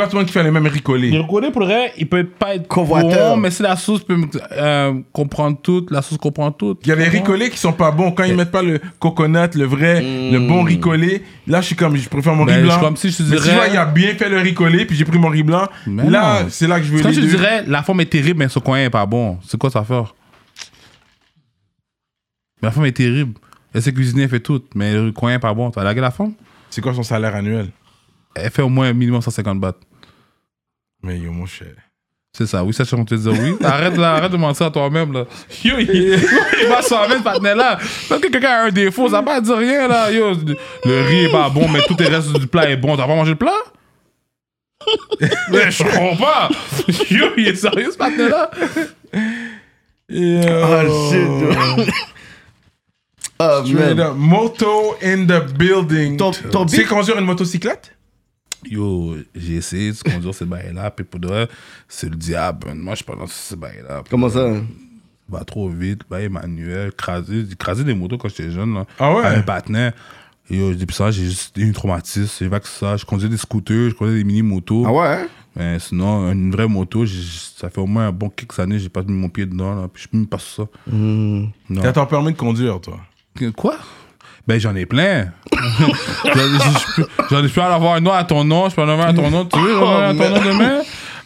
[SPEAKER 1] C'est pas tout le monde qui fait les mêmes riz collés.
[SPEAKER 3] reconnaît pour le vrai, il peut pas être
[SPEAKER 2] Convoiteur.
[SPEAKER 3] bon, mais si la sauce peut euh, comprendre tout, la sauce comprend tout.
[SPEAKER 1] Il y a les riz collés qui sont pas bons. Quand ils mettent pas le coconut, le vrai, le bon riz collé, là je suis comme, je préfère mon
[SPEAKER 3] Hmm. Ben,
[SPEAKER 1] riz
[SPEAKER 3] je
[SPEAKER 1] blanc.
[SPEAKER 3] suis comme si je te
[SPEAKER 1] Mais si
[SPEAKER 3] dirais-
[SPEAKER 1] je vois, il a bien fait le riz collé puis j'ai pris mon riz blanc,
[SPEAKER 3] Mais
[SPEAKER 1] là
[SPEAKER 3] non.
[SPEAKER 1] c'est là que je veux
[SPEAKER 3] C'est Quand
[SPEAKER 1] les
[SPEAKER 3] je
[SPEAKER 1] deux.
[SPEAKER 3] dirais, la forme est terrible, mais son coin est pas bon. C'est quoi ça faire? La forme est terrible. Elle sait cuisiner, elle fait tout, mais le coin est pas bon. T'as lagué la forme?
[SPEAKER 1] C'est quoi son salaire annuel?
[SPEAKER 3] Elle fait au moins minimum 150 bahts.
[SPEAKER 1] Mais yo, mon cher.
[SPEAKER 3] C'est ça, oui, ça, je suis en train de te dire oui. Arrête, là, arrête de mentir à toi-même, là. Yo, il, il va s'en mettre, partenaire, là. Parce que quelqu'un a un défaut, ça va pas dire rien, là. Yo, le riz est pas bon, mais tout le reste du plat est bon. T'as pas mangé le plat? (laughs) Mais je comprends pas. Yo, il est sérieux, ce partenaire, là.
[SPEAKER 1] Ah, Yo.
[SPEAKER 2] Oh, shit, yo. Oh,
[SPEAKER 1] Straight
[SPEAKER 2] man.
[SPEAKER 1] up. Moto in the building.
[SPEAKER 2] Ton- ton
[SPEAKER 1] tu sais
[SPEAKER 2] beat-
[SPEAKER 1] conduire une motocyclette?
[SPEAKER 3] Yo, j'ai essayé de conduire ces bails-là, puis pour de vrai, c'est le diable. Moi, je suis pas dans ces bails-là.
[SPEAKER 2] Comment ça?
[SPEAKER 3] va trop vite, bail manuel, craser, craser des motos quand j'étais jeune. Là,
[SPEAKER 1] Ah ouais?
[SPEAKER 3] Un patinet. Et euh, depuis ça, j'ai juste eu un traumatisme. C'est vrai que ça. Je conduisais des scooters, je conduisais des mini-motos.
[SPEAKER 2] Ah ouais? hein?
[SPEAKER 3] Mais sinon, une vraie moto, j'ai- ça fait au moins un bon quelques années, j'ai pas mis mon pied dedans. Là, puis je peux même pas sur ça. Non.
[SPEAKER 1] T'as ton permis de conduire, toi.
[SPEAKER 3] Que- Quoi? Ben, j'en ai plein. J'en ai- je peux- j'en ai- je peux en avoir un nom à ton nom, je peux en avoir un à ton nom. Tu veux, j'en ai un à ton nom demain?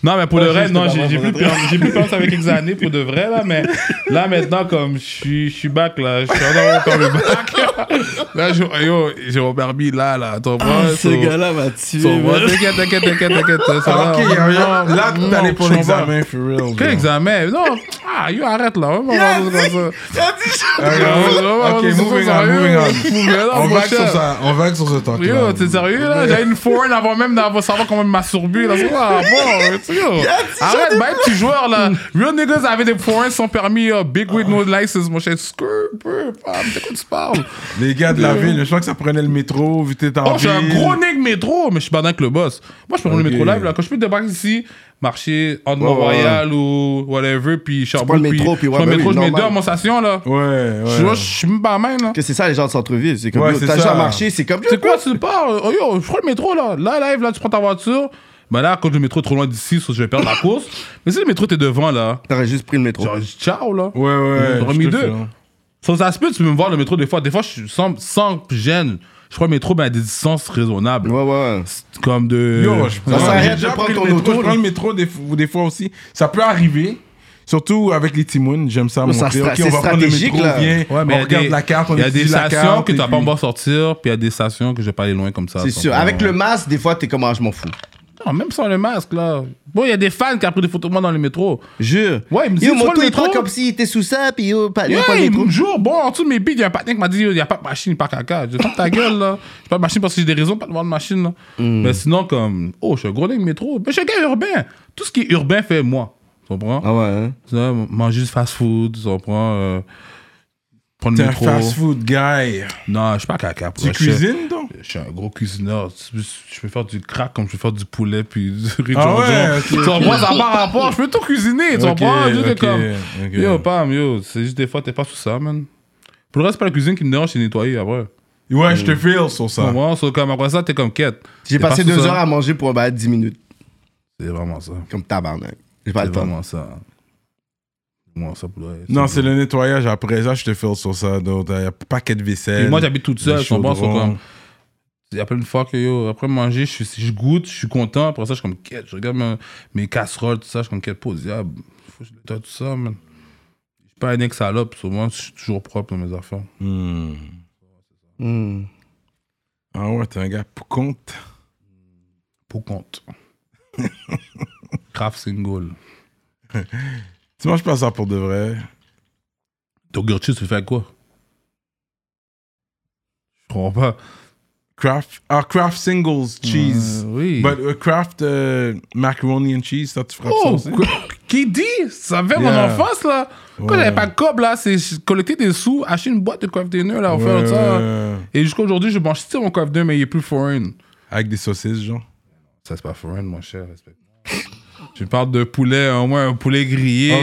[SPEAKER 3] Non, mais pour le reste, non, j'ai j'ai plus peur. J'ai plus peur, ça avec quelques années pour de vrai, là, mais là, maintenant, comme je suis- je suis back, là, je suis en train encore le back. Là, je- yo, j'ai mon permis là, là, ton
[SPEAKER 1] Ah,
[SPEAKER 3] bras.
[SPEAKER 2] Ah, Ce
[SPEAKER 3] so-
[SPEAKER 2] gars-là m'a tué.
[SPEAKER 3] so-
[SPEAKER 2] man. (laughs)
[SPEAKER 3] T'inquiète, t'inquiète, t'inquiète, t'inquiète. ça va.
[SPEAKER 1] Ok, là, là
[SPEAKER 3] Non,
[SPEAKER 1] t'es allé pour
[SPEAKER 3] je comprends pas.
[SPEAKER 1] l'examen, for real.
[SPEAKER 3] Quel
[SPEAKER 1] bro.
[SPEAKER 3] examen? Non, ah, yo, arrête là. on va pas
[SPEAKER 2] Yeah,
[SPEAKER 3] voir ça comme ça.
[SPEAKER 1] Ok, moving on, moving on. On vague sur ça, on vague sur ce temps
[SPEAKER 3] Yo,
[SPEAKER 1] là
[SPEAKER 2] (laughs)
[SPEAKER 3] t'es sérieux là? J'avais une foreign avant même d'avoir savoir comment me masturber. Là, c'est quoi? Ah, Bon, tu yo. Arrête, bye, petit joueur, là.
[SPEAKER 2] Mm.
[SPEAKER 3] Real niggas avec des forains sans permis, uh, big with no license, mon cher. Screw, peu, femme, ah, de quoi tu parles?
[SPEAKER 1] Les gars de la ville, je crois que ça prenait le métro, vite t'es en
[SPEAKER 3] Oh, je suis un
[SPEAKER 1] ville.
[SPEAKER 3] gros nigga métro, mais je suis pas dingue que le boss. Moi, je peux prendre
[SPEAKER 1] Ok.
[SPEAKER 3] le métro live, là. Quand je peux débarquer ici, marcher en
[SPEAKER 2] Ouais, ouais,
[SPEAKER 3] Mont-Royal ou whatever, puis Charbon,
[SPEAKER 2] prends le métro, puis
[SPEAKER 3] je
[SPEAKER 2] ouais,
[SPEAKER 3] prends le
[SPEAKER 2] bah
[SPEAKER 3] métro,
[SPEAKER 2] oui,
[SPEAKER 3] je mets deux
[SPEAKER 2] normal.
[SPEAKER 3] à mon station, là.
[SPEAKER 1] Ouais,
[SPEAKER 3] Je vois,
[SPEAKER 1] ouais.
[SPEAKER 3] je suis même pas à main, là.
[SPEAKER 2] Que c'est ça les gens de centre-ville. C'est comme,
[SPEAKER 1] Ouais,
[SPEAKER 2] yo,
[SPEAKER 1] c'est
[SPEAKER 2] t'as
[SPEAKER 1] ça.
[SPEAKER 2] déjà marché, c'est comme,
[SPEAKER 3] C'est quoi, tu pars? Oh yo, je prends le métro là. Là, live, là, tu prends ta voiture. Ben là, quand le métro est trop loin d'ici, sauf que je
[SPEAKER 1] (coughs)
[SPEAKER 3] vais perdre la course. Mais si le métro t'es devant là,
[SPEAKER 2] T'aurais juste pris le métro.
[SPEAKER 3] genre, ciao là.
[SPEAKER 1] Ouais, ouais.
[SPEAKER 3] J'aurais
[SPEAKER 1] je
[SPEAKER 3] mis
[SPEAKER 1] te hein.
[SPEAKER 3] deux.
[SPEAKER 1] jure.
[SPEAKER 3] Sans aspect, tu peux me voir le métro des fois. Des fois, je suis sans, sans gêne. Je prends le métro ben, à des distances raisonnables.
[SPEAKER 2] Ouais, ouais, ouais.
[SPEAKER 3] C'est Comme de.
[SPEAKER 1] Yo, je moi,
[SPEAKER 2] Ça s'arrête
[SPEAKER 1] j'ai
[SPEAKER 2] de
[SPEAKER 1] déjà
[SPEAKER 2] prendre
[SPEAKER 1] pris le
[SPEAKER 2] ton
[SPEAKER 1] métro,
[SPEAKER 2] auto,
[SPEAKER 1] Je prends
[SPEAKER 2] là.
[SPEAKER 1] le métro des, f- des fois aussi. Ça peut arriver. Surtout avec les timounes, j'aime ça.
[SPEAKER 3] Oh,
[SPEAKER 2] Ça,
[SPEAKER 1] monter.
[SPEAKER 2] c'est
[SPEAKER 1] Ok, on
[SPEAKER 2] c'est
[SPEAKER 1] va prendre le
[SPEAKER 2] stratégique,
[SPEAKER 1] métro,
[SPEAKER 2] là.
[SPEAKER 1] viens,
[SPEAKER 3] Ouais, mais
[SPEAKER 1] on
[SPEAKER 3] y a
[SPEAKER 1] regarde
[SPEAKER 3] des-
[SPEAKER 1] la carte, on
[SPEAKER 3] Il y a
[SPEAKER 1] étudie
[SPEAKER 3] des
[SPEAKER 1] la
[SPEAKER 3] stations
[SPEAKER 1] carte,
[SPEAKER 3] que
[SPEAKER 1] et
[SPEAKER 3] t'as pas
[SPEAKER 1] puis-
[SPEAKER 3] envie de sortir, puis il y a des stations que je vais pas aller loin comme ça.
[SPEAKER 2] C'est
[SPEAKER 3] sans
[SPEAKER 2] sûr.
[SPEAKER 3] faire-
[SPEAKER 2] Avec le masque, des fois, t'es comme, ah, je m'en fous.
[SPEAKER 3] Non, même sans le masque là. Bon, il y a des fans qui ont pris des photos de moi dans le métro.
[SPEAKER 2] Jure.
[SPEAKER 3] Ouais, il me dit,
[SPEAKER 2] Yo,
[SPEAKER 3] tu
[SPEAKER 2] mon
[SPEAKER 3] vois le
[SPEAKER 2] toit, il
[SPEAKER 3] métro?
[SPEAKER 2] prend comme s'il était sous ça, puis yo, pas, il
[SPEAKER 3] Yeah,
[SPEAKER 2] prend le métro.
[SPEAKER 3] un jour, bon, en dessous de mes beats, il y a un patin qui m'a dit il n'y a pas de machine, pas caca. Je dis Ferme ta gueule, là. J'ai pas de machine parce que j'ai des raisons de pas de voir de machine, là.
[SPEAKER 2] Mm.
[SPEAKER 3] Mais sinon, comme, oh, je suis un gros nègre métro. Mais je suis un gars urbain. Tout ce qui est urbain fait moi. Tu comprends
[SPEAKER 2] Ah ouais, hein?
[SPEAKER 3] Tu vois, Manger du fast food, tu comprends euh, Prendre
[SPEAKER 1] T'es
[SPEAKER 3] le
[SPEAKER 1] un
[SPEAKER 3] métro.
[SPEAKER 1] fast food guy.
[SPEAKER 3] Non, je suis pas caca. pour
[SPEAKER 1] Tu
[SPEAKER 3] vrai. Je suis-
[SPEAKER 1] cuisines, donc?
[SPEAKER 3] Je suis un gros cuisineur. Tu- Je peux faire du crack comme je peux faire du poulet puis du riz de
[SPEAKER 1] Ah ouais,
[SPEAKER 3] jonjon.
[SPEAKER 1] ok,
[SPEAKER 3] Tu comprends, ça n'a pas rapport. Je peux tout cuisiner. Tu
[SPEAKER 1] Ok,
[SPEAKER 3] comprends? Juste
[SPEAKER 1] ok,
[SPEAKER 3] comme.
[SPEAKER 1] ok.
[SPEAKER 3] Yo, Pam, yo, c'est juste des fois, t'es pas sous ça, man. Pour le reste, c'est pas la cuisine qui me dérange, c'est nettoyer après.
[SPEAKER 1] Ouais, je te feel sur ça.
[SPEAKER 3] Moi, c'est comme après ça, t'es comme quête.
[SPEAKER 2] J'ai
[SPEAKER 3] T'es
[SPEAKER 2] passé
[SPEAKER 3] pas sous
[SPEAKER 2] deux
[SPEAKER 3] ça.
[SPEAKER 2] heures à manger pour bah, 10 minutes,
[SPEAKER 3] C'est vraiment ça.
[SPEAKER 2] comme tabarnak. J'ai pas
[SPEAKER 3] C'est
[SPEAKER 2] le temps.
[SPEAKER 3] vraiment ça. Moi, ça pour le reste.
[SPEAKER 1] Non, c'est le nettoyage après ça, je te feel sur ça. Donc, t'as un paquet de
[SPEAKER 3] Et
[SPEAKER 1] vaisselle.
[SPEAKER 3] moi, j'habite toute seule,
[SPEAKER 1] les
[SPEAKER 3] je comprends, c'est
[SPEAKER 1] chaudrons.
[SPEAKER 3] comme. Il y a plein de fois que, yo, après manger, je, suis- je goûte, je suis content. Après ça, je suis comme quête. Je regarde mes, mes casseroles, tout ça, je suis comme quête. Pour diable, faut que je nettoie tout ça, man. Je suis pas un ex salope, souvent, je suis toujours propre dans mes affaires.
[SPEAKER 1] Hmm.
[SPEAKER 2] Hmm.
[SPEAKER 1] Ah ouais, t'es un gars pour compte. (laughs)
[SPEAKER 3] Pour compte. Craft single.
[SPEAKER 1] Tu manges pas ça pour de vrai.
[SPEAKER 3] Ton Gertrude, tu fais avec quoi Je comprends pas.
[SPEAKER 1] Craft, ah, craft singles cheese.
[SPEAKER 3] Euh, oui.
[SPEAKER 1] But uh, craft uh, macaroni and cheese, ça tu frappes ça
[SPEAKER 3] oh,
[SPEAKER 1] aussi?
[SPEAKER 3] quoi? qui dit Ça fait mon
[SPEAKER 1] hein. Yeah.
[SPEAKER 3] enfance, là. Quand
[SPEAKER 1] Ouais.
[SPEAKER 3] j'avais pas de cob, là, c'est j- collecter des sous, acheter une boîte de coiffe dinner, là,
[SPEAKER 1] Ouais,
[SPEAKER 3] offert faire ça.
[SPEAKER 1] ouais.
[SPEAKER 3] Et jusqu'à aujourd'hui, je mange still mon coiffe dinner, mais il est plus foreign.
[SPEAKER 1] Avec des saucisses, genre.
[SPEAKER 3] Ça, c'est pas foreign, mon cher. Respecte-moi. Je parle de poulet, au moins un poulet grillé.
[SPEAKER 1] Ok,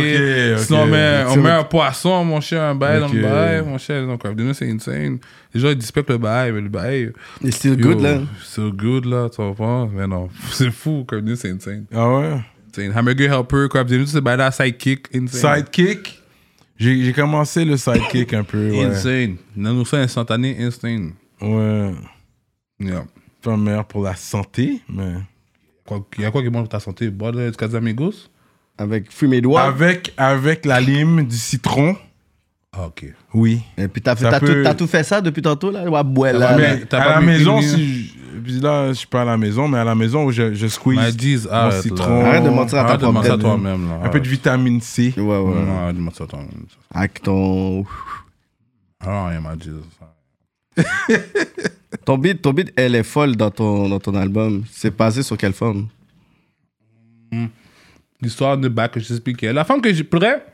[SPEAKER 1] ok.
[SPEAKER 3] Sinon, on met, on
[SPEAKER 1] Tu-
[SPEAKER 3] met un poisson, mon cher, un bail dans
[SPEAKER 1] Ok.
[SPEAKER 3] le bail, mon cher. Donc, coiffe dinner, c'est insane. Les gens, ils disrespectent le bail, mais le bail.
[SPEAKER 2] It's still good, là.
[SPEAKER 3] So good, là, tu comprends? Mais non, (laughs) c'est fou, comme dit, c'est insane.
[SPEAKER 1] Ah ouais?
[SPEAKER 3] Insane. Hamburger Helper, Crab Dinner, tout c'est badass, sidekick, insane.
[SPEAKER 1] Sidekick. J'ai j'ai commencé le sidekick un
[SPEAKER 3] (laughs)
[SPEAKER 1] peu, ouais.
[SPEAKER 3] Insane. Non, Nano ça instantané, insane.
[SPEAKER 1] Ouais.
[SPEAKER 3] Yeah.
[SPEAKER 1] Pas meilleur pour la santé, mais...
[SPEAKER 3] Quoi- y a quoi qui est bon pour ta santé? Bois de Casamigos?
[SPEAKER 2] Avec fruits mes doigts.
[SPEAKER 1] Avec, avec la lime, du citron,
[SPEAKER 3] Ah, ok.
[SPEAKER 1] oui.
[SPEAKER 2] Et puis t'as fait-
[SPEAKER 1] Ça
[SPEAKER 2] t'as
[SPEAKER 1] peut-
[SPEAKER 2] tout, t'as tout fait ça depuis tantôt, là? Ouais, ouais, là.
[SPEAKER 3] mais-
[SPEAKER 2] là.
[SPEAKER 1] Mais
[SPEAKER 3] Ah, t'as
[SPEAKER 1] à
[SPEAKER 3] pas
[SPEAKER 1] la
[SPEAKER 3] bu
[SPEAKER 1] maison,
[SPEAKER 3] une nuit,
[SPEAKER 1] si je- puis là, je suis pas à la maison, mais à la maison où je, je squeeze
[SPEAKER 3] Mais dis,
[SPEAKER 1] mon
[SPEAKER 3] arrête,
[SPEAKER 1] citron,
[SPEAKER 3] là.
[SPEAKER 2] Arrête de mentir à ta
[SPEAKER 3] Arrête de
[SPEAKER 2] propre
[SPEAKER 3] mentir à
[SPEAKER 2] tête. là.
[SPEAKER 3] toi-même, là.
[SPEAKER 1] un peu de vitamine C.
[SPEAKER 2] Ouais, ouais.
[SPEAKER 3] Non,
[SPEAKER 1] Mm.
[SPEAKER 3] arrête de mentir à toi-même.
[SPEAKER 2] Avec ton...
[SPEAKER 3] Ah, rien, ma Jesus.
[SPEAKER 2] Ton beat, ton beat, elle est folle dans ton, dans ton album. C'est basé sur quelle forme?
[SPEAKER 3] l'histoire de bac que je t'expliquais. La femme que j'ai prêt,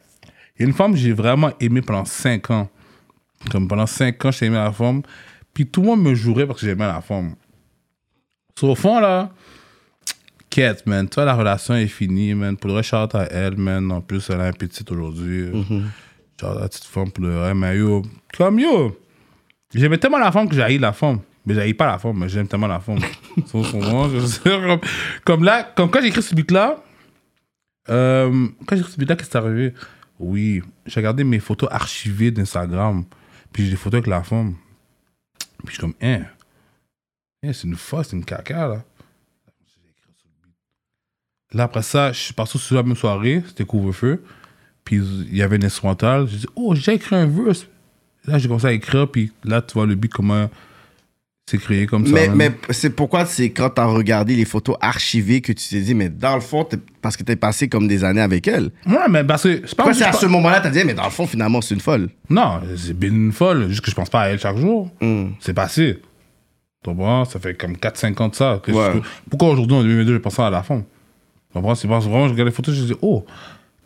[SPEAKER 3] il y a une femme que j'ai vraiment aimée pendant 5 ans. Comme pendant 5 ans, j'ai aimé la femme. Puis tout le monde me jurait parce que j'aimais la femme. Sur au fond, là, quête, man. Toi, la relation est finie, man. Pour le reste, shout out à elle, man. En plus, elle a un petit aujourd'hui. Shout out à la petite femme pour le reste. Mais yo, comme yo, j'aimais tellement la femme que j'ai la femme. Mais j'haïs pas la femme, mais j'aime tellement la femme. Sauf au moment, je veux dire, comme, comme là, comme quand j'ai écrit ce beat-là, euh, quand j'ai reçu ce beat-là, qu'est-ce qui est arrivé Oui, j'ai regardé mes photos archivées d'Instagram, puis j'ai des photos avec la femme. Puis je suis comme, hein, hein, c'est une fosse, c'est une caca, là. Là, après ça, je suis parti sur la même soirée, c'était couvre-feu, puis il y avait une instrumentale. J'ai dit, oh, j'ai écrit un verse. Là, j'ai commencé à écrire, puis là, tu vois le beat, comment c'est créé comme ça.
[SPEAKER 2] Mais,
[SPEAKER 3] man.
[SPEAKER 2] mais c'est pourquoi c'est quand t'as regardé les photos archivées que tu t'es dit, mais dans le fond, t'es- parce que t'es passé comme des années avec elle.
[SPEAKER 3] Ouais, mais parce que. c'est pas
[SPEAKER 2] Pourquoi
[SPEAKER 3] juste
[SPEAKER 2] c'est à
[SPEAKER 3] pas-
[SPEAKER 2] ce moment-là, t'as dit, mais dans le fond, finalement, c'est une folle.
[SPEAKER 3] Non, c'est bien une folle, juste que je pense pas à elle chaque jour.
[SPEAKER 2] Hmm.
[SPEAKER 3] C'est passé. Tu comprends? Ça fait comme 4-5 ans de ça. que je-
[SPEAKER 2] Ouais.
[SPEAKER 3] pourquoi aujourd'hui, en 2022, je pense à la femme? Tu comprends? C'est parce que vraiment, je regarde les photos, je dis, oh,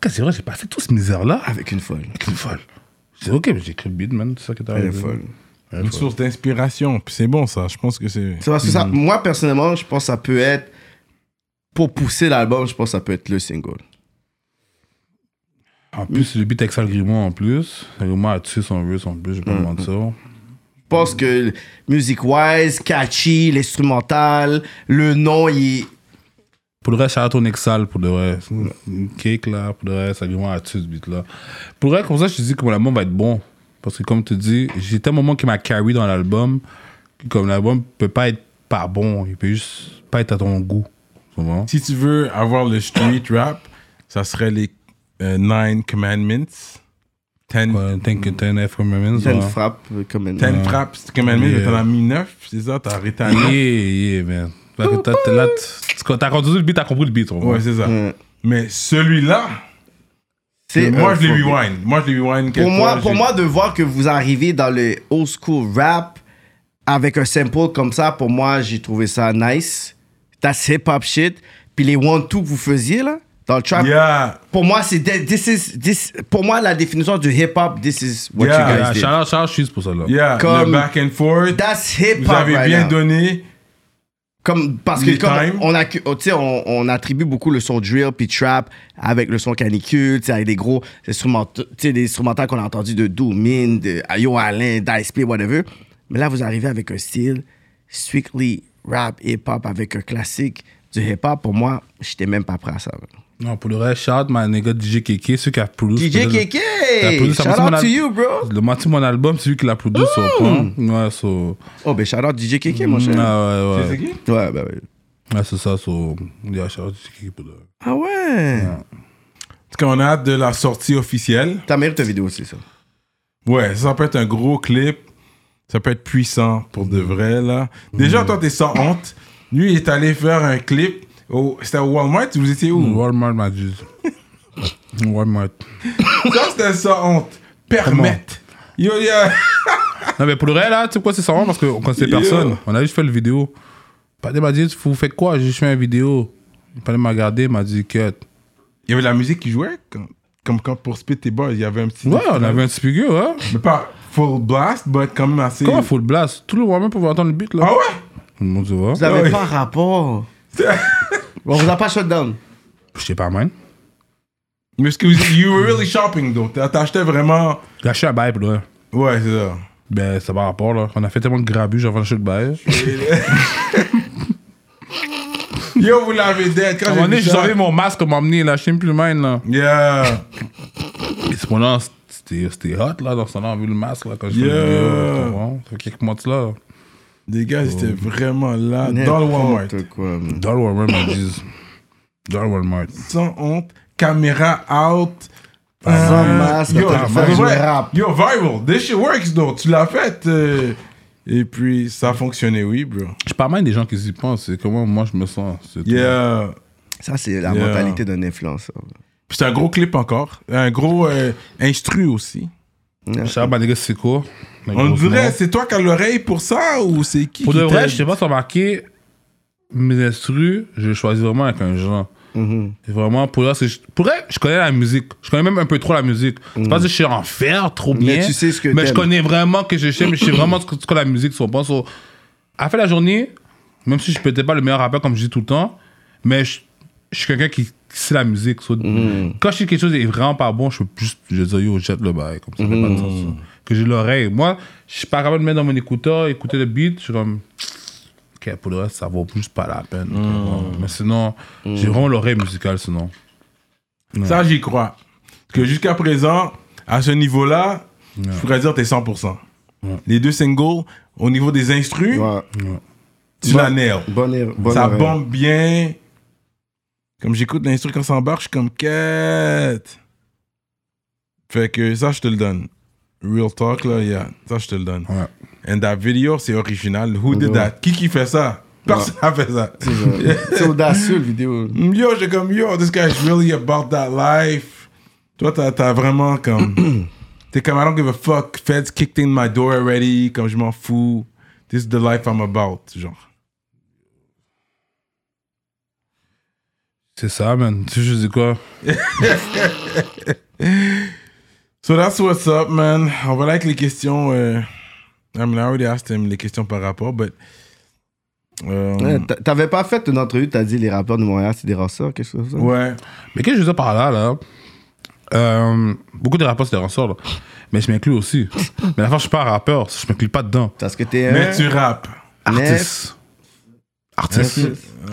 [SPEAKER 3] qu'est-ce que c'est vrai, j'ai pas fait toute cette misère-là
[SPEAKER 2] Avec une folle. (laughs)
[SPEAKER 3] avec une folle. C'est ok, mais j'ai écrit le beat, man, c'est ça qui est
[SPEAKER 2] Elle
[SPEAKER 3] arrivé.
[SPEAKER 2] est folle.
[SPEAKER 3] Elle est
[SPEAKER 1] Une
[SPEAKER 3] folle.
[SPEAKER 1] source d'inspiration. Puis c'est bon, ça. Je pense que c'est.
[SPEAKER 2] C'est parce que ça, moi personnellement, je pense que ça peut être pour pousser l'album, je pense que ça peut être le single.
[SPEAKER 3] En plus, le beat avec Sal Grimont en plus. Sal Grimont a tué son verse en plus, j'ai pas
[SPEAKER 2] Hmm,
[SPEAKER 3] demandé ça.
[SPEAKER 2] Je pense que music wise, catchy, l'instrumental, le nom, il
[SPEAKER 3] Pour le reste, shout out au Nexal, pour le reste. Cake là, pour le reste, Sal Grimont a tué ce beat là. Pour le reste, comme ça, je te dis que mon album va être bon. Parce que comme tu dis, j'ai tellement de monde qui m'a carry dans l'album, que comme l'album peut pas être pas bon, il peut juste pas être à ton goût. Tu comprends?
[SPEAKER 1] Si tu veux avoir le street rap, ça serait les euh, Nine Commandments. Ten,
[SPEAKER 3] Ouais, Thank you, 10 F Remembrance.
[SPEAKER 2] il a une
[SPEAKER 3] ouais.
[SPEAKER 2] frappe euh, comme une.
[SPEAKER 1] ten Fraps Commandments, mais
[SPEAKER 3] Yeah.
[SPEAKER 1] t'en as mis neuf, c'est ça? T'as arrêté à
[SPEAKER 3] Yeah,
[SPEAKER 1] neuf.
[SPEAKER 3] yeah, man. Fait que t'as- t'as- Là, tu- tu- t'as entendu le beat, t'as compris le beat. tu comprends?
[SPEAKER 1] Ouais, c'est ça.
[SPEAKER 2] Ouais.
[SPEAKER 1] Mais celui-là,
[SPEAKER 2] C'est
[SPEAKER 1] moi, je l'ai
[SPEAKER 2] euphorique.
[SPEAKER 1] rewind. Moi, je l'ai rewind.
[SPEAKER 2] euh, Pour
[SPEAKER 1] quelques
[SPEAKER 2] moi,
[SPEAKER 1] fois,
[SPEAKER 2] pour
[SPEAKER 1] j'ai-
[SPEAKER 2] moi, de voir que vous arrivez dans le old school rap avec un sample comme ça, pour moi, j'ai trouvé ça nice. That's hip hop shit. Puis les one two que vous faisiez là dans le trap,
[SPEAKER 1] Yeah.
[SPEAKER 2] pour moi, c'est this is this. Pour moi, la définition du hip hop, this is what
[SPEAKER 1] Yeah.
[SPEAKER 2] you guys
[SPEAKER 3] Yeah,
[SPEAKER 2] did.
[SPEAKER 3] Charles, Charles, je suis pour ça là.
[SPEAKER 1] Yeah.
[SPEAKER 2] Comme-
[SPEAKER 1] Le back and forth.
[SPEAKER 2] That's hip hop.
[SPEAKER 1] Vous avez
[SPEAKER 2] right
[SPEAKER 1] bien
[SPEAKER 2] now.
[SPEAKER 1] donné.
[SPEAKER 2] Comme, parce
[SPEAKER 1] Les
[SPEAKER 2] que comme
[SPEAKER 1] times.
[SPEAKER 2] on, accu- oh, tu sais, on, on attribue beaucoup le son drill puis trap avec le son canicule, tu sais, avec des gros instruments, tu sais, des instrumentales qu'on a entendus de Doomin, de Ayo Alain, d'Ice P, whatever. Mais là, vous arrivez avec un style strictly rap, hip-hop, avec un classique du hip-hop. Pour moi, j'étais même pas prêt à ça.
[SPEAKER 3] Non, pour le reste, shout out my nigga DJ Keke, celui qui a produit.
[SPEAKER 2] DJ Keke! Shout out to you, bro!
[SPEAKER 3] Le moitié de mon album, c'est lui qui l'a produit sur
[SPEAKER 1] Hmm.
[SPEAKER 3] Pan. Ouais, so.
[SPEAKER 2] Oh, ben, shout out DJ Keke, mon
[SPEAKER 3] Ouais,
[SPEAKER 1] Mm,
[SPEAKER 2] cher.
[SPEAKER 3] ouais,
[SPEAKER 1] C'est
[SPEAKER 3] ouais.
[SPEAKER 1] qui?
[SPEAKER 2] Ouais, ben, ouais.
[SPEAKER 3] Ouais, c'est ça, so. Yeah, shout out DJ Keke pour le.
[SPEAKER 2] Ah ouais!
[SPEAKER 1] Parce qu'on a hâte de la sortie officielle.
[SPEAKER 2] T'as mérité ta vidéo aussi, ça.
[SPEAKER 1] Ouais, ça peut être un gros clip. Ça peut être puissant pour de vrai, là.
[SPEAKER 3] Mm.
[SPEAKER 1] Déjà, toi, t'es sans honte. Lui, il est allé faire un clip. Au... C'était au Walmart, vous étiez où?
[SPEAKER 3] Walmart m'a
[SPEAKER 1] (laughs)
[SPEAKER 3] dit. Walmart.
[SPEAKER 1] Ça, c'était sans honte. Permettre. Yo, yeah.
[SPEAKER 3] Non, mais pour le reste, là, tu sais quoi, c'est ça, hein? parce qu'on connaissait
[SPEAKER 1] Yeah.
[SPEAKER 3] personne. On a juste fait le vidéo. Padé m'a dit, vous faites quoi J'ai juste fait une vidéo. Padé m'a regardé, m'a dit, cut.
[SPEAKER 1] Il y avait de la musique qui jouait, comme, comme quand pour Spit tes Boys, il y avait un petit.
[SPEAKER 3] Ouais, on avait un petit figure, ouais.
[SPEAKER 1] Mais pas full blast, mais quand même assez.
[SPEAKER 3] Comment faut le blast Tout le Walmart pouvait entendre le beat, là.
[SPEAKER 1] Ah ouais? (laughs)
[SPEAKER 3] Tout le monde se voit.
[SPEAKER 2] Vous avez
[SPEAKER 1] Ouais.
[SPEAKER 2] pas un rapport. On vous a pas shut down.
[SPEAKER 3] Je sais pas, man.
[SPEAKER 1] Mais parce que vous- you were really shopping, donc t'as- t'achetais vraiment.
[SPEAKER 3] J'ai acheté un bail, pour le.
[SPEAKER 1] Ouais, c'est ça.
[SPEAKER 3] Ben, c'est par rapport, là. On a fait tellement de grabuge avant d'acheter le bail.
[SPEAKER 1] Yo, vous l'avez dead.
[SPEAKER 3] À un
[SPEAKER 1] Quand
[SPEAKER 3] moment donné,
[SPEAKER 1] j'ai vu
[SPEAKER 3] j'ai
[SPEAKER 1] ça-
[SPEAKER 3] enlevé mon masque, on m'a emmené, là. Je sais même plus le mien, là.
[SPEAKER 1] Yeah.
[SPEAKER 3] Et cependant, c'était c'était hot, là, dans son temps, on a vu le masque, là, quand je
[SPEAKER 1] Yeah.
[SPEAKER 3] le Ça fait quelques mois de cela.
[SPEAKER 1] Les gars, j'étais
[SPEAKER 2] Oh.
[SPEAKER 1] vraiment là, dans le Walmart.
[SPEAKER 2] quoi, man.
[SPEAKER 3] Dans le Walmart, ils disent. Dans le Walmart.
[SPEAKER 1] Sans honte, caméra out. euh,
[SPEAKER 2] Sans masque,
[SPEAKER 1] yo,
[SPEAKER 2] t'as
[SPEAKER 1] for
[SPEAKER 2] fait
[SPEAKER 1] vrai,
[SPEAKER 2] du rap.
[SPEAKER 1] yo, viral, this shit works though, tu l'as fait. euh, et puis ça a fonctionné, oui, bro.
[SPEAKER 3] Je parle mal des gens qui y pensent. C'est comment moi je me sens. c'est tout.
[SPEAKER 1] Yeah.
[SPEAKER 2] Ça, c'est la
[SPEAKER 1] Yeah.
[SPEAKER 2] mentalité d'un influenceur.
[SPEAKER 1] Puis c'est un gros clip encore, un gros euh, instru aussi.
[SPEAKER 3] Shout out, my nigga, c'est quoi
[SPEAKER 1] On dirait, c'est toi qui as l'oreille pour ça ou c'est qui
[SPEAKER 3] Pour
[SPEAKER 1] qui
[SPEAKER 3] de vrai,
[SPEAKER 1] t'aide?
[SPEAKER 3] je sais pas si t'as remarqué, mes instrus, je choisis vraiment avec un genre.
[SPEAKER 2] Mm-hmm.
[SPEAKER 3] Et Vraiment, pour là, c'est- pour vrai, je connais la musique. Je connais même un peu trop la musique. C'est pas que je suis en faire trop bien.
[SPEAKER 2] Mm. Mais tu sais ce que
[SPEAKER 3] Mais je
[SPEAKER 2] t'aimes.
[SPEAKER 3] connais vraiment que je sais, mais je sais vraiment ce que, ce que la musique, si on pense au- À la fin de la journée, même si je suis peut-être pas le meilleur rappeur, comme je dis tout le temps, mais je, je suis quelqu'un qui, qui sait la musique. So,
[SPEAKER 2] Mm.
[SPEAKER 3] Quand je sais que quelque chose est vraiment pas bon, je peux juste, je dis, yo, jette le bail. Comme ça, ça fait pas
[SPEAKER 2] Mm.
[SPEAKER 3] de sens, ça. Que j'ai l'oreille. Moi, je suis pas capable de mettre dans mon écouteur, écouter le beat, je suis comme. Ok, pour le reste, ça vaut juste pas la peine. Ouais. Mais sinon, j'ai vraiment l'oreille musicale, sinon.
[SPEAKER 1] Ça, j'y crois. Parce que jusqu'à présent, à ce niveau-là, je pourrais dire t'es 100%. Les deux singles, au niveau des instrus,
[SPEAKER 2] Ouais.
[SPEAKER 1] tu la nails.
[SPEAKER 2] Bonne, er- bonne
[SPEAKER 1] ça
[SPEAKER 2] erreur.
[SPEAKER 1] bombe bien. Comme j'écoute l'instru quand ça embarque, je suis comme quête. Fait que ça, je te le donne. Real talk, là, yeah. Ça, je te le donne.
[SPEAKER 3] Ouais.
[SPEAKER 1] And that video, c'est original. Who did
[SPEAKER 2] Ouais.
[SPEAKER 1] that? Qui qui fait ça? Personne n'a fait ça. Mm,
[SPEAKER 2] C'est audacieux, le vidéo.
[SPEAKER 1] Yo, j'ai comme, yo, this guy's really about that life. Toi, t'as, t'as vraiment
[SPEAKER 2] (clears throat)
[SPEAKER 1] comme. T'es comme, I don't give a fuck. Feds kicked in my door already. Comme, je m'en fous. This is the life I'm about. Genre.
[SPEAKER 3] C'est ça, man. Tu sais, je dis quoi?
[SPEAKER 1] So that's what's up, man. On va là avec les questions. euh, I mean, I already asked him les questions par rapport, but. euh,
[SPEAKER 2] Ouais, t'a- T'avais pas fait une entrevue, t'as dit les rappeurs de Montréal, c'est des ranceurs, quelque chose comme ça?
[SPEAKER 1] ouais.
[SPEAKER 3] Mais qu'est-ce que je veux dire par là, là? Euh, beaucoup de rappeurs, c'est des ressort, là. Mais je m'inclus aussi. Mais la fois, je suis pas un rappeur, je m'inclus pas dedans.
[SPEAKER 2] Parce que t'es un.
[SPEAKER 1] Mais tu rappes.
[SPEAKER 3] Artiste. Artiste.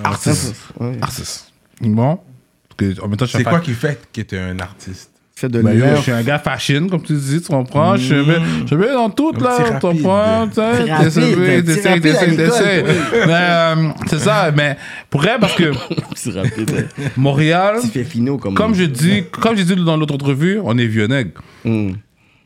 [SPEAKER 3] Artiste.
[SPEAKER 2] Ouais.
[SPEAKER 3] Artiste. Bon. Parce que, en même temps, je suis
[SPEAKER 1] C'est
[SPEAKER 3] un
[SPEAKER 1] quoi
[SPEAKER 3] fa-
[SPEAKER 1] qui fait que t'es un artiste?
[SPEAKER 2] Fais de
[SPEAKER 3] Ben, yo,
[SPEAKER 2] l'humour.
[SPEAKER 3] je suis un gars fashion, comme tu dis, tu comprends? Je suis un peu- je suis un peu dans tout,
[SPEAKER 1] Mm. Un
[SPEAKER 3] là,
[SPEAKER 1] petit
[SPEAKER 3] tu
[SPEAKER 1] rapide.
[SPEAKER 3] comprends? tu sais,
[SPEAKER 2] Petit rapide,
[SPEAKER 3] t'essayes,
[SPEAKER 2] un petit
[SPEAKER 3] t'essayes,
[SPEAKER 2] rapide à
[SPEAKER 3] t'essayes,
[SPEAKER 2] l'école,
[SPEAKER 3] t'essayes. Mais, euh, C'est ça, mais pour vrai, parce
[SPEAKER 2] (laughs)
[SPEAKER 3] que
[SPEAKER 2] (laughs) C'est rapide.
[SPEAKER 3] (laughs)
[SPEAKER 2] ouais.
[SPEAKER 3] Montréal,
[SPEAKER 2] Tu fais finaux comme.
[SPEAKER 3] comme je dis, comme j'ai dit dans l'autre entrevue, on est vieux nègre.
[SPEAKER 2] Hmm.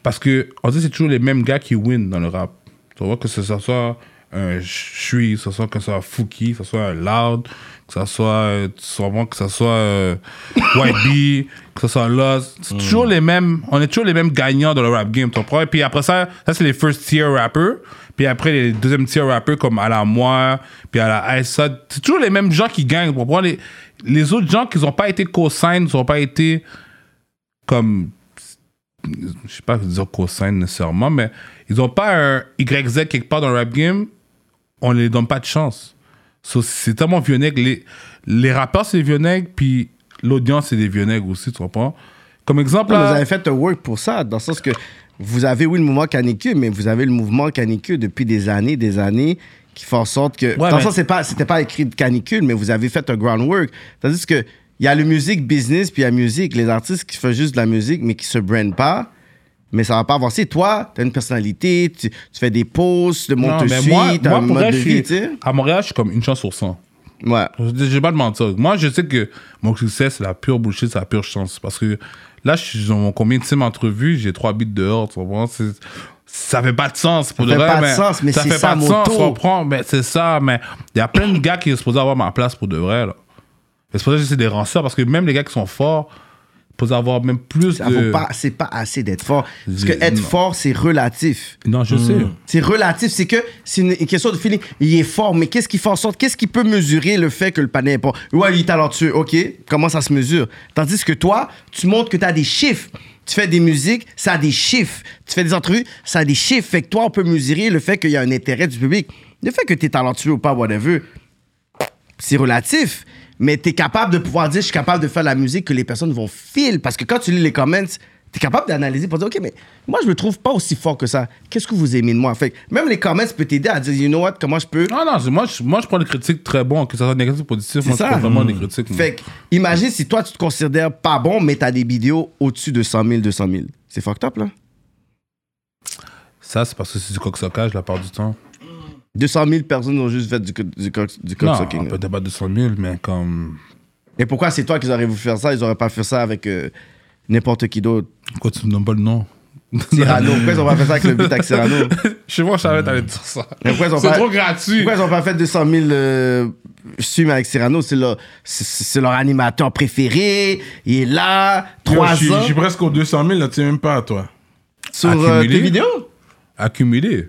[SPEAKER 3] Parce que, on dit, c'est toujours les mêmes gars qui win dans le rap. Tu vois, que ce ça soit un Chui, que ce soit, que ça soit Fouki, que ce soit un Loud, que ça soit, euh, tu comprends, que ça soit euh, (coughs) White Bee, que ce soit Lost. C'est toujours les mêmes, on est toujours les mêmes gagnants dans le rap game, tu comprends? Et puis après ça, ça c'est les first tier rappers. Puis après, les deuxième tier rappers comme à la Moi, puis à la Ice Side. c'est toujours les mêmes gens qui gagnent, tu comprends? Les, les autres gens qui n'ont pas été co-sign, qui n'ont pas été comme je sais pas dire co-sign nécessairement, mais ils ont pas un YZ quelque part dans le rap game, on les donne pas de chance. So, c'est tellement vieux nègre. Les, les rappeurs, c'est des vieux nègres, puis l'audience, c'est des vieux nègres aussi, tu comprends? Comme exemple,
[SPEAKER 2] Vous
[SPEAKER 3] là,
[SPEAKER 2] avez fait un work pour ça, dans le sens que vous avez, oui, le mouvement canicule, mais vous avez le mouvement canicule depuis des années, des années, qui fait en sorte que. dans le
[SPEAKER 3] mais-
[SPEAKER 2] sens, c'est pas- c'était pas écrit de canicule, mais vous avez fait un groundwork. Tandis que il y a le music business, puis il y a la musique. Les artistes qui font juste de la musique, mais qui se brandent pas. Mais ça va pas avancer. Toi, tu as une personnalité, tu, tu fais des pauses, tu te
[SPEAKER 3] non,
[SPEAKER 2] montes
[SPEAKER 3] mais
[SPEAKER 2] dessus,
[SPEAKER 3] moi,
[SPEAKER 2] t'as
[SPEAKER 3] moi,
[SPEAKER 2] un
[SPEAKER 3] pour
[SPEAKER 2] mode
[SPEAKER 3] vrai,
[SPEAKER 2] de
[SPEAKER 3] je
[SPEAKER 2] vie,
[SPEAKER 3] suis,
[SPEAKER 2] tu sais.
[SPEAKER 3] à Montréal, je suis comme une chance sur 100.
[SPEAKER 2] Ouais.
[SPEAKER 3] Je je vais pas te mentir. Moi, je sais que mon succès, c'est la pure bullshit, c'est la pure chance. Parce que là, je suis dans mon combien de entrevues, j'ai trois bits dehors, tu comprends? C'est- Ça fait pas de sens pour
[SPEAKER 2] Ça
[SPEAKER 3] le
[SPEAKER 2] fait
[SPEAKER 3] vrai,
[SPEAKER 2] pas de sens, mais
[SPEAKER 3] ça
[SPEAKER 2] c'est
[SPEAKER 3] fait
[SPEAKER 2] ça,
[SPEAKER 3] pas de
[SPEAKER 2] mon
[SPEAKER 3] sens, tu
[SPEAKER 2] tour.
[SPEAKER 3] comprends? Mais c'est ça, mais il y a plein de gars qui sont supposés avoir ma place pour de vrai, là. Et C'est pour ça que c'est des ranceurs, parce que même les gars qui sont forts, ils sont supposés avoir même plus
[SPEAKER 2] Ça
[SPEAKER 3] de.
[SPEAKER 2] vaut pas, c'est pas assez d'être fort. Parce que
[SPEAKER 3] J'ai-
[SPEAKER 2] être
[SPEAKER 3] Euh. non.
[SPEAKER 2] fort, c'est relatif.
[SPEAKER 3] Non, je sais.
[SPEAKER 2] C'est relatif, c'est que c'est une une question de feeling. Il est fort, mais qu'est-ce qui fait en sorte, qu'est-ce qui peut mesurer le fait que le panier est pas. Ouais, il est talentueux, ok, comment ça se mesure? Tandis que toi, tu montres que tu as des chiffres. Tu fais des musiques, ça a des chiffres. Tu fais des entrevues, ça a des chiffres. Fait que toi, on peut mesurer le fait qu'il y a un intérêt du public. Le fait que tu es talentueux ou pas, whatever, c'est relatif. Mais tu es capable de pouvoir dire, je suis capable de faire la musique que les personnes vont filer. Parce que quand tu lis les comments, tu es capable d'analyser pour dire, OK, mais moi, je me trouve pas aussi fort que ça. Qu'est-ce que vous aimez de moi? Fait que même les comments peuvent t'aider à dire, you know what, comment je peux.
[SPEAKER 3] Non, non, c'est- moi je, moi, je prends des critiques très bons, que ça soit négatif ou positif. Moi, je
[SPEAKER 2] ça. Hmm.
[SPEAKER 3] prends vraiment des critiques. moi.
[SPEAKER 2] Fait que, imagine si toi, tu te considères pas bon, mais tu as des vidéos au-dessus de 100 000, 200 000. C'est fucked up, là.
[SPEAKER 3] Ça, c'est parce que c'est du coq-sockage la part du temps.
[SPEAKER 2] 200 000 personnes ont juste fait du, co- du, co- du
[SPEAKER 3] Non,
[SPEAKER 2] cocksucking, là.
[SPEAKER 3] peut-être pas 200 000, mais comme.
[SPEAKER 2] Et pourquoi c'est toi qu'ils auraient voulu faire ça? Ils auraient pas fait ça avec euh, n'importe qui
[SPEAKER 3] (laughs)
[SPEAKER 2] d'autre.
[SPEAKER 3] Pourquoi tu me donnes pas le nom
[SPEAKER 2] Cyrano. Pourquoi ils ont pas fait ça avec le beat avec Cyrano?
[SPEAKER 3] (laughs) Je vois, je savais que t'allais dire ça.
[SPEAKER 2] Mais pourquoi ils ont
[SPEAKER 3] C'est
[SPEAKER 2] pas-
[SPEAKER 3] trop gratuit.
[SPEAKER 2] Pourquoi ils ont pas fait 200 000 euh, streams avec Cyrano? C'est leur, c'est- c'est leur animateur préféré. Il est là,
[SPEAKER 1] Yo,
[SPEAKER 2] trois
[SPEAKER 1] je suis-
[SPEAKER 2] ans
[SPEAKER 1] Je suis presque aux 200 000, là, tu sais même pas à toi.
[SPEAKER 2] sur euh,
[SPEAKER 3] Accumulé.
[SPEAKER 2] tes vidéos.
[SPEAKER 3] Accumulé.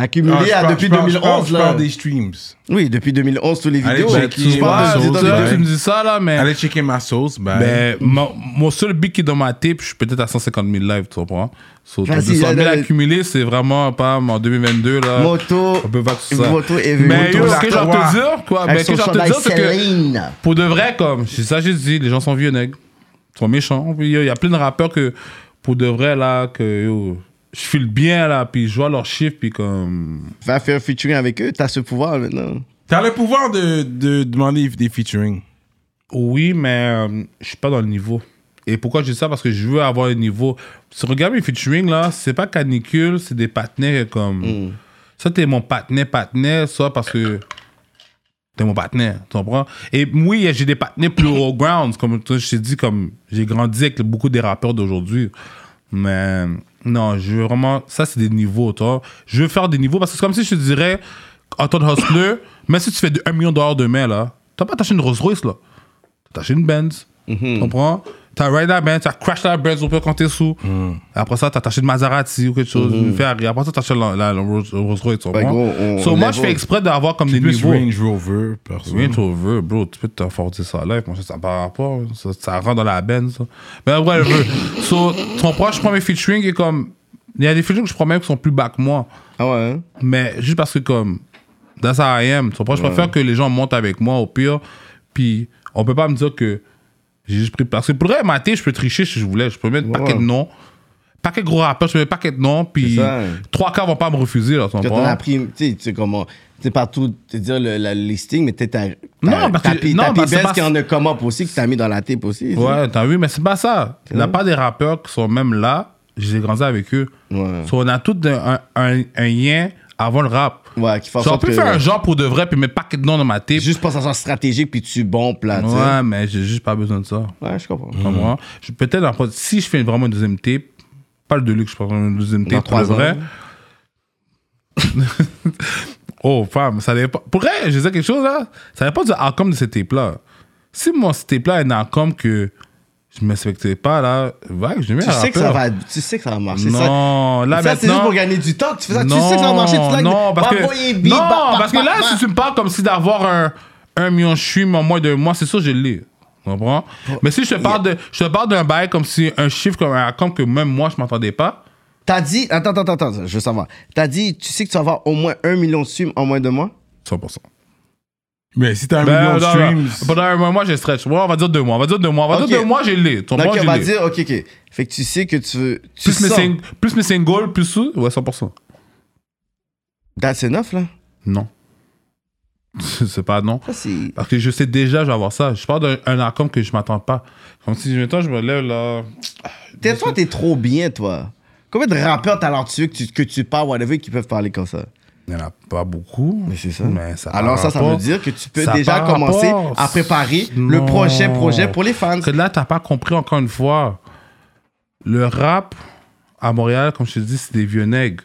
[SPEAKER 1] Ah,
[SPEAKER 2] Accumulé
[SPEAKER 1] je
[SPEAKER 2] à
[SPEAKER 1] parle-
[SPEAKER 2] depuis
[SPEAKER 1] je parle- je
[SPEAKER 2] 2011.
[SPEAKER 1] parle- Je
[SPEAKER 2] là.
[SPEAKER 1] parle des streams.
[SPEAKER 2] Oui, depuis 2011, tous les
[SPEAKER 1] Allez,
[SPEAKER 2] vidéos.
[SPEAKER 1] check
[SPEAKER 2] tu
[SPEAKER 1] it
[SPEAKER 2] parles,
[SPEAKER 1] out.
[SPEAKER 2] c'est dans les-
[SPEAKER 1] Ouais.
[SPEAKER 3] tu me dis ça là, mais.
[SPEAKER 1] Allez checker ma sauce, bye.
[SPEAKER 3] Mais mon, mon seul beat qui est dans ma tape, je suis peut-être à 150 000 lives, tu comprends? So, ton
[SPEAKER 2] Vas-y,
[SPEAKER 3] 200
[SPEAKER 2] allez,
[SPEAKER 3] 000
[SPEAKER 2] allez.
[SPEAKER 3] accumulés, c'est vraiment pas en 2022 là.
[SPEAKER 2] Moto.
[SPEAKER 3] On peut pas tout ça.
[SPEAKER 2] Moto et
[SPEAKER 3] Mais
[SPEAKER 2] Moto
[SPEAKER 3] yo,
[SPEAKER 1] la
[SPEAKER 3] ce que j'ai à
[SPEAKER 1] croix.
[SPEAKER 3] te dire, quoi.
[SPEAKER 2] Avec
[SPEAKER 3] Mais ce
[SPEAKER 2] son
[SPEAKER 3] que j'ai à te
[SPEAKER 2] chandail
[SPEAKER 3] dire, c'est que.
[SPEAKER 2] Céline.
[SPEAKER 3] Pour de vrai, comme, c'est ça que j'ai dit, les gens sont vieux nègres. Ils sont méchants. Puis, yo, Il y a plein de rappeurs que, pour de vrai, là, que yo, je file bien, là, puis je vois leurs chiffres, puis comme.
[SPEAKER 2] Va faire featuring avec eux, t'as ce pouvoir maintenant.
[SPEAKER 1] T'as le pouvoir de, de demander des featuring.
[SPEAKER 3] Oui, mais euh, je suis pas dans le niveau. Et pourquoi je dis ça Parce que je veux avoir le niveau. Si regarde mes featuring, là, c'est pas canicule, c'est des patinets comme. Ça, t'es mon patinet, patinet, ça, parce que. T'es mon patinet, tu comprends? Et oui, j'ai des patinets plus haut grounds, comme tu sais, je t'ai dit, comme j'ai grandi avec beaucoup des rappeurs d'aujourd'hui. Mais non, je veux vraiment. Ça, c'est des niveaux, toi. Je veux faire des niveaux parce que c'est comme si je te dirais, en tant que hustler, (coughs) même si tu fais de
[SPEAKER 2] Mm-hmm.
[SPEAKER 3] 1 million de dollars demain, là, t'as pas attaché une Rolls Royce, là. T'as acheté une Benz. Tu comprends? T'as ride la benz, t'as crash la benz ou peu quand t'es sous.
[SPEAKER 2] Mm.
[SPEAKER 3] Après ça, t'as acheté une Maserati ou quelque chose, une Ferrari. Après ça, t'as acheté la, la, la Rolls Rolls Royce. tu
[SPEAKER 2] Ouais,
[SPEAKER 3] comprends?
[SPEAKER 2] Mm-hmm. Ben, gros, on-
[SPEAKER 3] so,
[SPEAKER 2] on
[SPEAKER 3] moi,
[SPEAKER 2] level.
[SPEAKER 3] je fais exprès d'avoir comme des
[SPEAKER 1] Plus
[SPEAKER 3] niveaux.
[SPEAKER 1] Range Rover, perso.
[SPEAKER 3] Oui, tu veux, bro, tu peux t'afforder ça live, moi, ça, ça par rapport, ça, ça rentre dans la benne, ça. Mais ouais, je veux. So, ton proche, je prends mes featuring et comme. Il y a des featuring que je prends même qui sont plus bas que moi.
[SPEAKER 2] Ah ouais, hein?
[SPEAKER 3] Mais juste parce que, comme. That's how I am. Tu comprends? Je préfère que les gens montent avec moi, au pire. Puis, on peut pas me dire que. J'ai juste pris. Parce que pour vrai, maté, je peux tricher si je voulais. Je peux mettre paquet de noms. Paquet de gros rappeurs, je peux mettre paquet de noms. Puis,
[SPEAKER 2] C'est ça.
[SPEAKER 3] trois quarts vont pas me refuser, là, tu
[SPEAKER 2] Quand on
[SPEAKER 3] comprends?
[SPEAKER 2] a pris, tu sais, tu sais comment. C'est partout, te dire le, la- le listing, mais t'es ta.
[SPEAKER 3] Non, parce que- non, parce que c'est pas-
[SPEAKER 2] qui en a come up aussi, que t'as mis dans la tape aussi. tu sais.
[SPEAKER 3] Ouais, t'as vu, mais c'est pas ça. La part des rappeurs qui sont même là, j'ai grandi avec eux.
[SPEAKER 2] Ouais.
[SPEAKER 3] So, on a tous un, un, un lien avant le rap.
[SPEAKER 2] Ouais, qui fait en
[SPEAKER 3] So, on
[SPEAKER 2] sorte
[SPEAKER 3] peut
[SPEAKER 2] que-
[SPEAKER 3] faire un genre pour de vrai, puis mettre paquet de noms dans ma tape.
[SPEAKER 2] Juste pour ça soit stratégique, puis tu bombes là, tu sais.
[SPEAKER 3] ouais, mais j'ai juste pas besoin de ça.
[SPEAKER 2] Ouais, je comprends.
[SPEAKER 3] Tu comprends? Je- Peut-être, en fait, si je fais vraiment une deuxième tape, pas le Deluxe, je pense, une deuxième
[SPEAKER 2] Dans
[SPEAKER 3] tape pour de
[SPEAKER 2] trois ans.
[SPEAKER 3] vrai. (laughs) oh, femme, ça dépend. Pour vrai, je disais quelque chose là, ça dépend du outcome de cette tape-là. Si mon tape-là a un outcome que je ne m'inspectais pas, là, va que je mets
[SPEAKER 2] Tu sais, que ça va, tu sais que ça va marcher. ça.
[SPEAKER 3] Non,
[SPEAKER 2] ça,
[SPEAKER 3] là
[SPEAKER 2] c'est juste
[SPEAKER 3] maintenant-
[SPEAKER 2] pour gagner du temps. que Tu fais ça, tu
[SPEAKER 3] Non,
[SPEAKER 2] sais que ça va marcher. Bah, Tu
[SPEAKER 3] non, parce que, non, parce que là, si
[SPEAKER 2] c'est
[SPEAKER 3] tu me parles comme si d'avoir un, un million de streams en moins de mois, c'est sûr, je l'ai. Tu comprends? Mais si je te parle de, je te parle d'un bail comme si un chiffre comme un comme que même moi, je m'entendais pas.
[SPEAKER 2] T'as dit, attends, attends, attends, attends, je veux savoir. T'as dit, tu sais que tu vas avoir au moins un million de streams en moins de mois
[SPEAKER 3] 100%.
[SPEAKER 1] Mais si t'as un
[SPEAKER 3] Ben,
[SPEAKER 1] million de
[SPEAKER 3] non,
[SPEAKER 1] streams.
[SPEAKER 3] non. Pendant un mois, j'ai stretch. Ouais, on va dire deux mois. On va dire deux mois. On va
[SPEAKER 2] Ok.
[SPEAKER 3] dire deux mois, j'ai l'ai. Tu
[SPEAKER 2] Donc,
[SPEAKER 3] comprends?
[SPEAKER 2] on
[SPEAKER 3] Je
[SPEAKER 2] va
[SPEAKER 3] l'ai.
[SPEAKER 2] dire, ok, ok. Fait que tu sais que tu veux. Tu
[SPEAKER 3] Plus mes,
[SPEAKER 2] sens.
[SPEAKER 3] sing- plus mes singles, plus sous. Ouais, 100%.
[SPEAKER 2] That's enough, là.
[SPEAKER 3] Non. (laughs) c'est pas non.
[SPEAKER 2] Ça, c'est.
[SPEAKER 3] Parce que je sais déjà, je vais avoir ça. Je parle d'un un arcom que je m'attends pas. Comme si, mettons, je me lève là.
[SPEAKER 2] T'es, toi, t'es trop bien, toi. Combien de rappeurs talentueux que tu, que tu parles, whatever, qui peuvent parler comme ça
[SPEAKER 3] Il n'y en a pas beaucoup.
[SPEAKER 2] Mais c'est ça.
[SPEAKER 3] Mais ça
[SPEAKER 2] Alors,
[SPEAKER 3] par
[SPEAKER 2] ça, ça
[SPEAKER 3] rapport-
[SPEAKER 2] veut dire que tu peux
[SPEAKER 3] ça
[SPEAKER 2] déjà
[SPEAKER 3] par
[SPEAKER 2] commencer
[SPEAKER 3] rapport-
[SPEAKER 2] à préparer
[SPEAKER 3] Non.
[SPEAKER 2] le prochain projet pour les fans.
[SPEAKER 3] Que là, tu n'as pas compris encore une fois. Le rap à Montréal, comme je te dis, c'est des vieux nègres.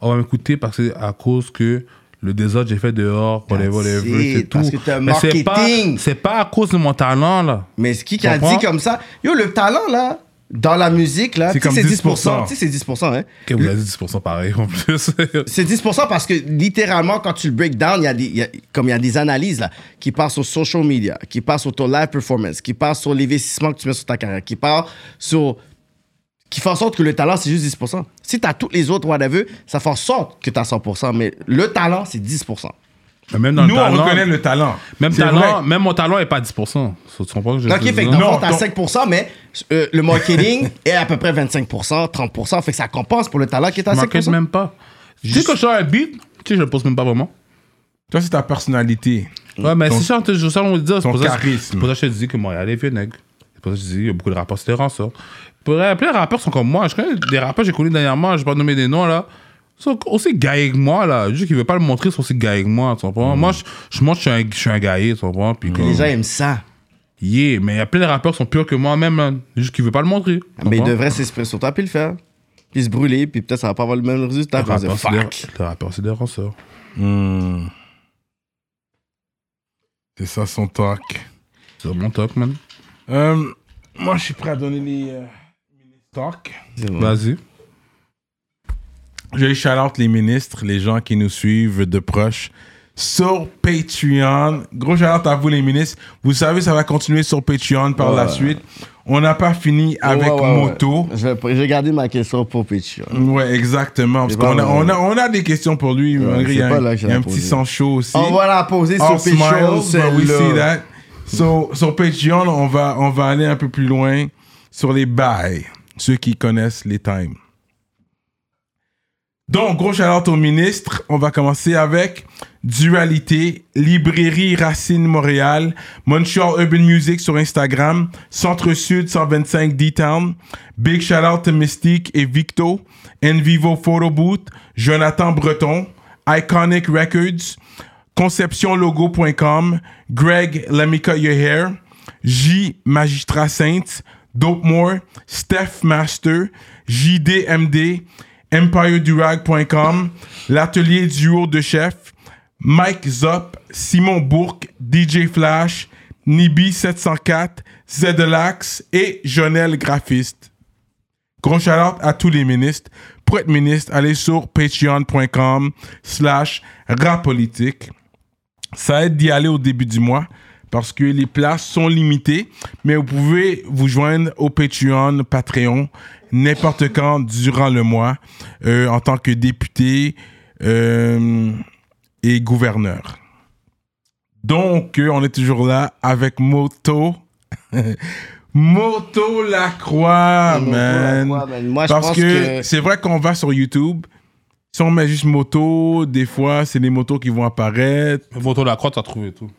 [SPEAKER 3] On va m'écouter parce que à cause que le désordre j'ai fait dehors, on les voit, les
[SPEAKER 2] That's
[SPEAKER 3] veut, c'est
[SPEAKER 2] it, parce
[SPEAKER 3] tout.
[SPEAKER 2] que t'as un
[SPEAKER 3] Mais c'est pas,
[SPEAKER 2] marketing.
[SPEAKER 3] c'est pas à cause de mon talent, là.
[SPEAKER 2] Mais ce qui qui a
[SPEAKER 3] Comprends?
[SPEAKER 2] dit comme ça, yo, le talent, là, dans la musique, là,
[SPEAKER 1] C'est
[SPEAKER 2] tu sais,
[SPEAKER 1] comme
[SPEAKER 2] c'est
[SPEAKER 1] 10%.
[SPEAKER 2] 10%. Tu sais, c'est 10%, hein.
[SPEAKER 3] Ok, vous avez dit 10% pareil en plus. (laughs)
[SPEAKER 2] C'est 10% parce que littéralement, quand tu le break down, il y a des, il y a- comme il y a des analyses là, qui passent sur social media, qui passent sur ton live performance, qui passent sur l'investissement que tu mets sur ta carrière, qui passent sur. qui font en sorte que le talent, c'est juste 10%. Si tu as toutes les autres whatever, ça fait en sorte que tu as 100%, mais le talent, c'est 10%.
[SPEAKER 3] Mais même dans
[SPEAKER 1] Nous,
[SPEAKER 3] le
[SPEAKER 1] on
[SPEAKER 3] talent,
[SPEAKER 1] reconnaît le talent.
[SPEAKER 3] même,
[SPEAKER 1] C'est
[SPEAKER 3] talent
[SPEAKER 1] vrai.
[SPEAKER 3] même mon talent est pas 10%. So, tu comprends ce que je
[SPEAKER 2] Ok, fait
[SPEAKER 3] veux
[SPEAKER 2] que
[SPEAKER 3] dire?
[SPEAKER 2] dans le
[SPEAKER 1] Non,
[SPEAKER 2] fond, t'as
[SPEAKER 1] donc-
[SPEAKER 2] 5%, mais euh,
[SPEAKER 1] (laughs)
[SPEAKER 2] le marketing est à peu près 25%, 30%, fait que ça compense pour le talent qui est à
[SPEAKER 3] Je m'inquiète
[SPEAKER 2] 5%.
[SPEAKER 3] même pas. Tu sais que je sors un beat, tu sais, je le pose même pas vraiment.
[SPEAKER 1] Toi, c'est ta personnalité.
[SPEAKER 3] Ouais, mais
[SPEAKER 1] Mm. Ton-
[SPEAKER 3] c'est ça, je suis on dire. C'est
[SPEAKER 1] ton
[SPEAKER 3] pour ça que-
[SPEAKER 1] charisme.
[SPEAKER 3] c'est pour ça que je te dis que Montréal est vieux nègre. C'est pour ça que je te dis, il y a beaucoup de rappeurs tolérants, ça. Pour vrai, plein de rappeurs sont comme moi. Je connais des rappeurs que j'ai connus dernièrement, je vais pas nommer des noms, là. Ils sont aussi gaillés que moi, là. Juste qu'ils veulent pas le montrer, ils sont aussi gaillés que moi, tu
[SPEAKER 1] Mm.
[SPEAKER 3] comprends? Moi, je, je montre que je suis un, je suis un gaillé, tu comprends? Puis comme,
[SPEAKER 2] Les gens aiment ça.
[SPEAKER 3] yeah, mais il y a plein de rappeurs qui sont pires que moi-même, là. Juste qu'ils veulent pas le montrer. tu
[SPEAKER 2] Mais ils
[SPEAKER 3] comprends?
[SPEAKER 2] devraient s'exprimer sur toi, puis le faire. Puis se brûler, puis peut-être ça va pas avoir le même résultat.
[SPEAKER 1] Ah,
[SPEAKER 3] Les
[SPEAKER 2] Puis on va dire,
[SPEAKER 3] rappeurs, c'est des-
[SPEAKER 2] fuck.
[SPEAKER 3] les rappeurs, c'est des ranceurs.
[SPEAKER 1] Hmm. C'est ça son talk.
[SPEAKER 3] C'est mon talk, man.
[SPEAKER 1] Euh, moi, je suis prêt à donner les euh, talks.
[SPEAKER 3] Vas-y.
[SPEAKER 1] Je shout out les ministres, les gens qui nous suivent de proche sur Patreon. Gros shout out à vous, les ministres. Vous savez, ça va continuer sur Patreon par la suite. On n'a pas fini avec
[SPEAKER 2] Ouais, ouais, ouais.
[SPEAKER 1] Moto.
[SPEAKER 2] Je vais, je vais garder ma question pour Pitch.
[SPEAKER 1] Ouais, exactement. Parce
[SPEAKER 2] C'est pas
[SPEAKER 1] qu'on a,
[SPEAKER 2] vrai.
[SPEAKER 1] on a, on a des questions pour lui. malgré,
[SPEAKER 2] c'est
[SPEAKER 1] il y a,
[SPEAKER 2] pas
[SPEAKER 1] un-
[SPEAKER 2] là que je
[SPEAKER 1] il y a
[SPEAKER 2] l'ai
[SPEAKER 1] un petit
[SPEAKER 2] posé.
[SPEAKER 1] sang chaud aussi.
[SPEAKER 2] On va la poser
[SPEAKER 1] All
[SPEAKER 2] sur ben Pitch.
[SPEAKER 1] smiles, but we see
[SPEAKER 2] celle-là.
[SPEAKER 1] that. So, sur Patreon, on va, on va aller un peu plus loin sur les bails, ceux qui connaissent les times. Donc, gros shout au ministre. On va commencer avec Dualité, Librairie Racine Montréal, Montreal Urban Music sur Instagram, Centre-Sud 125 D-Town, Big shout out to Mystique et Victo, Envivo Photo Booth, Jonathan Breton, Iconic Records, ConceptionLogo.com, Greg Let Me Cut Your Hair, J Magistrat Saints, Dope More, Steph Master, JDMD, EmpireDurag.com, L'Atelier du Haut de Chef, Mike Zop, Simon Bourque, DJ Flash, Nibi704, Zedelax et Jonel Graphiste. Gros shout à tous les ministres. Pour être ministre, allez sur patreon.com slash rapolitique. Ça aide d'y aller au début du mois parce que les places sont limitées, mais vous pouvez vous joindre au Patreon, Patreon, n'importe quand durant le mois euh, en tant que député euh, et gouverneur. Donc, euh, on est toujours là avec Moto. (laughs) Moto Lacroix,
[SPEAKER 2] Moto
[SPEAKER 1] man.
[SPEAKER 2] Lacroix, man. Moi, je
[SPEAKER 1] Parce
[SPEAKER 2] pense
[SPEAKER 1] que,
[SPEAKER 2] que-
[SPEAKER 1] c'est vrai qu'on va sur YouTube. Si on met juste moto, des fois, c'est les motos qui vont apparaître. Hmm.
[SPEAKER 3] Votre la croix, t'as trouvé tout.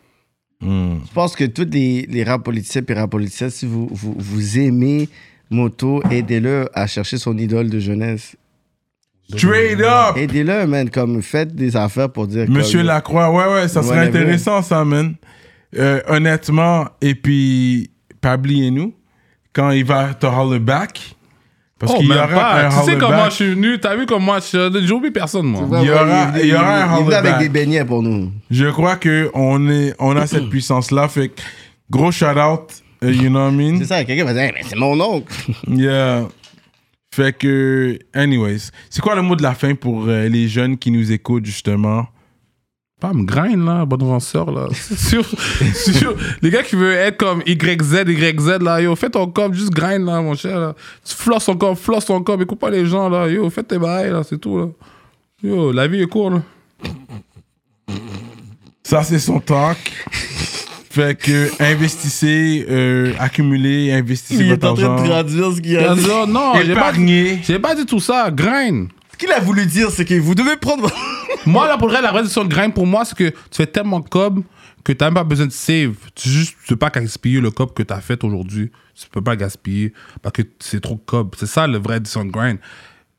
[SPEAKER 2] Je pense que tous les, les rap politiciens et rap politiciens, si vous, vous, vous aimez Moto, aidez-le à chercher son idole de jeunesse.
[SPEAKER 1] Straight up!
[SPEAKER 2] Aidez-le, man, comme faites des affaires pour dire.
[SPEAKER 1] Monsieur
[SPEAKER 2] comme-
[SPEAKER 1] Lacroix, ouais, ouais, ça serait
[SPEAKER 2] Whatever.
[SPEAKER 1] intéressant, ça, man. Euh, honnêtement, et puis, pas oublier nous, quand il va te holler back, parce
[SPEAKER 3] Oh,
[SPEAKER 1] qu'il y
[SPEAKER 3] même
[SPEAKER 1] aura
[SPEAKER 3] pas.
[SPEAKER 1] un
[SPEAKER 3] Tu sais
[SPEAKER 1] holler
[SPEAKER 3] comment
[SPEAKER 1] back.
[SPEAKER 3] je suis venu? T'as vu comment je J'ai oublié personne, moi.
[SPEAKER 2] Ouais,
[SPEAKER 1] Il y
[SPEAKER 2] ouais,
[SPEAKER 1] aura-
[SPEAKER 2] est venu-
[SPEAKER 1] il y aura un
[SPEAKER 2] il est venu
[SPEAKER 1] hollaback.
[SPEAKER 2] avec des beignets pour nous.
[SPEAKER 1] Je crois qu'on est, on a
[SPEAKER 3] (clears throat)
[SPEAKER 1] cette puissance-là, fait que gros shout-out, euh, you know what I mean?
[SPEAKER 2] C'est ça, quelqu'un va dire, Hey, mais c'est mon oncle.
[SPEAKER 1] Yeah. Fait que, anyways, c'est quoi le mot de la fin pour euh, les jeunes qui nous écoutent, justement?
[SPEAKER 3] Pas me graine, là, bon avanceur, là. (laughs) Sur, sur, les gars qui veulent être comme YZ, YZ, là, yo, fais ton com, juste grind, là, mon cher, là. Tu flosses ton com, flosse ton com, écoute pas les gens, là, yo, fais tes bails, là, c'est tout, là. Yo, la vie est courte, là.
[SPEAKER 1] Ça, c'est son talk. fait que, investissez, euh, accumulez, investissez votre argent.
[SPEAKER 2] traduire ce qu'il
[SPEAKER 3] Bien sûr, oh, non, j'ai pas, dit-
[SPEAKER 1] Épargnez.
[SPEAKER 3] j'ai pas dit tout ça, grind.
[SPEAKER 2] Ce qu'il a voulu dire, c'est que vous devez prendre.
[SPEAKER 3] Moi, là, pour le vrai, la vraie décision de grind pour moi, c'est que tu fais tellement de cob que t'as même pas besoin de save. Tu juste, tu peux pas gaspiller le cob que t'as fait aujourd'hui. Tu peux pas gaspiller parce que c'est trop cob. C'est ça, le vrai décision de grind.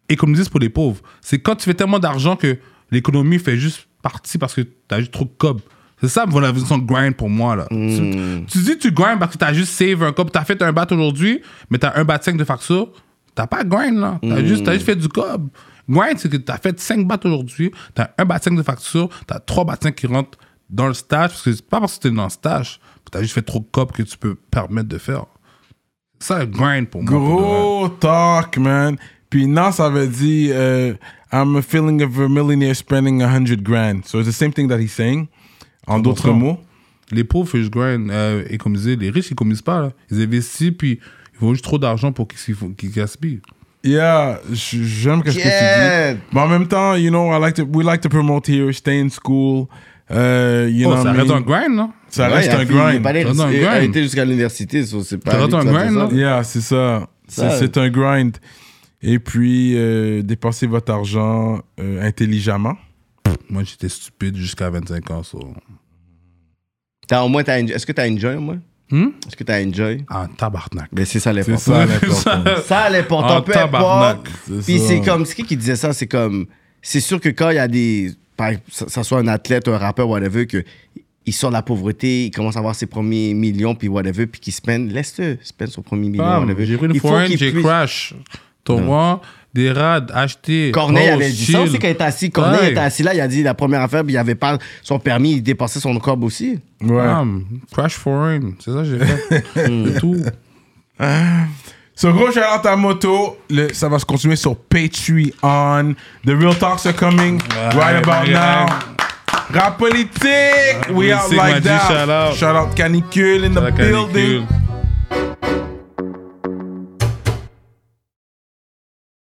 [SPEAKER 3] Économiser, c'est pour les pauvres. C'est quand tu fais tellement d'argent que l'économie fait juste partie parce que t'as juste trop de cob. C'est ça, voilà, la décision de grind pour moi, là.
[SPEAKER 1] Hmm.
[SPEAKER 3] Tu, tu dis tu grind parce que t'as juste save un cob. T'as fait un bat aujourd'hui, mais t'as un bat 5 de facture. T'as pas grind, là. T'as
[SPEAKER 1] Hmm.
[SPEAKER 3] juste, t'as juste fait du cob. Grind, c'est que t'as fait 5 battes aujourd'hui, t'as un bat 5 de facture, t'as 3 battes 5 qui rentrent dans le stage, parce que c'est pas parce que t'es dans le stage, que t'as juste fait trop de cob que tu peux permettre de faire. Ça, le grind pour moi. pour
[SPEAKER 1] Gros talk, man. Puis non, ça veut dire euh, I'm a feeling of a millionaire spending 100 grand. So it's the same thing that he's saying. En d'autres
[SPEAKER 3] sens.
[SPEAKER 1] mots.
[SPEAKER 3] de vrai. Les pauvres, ils juste grind, euh, économiser. Les riches, ils économisent pas, là. Ils investissent, puis ils font juste trop d'argent pour qu'ils qu'ils- qu'ils gaspillent.
[SPEAKER 1] Yeah, j- j'aime ce que tu
[SPEAKER 2] Yeah.
[SPEAKER 1] dis. Mais en même temps, you know, I like to, we like to promote here, stay in school. Euh, you
[SPEAKER 3] Oh,
[SPEAKER 1] know
[SPEAKER 3] ça
[SPEAKER 1] what I
[SPEAKER 3] reste un
[SPEAKER 1] mean?
[SPEAKER 3] grind, non?
[SPEAKER 1] Ça reste un
[SPEAKER 2] Il est pas
[SPEAKER 1] grind.
[SPEAKER 2] allé-
[SPEAKER 3] Ça reste un
[SPEAKER 2] il a
[SPEAKER 3] grind.
[SPEAKER 2] été jusqu'à l'université, so c'est pas.
[SPEAKER 3] Ça reste
[SPEAKER 2] lui qui
[SPEAKER 3] un
[SPEAKER 2] va dire
[SPEAKER 3] grind,
[SPEAKER 2] ça.
[SPEAKER 1] Yeah, c'est ça. C'est
[SPEAKER 2] Ça.
[SPEAKER 1] c'est un grind. Et puis, euh, dépensez votre argent euh, intelligemment.
[SPEAKER 3] Moi, j'étais stupide jusqu'à 25 ans, ça.
[SPEAKER 2] T'as au moins, t'as enjoy- est-ce que t'as enjoy au moins
[SPEAKER 3] Hmm?
[SPEAKER 2] Est-ce que t'as enjoy
[SPEAKER 3] En tabarnak.
[SPEAKER 2] Ben, c'est ça l'important. (laughs)
[SPEAKER 3] C'est ça,
[SPEAKER 2] l'important. Ça l'important,
[SPEAKER 3] En
[SPEAKER 2] peu
[SPEAKER 3] tabarnak,
[SPEAKER 2] importe. Puis c'est comme, c'est qui qui disait ça C'est comme, c'est sûr que quand il y a des. Par, ça, ça soit un athlète, un rappeur, whatever, que. Il sort de la pauvreté, il commence à avoir ses premiers millions, puis whatever, puis qu'il spend. Laisse-le spend son premier million,
[SPEAKER 3] Bam,
[SPEAKER 2] whatever.
[SPEAKER 3] J'ai pris une
[SPEAKER 2] Il faut
[SPEAKER 3] foreign,
[SPEAKER 2] qu'il
[SPEAKER 3] j'ai
[SPEAKER 2] puisse-
[SPEAKER 3] crash. Torrent, des rades, acheté.
[SPEAKER 2] Corneille
[SPEAKER 3] Rose,
[SPEAKER 2] avait dit ça aussi
[SPEAKER 3] chill.
[SPEAKER 2] quand il était assis. Corneille
[SPEAKER 3] Oh, Ouais.
[SPEAKER 2] était assis là, il a dit la première affaire, puis il avait pas son permis, il dépassait son corbe aussi.
[SPEAKER 1] Ouais.
[SPEAKER 3] Bam, crash foreign. C'est ça que
[SPEAKER 2] (laughs)
[SPEAKER 3] j'ai fait. C'est tout.
[SPEAKER 1] So, gros shout out à Moto. Le- ça va se continuer sur Patreon. The real talks are coming right about
[SPEAKER 3] ouais.
[SPEAKER 1] now. Rap politique, we out
[SPEAKER 3] Politique,
[SPEAKER 1] like
[SPEAKER 3] Maji,
[SPEAKER 1] that.
[SPEAKER 3] shout out.
[SPEAKER 1] Shout out Canicule in the
[SPEAKER 3] La
[SPEAKER 1] building.
[SPEAKER 3] canicule.